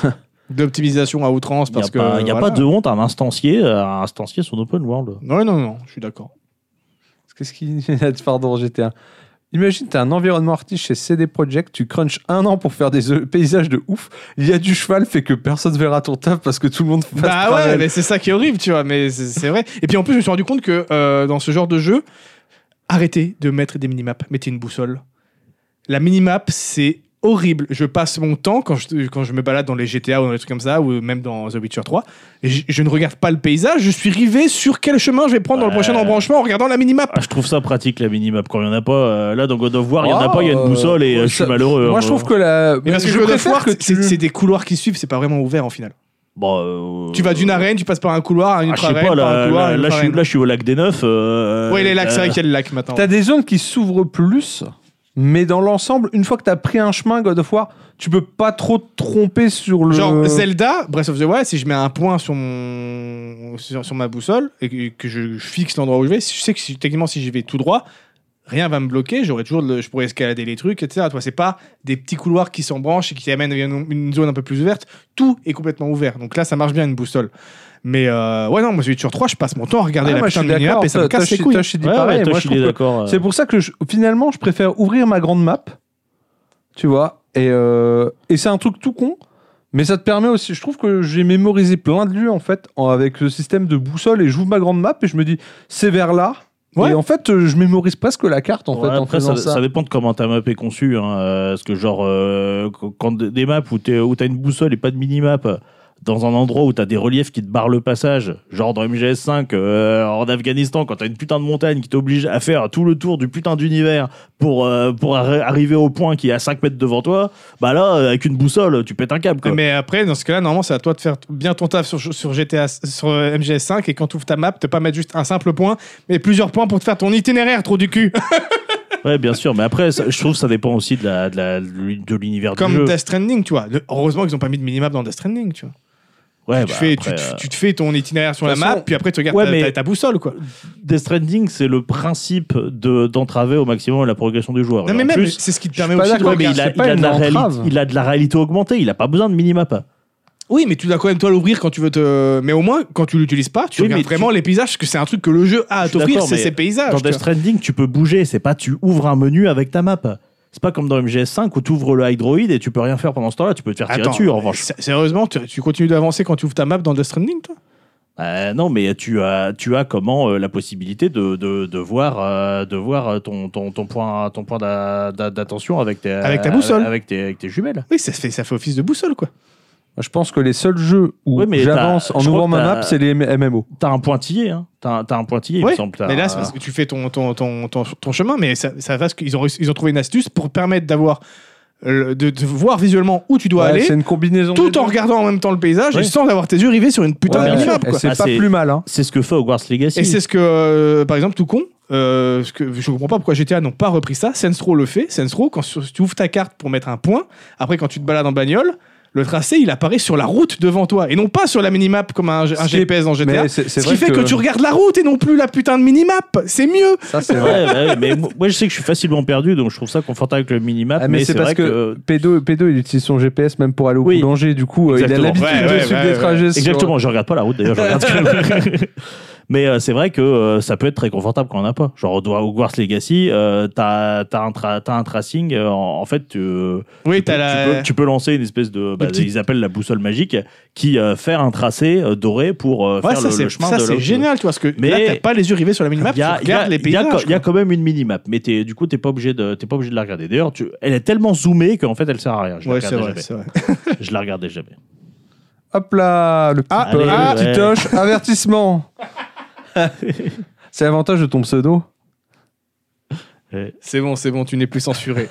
S3: De l'optimisation à outrance
S4: Il n'y a,
S3: parce que.
S4: pas, y a
S3: voilà.
S4: pas de honte à un instancier, euh, à un instancier son open world.
S3: Ouais, non, non, je suis d'accord.
S1: Qu'est-ce qu'il y a de fard dans GTA Imagine, t'as un environnement artiste chez CD Projekt, tu crunches un an pour faire des euh, paysages de ouf. Il y a du cheval, fait que personne verra ton taf parce que tout le monde. fait
S3: Bah ouais, mais c'est ça qui est horrible, tu vois, mais c'est c'est vrai. Et puis en plus, je me suis rendu compte que euh, dans ce genre de jeu, arrêtez de mettre des minimaps, mettez une boussole. La minimap, c'est horrible. Je passe mon temps, quand je, quand je me balade dans les GTA ou dans les trucs comme ça, ou même dans The Witcher 3, et je, je ne regarde pas le paysage, je suis rivé sur quel chemin je vais prendre dans le
S4: Ouais.
S3: prochain embranchement en regardant la minimap.
S4: Ah, je trouve ça pratique la minimap quand il n'y en a pas. euh, là, dans God of War, il n'y en a
S1: Ah,
S4: pas, il y a une
S1: euh,
S4: boussole et euh,
S1: ouais,
S4: je suis
S1: ça-
S4: malheureux.
S1: Moi,
S4: hein,
S1: je trouve que la.
S3: Mais parce que je God of
S1: préfère
S3: War,
S1: que
S3: c'est
S1: tu-
S3: c'est des couloirs qui suivent, c'est pas vraiment ouvert en final.
S4: Bon, euh,
S3: Tu vas d'une arène, tu passes par un couloir, à une
S4: ah, je
S3: autre
S4: sais
S3: arène,
S4: pas,
S3: par un
S4: là,
S3: couloir, à
S4: là,
S3: une
S4: là,
S3: autre
S4: je suis-
S3: arène.
S4: là, je suis au lac des Neufs. euh,
S3: Ouais, les lacs, c'est
S4: euh,
S3: vrai qu'il y a le lac maintenant.
S1: T'as des zones qui s'ouvrent plus, mais dans l'ensemble, une fois que t'as pris un chemin, God of War, tu peux pas trop te tromper sur le.
S3: Genre Zelda, Breath of the Wild, si je mets un point sur mon sur, sur ma boussole et que, que je, je fixe l'endroit où je vais, si- je sais que si- techniquement si j'y vais tout droit, rien va me bloquer, j'aurai toujours le- je pourrais escalader les trucs, etc. Toi, c'est pas des petits couloirs qui s'embranchent et qui amènent vers une, une zone un peu plus ouverte. Tout est complètement ouvert. Donc là, ça marche bien une boussole. Mais euh, ouais non, moi sur 3, je passe mon temps à regarder
S1: Ah,
S3: la
S1: moi, je
S3: putain
S1: suis
S3: de minimap
S1: d'accord.
S3: et ça me casse les
S1: Toshi-
S3: couilles.
S1: Toshi dit
S4: Ouais, ouais,
S1: pareil,
S4: toi,
S1: moi,
S4: je
S1: je
S4: suis
S1: trouve que-
S4: d'accord. euh.
S1: C'est pour ça que je- finalement, je préfère ouvrir ma grande map, tu vois, et, euh, et c'est un truc tout con, mais ça te permet aussi. Je trouve que j'ai mémorisé plein de lieux en fait en- avec ce système de boussole et j'ouvre ma grande map et je me dis c'est vers là.
S3: Ouais.
S1: Et en fait, euh, je mémorise presque la carte en
S4: Ouais,
S1: fait en
S4: après,
S1: faisant
S4: ça,
S1: ça.
S4: ça dépend de comment ta map est conçue. Hein, euh, parce que, genre, euh, qu- quand d- des maps où tu as une boussole et pas de minimap, euh, dans un endroit où tu as des reliefs qui te barrent le passage, genre dans MGS5, euh, en Afghanistan, quand tu as une putain de montagne qui t'oblige à faire tout le tour du putain d'univers pour, euh, pour arri- arriver au point qui est à 5 mètres devant toi, bah là, euh, avec une boussole, tu pètes un câble. Quoi.
S3: Mais après, dans ce cas-là, normalement, c'est à toi de faire t- bien ton taf sur, sur GTA, sur euh, MGS5 et quand tu ouvres ta map, de pas mettre juste un simple point, mais plusieurs points pour te faire ton itinéraire, trop du cul.
S4: Ouais, bien sûr. Mais après, ça- je trouve que ça dépend aussi de l'univers la, de la- de l'univers du
S3: Comme
S4: jeu.
S3: Death Stranding, tu vois. Le- heureusement qu'ils ont pas mis de minimap dans Death Stranding, tu vois.
S4: Ouais,
S3: tu,
S4: bah,
S3: fais, tu,
S4: après,
S3: tu-
S4: euh,
S3: tu te fais ton itinéraire sur la
S1: De toute
S3: map,
S1: façon-
S3: puis après tu regardes
S4: Ouais,
S3: ta,
S4: mais-
S3: ta- ta boussole, quoi.
S4: euh, Death Stranding, c'est le principe de- d'entraver au maximum la progression du joueur.
S3: Non,
S4: Et
S3: mais
S4: en
S3: même,
S4: plus,
S3: c'est ce qui te
S1: je suis
S3: permet
S1: pas
S3: aussi de
S1: d'accord,
S4: ouais, mais
S3: regarder.
S4: il, a,
S1: c'est pas
S4: il a
S1: une
S4: de la
S1: entrave.
S4: réalité- il a de la réalité augmentée, il a pas besoin de
S3: Ah,
S4: minimapa.
S3: Oui, mais tu dois quand même toi l'ouvrir quand tu veux te. Mais au moins, quand tu l'utilises pas, tu
S4: Oui,
S3: regardes
S4: mais tu-
S3: vraiment les paysages, parce que c'est un truc que le jeu a à
S4: Je suis
S3: t'offrir,
S4: d'accord,
S3: c'est
S4: mais
S3: ses paysages.
S4: Dans
S3: tu
S4: Death Stranding, tu peux bouger, c'est pas tu ouvres un menu avec ta map. C'est pas comme dans MGS5 où tu ouvres le Hydroid et tu peux rien faire pendant ce temps-là, tu peux te faire tirer
S3: Attends,
S4: dessus en
S3: vois.
S4: revanche.
S3: S- Sérieusement, tu, tu continues d'avancer quand tu ouvres ta map dans Death Stranding, toi
S4: Euh, non, mais tu as, tu as comment euh, la possibilité de, de, de voir, euh, de voir euh, ton, ton, ton point, ton point d'a- d'a- d'attention avec, tes- euh,
S3: Avec ta boussole.
S4: Avec tes, avec tes jumelles.
S3: Oui, ça fait, ça fait office de boussole, quoi.
S1: Je pense que les seuls jeux où
S4: Ouais, mais
S1: j'avance
S4: t'as-
S1: en
S4: je crois
S1: ouvrant
S4: que
S1: ma
S4: t'as-
S1: map, c'est les MMO.
S4: T'as un pointillé, hein. T'as un- t'as un pointillé, il
S3: Ouais,
S4: me semble.
S1: Bah,
S4: T'as-
S3: mais là, c'est parce que tu fais ton, ton, ton, ton, ton chemin, mais ça, ça va, parce qu'ils ont, réussi- ils ont trouvé une astuce pour permettre d'avoir. euh, De, de voir visuellement où tu dois
S1: Ouais,
S3: aller,
S1: c'est une combinaison. des
S3: tout
S1: deux.
S3: en regardant en même temps le paysage
S4: Ouais.
S3: et sans avoir tes yeux rivés sur une putain
S1: Ouais,
S3: de
S4: bien
S1: bien
S4: sûr.
S3: map,
S1: sûr.
S3: quoi.
S1: Et C'est
S4: Ah,
S1: pas
S4: c'est-
S1: plus mal. hein.
S4: C'est ce que fait Hogwarts Legacy.
S3: Et c'est ce que, euh, par exemple, tout con, euh, ce que je comprends pas pourquoi GTA n'ont pas repris ça. Sensro le fait. Sensro, quand sur- tu ouvres ta carte pour mettre un point, après quand tu te balades en bagnole, le tracé il apparaît sur la route devant toi et non pas sur la minimap comme un, G- un
S1: Ce qui est-
S3: GPS dans GTA.
S1: Mais c'est c'est
S3: Ce
S1: vrai
S3: qui fait que... tu regardes la route et non plus la putain de minimap. C'est mieux.
S1: Ça, c'est
S4: Ouais,
S1: vrai.
S4: ouais, mais moi, moi, je sais que je suis facilement perdu, donc je trouve ça confortable avec le minimap.
S1: Ah,
S4: mais c'est
S1: parce
S4: vrai que.
S3: euh,
S1: que P2, P2, il utilise son GPS même pour aller au
S4: Oui.
S1: boulanger. Du coup, euh, il a
S4: Exactement.
S1: l'habitude de
S3: Ouais, ouais,
S1: suivre
S3: ouais,
S1: des
S3: ouais.
S1: trajets. sur-
S4: Exactement, je regarde pas la route d'ailleurs, je regarde que- Mais euh, c'est vrai que euh, ça peut être très confortable quand on n'a pas. Genre, au Hogwarts Legacy, euh, t'as t'as un, tra- t'as un tracing, euh, en, en fait, tu,
S3: Oui,
S4: tu, peux,
S3: t'as la.
S4: tu peux- tu peux lancer une espèce de. bah,
S3: petit-
S4: Ils appellent la boussole magique, qui euh, fait un tracé euh, doré pour euh,
S3: Ouais,
S4: faire
S3: ça
S4: le,
S3: c'est
S4: le chemin
S3: ça,
S4: de là
S3: c'est
S4: où tu veux.
S3: génial, tu vois, parce que
S4: Mais-
S3: là t'as pas les yeux rivés sur la minimap,
S4: Il y a,
S3: tu
S4: il y a-
S3: regardes les
S4: il y a
S3: paysages.
S4: quand- il y a
S3: quoi.
S4: quand même une minimap, mais t'es- du coup, t'es pas, obligé de- t'es pas obligé de la regarder. D'ailleurs, tu- elle est tellement zoomée qu'en fait, elle sert à rien. Je,
S3: Ouais,
S4: la,
S3: c'est vrai,
S4: regardais
S3: c'est vrai.
S4: jamais. je la regardais jamais.
S1: Hop là, le petit,
S4: Ah, allez,
S1: ah,
S4: ouais.
S1: petit toche, avertissement. c'est l'avantage de ton pseudo.
S4: Ah,
S3: C'est bon, c'est bon, tu n'es plus censuré.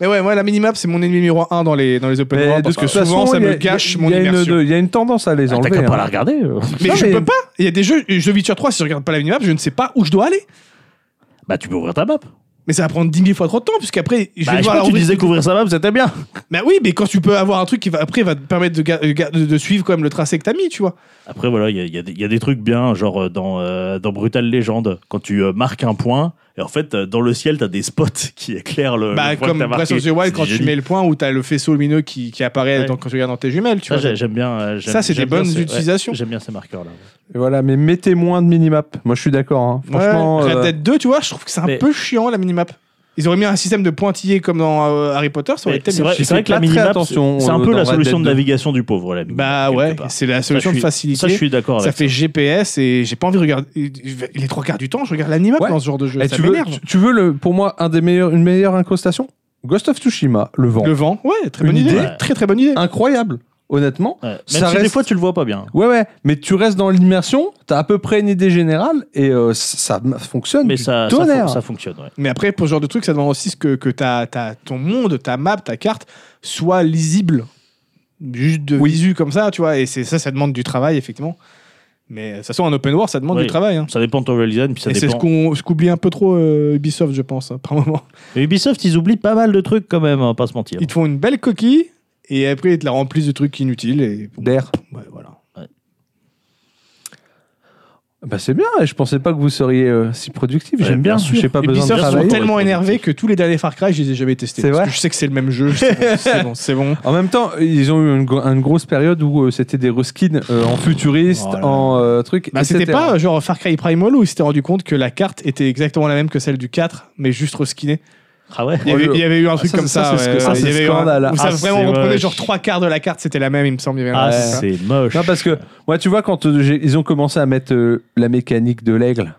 S3: Mais ouais, moi, la minimap, c'est mon ennemi numéro 1 dans les, dans les open
S1: Mais
S3: world parce
S1: toute
S3: que
S1: façon,
S3: souvent, ça
S1: il y a-
S3: me
S1: il y
S3: gâche
S1: a
S3: mon
S1: une-
S3: immersion.
S1: Il y a une tendance à les
S4: Ah, T'as
S1: enlever.
S4: qu'à pas
S1: hein.
S4: la regarder. euh.
S3: Mais
S1: Non,
S3: je
S1: mais-
S3: peux pas. Il y a des jeux, jeux Witcher 3, si je regarde pas la minimap, je ne sais pas où je dois aller.
S4: Bah, tu peux ouvrir ta map.
S3: Mais ça va prendre 10 000 fois trop de temps, puisqu'après, je
S4: Bah,
S3: vais devoir
S4: je sais
S3: la
S4: pas, tu
S3: rouvrir.
S4: disais qu'ouvrir sa map, c'était bien.
S3: Bah oui, mais quand tu peux avoir un truc qui va, après, va te permettre de, ga- ga- de, de suivre quand même le tracé que t'as mis, tu vois.
S4: Après, voilà, il y a, il y a des- il y a des trucs bien, genre euh, dans, euh, dans Brutal Legend, quand tu euh, marques un point, et en fait, euh, dans le ciel, t'as des spots qui éclairent le,
S3: bah,
S4: Euh, le point
S3: comme
S4: que t'as
S3: Breath
S4: marqué.
S3: of the Wild,
S4: C'est
S3: quand tu
S4: joli.
S3: mets le point où t'as le faisceau lumineux qui, qui apparaît
S4: Ouais.
S3: dans- quand tu regardes dans tes jumelles, tu
S4: Ça,
S3: vois.
S4: j'ai- j'aime bien. euh, j'aime-
S3: Ça, c'est des
S4: j'aime bien
S3: bonnes
S4: ce- ouais,
S3: utilisations.
S4: J'aime bien ces marqueurs-là.
S1: Et Voilà, mais mettez moins de minimap. Moi, je suis d'accord. hein.
S3: Ouais,
S1: Franchement,
S3: Red
S1: euh,
S3: Dead 2, tu vois, je trouve que c'est un
S4: mais-
S3: peu chiant la minimap. Ils auraient mis un système de pointillés comme dans euh, Harry Potter, ça aurait
S4: Mais
S3: été
S4: C'est
S3: mieux.
S4: vrai,
S1: j'ai
S4: c'est vrai
S1: fait
S4: que la
S1: pas très
S4: minimap, c'est
S1: attention,
S4: c'est un
S1: euh,
S4: peu
S1: dans
S4: la
S1: Red
S4: solution
S1: Dead
S4: de
S1: deux.
S4: navigation du pauvre, la minimap,
S3: Bah
S4: quelque
S3: ouais,
S4: part.
S3: c'est la
S4: Ça, je
S3: solution de
S4: suis-
S3: facilité.
S4: Ça, je suis d'accord
S3: Ça
S4: avec
S3: fait GPS et j'ai pas envie de regarder. Les trois quarts du temps, je regarde l'animap
S1: Ouais.
S3: dans ce genre de jeu.
S1: eh,
S3: ça
S1: tu, veux,
S3: m'énerve.
S1: tu- tu veux le, pour moi un des meilleurs, une meilleure incrustation Ghost of Tsushima, le vent.
S3: Le vent, ouais, très
S1: Une
S3: bonne idée.
S1: idée.
S3: Ouais. Très très bonne idée.
S1: Incroyable, honnêtement.
S4: Ouais, Même si
S1: Ça
S4: des
S1: reste-
S4: fois, tu le vois pas bien.
S1: Ouais, ouais, mais tu restes dans l'immersion, t'as à peu près une idée générale et euh, ça ça fonctionne.
S4: Mais
S1: du
S4: ça, ça fon-
S1: tonnerre.
S4: ça fonctionne, ouais.
S3: Mais après, pour ce genre de truc, ça demande aussi ce que, que ta, ta- ton monde, ta map, ta carte soit lisible. Juste de
S1: Oui.
S3: visu comme ça, tu vois. Et c'est ça, ça demande du travail, effectivement. Mais euh, de toute façon, un open world, ça demande
S4: Oui.
S3: du travail. hein.
S4: Ça dépend de ton level design, puis ça
S3: et c'est ce
S4: dépend.
S3: qu'on ce qu'oublie un peu trop euh, Ubisoft, je pense, hein, par moment.
S4: Mais Ubisoft, ils oublient pas mal de trucs quand même, hein, pas se mentir.
S3: Ils te font une belle coquille et après, ils te la remplissent de trucs inutiles. Et
S1: D'air.
S3: ouais, voilà.
S1: Bah c'est bien, et je pensais pas que vous seriez euh, si productif,
S4: Ouais,
S1: j'aime
S4: bien
S1: bien,
S4: sûr.
S1: j'ai pas besoin de
S3: Ubisoft sont
S1: travailler.
S4: tellement
S3: tellement
S4: Ouais,
S3: énervés
S4: productif.
S3: que tous les derniers Far Cry, je les ai jamais testés.
S1: C'est
S3: parce
S1: vrai
S3: que je sais que c'est le même jeu. C'est bon, c'est bon, c'est bon.
S1: En même temps, ils ont eu une, gro- une grosse période où euh, c'était des reskins euh, en futuriste,
S4: Oh là là.
S1: en euh, truc.
S3: Bah, c'était
S1: etc.
S3: pas euh, genre Far Cry Primal où ils s'étaient rendu compte que la carte était exactement la même que celle du 4, mais juste reskinée.
S4: Ah ouais
S3: Il y
S1: Oh,
S3: avait,
S1: le-
S3: il y avait eu un truc
S1: ça,
S3: comme
S1: ça,
S3: ça.
S1: c'est ce
S3: ouais,
S1: que- ça,
S3: ouais,
S1: c'est
S3: il y avait eu un-
S1: scandale.
S3: Où ça
S4: Ah,
S3: vraiment
S4: c'est
S3: reprenait
S4: moche.
S3: genre trois quarts de la carte, c'était la même, il me semble. il y avait un
S4: Ah,
S3: truc comme ça.
S4: c'est moche.
S1: Non, parce que moi, tu vois, quand euh, j'ai- ils ont commencé à mettre euh, la mécanique de l'aigle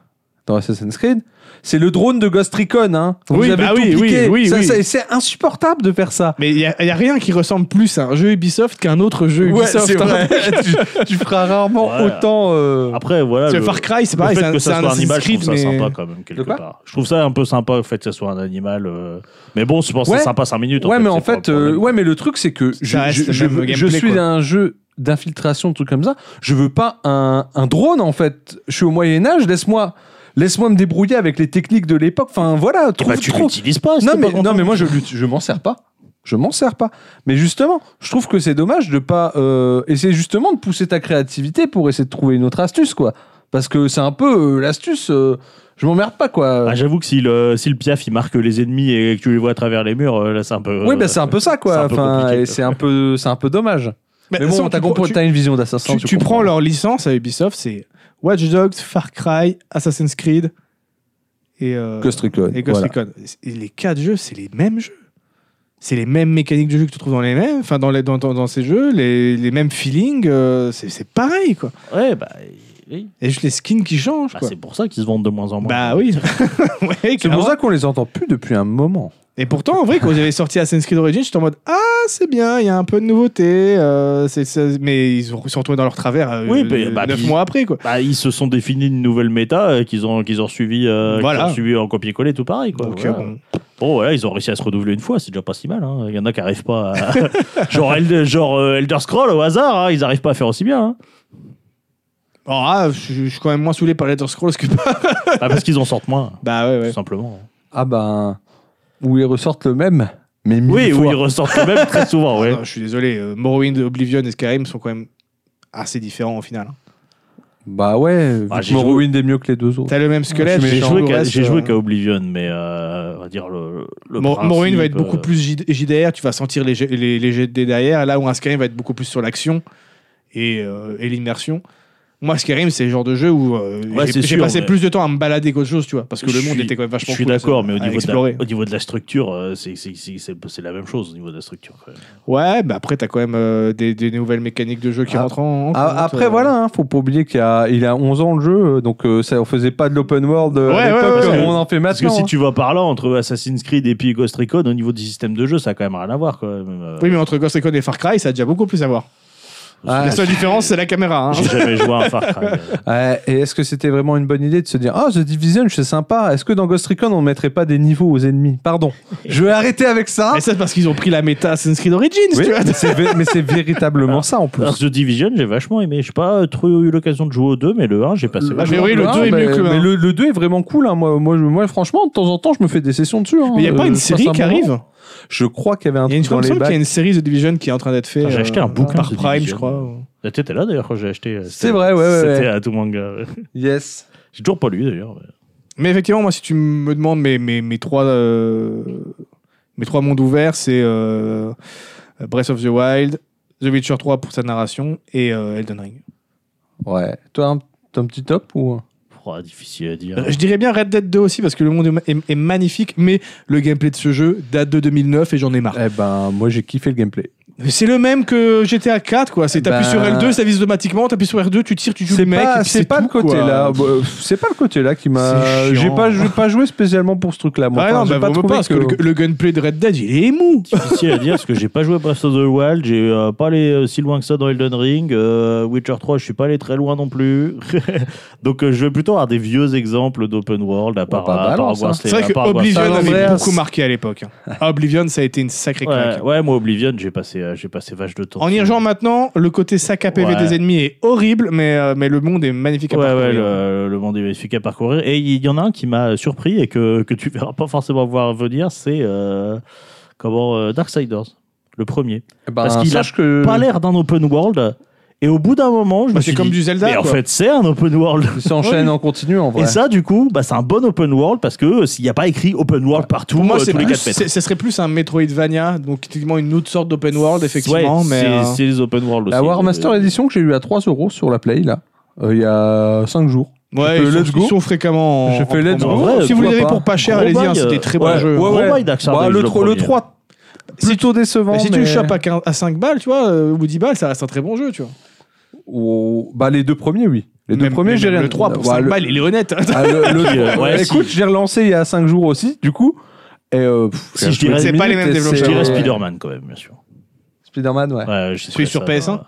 S1: dans Assassin's Creed, c'est le drone de Ghost Recon. Hein. Vous
S3: Oui,
S1: avez
S3: bah
S1: tout
S3: oui, oui,
S1: piqué.
S3: oui,
S1: Ça-
S3: oui.
S1: ça- c'est insupportable de faire ça.
S3: Mais il n'y a, il y a rien qui ressemble plus à un jeu Ubisoft qu'un autre jeu
S1: Ouais,
S3: Ubisoft.
S1: c'est
S3: hein.
S1: vrai. tu, tu feras rarement
S4: Ouais.
S1: autant. euh,
S4: Après, voilà.
S3: Parce que
S4: Ah, le-
S3: Far Cry, c'est
S4: Le
S3: pareil,
S4: fait
S3: c'est un,
S4: que
S3: c'est
S4: ça
S3: un
S4: soit un animal, je
S3: Assassin's
S4: trouve ça
S3: Creed, mais-
S4: sympa quand même, quelque
S1: De quoi
S4: part. Je trouve ça un peu sympa, le fait que ça soit un animal. euh, Mais bon, je pense que
S1: Ouais.
S4: ça sympa 5 minutes.
S1: ouais, mais en
S4: c'est pas
S1: fait,
S4: le
S1: euh,
S4: problème.
S1: ouais, mais le truc, c'est que je,
S3: reste
S1: je-
S3: le
S1: je
S3: même
S1: veux- je
S3: gameplay,
S1: suis
S3: quoi.
S1: un jeu d'infiltration, de trucs comme ça. Je veux pas un, un drone, en fait. Je suis au Moyen-Âge, laisse-moi. Laisse-moi me débrouiller avec les techniques de l'époque. Enfin voilà,
S4: Eh
S1: trouve,
S4: ben, tu
S1: trouve-
S4: l'utilises pas. si
S1: Non
S4: t'es
S1: mais,
S4: pas content.
S1: non mais moi je, l'ut- je m'en sers pas. Je m'en sers pas. Mais justement, je trouve que c'est dommage de pas euh, essayer justement de pousser ta créativité pour essayer de trouver une autre astuce, quoi. Parce que c'est un peu euh, l'astuce. euh, je m'emmerde pas, quoi.
S4: Ah, J'avoue que si le, si le piaf il marque les ennemis et que tu les vois à travers les murs, euh, là c'est un peu.
S1: oui, bah, c'est un peu ça,
S4: c'est
S1: quoi.
S4: un peu
S1: Enfin,
S4: compliqué.
S1: et c'est un peu, c'est un peu dommage. Mais, bon, t'as compris- t'as une vision d'Assassin.
S3: tu, tu
S1: comprends.
S3: prends leur licence à Ubisoft, c'est Watch Dogs, Far Cry, Assassin's Creed et euh,
S1: Ghost Recon.
S3: et Ghost
S1: voilà.
S3: Recon. Et les quatre jeux, c'est les mêmes jeux. C'est les mêmes mécaniques de jeu que tu trouves dans les mêmes, enfin dans, les- dans, dans, dans ces jeux, les, les mêmes feelings, euh, c'est c'est pareil quoi.
S4: Ouais, bah, oui.
S3: Et juste les skins qui changent
S4: Bah,
S3: quoi.
S4: c'est pour ça qu'ils se vendent de moins en moins.
S3: Bah oui. Ouais,
S1: C'est pour
S3: clairement.
S1: ça qu'on les entend plus depuis un moment.
S3: Et pourtant, en vrai, quand j'avais sorti Assassin's Creed Origins, j'étais en mode Ah, c'est bien, il y a un peu de nouveauté. euh, c'est- c'est- Mais ils ont- ils sont retrouvés dans leur travers euh,
S4: Oui, bah, bah,
S3: 9
S4: puis-
S3: mois après, quoi.
S4: Bah, ils se sont définis une nouvelle méta euh, qu'ils ont, qu'ils ont suivi, euh, qu'ils
S3: Voilà.
S4: ont suivi en copier-coller, tout pareil. Quoi,
S3: Donc,
S4: Bah, Voilà.
S3: euh, bon.
S4: Bon, voilà, ils ont réussi à se renouveler une fois, c'est déjà pas si mal. hein. Il y en a qui arrivent pas à. genre, Elder, genre euh, Elder Scroll au hasard, hein, ils arrivent pas à faire aussi bien. hein.
S3: Alors, ah, je, je suis quand même moins saoulé par Elder Scrolls que par.
S4: Bah, parce qu'ils en sortent moins,
S3: Bah ouais, ouais.
S4: tout simplement.
S1: Ah ben, où ils ressortent le même, mais mille
S4: Oui,
S1: fois.
S4: oui, ils ressortent quand même très souvent, ouais.
S3: Non, je suis désolé, euh, Morrowind, Oblivion et Skyrim sont quand même assez différents au final. hein.
S1: Bah ouais,
S4: Bah, j'ai
S1: Morrowind est mieux que les deux autres.
S3: T'as le même squelette,
S4: J'ai
S3: mais
S4: joué
S3: le
S4: qu'à
S3: reste,
S4: j'ai joué
S3: euh,
S4: qu'à Oblivion, mais euh, on va dire le. le
S3: Mor-
S4: principe,
S3: Morrowind va être beaucoup
S4: euh,
S3: plus J- JDR, tu vas sentir les, jets- les, les jets de dés derrière, là où un Skyrim va être beaucoup plus sur l'action et, euh, et l'immersion. Moi, Skyrim, c'est le genre de jeu où euh,
S4: Ouais,
S3: j'ai-
S4: c'est
S3: j'ai
S4: sûr,
S3: passé
S4: mais-
S3: plus de temps à me balader qu'autre chose, tu vois, parce que le
S4: Je
S3: monde
S4: suis-
S3: était quand même
S4: Je
S3: vachement
S4: suis
S3: cool à-
S4: d'accord, mais au
S3: à
S4: niveau, de la,
S3: explorer.
S4: au niveau de la structure, euh, c'est- c'est- c'est c'est- c'est la même chose au niveau de la structure. quand même.
S3: Ouais, mais après, t'as quand même euh, des, des nouvelles mécaniques de jeu qui
S1: Ah,
S3: rentrent en. en
S1: Ah,
S3: compte,
S1: après,
S3: euh.
S1: voilà, hein, faut pas oublier qu'il y a, il a 11 ans le jeu, euh, donc euh, ça, on faisait pas de l'open world euh, à
S3: Ouais,
S1: l'époque,
S3: ouais, ouais,
S1: comme
S4: ouais.
S1: on en fait
S4: Parce
S1: maintenant.
S4: que si
S1: hein.
S4: tu vas par là, entre Assassin's Creed et puis Ghost Recon, au niveau du système de jeu, ça a quand même rien à voir. Quoi. Même, euh,
S3: Oui, mais entre Ghost Recon et Far Cry, ça a déjà beaucoup plus à voir.
S1: Ah,
S3: la seule différence, c'est la caméra. hein.
S4: J'ai jamais joué à un Far Cry.
S1: Ouais, et est-ce que c'était vraiment une bonne idée de se dire Ah, The Division, c'est sympa, est-ce que dans Ghost Recon on mettrait pas des niveaux aux ennemis Pardon, je vais arrêter avec ça.
S3: Mais ça, c'est parce qu'ils ont pris la méta Assassin's Creed Origins,
S1: Oui,
S3: tu vois. Ah,
S1: mais c'est vé- mais c'est véritablement ça en plus.
S4: Alors, The Division, j'ai vachement aimé. J'ai pas euh, trop eu l'occasion de jouer au 2, mais le 1, j'ai passé
S3: Ah,
S4: vachement.
S3: mais oui, le
S1: Ah,
S3: 2 est
S1: bah,
S3: mieux que le
S1: mais
S3: 1.
S1: le, le 2 est vraiment cool. hein. Moi, moi, je- moi, franchement, de temps en temps, je me fais des sessions dessus. hein.
S3: Mais il a pas
S1: Euh,
S3: une
S1: je passe
S3: série
S1: un
S3: qui
S1: moment.
S3: arrive
S1: Je crois qu'il y avait un
S3: Il y a une,
S1: truc dans
S3: il me
S1: les
S3: semble qu'il y
S1: bacs.
S3: a une série The Division qui est en train d'être faite.
S4: J'ai acheté un
S3: euh,
S4: bouquin
S3: par
S4: de
S3: Prime,
S4: Division.
S3: je crois.
S4: Ah, T'étais là d'ailleurs quand j'ai acheté. euh,
S1: C'est
S4: c'était-
S1: vrai, ouais, ouais,
S4: C'était
S1: ouais.
S4: à tout manga.
S1: Yes.
S4: J'ai toujours pas lu d'ailleurs. mais-
S3: Mais effectivement, moi, si tu me demandes mes, mes, mes trois, euh, mes trois mondes ouverts, c'est euh, Breath of the Wild, The Witcher 3 pour sa narration et euh, Elden Ring.
S1: Ouais. Toi, un, t'as un petit top ou
S4: Oh, difficile à dire.
S3: Je dirais bien Red Dead 2 aussi parce que le monde est, est magnifique, mais le gameplay de ce jeu date de 2009 et j'en ai marre.
S1: Eh ben, moi, j'ai kiffé le gameplay.
S3: C'est le même que GTA 4, quoi. C'est t'appuies
S1: Ben-
S3: sur L2, ça vise automatiquement, t'appuies sur R2, tu tires, tu joues
S1: C'est
S3: le mec. et
S1: pas,
S3: puis
S1: c'est pas
S3: tout,
S1: le côté
S3: quoi.
S1: là. Bah, euh, C'est pas le côté là qui m'a.
S3: C'est
S1: J'ai
S3: chiant.
S1: pas, j'ai pas joué spécialement pour ce truc-là. Moi,
S3: Ouais,
S1: Enfin,
S3: non,
S1: j'ai
S3: bah,
S1: pas
S3: vaut mieux
S1: trouvé
S3: pas, parce que
S1: que-
S3: le, le gunplay de Red Dead, il est mou.
S4: difficile à dire parce que j'ai pas joué à Breath of the Wild, j'ai euh, pas allé euh, si loin que ça dans Elden Ring, euh, Witcher 3, je suis pas allé très loin non plus. Donc euh, je vais plutôt avoir des vieux exemples d'open world à part,
S1: Ouais, bah,
S4: à part
S1: balance,
S4: Hogwarts
S1: hein.
S4: Legacy,
S3: C'est vrai
S4: à
S3: que
S4: part Hogwarts
S3: Oblivion
S1: San
S3: avait
S1: Andreas.
S3: beaucoup marqué à l'époque. hein. Oblivion, ça a été une sacrée claque.
S4: Ouais, ouais, moi Oblivion, j'ai passé euh, j'ai passé vache de temps.
S3: En y
S4: dessus.
S3: rejoignant maintenant, le côté sac à PV
S4: Ouais.
S3: des ennemis est horrible, mais, euh, mais le monde est magnifique à
S4: Ouais, ouais,
S3: parcourir.
S4: le, euh, le monde est magnifique à parcourir. Et il y en a un qui m'a surpris et que, que tu verras pas forcément voir venir, c'est euh, comment euh, Darksiders, le premier.
S1: Eh ben,
S4: parce qu'il a
S1: sache que
S4: Pas l'air d'un open world. Et au bout d'un moment, je
S3: Euh. Bah,
S4: me
S3: c'est
S4: suis
S3: comme
S4: dit,
S3: du Zelda.
S4: mais en
S3: quoi.
S4: fait, c'est un open world.
S1: il s'enchaîne en continu en vrai.
S4: Et ça, du coup, bah, c'est un bon open world parce que euh, s'il n'y a pas écrit open world partout,
S3: Pour moi,
S4: euh,
S3: c'est
S4: tous les
S3: plus-
S4: 4 mètres.
S3: c'est- ce serait plus un Metroidvania, donc typiquement une autre sorte d'open world, effectivement.
S4: Ouais,
S3: mais,
S4: c'est
S3: euh,
S4: c'est les open world aussi.
S1: La War Master
S4: Euh,
S1: Edition que j'ai eu à 3 euros sur la Play là, euh, il y a 5 jours.
S3: ouais,
S1: Je fais
S3: ils,
S1: let's
S3: sont,
S1: go.
S3: ils sont fréquemment. en-
S1: Je fais
S3: en
S1: let's
S3: promo.
S4: go. Ouais,
S3: si vous les
S1: pourquoi
S3: avez
S1: pas.
S3: pour pas cher,
S4: Gros
S3: allez-y, hein,
S4: bail,
S3: c'est
S4: euh,
S3: des très bons
S4: ouais,
S3: jeux.
S4: Gros bail
S1: Bah,
S4: d'Axardage,
S1: le,
S4: le
S1: tro- le
S4: premier.
S1: 3 plutôt décevant.
S3: Bah, Si tu
S1: mais-
S3: le chopes à, quin- à 5 balles, tu vois, euh, ou 10 balles, ça reste un très bon jeu, tu vois.
S1: Oh, bah les deux premiers oui. Les deux
S3: Même-
S1: premiers
S3: mais
S1: j'ai
S3: même
S1: rien.
S3: Le 3 pour
S1: Bah,
S3: 5
S1: le-
S3: balles, il est honnête. hein.
S1: Ah, le- le-
S4: Puis, euh, ouais,
S1: écoute,
S4: si.
S1: j'ai relancé il y a 5 jours aussi, du coup. Et euh, pff,
S4: Si
S1: j'ai
S4: je dirais-
S1: joué
S4: C'est
S1: dix
S3: pas les
S1: minutes
S3: mêmes
S1: et c'est-
S4: Je dirais
S3: Ouais.
S4: Spider-Man quand même, bien sûr.
S1: Spider-Man, ouais.
S4: Ouais, je
S3: Celui
S4: sais
S3: sur
S4: pas,
S3: PS1?
S4: ça,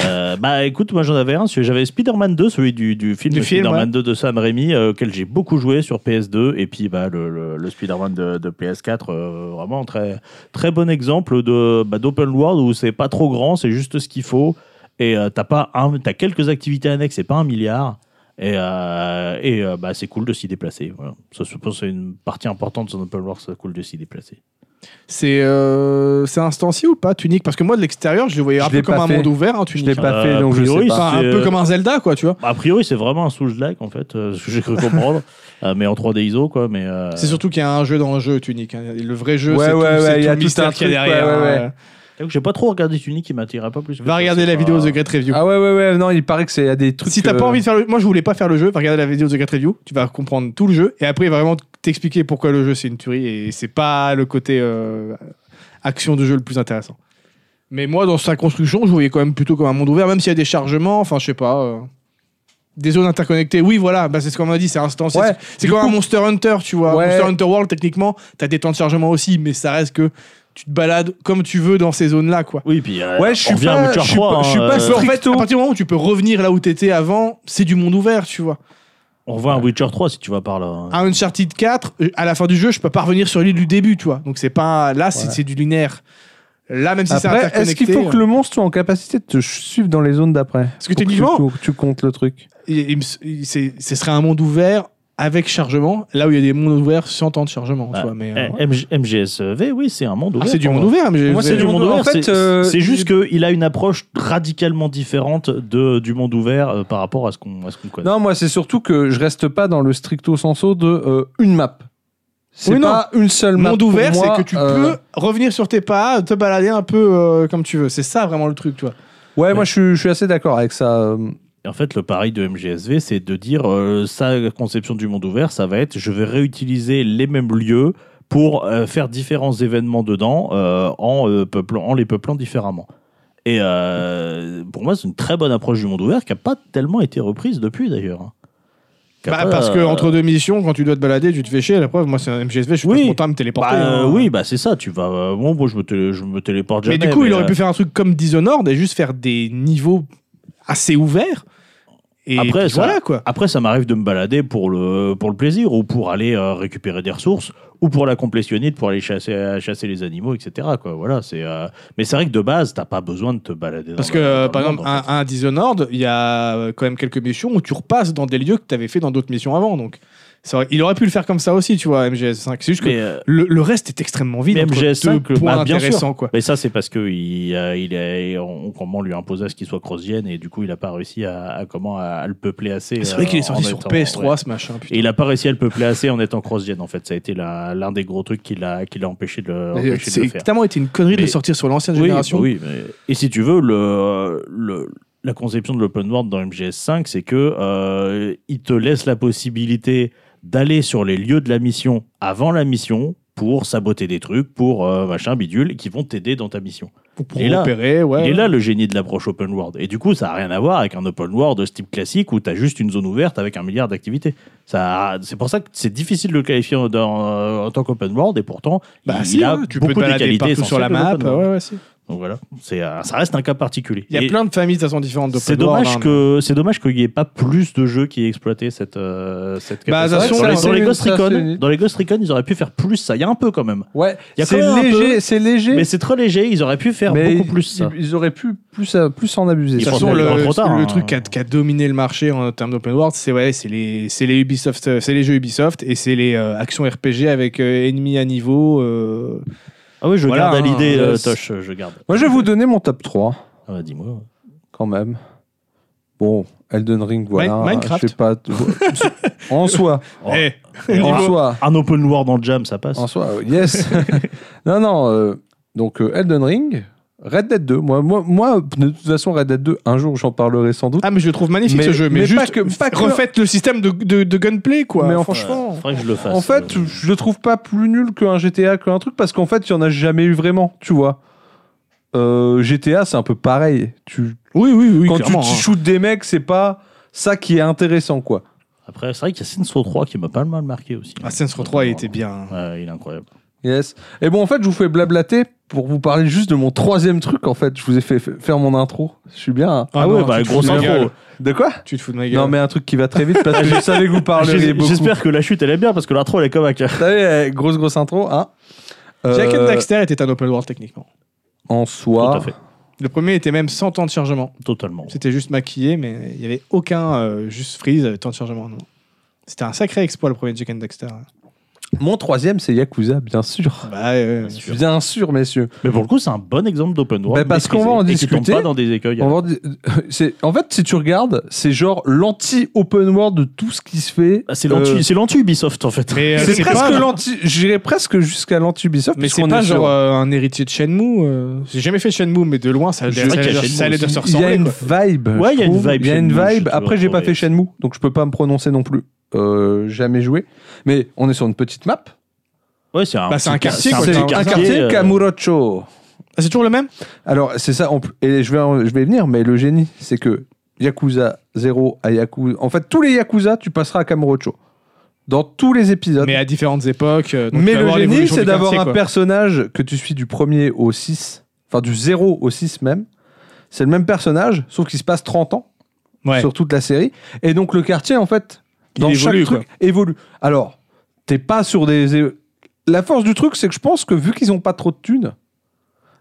S4: euh, bah écoute, moi j'en avais un, celui- j'avais Spider-Man 2, celui du, du film,
S3: Du film,
S4: Spider-Man
S3: ouais.
S4: 2 de Sam Raimi, euh, auquel j'ai beaucoup joué sur PS2, et puis bah, le, le- le Spider-Man de, de PS4, euh, vraiment très, très bon exemple de, bah, d'open world où c'est pas trop grand, c'est juste ce qu'il faut, et euh, t'as, pas un, t'as quelques activités annexes, c'est pas un milliard, et, euh, et euh, bah, c'est cool de s'y déplacer. voilà. Ça, je pense que c'est une partie importante de son open world, c'est cool de s'y déplacer.
S3: C'est euh, c'est instancié ou pas Tunic Parce que moi de l'extérieur, je le voyais
S1: Je
S3: un
S1: l'ai
S3: peu comme
S1: pas
S8: pas
S3: un
S1: fait.
S3: monde ouvert, hein,
S1: Je
S3: Tunic.
S1: l'ai pas
S4: Euh,
S1: fait,
S4: a
S1: donc je sais
S4: priori,
S1: pas.
S3: Enfin,
S4: c'est,
S3: un peu
S4: euh,
S3: comme un Zelda, quoi, tu vois.
S4: A priori, c'est vraiment un Souls-like, en fait, euh, ce que j'ai cru comprendre, euh, mais en 3D ISO, quoi. Mais, euh,
S3: C'est surtout qu'il y a un jeu dans le jeu, Tunic. hein. Le vrai jeu,
S1: Ouais, ouais,
S3: c'est tout,
S1: ouais,
S3: c'est
S1: il y
S3: tout
S1: a
S3: le
S1: tout un
S3: mystère qu'il y a
S1: truc,
S3: derrière.
S1: ouais, ouais,
S3: hein.
S4: j'avoue que J'ai pas trop regardé Tunic, qui m'attirait pas plus. que
S3: Va
S4: ça,
S3: regarder
S4: c'est
S3: la
S4: pas-
S3: vidéo The Great Review.
S1: Ah ouais, ouais, ouais, non, il paraît que c'est à des trucs.
S3: si t'as pas
S1: euh,
S3: envie de faire le moi je voulais pas faire le jeu, va regarder la vidéo de The Great Review, tu vas comprendre tout le jeu et après il va vraiment t'expliquer pourquoi le jeu c'est une tuerie et c'est pas le côté euh, action de jeu le plus intéressant. Mais moi dans sa construction, je voyais quand même plutôt comme un monde ouvert, même s'il y a des chargements, enfin je sais pas. euh, Des zones interconnectées, oui, voilà, bah, c'est ce qu'on m'a dit, c'est instancié.
S1: Ouais,
S3: C'est- c'est comme un Monster Hunter, tu vois.
S1: Ouais.
S3: Monster Hunter World, techniquement, t'as des temps de chargement aussi, mais ça reste que tu te balades comme tu veux dans ces zones-là, quoi.
S4: Oui, puis. euh,
S1: Ouais, je
S4: on
S1: suis
S4: revient à
S1: pas-
S4: Witcher
S1: je suis
S4: 3,
S1: pas- je suis
S4: hein,
S1: pas
S4: euh,
S1: sûr.
S3: En fait,
S1: Stricto.
S3: à partir du moment où tu peux revenir là où t'étais avant, c'est du monde ouvert, tu vois.
S4: On revient à Witcher 3 si tu vas par là. hein.
S3: à Uncharted 4, euh, à la fin du jeu, je peux pas revenir sur l'île du début, tu vois. Donc c'est pas là, c'est
S1: Ouais.
S3: c'est du linéaire. Là, même si c'est
S1: Après, est-ce
S3: interconnecté, hein.
S1: qu'il faut que le monstre soit en capacité de te ch- suivre dans les zones d'après
S3: Parce que
S1: Pour
S3: techniquement-
S1: tu, tu- tu comptes le truc.
S3: il- il me s- il- c'est- ce serait un monde ouvert avec chargement, là où il y a des mondes ouverts sans temps de chargement,
S4: Bah,
S3: tu vois. Mais euh, ouais.
S4: Eh, MG- MGSV, oui, c'est un monde
S3: Ah,
S4: ouvert.
S3: c'est du
S4: pour
S3: monde
S4: moi.
S3: ouvert. Mais j'ai-
S1: Moi,
S3: j'ai-
S4: C'est du monde
S1: En
S4: ouvert.
S1: fait,
S4: c'est-
S1: euh,
S4: c'est juste qu'il a une approche radicalement différente de, du monde ouvert euh, par rapport à ce qu'on à ce qu'on connaît.
S1: Non, moi, c'est surtout que je reste pas dans le stricto senso de euh, une map. C'est
S3: Oui, non.
S1: pas une seule
S3: Le
S1: map.
S3: monde
S1: pour
S3: ouvert, c'est
S1: moi,
S3: que tu
S1: euh,
S3: peux revenir sur tes pas, te balader un peu euh, comme tu veux. C'est ça vraiment le truc, tu vois.
S1: Ouais, moi, je suis- je suis assez d'accord avec ça. euh,
S4: Et en fait, le pari de MGSV, c'est de dire euh, sa conception du monde ouvert, ça va être je vais réutiliser les mêmes lieux pour euh, faire différents événements dedans euh, en, euh, peuplant- en les peuplant différemment. Et euh, pour moi, c'est une très bonne approche du monde ouvert qui n'a pas tellement été reprise depuis d'ailleurs. hein. Qui a
S3: Bah,
S4: pas,
S3: parce que
S4: euh,
S3: entre deux missions, quand tu dois te balader, tu te fais chier. La preuve, moi, c'est un MGSV, je suis
S4: Oui.
S3: pas content de me téléporter.
S4: bah, euh,
S3: hein.
S4: oui, bah c'est ça. Tu vas. euh, bon, moi, je me, télé- je me téléporte jamais.
S3: Mais du coup, il aurait
S4: euh,
S3: pu faire un truc comme Dishonored et juste faire des niveaux assez ouverts. Et
S4: Après,
S3: puis
S4: ça-
S3: voilà quoi.
S4: Après, ça m'arrive de me balader pour le, pour le plaisir ou pour aller euh, récupérer des ressources ou pour la complétionniste, pour aller chasser, chasser les animaux, etc. Quoi. Voilà, c'est, euh, Mais c'est vrai que de base, t'as pas besoin de te balader. dans
S3: Parce
S4: la-
S3: que,
S4: dans le
S3: par
S4: monde,
S3: exemple,
S4: en
S3: un,
S4: fait.
S3: un Dishonored, il y a euh, quand même quelques missions où tu repasses dans des lieux que tu avais fait dans d'autres missions avant. Donc, ça aurait- il aurait pu le faire comme ça aussi, tu vois, MGS5. C'est juste que
S4: Mais, euh,
S3: le, le reste est extrêmement vide.
S4: Mais
S3: entre
S4: MGS5,
S3: deux
S4: le-
S3: points
S4: bah, bien sûr.
S3: intéressants, quoi.
S4: mais ça, c'est parce que il, euh, il est, on, comment lui imposer à ce qu'il soit cross-gen et du coup, il a pas réussi à, à comment, à, à le peupler assez.
S3: C'est vrai
S4: euh,
S3: qu'il est sorti
S4: en
S3: sur
S4: étant-
S3: PS3,
S4: ouais.
S3: ce machin. putain.
S4: Et il a pas réussi à le peupler assez en étant cross-gen, en fait. Ça a été la- l'un des gros trucs qui l'a qui l'a empêché de le,
S3: Et
S4: empêché de le
S3: C'est
S4: faire.
S3: tellement été une connerie de
S4: Mais-
S3: le sortir sur l'ancienne
S4: Oui,
S3: génération.
S4: bah oui, mais- Et si tu veux, le, le- la conception de l'open world dans MGS5, c'est que euh, il te laisse la possibilité d'aller sur les lieux de la mission avant la mission pour saboter des trucs, pour euh, machin bidule, qui vont t'aider dans ta mission.
S3: Pour, pour
S4: Et là-
S3: repérer, ouais.
S4: Il est là le génie de l'approche open world. Et du coup, ça n'a rien à voir avec un open world de ce type classique où tu as juste une zone ouverte avec un milliard d'activités. Ça, C'est pour ça que c'est difficile de le qualifier en, dans- en tant qu'open world et pourtant,
S3: Bah,
S4: il
S3: si,
S4: a
S3: ouais, tu peux
S4: beaucoup
S3: te
S4: de
S3: balader
S4: qualités
S3: partout sur la
S4: essentielles de
S3: map. euh,
S4: l'open world.
S3: ouais, ouais, si.
S4: Donc voilà, c'est, euh, ça reste un cas particulier.
S3: Il y a
S4: Et-
S3: plein de familles de façon différentes de
S4: c'est
S3: open world,
S4: dommage
S3: hein,
S4: que c'est dommage qu'il n'y ait pas plus de jeux qui aient exploité cette euh, cette
S3: Bah,
S4: capacité.
S3: de toute
S4: dans, les,
S1: façon,
S4: dans les
S1: c'est-
S4: Ghost
S1: c'est assez
S4: Recon,
S1: unique.
S4: dans les Ghost Recon, ils auraient pu faire plus ça. Il y a un peu quand même,
S1: Ouais,
S4: Il y a quand
S1: c'est
S4: même un
S1: léger,
S4: peu-
S1: c'est léger.
S4: mais c'est trop léger. Ils auraient pu faire
S1: mais
S4: beaucoup plus ça.
S1: Ils, ils auraient pu plus, à- plus en abuser.
S4: Ils
S1: ça.
S4: font
S3: De toute façon,
S4: Ils
S3: le,
S4: prennent trop tard,
S3: le
S4: hein.
S3: truc qui a, qui a dominé le marché en termes d'open world, c'est ouais, c'est les, c'est les Ubisoft, euh, c'est les jeux Ubisoft et c'est les euh, actions RPG avec euh, ennemis à niveau. euh.
S4: Ah oui, je
S3: Voilà,
S4: garde à l'idée,
S3: hein,
S4: euh,
S3: euh,
S4: Tosh, je garde.
S1: Moi, je vais vous donner mon top 3,
S4: Ah bah, dis-moi.
S1: quand même. Bon, Elden Ring, voilà.
S3: Min- Minecraft.
S1: Je sais pas. en soi.
S4: Oh.
S3: Eh,
S1: En soi.
S4: Un open world en jam, ça passe.
S1: En soi, euh, yes. non, non. euh, donc, euh, Elden Ring, Red Dead 2. Moi, moi, moi, de toute façon, Red Dead 2, un jour, j'en parlerai sans doute.
S3: Ah, mais je le trouve magnifique
S1: Mais-
S3: ce jeu, mais,
S1: mais
S3: juste
S1: pas que- pas que-
S3: refaites le système de, de, de gunplay, quoi.
S1: Mais en-
S3: franchement.
S4: faudrait que je le fasse.
S1: en fait,
S4: euh.
S1: je le trouve pas plus nul qu'un GTA, qu'un truc, parce qu'en fait, il y en a jamais eu vraiment, tu vois. Euh, GTA, c'est un peu pareil. Tu,
S3: Oui, oui, oui.
S1: quand tu
S3: clairement, hein.
S1: shootes des mecs, c'est pas ça qui est intéressant, quoi.
S4: après, c'est vrai qu'il y a Saints Row 3 qui m'a pas mal marqué aussi.
S3: Ah, Saints Row 3 il était bien.
S4: Ouais, il est incroyable.
S1: Yes. Et bon, en fait, je vous fais blablater pour vous parler juste de mon troisième truc, en fait. Je vous ai fait f- faire mon intro. Je suis bien. hein.
S4: Ah, ouais, bah
S3: tu te
S4: gros
S3: fous de ma
S4: intro.
S3: gueule.
S1: De quoi
S3: Tu te fous de ma gueule.
S1: Non, mais un truc qui va très vite parce que je savais que vous parleriez
S4: J'es-
S1: beaucoup.
S4: J'espère que la chute elle est bien parce que l'intro elle est comme un cœur.
S1: Vous savez, euh, grosse, grosse intro, hein Euh,
S3: Jack and Daxter était un open world techniquement.
S1: En
S4: Tout
S1: soi.
S4: à fait,
S3: Le premier était même sans temps de chargement.
S4: totalement.
S3: C'était juste maquillé, mais il n'y avait aucun euh, juste freeze, euh, temps de chargement. Non. C'était un sacré exploit le premier Jack and Dexter.
S1: Mon troisième, c'est Yakuza, bien sûr.
S3: Bah, euh,
S1: Bien sûr, messieurs.
S9: Mais pour le coup, c'est un bon exemple d'open world.
S1: Bah, parce qu'on va en
S9: maîtrisé et qui tombe
S1: discuter.
S9: pas dans des écueils.
S1: On va dire- euh, c'est- En fait, si tu regardes, c'est genre l'anti-open world de tout ce qui se fait.
S3: Bah,
S9: Ah, c'est l'anti-
S1: Euh,
S9: c'est l'anti-Ubisoft, en fait.
S3: mais, euh,
S1: C'est presque
S3: pas-
S1: l'anti. J'irais presque jusqu'à l'anti-Ubisoft.
S3: Mais c'est
S1: puisqu'on
S3: pas
S1: est sur-
S3: genre euh, un héritier de Shenmue. euh, J'ai jamais fait Shenmue, mais de loin, ça a
S9: Je-
S3: l'air ça a
S9: Ah,
S3: l'air-
S9: qu'il y a
S3: ça a l'air de se
S9: Shenmue
S1: Il y a
S3: ressembler.
S1: une
S3: quoi.
S1: vibe. je
S9: Ouais, il y a une
S1: trouve.
S9: vibe
S1: Il y a une
S9: Shenmue, je
S1: vibe.
S9: te
S1: Après, j'ai pas
S9: retrouverai.
S1: fait Shenmue, donc je peux pas me prononcer non plus. Euh, jamais joué. Mais on est sur une petite map.
S9: Ouais, c'est un,
S3: Bah, c'est un
S9: petit-
S3: quartier,
S9: c'est
S3: quoi,
S1: C'est
S9: petit
S1: un quartier
S9: euh,
S1: Kamurocho.
S3: Ah, c'est toujours le même
S1: Alors, c'est ça, en plus- et je vais, en- je vais y venir, mais le génie, c'est que Yakuza 0 à Yakuza. En fait, tous les Yakuza, tu passeras à Kamurocho. Dans tous les épisodes.
S3: Mais
S1: Mais,
S3: à différentes époques. euh, donc tu vas
S1: le
S3: voir
S1: génie,
S3: l'évolution
S1: c'est
S3: du
S1: d'avoir
S3: quartier,
S1: un
S3: quoi.
S1: personnage que tu suis du premier au 6, enfin du 0 au 6 même. C'est le même personnage, sauf qu'il se passe 30 ans
S3: Ouais.
S1: sur toute la série. Et donc, le quartier, en fait,
S3: Il
S1: dans chaque
S3: évolue,
S1: truc, évolue. Alors, t'es pas sur des. é- La force du truc, c'est que je pense que vu qu'ils ont pas trop de thunes,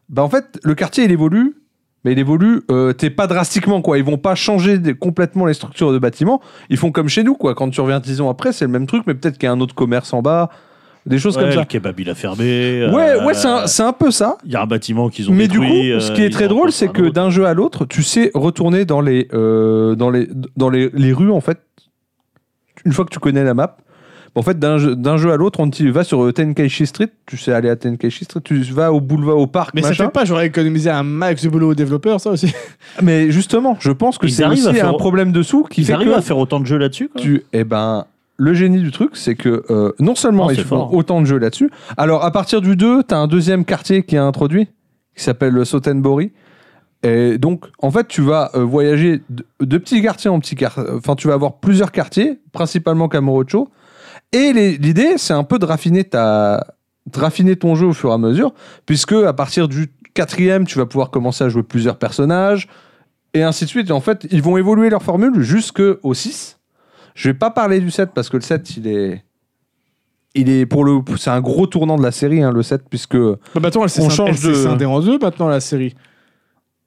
S1: bah en fait, le quartier, il évolue, mais il évolue, euh, t'es pas drastiquement, quoi. Ils vont pas changer des- complètement les structures de bâtiments. Ils font comme chez nous, quoi. Quand tu reviens 10 ans après, c'est le même truc, mais peut-être qu'il y a un autre commerce en bas, des choses
S9: ouais,
S1: comme ça.
S9: Le kebab, il a fermé.
S1: Ouais,
S9: euh,
S1: ouais, c'est un, c'est un peu ça.
S9: Il y a un bâtiment qu'ils ont
S1: Mais du coup,
S9: détruit, euh,
S1: ce qui est
S9: ils
S1: très
S9: ont
S1: drôle,
S9: encore
S1: c'est
S9: un
S1: que
S9: autre.
S1: d'un jeu à l'autre, tu sais retourner dans les, euh, dans les, dans les, les rues, en fait, une fois que tu connais la map. En fait, d'un jeu, d'un jeu à l'autre, on t'y va sur euh, Tenkaichi Street, tu sais aller à Tenkaichi Street, tu vas au boulevard, au parc,
S3: Mais ça
S1: machin.
S3: fait pas, j'aurais économisé un max de boulot aux développeurs, ça aussi.
S1: Mais justement, je pense que
S9: Ils
S1: c'est
S9: arrivent
S1: aussi
S9: à faire-
S1: un problème de sous qui
S9: Ils
S1: fait
S9: arrivent
S1: que
S9: à faire autant de jeux là-dessus, quoi.
S1: tu, eh ben, le génie du truc, c'est que euh, non seulement
S9: Non,
S1: ils
S9: Oh, c'est
S1: font
S9: fort.
S1: autant de jeux là-dessus, alors à partir du 2, tu as un deuxième quartier qui est introduit, qui s'appelle le Sotenbori. Et donc, en fait, tu vas euh, voyager de, de petit quartier en petit quartier. Enfin, tu vas avoir plusieurs quartiers, principalement Kamurocho. Et les- l'idée, c'est un peu de raffiner, ta, de raffiner ton jeu au fur et à mesure, puisque à partir du quatrième, tu vas pouvoir commencer à jouer plusieurs personnages, et ainsi de suite. Et en fait, ils vont évoluer leur formule jusqu'au 6. Je vais pas parler du 7 parce que le 7, il est. Il est pour le. C'est un gros tournant de la série, hein, le 7, puisque.
S3: Bah, bah, attends, elle s'est
S1: On
S3: scind-
S1: change
S3: elle s'est
S1: de-
S3: scindée en deux maintenant, la série.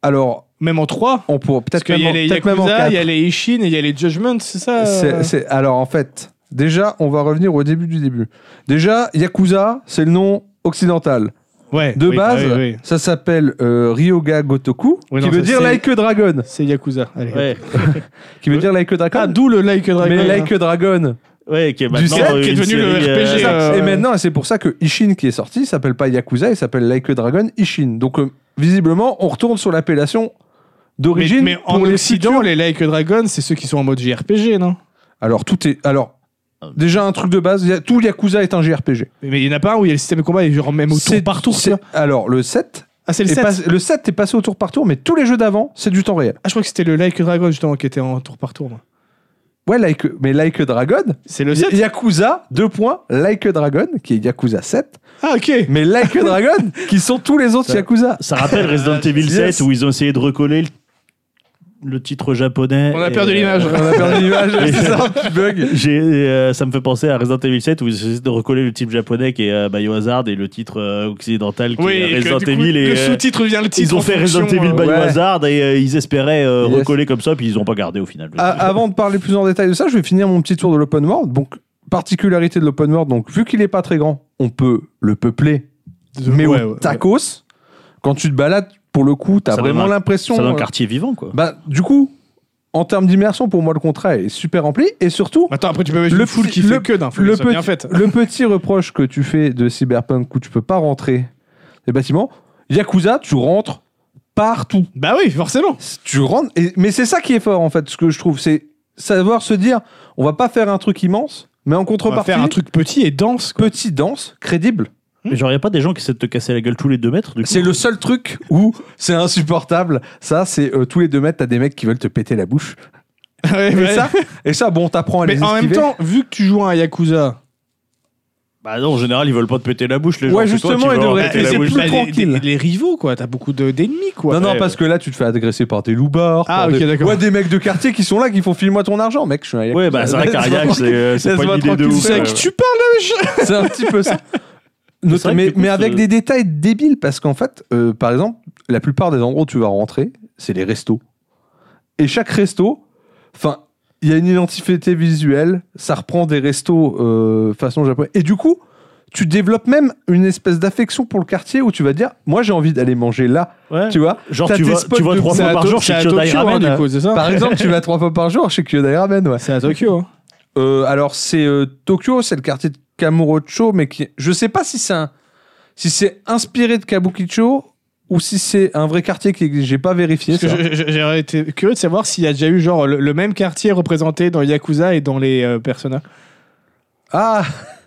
S1: Alors,
S3: Même en trois.
S1: on pourrait.
S3: Parce
S1: Peut-être même,
S3: qu'il y a
S1: en-
S3: les
S1: peut-être même en
S3: Yakuza, il y a
S1: 4.
S3: les Ishin et il y a les Judgments, c'est ça euh
S1: C'est- c'est- Alors, en fait, déjà, on va revenir au début du début. Déjà, Yakuza, c'est le nom occidental.
S3: Ouais,
S1: De
S3: oui,
S1: base,
S3: bah oui, oui. ça
S1: ça s'appelle euh, Ryoga Gotoku,
S3: Oui,
S1: qui
S3: non,
S1: veut
S3: ça,
S1: dire
S3: c'est-
S1: Like a Dragon.
S3: c'est Yakuza. Allez, hop.
S9: Ouais,
S1: Qui veut
S3: Oui.
S1: dire Like a Dragon.
S3: Ah, d'où le Like a Dragon.
S1: mais
S3: hein.
S1: Like a Dragon,
S9: ouais, qui est maintenant
S3: sept,
S9: euh,
S3: qui est
S9: une
S3: devenu le
S9: série, euh,
S3: RPG,
S1: C'est ça.
S3: euh,
S1: Et maintenant, et c'est pour ça que Ishin qui est sorti s'appelle pas Yakuza, il s'appelle Like a Dragon Ishin. Donc euh, visiblement, on retourne sur l'appellation
S3: Mais,
S1: d'origine.
S3: mais en
S1: pour les
S3: Occident,
S1: futurs.
S3: les Like a Dragon, c'est ceux qui sont en mode JRPG, non
S1: Alors tout est alors déjà un truc de base. y a- Tout Yakuza est un JRPG.
S3: Mais il n'y en a pas un où il y a le système de combat et genre même au tour par tour.
S1: c'est-
S3: quoi.
S1: Alors le 7
S3: Ah, c'est le
S1: est
S3: 7.
S1: pas- le 7 est passé au tour par tour, mais tous les jeux d'avant c'est du temps réel.
S3: Ah, je crois que c'était le Like a Dragon justement qui était en tour par tour. moi.
S1: Ouais, like, mais Like a Dragon,
S3: C'est le
S1: Y-
S3: 7
S1: Yakuza deux points, Like a Dragon qui est Yakuza 7,
S3: Ah, ok.
S1: mais Like a Dragon qui sont tous les autres
S9: Ça-
S1: Yakuza.
S9: Ça rappelle Resident Evil 7 où ils ont essayé de recoller le, le titre japonais.
S3: On a
S9: et,
S3: perdu
S9: euh,
S3: l'image.
S1: On a perdu l'image,
S9: Et-
S1: c'est ça, un petit bug.
S9: J'ai, euh, ça me fait penser à Resident Evil 7 où ils essaient de recoller le titre japonais qui est euh, Biohazard et le titre euh, occidental qui
S3: Oui,
S9: est
S3: que,
S9: Resident
S3: du coup,
S9: Evil. et,
S3: le
S9: euh,
S3: sous-titre vient le titre.
S9: ils ont
S3: en
S9: fait
S3: fonction,
S9: Resident Evil
S3: euh,
S1: ouais.
S9: Biohazard et euh, ils espéraient euh,
S1: Yes. Ah,
S9: recoller comme ça, puis ils ont pas gardé au final.
S1: A- avant de parler plus en détail de ça, je vais finir mon petit tour de l'open world. Donc, particularité de l'open world, donc vu qu'il n'est pas très grand, on peut le peupler, mais
S3: ouais,
S1: au
S3: ouais.
S1: tacos. Quand tu te balades, pour le coup, t'as
S9: Ça donne
S1: vraiment
S9: un-
S1: l'impression.
S9: C'est un
S1: euh,
S9: quartier vivant quoi.
S1: bah, du coup, en termes d'immersion, pour moi, le contrat est super rempli. Et surtout,
S3: Attends, après tu peux mettre
S1: Le
S3: une foule
S1: petit-
S3: qui fait
S1: le-
S3: que d'un
S1: le
S3: le bien
S1: petit-
S3: fait.
S1: le petit reproche que tu fais de Cyberpunk où tu peux pas rentrer les bâtiments, Yakuza, tu rentres partout.
S3: Bah oui, forcément.
S1: tu rentres et- mais c'est ça qui est fort en fait ce que je trouve c'est savoir se dire on va pas faire un truc immense mais en
S3: On va
S1: contrepartie
S3: faire un truc petit et dense. quoi.
S1: petit dense crédible
S3: Hmm.
S9: Mais genre y a pas des gens qui essaient de te casser la gueule tous les deux mètres du coup.
S1: c'est le seul truc où c'est insupportable ça c'est euh, tous les deux mètres t'as des mecs qui veulent te péter la bouche
S3: Ouais,
S1: et
S3: ouais.
S1: ça et ça bon t'apprends à
S3: Mais
S1: les
S3: en même
S1: esquiver.
S3: temps, vu que tu joues à un Yakuza,
S9: Bah non, en général ils veulent pas te péter la bouche les gens.
S1: Ouais,
S9: c'est toi
S1: justement,
S9: qui
S1: ils
S9: vas leur
S1: devraient-
S9: péter
S1: et
S9: la
S1: c'est
S9: bouche.
S1: plus
S3: bah, les-
S1: tranquille.
S3: les- les rivaux, quoi. T'as beaucoup de- d'ennemis, quoi.
S1: non, non,
S9: ouais,
S1: parce que là, tu te fais agresser par des loupards.
S3: Ah,
S1: par
S3: ok,
S1: des-
S3: d'accord.
S1: Ouais, des mecs de quartier qui sont là, qui font file-moi ton argent, mec. Je suis un Yakuza.
S9: Ouais, bah c'est vrai qu'Ariac, c'est euh, c'est pas
S1: Laisse-moi
S9: une idée de
S1: tranquille,
S9: ouf.
S1: c'est à qui
S9: ouais.
S3: tu parles
S1: C'est un petit peu ça.
S9: C'est vrai que
S1: mais
S9: du coup,
S1: mais
S9: ce-
S1: avec des détails débiles, parce qu'en fait, euh, par exemple, la plupart des endroits où tu vas rentrer, c'est les restos. Et chaque resto, enfin, il y a une identité visuelle, ça reprend des restos euh, façon japonaise. Et du coup, tu développes même une espèce d'affection pour le quartier où tu vas dire, moi j'ai envie d'aller manger là,
S9: Ouais.
S1: tu vois.
S9: Genre,
S1: T'as
S9: tu
S1: tes
S9: vois,
S1: spots
S9: tu vois
S1: de-
S9: trois
S1: c'est
S9: fois
S1: à
S9: par
S1: To-
S9: jour
S1: c'est
S9: chez
S1: à
S9: Kyodai
S1: Tokyo, hein,
S9: Ramen.
S1: du
S9: hein.
S1: coup.
S3: c'est ça
S1: Par exemple, tu vas trois fois par jour chez Kyodai Ramen, ouais.
S3: C'est à Tokyo. hein.
S1: Euh, alors c'est euh, Tokyo, c'est le quartier de Kamurocho, mais qui, je sais pas si c'est un- si c'est inspiré de Kabukicho ou si c'est un vrai quartier que j'ai pas vérifié.
S3: Parce que
S1: ça.
S3: je- je- j'aurais été curieux de savoir s'il y a déjà eu genre le, le même quartier représenté dans Yakuza et dans les euh, Persona.
S1: Ah,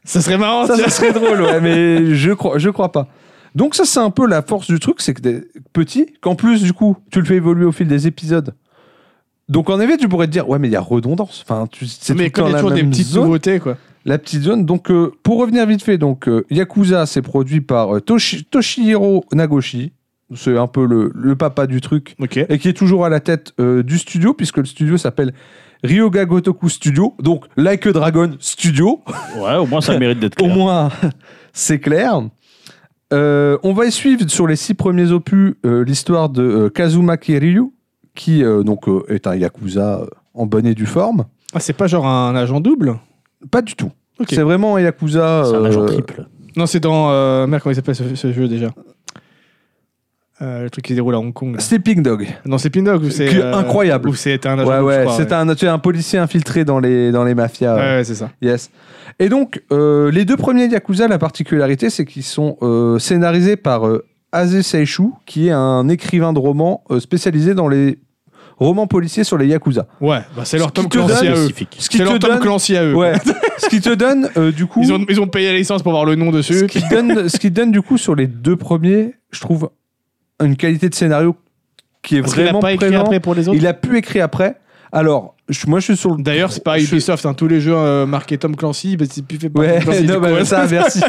S3: Ça serait marrant.
S1: ça,
S3: tiens.
S1: ça serait drôle, ouais, mais je crois, je crois pas. Donc ça, c'est un peu la force du truc, c'est que des petits, qu'en plus du coup, tu le fais évoluer au fil des épisodes. Donc en effet, tu pourrais te dire, ouais, mais il y a redondance. Enfin, tu, c'est
S3: mais
S1: tout
S3: comme
S1: le
S3: il y a
S1: temps
S3: toujours
S1: la
S3: des
S1: même
S3: petites
S1: zone.
S3: nouveautés quoi.
S1: La petite zone. Donc, euh, pour revenir vite fait, donc euh, Yakuza, c'est produit par euh, Toshi- Toshihiro Nagoshi. C'est un peu le, le papa du truc.
S3: Ok.
S1: Et qui est toujours à la tête euh, du studio, puisque le studio s'appelle Ryoga Gotoku Studio. Donc, Like a Dragon Studio.
S9: Ouais, au moins ça mérite d'être
S1: Au
S9: clair.
S1: moins, c'est clair. Euh, on va y suivre sur les six premiers opus euh, l'histoire de euh, Kazuma Kiryu, qui euh, donc, euh, est un Yakuza euh, en bonne et due forme.
S3: Ah, c'est pas genre un agent double
S1: Pas du tout.
S3: Ok.
S1: C'est vraiment un Yakuza.
S9: C'est un agent
S1: euh,
S9: triple.
S3: Non, c'est dans. euh, merde, comment il s'appelle ce, ce jeu déjà Euh, Le truc qui se déroule à Hong Kong. là.
S1: Sleeping Dog.
S3: Non, c'est Pinocchio. ou c'est. euh,
S1: Que incroyable.
S3: Ou c'est un agent
S1: Ouais,
S3: double. je
S1: ouais,
S3: crois,
S1: c'est un, tu es un policier infiltré dans les, dans les mafias. euh,
S3: Ouais, ouais, c'est ça.
S1: Yes. Et donc, euh, les deux premiers Yakuza, la particularité, c'est qu'ils sont euh, scénarisés par euh, Aze Seishu, qui est un écrivain de romans euh, spécialisé dans les romans policiers sur les Yakuza.
S3: Ouais, bah, c'est leur
S1: Ce qui
S3: Tom
S1: te
S3: Clancy
S1: donne-
S3: à eux.
S9: Spécifique.
S1: Ce qui
S3: C'est
S1: te
S3: leur Tom
S1: donne,
S3: Clancy à eux.
S1: ouais, ce qui te donne euh, du coup,
S3: Ils ont, ils ont payé la licence pour avoir le nom
S1: ce
S3: dessus.
S1: qui donne, ce qui donne du coup sur les deux premiers, je trouve une qualité de scénario qui est
S3: Parce qu'il a
S1: vraiment
S3: pas écrit
S1: présente.
S3: après pour les autres.
S1: Il a pu écrire après. Alors, je- moi, je suis sur le
S3: D'ailleurs, c'est pas
S1: Je-
S3: Ubisoft, hein, tous les jeux euh, marqués Tom Clancy, bah, c'est plus fait par
S1: Ouais,
S3: Tom Clancy.
S1: non,
S3: du
S1: bah,
S3: coup, ouais.
S1: ça, merci.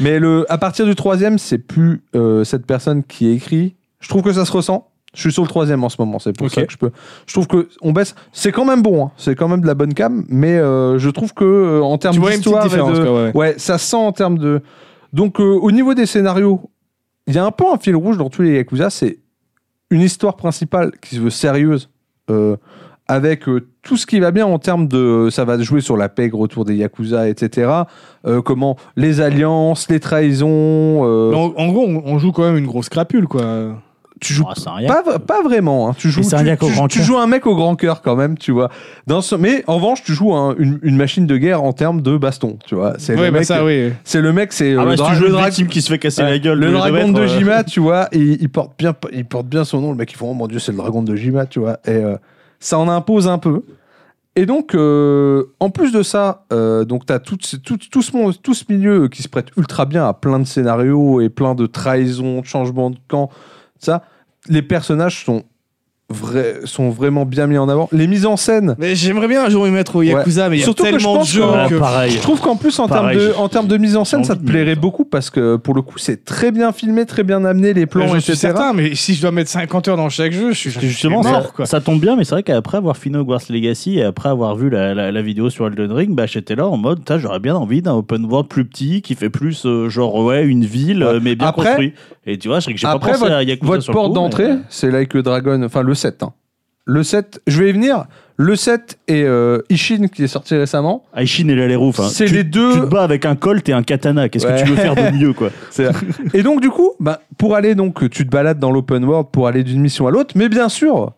S1: Mais le, à partir du troisième, c'est plus euh, cette personne qui écrit. Je trouve que ça se ressent. Je suis sur le troisième en ce moment, c'est pour
S3: Ok.
S1: ça que je peux. Je trouve que on baisse. C'est quand même bon, hein. c'est quand même de la bonne cam, mais euh, je trouve que euh, en termes
S3: Tu vois une petite
S1: d'histoire, et de-
S3: différence. quoi, ouais.
S1: ouais, ça sent en termes de. Donc euh, au niveau des scénarios, il y a un peu un fil rouge dans tous les yakuza. C'est une histoire principale qui se veut sérieuse, euh, avec euh, tout ce qui va bien en termes de. euh, Ça va jouer sur la pègre autour des yakuza, etc. Euh, comment les alliances, les trahisons. euh,
S3: Mais en, en gros, on, on joue quand même une grosse crapule, quoi.
S1: tu joues
S4: Ah, c'est un rien.
S1: pas, v- pas vraiment. hein. Tu joues,
S9: c'est un
S1: tu-
S9: yak au
S1: tu-
S9: grand
S1: tu
S9: cœur.
S1: joues un mec au grand cœur quand même, tu vois. Dans ce... Mais en revanche, tu joues un- une, une machine de guerre en termes de baston, tu vois. C'est
S3: Ouais,
S1: le,
S3: bah
S1: mec-
S3: ça, oui.
S1: c'est le mec, c'est
S4: Ah
S1: euh,
S4: bah,
S1: le
S4: si
S1: dra-
S4: tu joues
S1: le
S4: une
S1: dra-
S4: victime qui se fait casser la
S1: Ouais.
S4: gueule,
S1: Le
S4: au lieu
S1: dragon
S4: mettre,
S1: de
S4: euh,
S1: Jima, tu vois, il, il porte bien, il porte bien son nom. Le mec, ils font oh mon dieu, c'est le dragon de Jima, tu vois. Et euh, ça en impose un peu. Et donc, euh, en plus de ça, euh, donc t'as tout, ce- tout, tout ce monde, tout ce milieu qui se prête ultra bien à plein de scénarios et plein de trahisons, de changements de camp, ça. Les personnages sont vrais, sont vraiment bien mis en avant. Les mises en scène.
S3: Mais j'aimerais bien un jour y mettre au
S1: Yakuza,
S3: mais
S1: il y a Surtout que tellement je pense de jeux
S9: Ouais,
S1: que-
S9: pareil.
S1: Je trouve qu'en plus, en termes
S9: Pareil,
S1: de,
S9: j'ai-
S1: en termes de mise en scène,
S9: j'ai
S1: ça
S9: envie
S1: te
S9: de
S1: plairait
S9: mettre.
S1: beaucoup parce que pour le coup, c'est très bien filmé, très bien amené, les plans,
S3: je
S1: etc.
S3: suis certain, mais si je dois mettre 50 heures dans chaque jeu, je suis
S4: Et
S9: Justement,
S4: justement,
S9: ça-
S3: mort,
S9: ça,
S3: quoi.
S9: tombe bien, mais c'est vrai qu'après avoir fini Hogwarts Legacy et après avoir vu la, la- la vidéo sur Elden Ring, bah, j'étais là en mode, "Tain, j'aurais bien envie d'un open world plus petit qui fait plus euh, genre ouais une ville euh, mais bien
S1: Après-
S9: construit. Et tu vois, je sais que j'ai pas
S1: Après,
S9: pensé à Yakuza
S1: Votre
S9: sur le
S1: porte
S9: coup,
S1: d'entrée,
S9: mais- euh,
S1: c'est Like a Dragon, enfin le 7. hein. Le 7, je vais y venir. Le 7 et euh, Ishin qui est sorti récemment.
S9: Aishin et l'Alérouf. Hein.
S1: C'est
S9: Tu-
S1: les deux-
S9: Tu te bats avec un colt et un katana. Qu'est-ce
S1: Ouais. Ah,
S9: que tu veux faire de mieux, quoi
S1: Et donc, du coup, bah, pour aller, donc, tu te balades dans l'open world pour aller d'une mission à l'autre, mais bien sûr,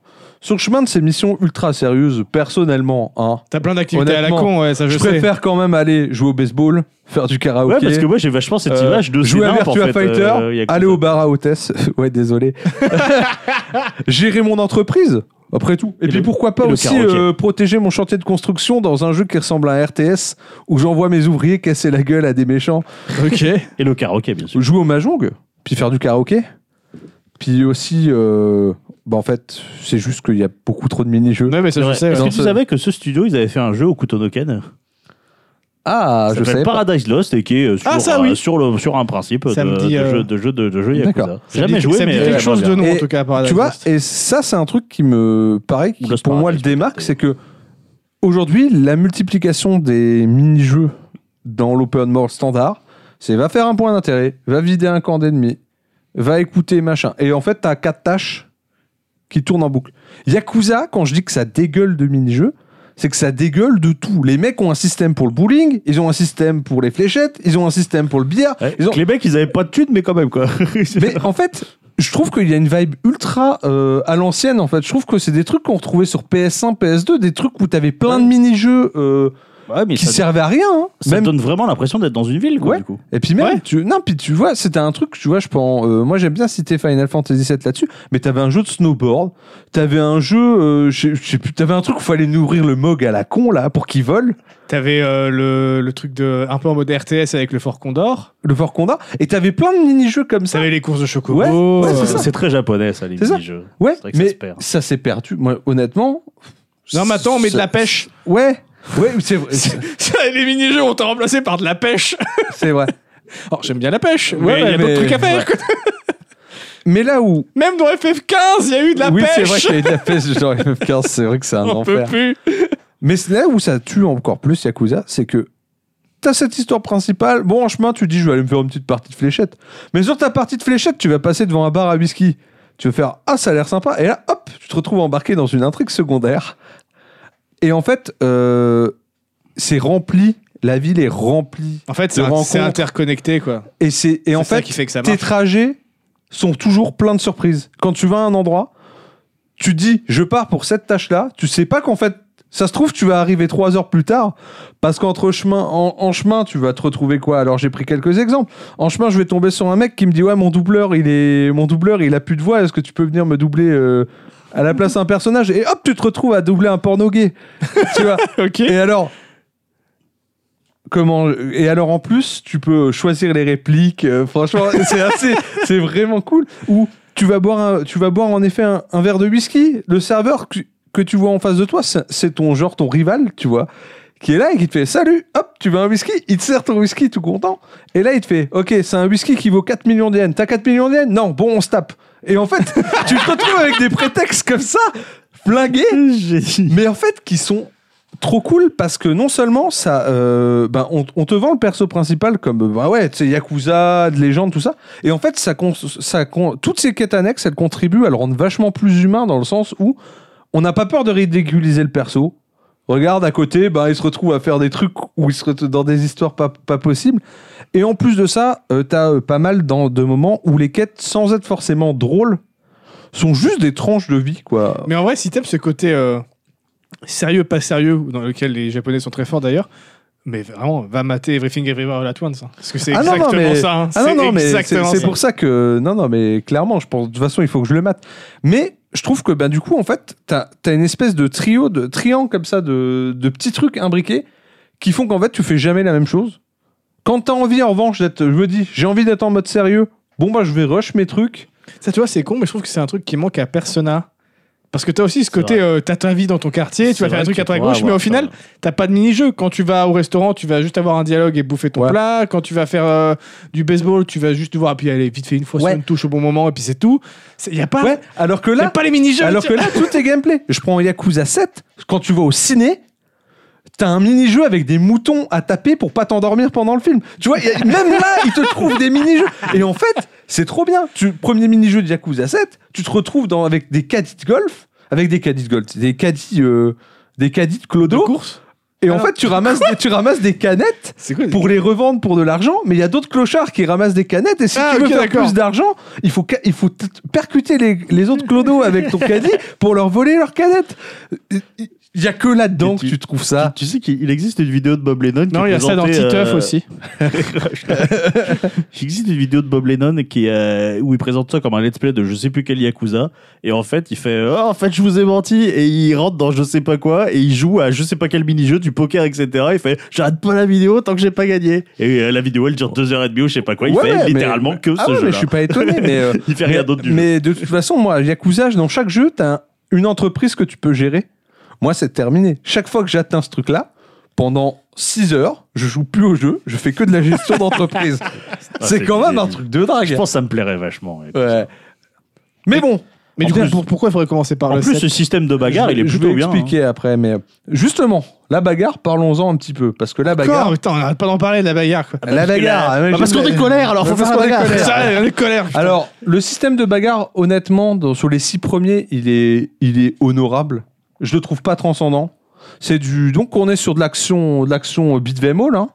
S1: sur le chemin de ces missions ultra sérieuses, personnellement, hein,
S3: T'as plein d'activités à la
S1: Honnêtement,
S3: con, ouais, ça je,
S1: je,
S3: sais.
S1: préfère quand même aller jouer au baseball, faire du karaoké.
S9: Ouais, parce que moi j'ai vachement cette
S1: Euh,
S9: image de
S1: jouer à
S9: Zénarpe, en
S1: Virtua
S9: fait,
S1: Fighter,
S9: euh, Yakuza.
S1: aller au bar à hôtesse, ouais désolé, gérer mon entreprise, après tout. Et,
S9: Et
S1: puis
S9: le-
S1: pourquoi pas
S9: et le
S1: aussi
S9: karaoké.
S1: euh, protéger mon chantier de construction dans un jeu qui ressemble à un RTS où j'envoie mes ouvriers casser la gueule à des méchants,
S3: Ok.
S9: Et le karaoké, bien sûr.
S1: jouer au mahjong, puis faire du karaoké. Puis aussi, euh, bah en fait, c'est juste qu'il y a beaucoup trop de mini-jeux.
S3: Ouais, mais ça je
S9: Ouais.
S3: sais. hein.
S9: Est-ce
S3: ouais.
S9: que
S1: non,
S9: tu
S1: ça-
S9: savais que ce studio, ils avaient fait un jeu au Kutonoken
S1: Ah,
S9: Ça
S1: je
S9: s'appelle
S1: sais. pas.
S9: Paradise Lost et qui est euh, sur,
S3: Ah, ça,
S9: euh,
S3: oui.
S9: sur, le, sur un principe
S3: Ça me
S9: de,
S3: dit,
S9: de
S3: euh,
S9: jeu, de jeu de, de jeu
S1: D'accord.
S9: Yakuza.
S3: Ça
S9: J'ai Jamais
S3: dit-
S9: joué,
S3: ça me
S9: mais
S3: dit
S9: euh,
S3: quelque chose de
S9: bien.
S3: nom,
S1: Et
S3: en tout cas, à Paradise
S1: Tu vois,
S3: Lost.
S1: et ça, c'est un truc qui me paraît, qui,
S9: Ou Lost
S1: pour moi, le
S9: Paradise,
S1: démarque,
S9: peut-être.
S1: c'est que aujourd'hui, la multiplication des mini-jeux dans l'open world standard, c'est va faire un point d'intérêt, va vider un camp d'ennemis, va écouter machin. Et en fait, t'as quatre tâches qui tournent en boucle. Yakuza, quand je dis que ça dégueule de mini-jeux, c'est que ça dégueule de tout. Les mecs ont un système pour le bowling, ils ont un système pour les fléchettes, ils ont un système pour le billard.
S9: Ouais,
S1: ils ont-
S9: Les mecs, ils avaient pas de thunes, mais quand même, quoi.
S1: Mais en fait, je trouve qu'il y a une vibe ultra euh, à l'ancienne. En fait, je trouve que c'est des trucs qu'on retrouvait sur PS1, PS2, des trucs où t'avais plein de mini-jeux euh,
S9: Ouais, mais
S1: qui
S9: ça,
S1: servaient à rien. hein.
S9: ça
S1: Même
S9: donne vraiment l'impression d'être dans une ville, quoi,
S1: Ouais.
S9: du coup.
S1: Et puis même,
S9: Ouais.
S1: tu, non, puis tu vois, c'était un truc, tu vois, je pense, euh, moi j'aime bien citer Final Fantasy VII là-dessus, mais t'avais un jeu de snowboard, t'avais un jeu, euh, je sais- je sais plus, t'avais un truc où fallait nourrir le mog à la con là pour qu'il vole,
S3: T'avais euh, le, le truc de, un peu en mode RTS avec le Fort Condor.
S1: le Fort Conda, et t'avais plein de mini-jeux comme ça.
S3: T'avais les courses de Oh. chocobo.
S1: Ouais, ouais, c'est ça.
S9: C'est très japonais, ça, les
S1: C'est ça.
S9: mini-jeux.
S1: Ouais,
S9: vrai que ça se
S1: mais
S9: perd.
S1: ça s'est perdu. Moi, honnêtement.
S3: Non, mais attends, on met de la
S1: ça-
S3: pêche.
S1: Ouais, ouais, c'est vrai. c'est-
S3: Ça, les mini-jeux ont été remplacés par de la pêche.
S1: C'est vrai.
S3: Alors, j'aime bien la pêche, mais
S1: Ouais,
S3: il y a
S1: ouais,
S3: d'autres
S1: mais-
S3: trucs à faire.
S1: ouais. Mais là où.
S3: Même dans FF15, il y a eu de la
S1: oui,
S3: pêche.
S1: c'est vrai qu'il y avait de la pêche dans FF15, c'est vrai que c'est un
S3: on peut
S1: enfer.
S3: plus.
S1: Mais c'est là où ça tue encore plus Yakuza, c'est que t'as cette histoire principale. Bon, en chemin, tu dis, je vais aller me faire une petite partie de fléchette. Mais sur ta partie de fléchette, tu vas passer devant un bar à whisky. Tu vas faire, ah, ça a l'air sympa. Et là, hop, tu te retrouves embarqué dans une intrigue secondaire. Et en fait, euh, c'est rempli. La ville est remplie.
S3: En fait, c'est
S1: De
S3: un- c'est
S1: rencontres.
S3: interconnecté, quoi.
S1: Et, c'est, et en
S3: C'est ça
S1: fait,
S3: qui fait que ça
S1: tes
S3: marche.
S1: trajets sont toujours pleins de surprises. Quand tu vas à un endroit, tu dis je pars pour cette tâche-là, tu sais pas qu'en fait, ça se trouve, tu vas arriver trois heures plus tard, parce qu'entre chemin, en, en chemin, tu vas te retrouver quoi Alors j'ai pris quelques exemples. En chemin, je vais tomber sur un mec qui me dit ouais, mon doubleur, il est, mon doubleur, il a plus de voix. Est-ce que tu peux venir me doubler euh, à la place d'un personnage Et hop, tu te retrouves à doubler un porno gay. tu vois
S3: Ok.
S1: et alors Comment Et alors en plus, tu peux choisir les répliques. euh, franchement, c'est assez, c'est vraiment cool. Ou tu vas boire, un- tu vas boire en effet un, un verre de whisky. Le serveur que, que tu vois en face de toi, c'est c'est ton genre, ton rival, tu vois, qui est là et qui te fait salut. Hop, tu veux un whisky Il te sert ton whisky, tout content. Et là, il te fait ok, c'est un whisky qui vaut 4 millions d'yens. T'as 4 millions d'yens Non, bon, on se tape. Et en fait, tu te retrouves avec des prétextes comme ça, flingués, mais en fait qui sont trop cool parce que non seulement ça euh, ben, on, on te vend le perso principal comme euh, bah ouais c'est yakuza de légende tout ça et en fait ça cons- ça con- toutes ces quêtes annexes elles contribuent à le rendre vachement plus humain dans le sens où on n'a pas peur de ridiculiser le perso regarde à côté ben il se retrouve à faire des trucs où il se retrouve dans des histoires pas, pas possibles et en plus de ça euh, t'as euh, pas mal dans, de moments où les quêtes sans être forcément drôles sont juste des tranches de vie quoi
S3: Mais en vrai, si t'aimes ce côté euh, sérieux, pas sérieux, dans lequel les Japonais sont très forts d'ailleurs, mais vraiment, va mater Everything Everywhere All At Once. hein. Parce que c'est
S1: Ah non, non,
S3: exactement
S1: mais-
S3: ça. hein.
S1: Ah non, non, mais c'est-
S3: exactement
S1: c'est
S3: ça.
S1: pour ça que. Non, non, mais clairement, je pense. De toute façon, il faut que je le mate. Mais je trouve que, ben, du coup, en fait, t'as as une espèce de trio, de triangle comme ça, de, de petits trucs imbriqués qui font qu'en fait, tu fais jamais la même chose. Quand t'as envie, en revanche, d'être. Je me dis, j'ai envie d'être en mode sérieux. Bon, bah, je vais rush mes trucs.
S3: Ça, tu vois, c'est con, mais je trouve que c'est un truc qui manque à Persona. Parce que t'as aussi ce
S9: C'est
S3: côté,
S9: vrai.
S3: euh, t'as ta vie dans ton quartier, tu vas faire un truc à ta gauche, mais au final, t'as pas de mini-jeu. Quand tu vas au restaurant, tu vas juste avoir un dialogue et bouffer ton
S1: Ouais.
S3: plat. Quand tu vas faire euh, du baseball, tu vas juste devoir, ah, puis allez, vite fait une fois,
S1: Ouais.
S3: sur une touche au bon moment, et puis c'est tout. Il y a pas,
S1: Ouais, alors que
S3: y
S1: là.
S3: a pas les mini-jeux.
S1: Alors que là, tout est gameplay. Je prends Yakuza 7, quand tu vas au ciné, t'as un mini-jeu avec des moutons à taper pour pas t'endormir pendant le film. Tu vois, y a- même là, ils te trouvent des mini-jeux. Et en fait, c'est trop bien. Tu, premier mini-jeu de Yakuza 7, tu te retrouves dans, avec des caddies de golf, avec des caddies de golf, des caddies, euh, des caddies de
S3: de
S1: clodo.
S3: course.
S1: et en fait, tu ramasses, des, tu ramasses des canettes
S3: C'est quoi
S1: pour les revendre pour de l'argent, mais il y a d'autres clochards qui ramassent des canettes et si
S3: Ah,
S1: tu veux
S3: ok,
S1: faire
S3: d'accord.
S1: plus d'argent, il faut, ca- il faut t- percuter les, les autres clodos avec ton caddie pour leur voler leurs canettes. Il y a que là-dedans
S4: Et
S1: que
S4: tu-
S1: tu trouves ça.
S4: Tu sais qu'il existe une vidéo de Bob Lennon. qui
S3: Non, il y a ça dans
S4: présentait,
S3: Titeuf
S4: euh,
S3: aussi.
S4: Il existe une vidéo de Bob Lennon qui, euh, où il présente ça comme un let's play de je sais plus quel Yakuza. Et en fait, il fait Oh, En fait, je vous ai menti. Et il rentre dans je sais pas quoi. Et il joue à je sais pas quel mini-jeu, du poker, etc. Il fait J'arrête pas la vidéo tant que j'ai pas gagné. Et euh, la vidéo, elle dure deux heures et demie ou je sais pas quoi. Il
S1: Ouais,
S4: fait
S1: mais-
S4: littéralement que
S1: Ah
S4: ce
S1: ouais, mais
S4: jeu.
S1: je suis pas étonné, mais, euh,
S4: Il fait rien d'autre du jeu.
S1: mais de toute façon, moi, Yakuza, dans chaque jeu, t'as un- une entreprise que tu peux gérer. Moi, c'est terminé. Chaque fois que j'atteins ce truc-là, pendant 6 heures, je joue plus au jeu, je fais que de la gestion d'entreprise.
S4: Ah,
S1: c'est quand même un
S4: c'est-
S1: truc de
S4: Je
S1: dingue. hein.
S4: pense que ça me plairait vachement. Et-
S1: Ouais. Mais bon,
S3: Mais
S1: en
S3: du coup,
S1: plus-
S3: pour- pourquoi il faudrait commencer par
S4: En
S3: le
S4: plus,
S3: 7
S4: ce système de bagarre,
S1: je,
S4: il est
S1: je
S4: plutôt
S1: vais
S4: bien. hein.
S1: expliquer après, mais justement, la bagarre, parlons-en un petit peu, parce que la
S3: Encore,
S1: bagarre,
S3: putain, on n'arrête pas d'en parler de la bagarre. quoi.
S1: la bagarre,
S4: Bah,
S1: ouais, je-
S4: parce qu'on est colère, alors faut
S1: Parce
S4: faire la
S1: qu'on est colère.
S4: bagarre.
S3: Ça, les colères. putain.
S1: Alors, le système de bagarre, honnêtement, dans- sur les six premiers, il est, il est honorable. Je le trouve pas transcendant. C'est du donc on est sur de l'action de l'action beat'em all hein.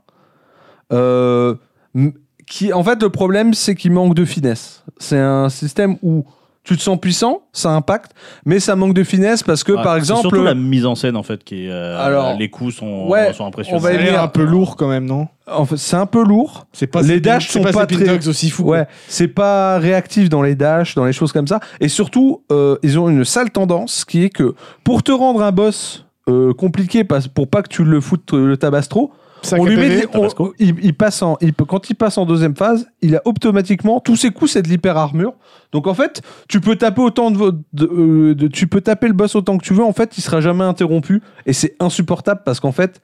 S1: Euh, m- qui en fait le problème c'est qu'il manque de finesse. C'est un système où tu te sens puissant, ça impacte, mais ça manque de finesse parce que
S9: Ouais,
S1: par
S9: c'est
S1: exemple
S9: surtout la mise en scène en fait qui. est, euh,
S1: Alors,
S9: les coups sont,
S1: ouais,
S9: sont
S1: on
S9: impressionnants.
S1: va
S3: Ça a
S1: y
S3: l'air
S1: venir.
S3: un peu lourd quand même, non
S1: en fait, c'est un peu lourd.
S3: C'est pas
S1: Les
S3: Sleeping-
S1: dashs
S3: c'est
S1: sont pas
S3: Sleeping
S1: très-
S3: Dogs aussi fou.
S1: Ouais, c'est pas réactif dans les dashs, dans les choses comme ça. Et surtout, euh, ils ont une sale tendance qui est que pour te rendre un boss euh, compliqué, pas- pour pas que tu le foutes euh, le tabasses trop,
S5: Sac
S1: on
S5: à
S1: lui met
S5: PV.
S1: des- on- il, il passe en, il peut- quand il passe en deuxième phase, il a automatiquement tous ses coups, c'est de l'hyper armure. Donc en fait, tu peux taper autant de, vo- de- euh, de- tu peux taper le boss autant que tu veux. En fait, il sera jamais interrompu et c'est insupportable parce qu'en fait,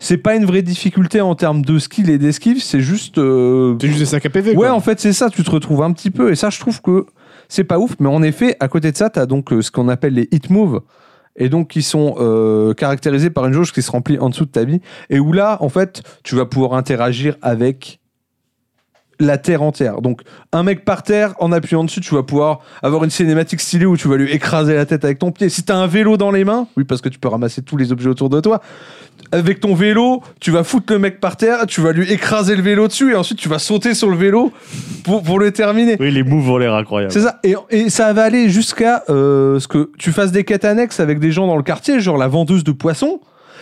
S1: c'est pas une vraie difficulté en termes de skill et d'esquive, c'est juste. euh,
S5: C'est juste des sacs à PV.
S1: Ouais,
S5: quoi.
S1: en fait, c'est ça, tu te retrouves un petit peu. Et ça, je trouve que c'est pas ouf. Mais en effet, à côté de ça, t'as donc euh, ce qu'on appelle les hit moves. Et donc, qui sont euh, caractérisés par une jauge qui se remplit en dessous de ta vie. Et où là, en fait, tu vas pouvoir interagir avec la terre entière. Donc, un mec par terre, en appuyant dessus, tu vas pouvoir avoir une cinématique stylée où tu vas lui écraser la tête avec ton pied. Si t'as un vélo dans les mains, oui, parce que tu peux ramasser tous les objets autour de toi, avec ton vélo, tu vas foutre le mec par terre, tu vas lui écraser le vélo dessus, et ensuite tu vas sauter sur le vélo pour, pour le terminer.
S9: Oui, les moves ont l'air incroyables.
S1: C'est ça. Et, et ça va aller jusqu'à euh, ce que tu fasses des quêtes annexes avec des gens dans le quartier, genre la vendeuse de poissons.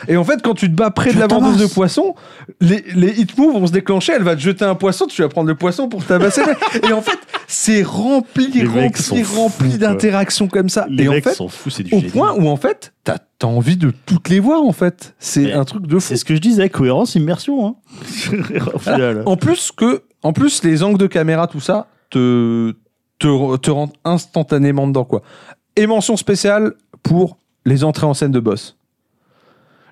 S1: Et en fait, quand tu te bats près de la vendeuse de poissons, les, les hit moves vont se déclencher. Elle va te jeter un poisson, tu vas prendre le poisson pour tabasser. le mec. et en fait, c'est rempli,
S9: Les mecs sont
S1: rempli,
S9: fous,
S1: rempli
S9: quoi.
S1: d'interactions comme ça.
S9: Les
S1: Ah, et en
S9: mecs
S1: fait,
S9: sont fous, c'est du
S1: au
S9: génie.
S1: point où en fait, t'as t'as envie de toutes les voir en fait. C'est
S9: Mais
S1: un truc de fou.
S9: C'est ce que je disais, cohérence, immersion. Hein. Au final.
S1: En plus que, en plus les angles de caméra, tout ça, te te, te rendent instantanément dedans quoi. Et mention spéciale pour les entrées en scène de boss.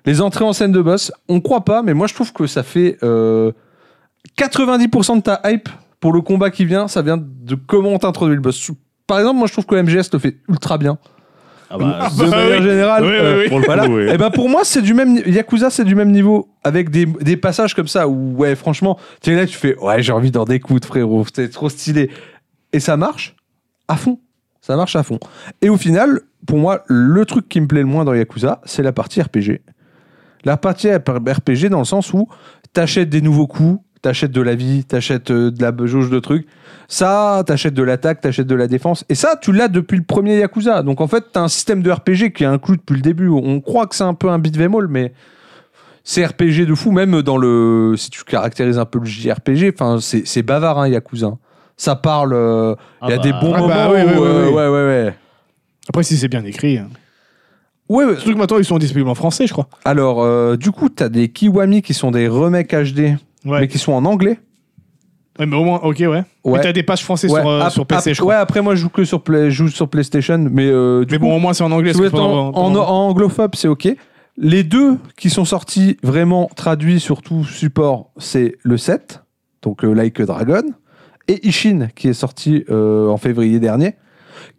S1: Les entrées en scène de boss, on croit pas, mais moi je trouve que ça fait euh, 90% de ta hype pour le combat qui vient, ça vient de comment t'introduit le boss. Par exemple, moi je trouve que MGS le fait ultra bien.
S9: Ah bah,
S1: de manière générale,
S9: Oui, oui,
S1: euh,
S9: oui. Pour le
S1: voilà.
S9: coup, oui.
S1: Eh ben, pour moi, c'est du même ni- Yakuza, c'est du même niveau avec des, des passages comme ça où ouais, franchement, tu es là, tu fais ouais, j'ai envie d'en découdre, frérot, c'est trop stylé, et ça marche à fond, ça marche à fond. Et au final, pour moi, le truc qui me plaît le moins dans Yakuza, c'est la partie RPG. La partie RPG dans le sens où t'achètes des nouveaux coups, t'achètes de la vie, t'achètes euh, de la jauge de trucs. Ça, t'achètes de l'attaque, t'achètes de la défense. Et ça, tu l'as depuis le premier Yakuza. Donc en fait, t'as un système de RPG qui est inclus depuis le début. On croit que c'est un peu un beat'em all, mais c'est RPG de fou. Même dans le, si tu caractérises un peu le JRPG, enfin, c'est c'est bavard, hein, Yakuza. Ça parle. euh, Il
S9: ah
S1: y a
S9: bah,
S1: des bons
S5: ah
S1: moments.
S5: bah oui, oui,
S1: où,
S5: oui,
S1: euh,
S5: oui.
S1: ouais, ouais, ouais.
S5: Après, si c'est bien écrit. hein.
S1: Ouais, ouais.
S5: Surtout que maintenant, ils sont disponibles en français, je crois.
S1: Alors, euh, du coup, t'as des Kiwami qui sont des remakes HD,
S5: Ouais.
S1: mais qui sont en anglais.
S5: Ouais, mais au moins, ok, ouais.
S1: Ouais.
S5: Mais t'as des pages françaises
S1: Ouais,
S5: sur, euh,
S1: ap-
S5: sur PC,
S1: ap-
S5: je crois.
S1: Ouais, après, moi, je joue que sur, Play- je joue sur PlayStation, mais euh, du
S5: Mais
S1: coup,
S5: bon, au moins, c'est en anglais.
S1: si
S5: c'est
S1: vous êtes
S5: pas
S1: en, en- en anglophobe, c'est OK. Les deux qui sont sortis vraiment traduits sur tout support, c'est le 7, donc euh, Like a Dragon, et Ishin, qui est sorti euh, en février dernier.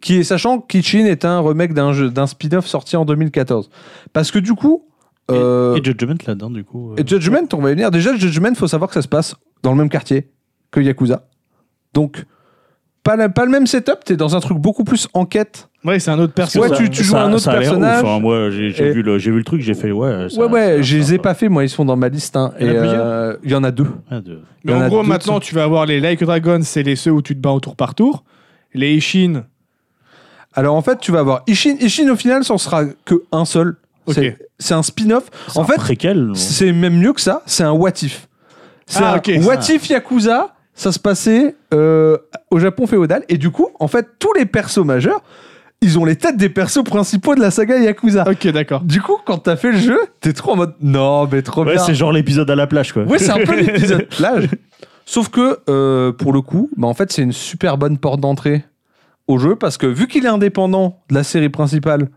S1: Qui est, sachant qu'Ishin est un remake d'un jeu- d'un spin-off sorti en 2014. Parce que du coup. euh,
S9: Et Judgment là-dedans, du coup. euh,
S1: et Judgment, on va y venir. Déjà, Judgment, faut savoir que ça se passe dans le même quartier que Yakuza. Donc, pas, la- pas le même setup, t'es dans un truc beaucoup plus enquête.
S5: Ouais, c'est un autre perso.
S1: Ouais,
S9: ça-
S1: tu-
S9: ça-
S1: tu joues un autre
S9: ça a l'air ouf,
S1: personnage.
S9: hein. Moi, j'ai j'ai
S1: Et-
S9: vu, le- j'ai vu le truc, j'ai fait ouais. ça-
S1: ouais, ouais,
S9: ça-
S1: je les
S9: ça-
S1: ai pas fait, moi, ils sont dans ma liste. hein.
S9: Il y en a
S1: Et,
S9: plusieurs
S1: euh, Il y en a deux.
S9: Ah, de-
S5: Mais
S1: Il y en
S5: en
S1: a
S5: gros,
S1: d'autres.
S5: maintenant, tu vas avoir les Like a Dragon, c'est les ceux où tu te bats au tour par tour. Les Ishin,
S1: Alors, en fait, tu vas avoir Ishin. Ishin, au final, ça en sera que un seul.
S5: Ok.
S1: C'est- C'est un spin-off.
S9: c'est
S1: En
S9: un
S1: fait,
S9: préquel. non
S1: c'est même mieux que ça, c'est un what if. C'est
S5: Ah,
S1: un
S5: ok,
S1: what if Yakuza, ça se passait euh, au Japon féodal, et du coup, en fait, tous les persos majeurs, ils ont les têtes des persos principaux de la saga Yakuza.
S5: Ok, d'accord.
S1: Du coup, quand t'as fait le jeu, t'es trop en mode non, mais trop
S9: Ouais,
S1: bien.
S9: c'est genre l'épisode à la plage, quoi.
S1: Ouais, c'est un peu l'épisode plage. Sauf que, euh, pour le coup, bah, en fait, c'est une super bonne porte d'entrée au jeu parce que vu qu'il est indépendant de la série principale,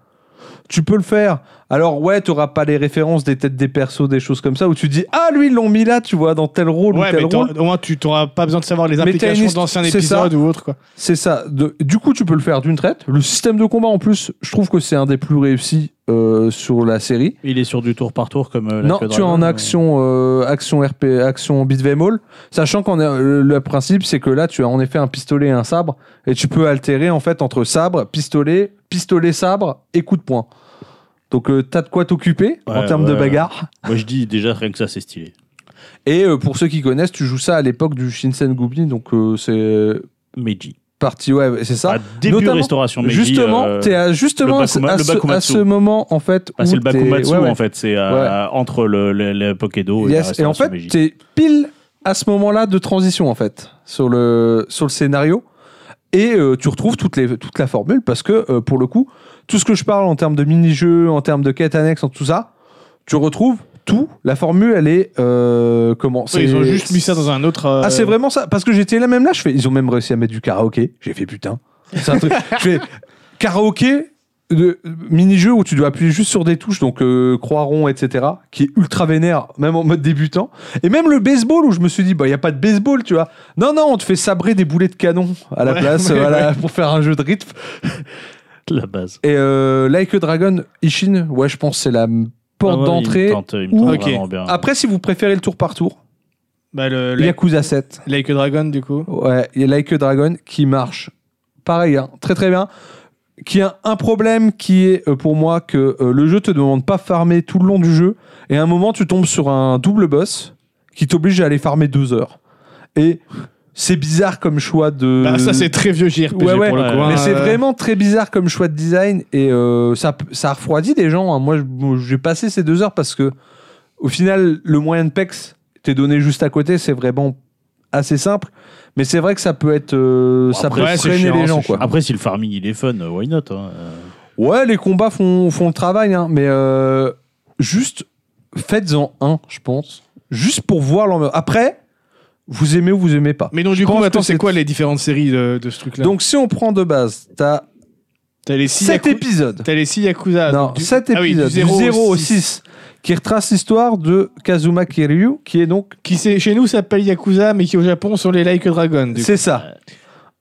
S1: tu peux le faire. Alors, ouais, t'auras pas les références des têtes des persos, des choses comme ça, où tu dis Ah, lui, ils l'ont mis là, tu vois, dans tel rôle
S5: Ouais,
S1: ou tel
S5: mais
S1: rôle.
S5: t'auras- au moins, tu t'auras pas besoin de savoir les
S1: Mais t'as une
S5: implications
S1: hist-
S5: d'anciens
S1: c'est ça.
S5: épisodes ou autre, quoi.
S1: C'est ça. De- du coup, tu peux le faire d'une traite. Le système de combat, en plus, je trouve que c'est un des plus réussis euh, sur la série.
S9: Il est sur du tour par tour comme. euh, la
S1: Non,
S9: Queue
S1: tu es en
S9: Dragon, euh.
S1: action, euh, action RP, action beat'em all, sachant qu'en euh, le, le principe c'est que là tu as en effet un pistolet et un sabre et tu peux altérer en fait entre sabre, pistolet, pistolet sabre et coup de poing. Donc euh, t'as de quoi t'occuper en
S4: Ouais,
S1: termes de
S4: ouais.
S1: bagarre.
S4: Moi, je dis déjà rien que ça, c'est stylé.
S1: Et euh, pour ceux qui connaissent, tu joues ça à l'époque du Shinsen Gumi, donc euh, c'est
S4: Meiji.
S1: parti, ouais, c'est ça.
S4: Ah, début
S1: Notamment,
S4: restauration Meiji.
S1: justement,
S4: euh,
S1: t'es à, justement
S4: le
S1: à ce-
S4: Bakuma-
S1: à,
S4: le
S1: ce, à
S4: Bakumatsu.
S1: ce moment en fait.
S4: bah, c'est
S1: où
S4: le
S1: t'es-
S4: Bakumatsu
S1: ouais, ouais.
S4: en fait, c'est euh, entre le, le, le Pokédo et la
S1: Yes, Et en
S4: restauration
S1: fait,
S4: Meiji.
S1: t'es pile à ce moment-là de transition en fait sur le sur le scénario. Et euh, tu retrouves toutes les, toute la formule parce que euh, pour le coup, tout ce que je parle en termes de mini-jeux, en termes de quêtes annexes, en tout ça, tu retrouves tout. La formule, elle est euh, comment
S3: Ouais,
S1: C'est-
S3: Ils ont juste mis ça dans un autre. euh,
S1: Ah, c'est vraiment ça. Parce que j'étais là même là, je fais. Ils ont même réussi à mettre du karaoké. J'ai fait putain. C'est un truc. je fais karaoké, de mini-jeu où tu dois appuyer juste sur des touches, donc euh, croix rond, etc., qui est ultra vénère, même en mode débutant. Et même le baseball où je me suis dit, bah, il n'y a pas de baseball, tu vois. Non, non, on te fait sabrer des boulets de canon à la
S3: Ouais,
S1: place
S3: ouais,
S1: voilà, pour faire un jeu de rythme.
S4: la base.
S1: Et euh, Like a Dragon, Ishin, ouais, je pense que c'est la m- porte
S4: Ah ouais, il me
S1: d'entrée.
S4: tente- il me tente
S1: ou-
S4: vraiment bien.
S1: Après, si vous préférez le tour par tour,
S3: bah, le, le-
S1: Yakuza 7.
S3: Like a Dragon, du coup.
S1: Ouais, il y a Like a Dragon qui marche. Pareil, hein, très très bien. Qui a un problème qui est euh, pour moi que euh, le jeu te demande pas farmer tout le long du jeu. Et à un moment, tu tombes sur un double boss qui t'oblige à aller farmer deux heures. Et c'est bizarre comme choix de.
S3: Bah, ça, c'est très vieux JRPG
S1: Euh, Ouais, ouais.
S3: pour le coup.
S4: Ouais,
S3: hein.
S1: Mais c'est
S3: Euh,
S1: vraiment très bizarre comme choix de design et euh, ça, ça refroidit des gens. hein. Moi, je- moi, j'ai passé ces deux heures parce que, au final, le moyen de PEX t'es donné juste à côté, c'est vraiment assez simple. Mais c'est vrai que ça peut être, euh, ça
S4: Après,
S1: peut
S4: ouais, c'est
S1: freiner
S3: chiant,
S1: les gens.
S3: c'est
S1: Quoi.
S4: Après, si le farming il est fun, euh, why not hein, euh.
S1: Ouais, les combats font, font le travail, hein, mais euh, juste faites-en un, je pense, juste pour voir l'ambiance. Après, vous aimez ou vous aimez pas.
S3: Mais donc, du
S1: pense
S3: coup,
S1: que
S3: attends, c'est
S1: c'est-
S3: quoi les différentes séries euh, de, de ce truc-là
S1: Donc, si on prend de base, t'as
S3: t'as les six
S1: 7
S3: Yaku-
S1: épisodes.
S3: T'as les six Yakuza.
S1: non,
S3: donc du-
S1: 7
S3: Ah oui,
S1: épisodes, du 0, au 6, qui retrace l'histoire de Kazuma Kiryu, qui est donc.
S3: Qui c'est- chez nous s'appelle Yakuza, mais qui au Japon sont les Like a Dragon. du coup.
S1: C'est ça.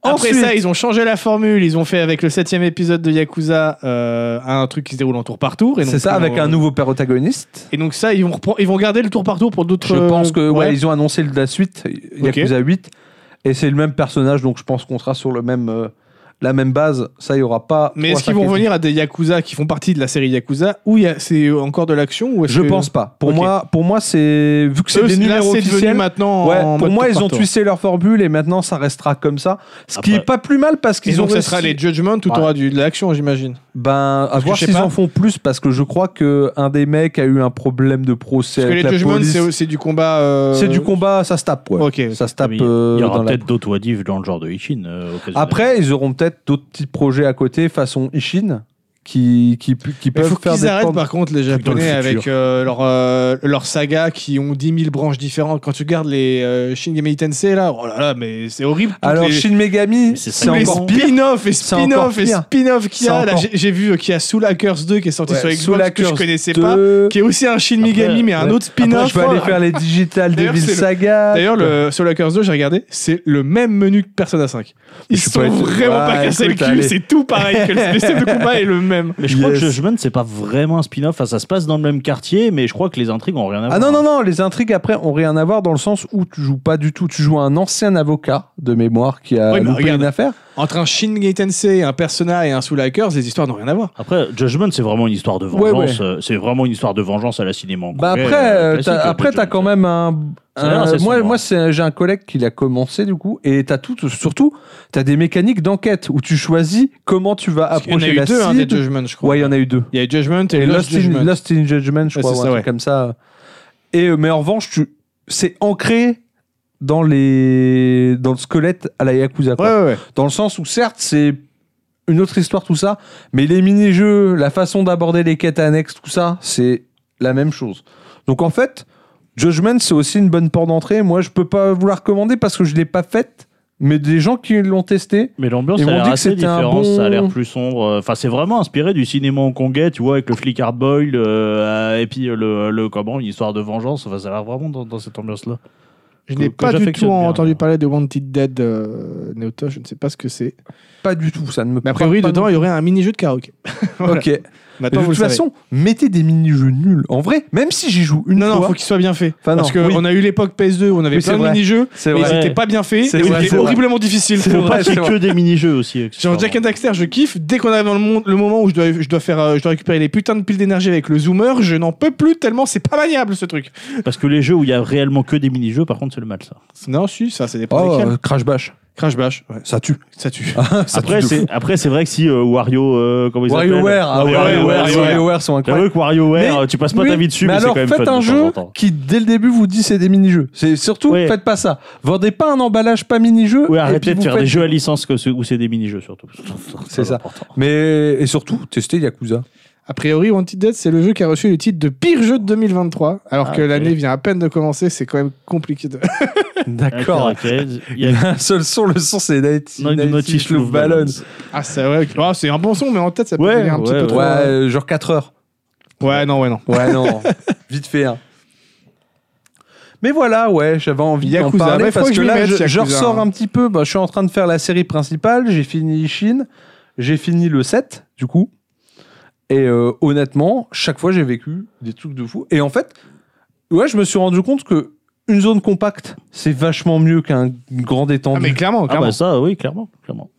S3: Après
S1: Ensuite-
S3: ça, ils ont changé la formule. Ils ont fait avec le septième épisode de Yakuza euh, un truc qui se déroule en tour par tour. et non
S1: C'est ça,
S3: plus
S1: avec
S3: en-
S1: un nouveau protagoniste.
S3: Et donc ça, ils vont, reprendre- ils vont garder le tour par tour pour d'autres.
S1: Je pense que
S3: euh,
S1: ouais, ils ont annoncé la suite, Yakuza 8, et c'est le même personnage, donc je pense qu'on sera sur le même, euh, la même base. Ça, il n'y aura pas.
S3: Mais
S1: trois,
S3: est-ce qu'ils
S1: cinq
S3: vont
S1: et-
S3: revenir à des Yakuza qui font partie de la série Yakuza ou il y a- c'est encore de l'action ou est-ce
S1: Je
S3: que-
S1: pense pas. Pour
S3: Ok.
S1: moi, pour moi, c'est vu que c'est
S3: Eux,
S1: des
S3: là,
S1: numéros
S3: c'est devenu
S1: officiels.
S3: maintenant.
S1: ouais,
S3: en
S1: pour
S3: mode
S1: moi,
S3: tour
S1: ils
S3: par
S1: ont
S3: tour.
S1: twisté leur formule et maintenant ça restera comme ça. Ce qui
S4: Après-
S1: est pas plus mal parce
S3: Et
S1: qu'ils ont
S3: donc, ça sera
S1: réussi-
S3: les Judgment où
S4: Ouais.
S3: t'auras du- de l'action, j'imagine.
S1: Ben, à
S3: que
S1: voir
S3: je sais
S1: s'ils
S3: pas.
S1: en font plus, parce que je crois que un des mecs a eu un problème de procès
S3: Parce que
S1: avec
S3: les
S1: la
S3: Judgment,
S1: police.
S3: c'est c'est du combat. euh,
S1: C'est du combat, ça se tape, ouais.
S3: Ok.
S1: Ça se tape
S4: Mais Ah il y-
S1: euh,
S4: il y
S1: dans
S4: aura
S1: la-
S4: peut-être d'autres Wadif dans le genre de Ichin. euh, occasionnellement.
S1: Après, ils auront peut-être d'autres petits projets à côté, façon Ishin, qui, qui, pu- qui
S3: Il
S1: peuvent
S3: faut
S1: faire
S3: qu'ils
S1: des...
S3: arrêtent
S1: temps-
S3: par contre les
S1: dans le
S3: japonais
S1: futur.
S3: avec euh, leur, euh, leur saga qui ont 10 000 branches différentes. Quand tu regardes les euh, Shin Megami Tensei là, oh là là, mais c'est horrible. Toutes
S1: Alors,
S3: les,
S1: Shin Megami,
S4: Mais c'est
S1: c'est
S4: ça,
S3: tous les
S4: mais
S1: encore pire.
S3: spin-off et
S1: C'est encore
S3: spin-off et
S1: pire.
S3: spin-off qu'il y a.
S1: C'est
S3: Là,
S1: encore-
S3: j'ai- j'ai vu euh, qu'il y a Soul Hackers 2 qui est sorti
S1: Ouais,
S3: sur
S1: Soul
S3: Xbox que je
S1: Hackers
S3: connaissais pas,
S1: 2.
S3: qui est aussi un Shin Megami
S4: Après,
S3: mais un
S4: ouais.
S3: autre
S1: Après,
S3: spin-off.
S1: je vais aller faire les Digital
S3: D'ailleurs,
S1: Devil
S3: c'est le-
S1: Saga.
S3: D'ailleurs, le Soul Hackers 2, j'ai regardé, c'est le même menu que Persona 5. Ils
S1: Je suis
S3: se sont
S1: pas étonné.
S3: vraiment
S1: Ah,
S3: pas cassés le
S1: écoute,
S3: cul,
S1: allez.
S3: c'est tout pareil. que le système de combat est le même.
S4: Mais je crois
S1: Yes.
S4: que Judgment, c'est pas vraiment un spin-off. Enfin, ça se passe dans le même quartier, mais je crois que les intrigues ont rien à voir.
S1: Ah non, non, non, les intrigues après ont rien à voir dans le sens où tu joues pas du tout. Tu joues un ancien avocat de mémoire qui a
S3: Ouais, mais
S1: loupé
S3: regarde.
S1: une affaire.
S3: Entre un Shin Megami Tensei, un Persona et un Soul Hackers, les histoires n'ont rien à voir.
S4: Après, Judgment, c'est vraiment une histoire de
S1: Ouais,
S4: vengeance. euh, C'est vraiment une histoire de vengeance à la cinéma.
S1: Bah
S4: anglais,
S1: après,
S4: euh,
S1: euh,
S4: classique,
S1: t'as,
S4: euh,
S1: après t'as
S4: Judgment.
S1: quand même un.
S4: Ça a
S1: un-
S4: l'air assez
S1: moi,
S4: sombre,
S1: moi
S4: hein.
S1: c'est, j'ai un collègue qui l'a commencé du coup, et t'as tout, surtout, t'as des mécaniques d'enquête où tu choisis comment tu vas
S3: Parce qu'il y en a
S1: approcher
S3: eu
S1: Ah, la
S3: deux, hein, des
S1: cible.
S3: Judgment, je crois.
S1: ouais, il y en a eu deux.
S3: Il y a eu Judgment et,
S1: Et
S3: Lost
S1: Lost,
S3: Judgment.
S1: in, Lost in Judgment, je
S3: Ouais,
S1: crois,
S3: c'est
S1: ou un
S3: ça,
S1: truc
S3: ouais.
S1: comme ça. Et euh, mais en revanche, tu, c'est ancré dans les dans le squelette à la Yakuza. quoi.
S3: Ouais, ouais, ouais.
S1: Dans le sens où certes c'est une autre histoire tout ça, mais les mini-jeux, la façon d'aborder les quêtes annexes, tout ça, c'est la même chose. Donc en fait, Judgment c'est aussi une bonne porte d'entrée. Moi je peux pas vous la recommander parce que je l'ai pas faite, mais des gens qui l'ont testé,
S4: Mais l'ambiance,
S1: Ils
S4: elle a
S1: m'ont dit
S4: l'air
S1: que
S4: assez
S1: c'était un
S4: différente. Ça a l'air
S1: bon-
S4: plus sombre. euh, Enfin, c'est vraiment inspiré du cinéma hongkongais, tu vois, avec le flic hard boil euh, et puis euh, le, le comment, une histoire de vengeance. Enfin, ça a l'air vraiment dans, dans cette ambiance-là.
S3: Je euh, n'ai
S4: Que- que
S3: pas du tout
S4: j'affectionne bien,
S3: entendu
S4: ouais.
S3: parler de Wanted Dead euh, Neoto, je ne sais pas ce que c'est.
S1: pas du tout, ça ne me
S3: Mais a priori,
S1: parle pas
S3: dedans, il y aurait un mini-jeu de karaoké.
S1: Ok. Mais
S3: Maintenant,
S1: de
S3: vous
S1: toute
S3: le savez.
S1: façon, mettez des mini-jeux nuls. En vrai, même si j'y joue une
S3: Non, non,
S1: fois.
S3: faut qu'il soit bien fait.
S1: Enfin, non,
S3: Parce qu'on
S1: oui.
S3: a eu l'époque PS2 où on avait
S1: Oui, c'est
S3: plein de
S1: vrai.
S3: mini-jeux,
S1: C'est
S3: mais ils
S1: vrai.
S3: n'étaient pas bien faits,
S1: C'est
S3: et
S1: vrai,
S3: c'était
S1: c'est vrai.
S3: horriblement difficile.
S1: C'est
S3: Faudra-
S1: vrai.
S4: Pas qu'il y ait que des mini-jeux aussi.
S3: Genre
S4: accessoirement.
S3: Jack and Daxter, je kiffe. Dès qu'on arrive dans le, monde, le moment où je dois, je dois faire, euh, je dois récupérer les putains de piles d'énergie avec le zoomer, je n'en peux plus tellement c'est pas maniable ce truc.
S4: Parce que les jeux où il y a réellement que des mini-jeux, par contre, c'est le mal, ça.
S3: Non, si, ça, c'est des
S4: Ah,
S1: Oh, euh, Crash Bash.
S3: Crash Bash, ouais,
S1: Ça tue.
S3: ça tue.
S1: Ça
S4: après,
S1: tue de
S4: c'est,
S1: fou.
S4: après, c'est vrai que si euh, Wario. euh, comment il s'appelle
S1: WarioWare. ah,
S4: WarioWare,
S1: WarioWare,
S4: c'est-
S1: WarioWare sont incroyables.
S4: J'avoue que WarioWare,
S1: Mais-
S4: tu passes pas
S1: Oui,
S4: ta vie dessus, mais,
S1: mais,
S4: Ah, c'est
S1: alors
S4: quand même
S1: faites
S4: fun
S1: un
S4: de temps en
S1: jeu
S4: temps.
S1: qui dès le début vous dit c'est des mini-jeux. C'est surtout
S4: Ouais.
S1: faites pas ça. Vendez pas un emballage pas mini-jeu.
S4: Oui,
S1: et
S4: arrêtez
S1: puis
S4: de
S1: vous
S4: faire
S1: faites-
S4: des jeux à licence que ceux où c'est des mini-jeux surtout.
S1: C'est ça.
S4: important.
S1: Mais et surtout testez Yakuza.
S3: A priori, Wanted Dead, c'est le jeu qui a reçu le titre de pire jeu de 2023, alors
S4: Ah,
S3: que
S4: ok.
S3: l'année vient à peine de commencer, c'est quand même compliqué de.
S1: D'accord.
S4: ok. Il y
S1: Il y
S4: a Ah,
S1: a un seul son, le son c'est Night
S4: Non,
S1: Night
S4: Naughty
S1: Fish Love
S4: Love Balance.
S1: Balance.
S3: Ah, c'est vrai. que- Ah, c'est un bon son, mais en tête, ça peut
S4: Ouais,
S3: devenir un petit
S4: ouais,
S3: peu
S4: ouais.
S3: trop.
S1: Ouais, euh, genre 4 heures.
S3: Ouais, non, ouais, non.
S1: Ouais, non. Vite fait, hein. Mais voilà, ouais, j'avais envie d'en
S3: Yakuza,
S1: parler
S3: bah, faut
S1: parce que,
S3: que je m'y
S1: là,
S3: mette,
S1: je, je
S3: Yakuza,
S1: ressors
S3: hein.
S1: un petit peu. Bah, je suis en train de faire la série principale. J'ai fini Shin. J'ai fini le 7, du coup. Et euh, honnêtement, chaque fois, j'ai vécu des trucs de fou. Et en fait, ouais, je me suis rendu compte que une zone compacte, c'est vachement mieux qu'un grand
S3: Ah,
S1: étendu.
S3: mais clairement,
S4: Ah
S3: clairement.
S4: bah ça, oui, clairement, clairement.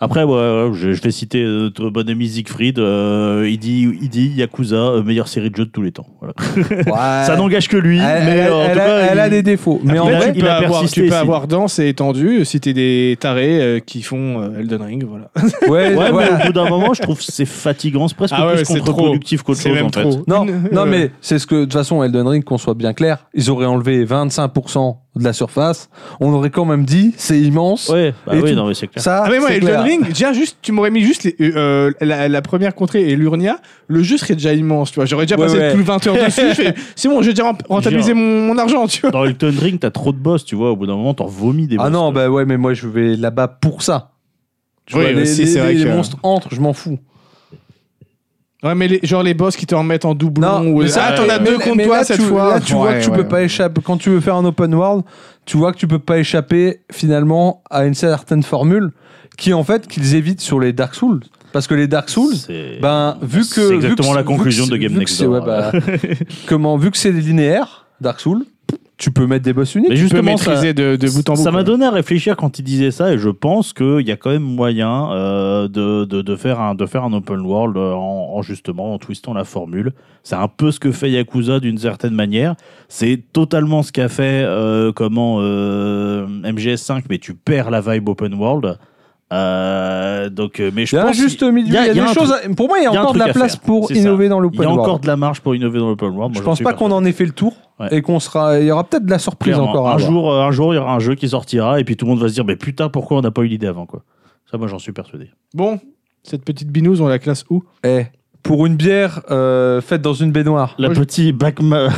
S4: Après, ouais, ouais, je, je vais citer euh, notre bon ami Siegfried. euh, il, dit, il dit Yakuza, euh, meilleure série de jeux de tous les temps. Voilà.
S1: Ouais.
S4: Ça n'engage que lui,
S1: Ah. Elle,
S4: mais euh,
S1: elle-
S4: en tout
S1: elle a-
S4: cas,
S1: elle a
S4: il-
S1: des défauts. Mais en
S4: il a-
S1: vrai,
S3: tu peux,
S4: a
S3: avoir,
S4: persisté,
S3: tu peux
S4: c'est-
S3: avoir danse et étendue si t'es des tarés euh, qui font euh, Elden Ring, voilà.
S1: ouais, voilà.
S4: Ouais, mais au bout d'un moment, je trouve que c'est fatigant, c'est presque
S3: Ah ouais,
S4: plus
S3: c'est trop.
S4: contre-productif qu'autre chose en fait.
S1: Non,
S3: Une-
S1: non
S3: euh,
S1: mais c'est ce que, de toute façon, Elden Ring, qu'on soit bien clair, ils auraient enlevé 25% de la surface. On aurait quand même dit, c'est immense.
S4: Ouais, bah
S1: Et
S4: oui,
S1: tout.
S4: non mais c'est clair.
S1: Ça,
S3: Ah mais moi,
S1: c'est
S3: Elden
S1: clair.
S3: Ring, déjà juste, tu m'aurais mis juste les- euh, la, la première contrée et l'Urnia, le jeu serait déjà immense, tu vois. J'aurais déjà
S1: Ouais,
S3: passé
S1: ouais.
S3: plus de 20 heures dessus. je fais, C'est bon, j'ai déjà rem- rentabilisé
S4: Genre.
S3: mon, mon argent, tu vois.
S4: Dans Elton Ring, t'as trop de boss, tu vois. Au bout d'un moment, t'en vomis des boss.
S1: Ah non, bah ouais, mais moi, je vais là-bas pour ça. Tu
S3: Oui,
S1: vois, les,
S3: aussi,
S1: les-
S3: c'est vrai
S1: les
S3: que-
S1: monstres entrent, je m'en fous.
S3: Ouais, mais les, genre les boss qui te remettent en doublon. ou...
S1: mais
S3: Ah,
S1: là-
S3: t'en as
S1: mais-
S3: deux
S1: mais
S3: contre
S1: là,
S3: toi cette
S1: tu,
S3: fois.
S1: Là, tu vois que tu peux pas échapper. Quand tu veux faire un open world, tu vois que tu peux pas échapper finalement à une certaine formule qui, en fait, qu'ils évitent sur les Dark Souls. Parce que les Dark Souls,
S4: C'est-
S1: Ben, vu que.
S4: C'est exactement
S1: vu que-
S4: la conclusion
S1: vu que-
S4: de Game
S1: vu que
S4: Next
S1: c'est-
S4: Door.
S1: ouais, bah, comment, vu que c'est linéaire, Dark Souls, tu peux mettre des boss uniques.
S4: Mais
S3: Tu peux
S4: justement, ça-
S3: maîtriser de, de bout en bout.
S4: Ça m'a
S3: quoi.
S4: donné à réfléchir quand il disait ça, et je pense qu'il y a quand même moyen euh, de, de, de faire un, de faire un open world euh, en, en justement en twistant la formule. C'est un peu ce que fait Yakuza d'une certaine manière. C'est totalement ce qu'a fait euh, comment euh, MGS5, mais tu perds la vibe open world. Euh, donc, euh, mais
S1: Il
S4: je
S1: y a un
S4: pense
S1: juste milieu. Il y a,
S4: un
S1: des choses.
S4: truc-
S1: à- pour moi, il y a,
S4: il y a un
S1: encore de
S4: truc
S1: la
S4: à
S1: place
S4: faire.
S1: pour
S4: C'est ça.
S1: innover dans l'open
S4: Il y a
S1: world.
S4: encore de la marge pour innover dans l'open world. Moi,
S1: Je
S4: j'en
S1: pense
S4: suis
S1: pas
S4: persuadé.
S1: qu'on en ait fait le tour
S4: Ouais.
S1: et qu'on sera. Il y aura peut-être de la surprise
S4: Clairement.
S1: encore. à
S4: un
S1: avoir.
S4: jour, euh, un jour, il y aura un jeu qui sortira et puis tout le monde va se dire, mais putain, pourquoi on n'a pas eu l'idée avant quoi Ça, moi, j'en suis persuadé.
S3: Bon, cette petite binouse, on la classe où
S1: Eh, pour une bière euh, faite dans une baignoire.
S4: La
S3: Moi, je-
S4: petite bac. ma-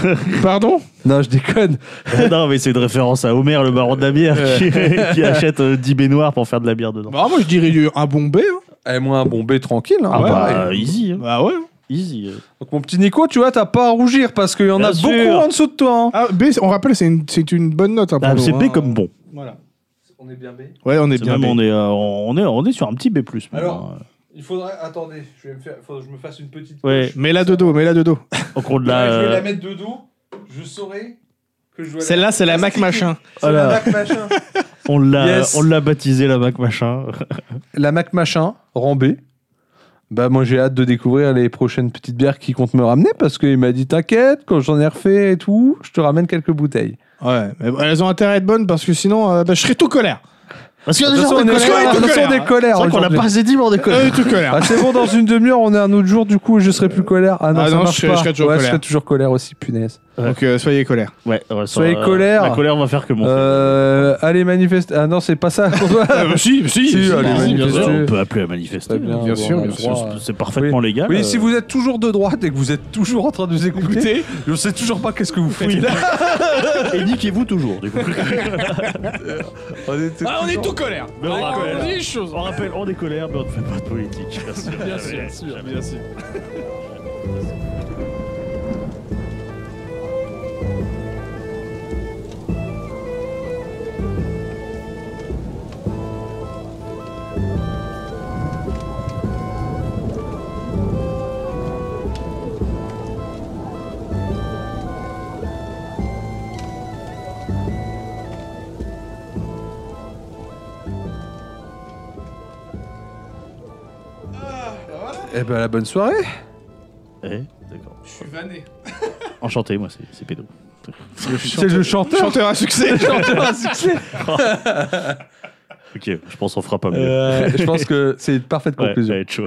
S3: Pardon
S1: Non, je déconne.
S4: non, mais c'est une référence à Homer, le baron de la bière, qui, qui achète euh, 10 baignoires pour faire de la bière dedans.
S3: Bah, moi je dirais du- un bon B. Hein.
S1: Eh, moi, un bombé tranquille. hein.
S4: ah
S1: Ouais, ouais.
S4: bah, easy. hein.
S3: Bah ouais.
S4: Easy. euh.
S1: Donc, mon petit Nico, tu vois, t'as pas à rougir parce qu'il y en
S4: Bien
S1: a
S4: sûr.
S1: beaucoup en dessous de toi. hein.
S3: Ah, B, on rappelle, c'est une, c'est une bonne note. Hein, pour
S4: Ah,
S3: nous,
S4: c'est
S3: hein.
S4: B comme bon.
S3: Voilà.
S1: On est bien B.
S3: Ouais, on est
S4: C'est
S3: bien.
S4: même,
S3: B.
S4: on, est, euh, on, est, on est sur un petit B. maintenant,
S1: Alors,
S4: hein.
S1: Il faudrait. Attendez, je vais me faire. Faut que je me fasse une petite.
S4: Ouais.
S1: poche.
S3: Mets-la de dos, mets-la de dos.
S4: Au cours de la.
S1: Ouais, je vais
S4: euh,
S1: la mettre de dos, je saurai que je dois la-
S3: Celle-là, c'est la Mac
S1: Plastique.
S3: machin.
S1: C'est
S4: Voilà.
S1: la Mac Machin.
S4: on l'a
S1: Yes.
S4: on l'a baptisé la Mac machin.
S1: la Mac Machin, rambée. Bah moi j'ai hâte de découvrir les prochaines petites bières qui comptent me ramener parce qu'il m'a dit t'inquiète quand j'en ai refait et tout je te ramène quelques bouteilles.
S3: Ouais, mais bon, elles ont intérêt à être bonnes parce que sinon, euh, bah, je serais tout colère.
S4: Parce qu'il y a
S1: De
S4: des
S1: toute
S4: gens
S1: façon,
S4: de
S1: on est-
S4: colère.
S3: colère, hein.
S1: de toute façon, on est colère
S4: C'est vrai qu'on l'a
S1: aujourd'hui.
S4: pas assez dit, mais on est colère.
S3: Euh, tout colère.
S1: Ah, c'est bon dans une demi-heure on est un autre jour du coup je serai plus colère. Ah non,
S3: Ah
S1: ça
S3: non,
S1: marche
S3: je serai-
S1: pas.
S3: je serai toujours
S1: Ouais,
S3: colère.
S1: toujours colère aussi punaise.
S3: Donc euh, soyez colère.
S4: Ouais, ouais, ça,
S1: Soyez colère.
S4: La colère va faire que mon.
S1: Euh, allez manifeste. Ah non c'est pas ça. qu'on doit-
S3: si,
S1: Ah, Si, allez,
S4: Bah,
S1: oui,
S4: bien sûr,
S1: manifester.
S4: on peut appeler à manifester. hein.
S1: Très bien,
S3: bien
S1: bon,
S3: sûr,
S1: on a
S3: bien
S1: le
S4: C'est-
S1: droit,
S4: c'est-
S1: euh.
S4: C'est parfaitement légal.
S1: Oui, si vous êtes toujours de droite et que vous êtes toujours en train de nous écouter, je sais toujours pas qu'est-ce que vous faites.
S4: Et niquez-vous toujours, du coup.
S1: On est-
S3: Ah, on est tout colère.
S4: Mais on
S3: Ah,
S4: rappelle.
S3: on dit les choses.
S4: On rappelle, on est colère, mais on ne fait pas de politique. Bien sûr.
S3: Bien sûr, bien sûr.
S1: Eh ben, la bonne soirée.
S4: Eh, d'accord.
S10: Je suis vanné.
S4: Enchanté, moi, c'est c'est pédo.
S1: C'est le chanteur.
S3: Chanteur à succès.
S4: Ok, je pense qu'on fera pas mieux.
S1: Euh, je pense que c'est une parfaite
S4: Ouais, ça
S1: conclusion.
S4: va être chaud.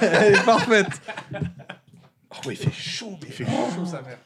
S3: Elle est parfaite.
S10: Oh, il fait chaud, mais il fait chaud, sa mère.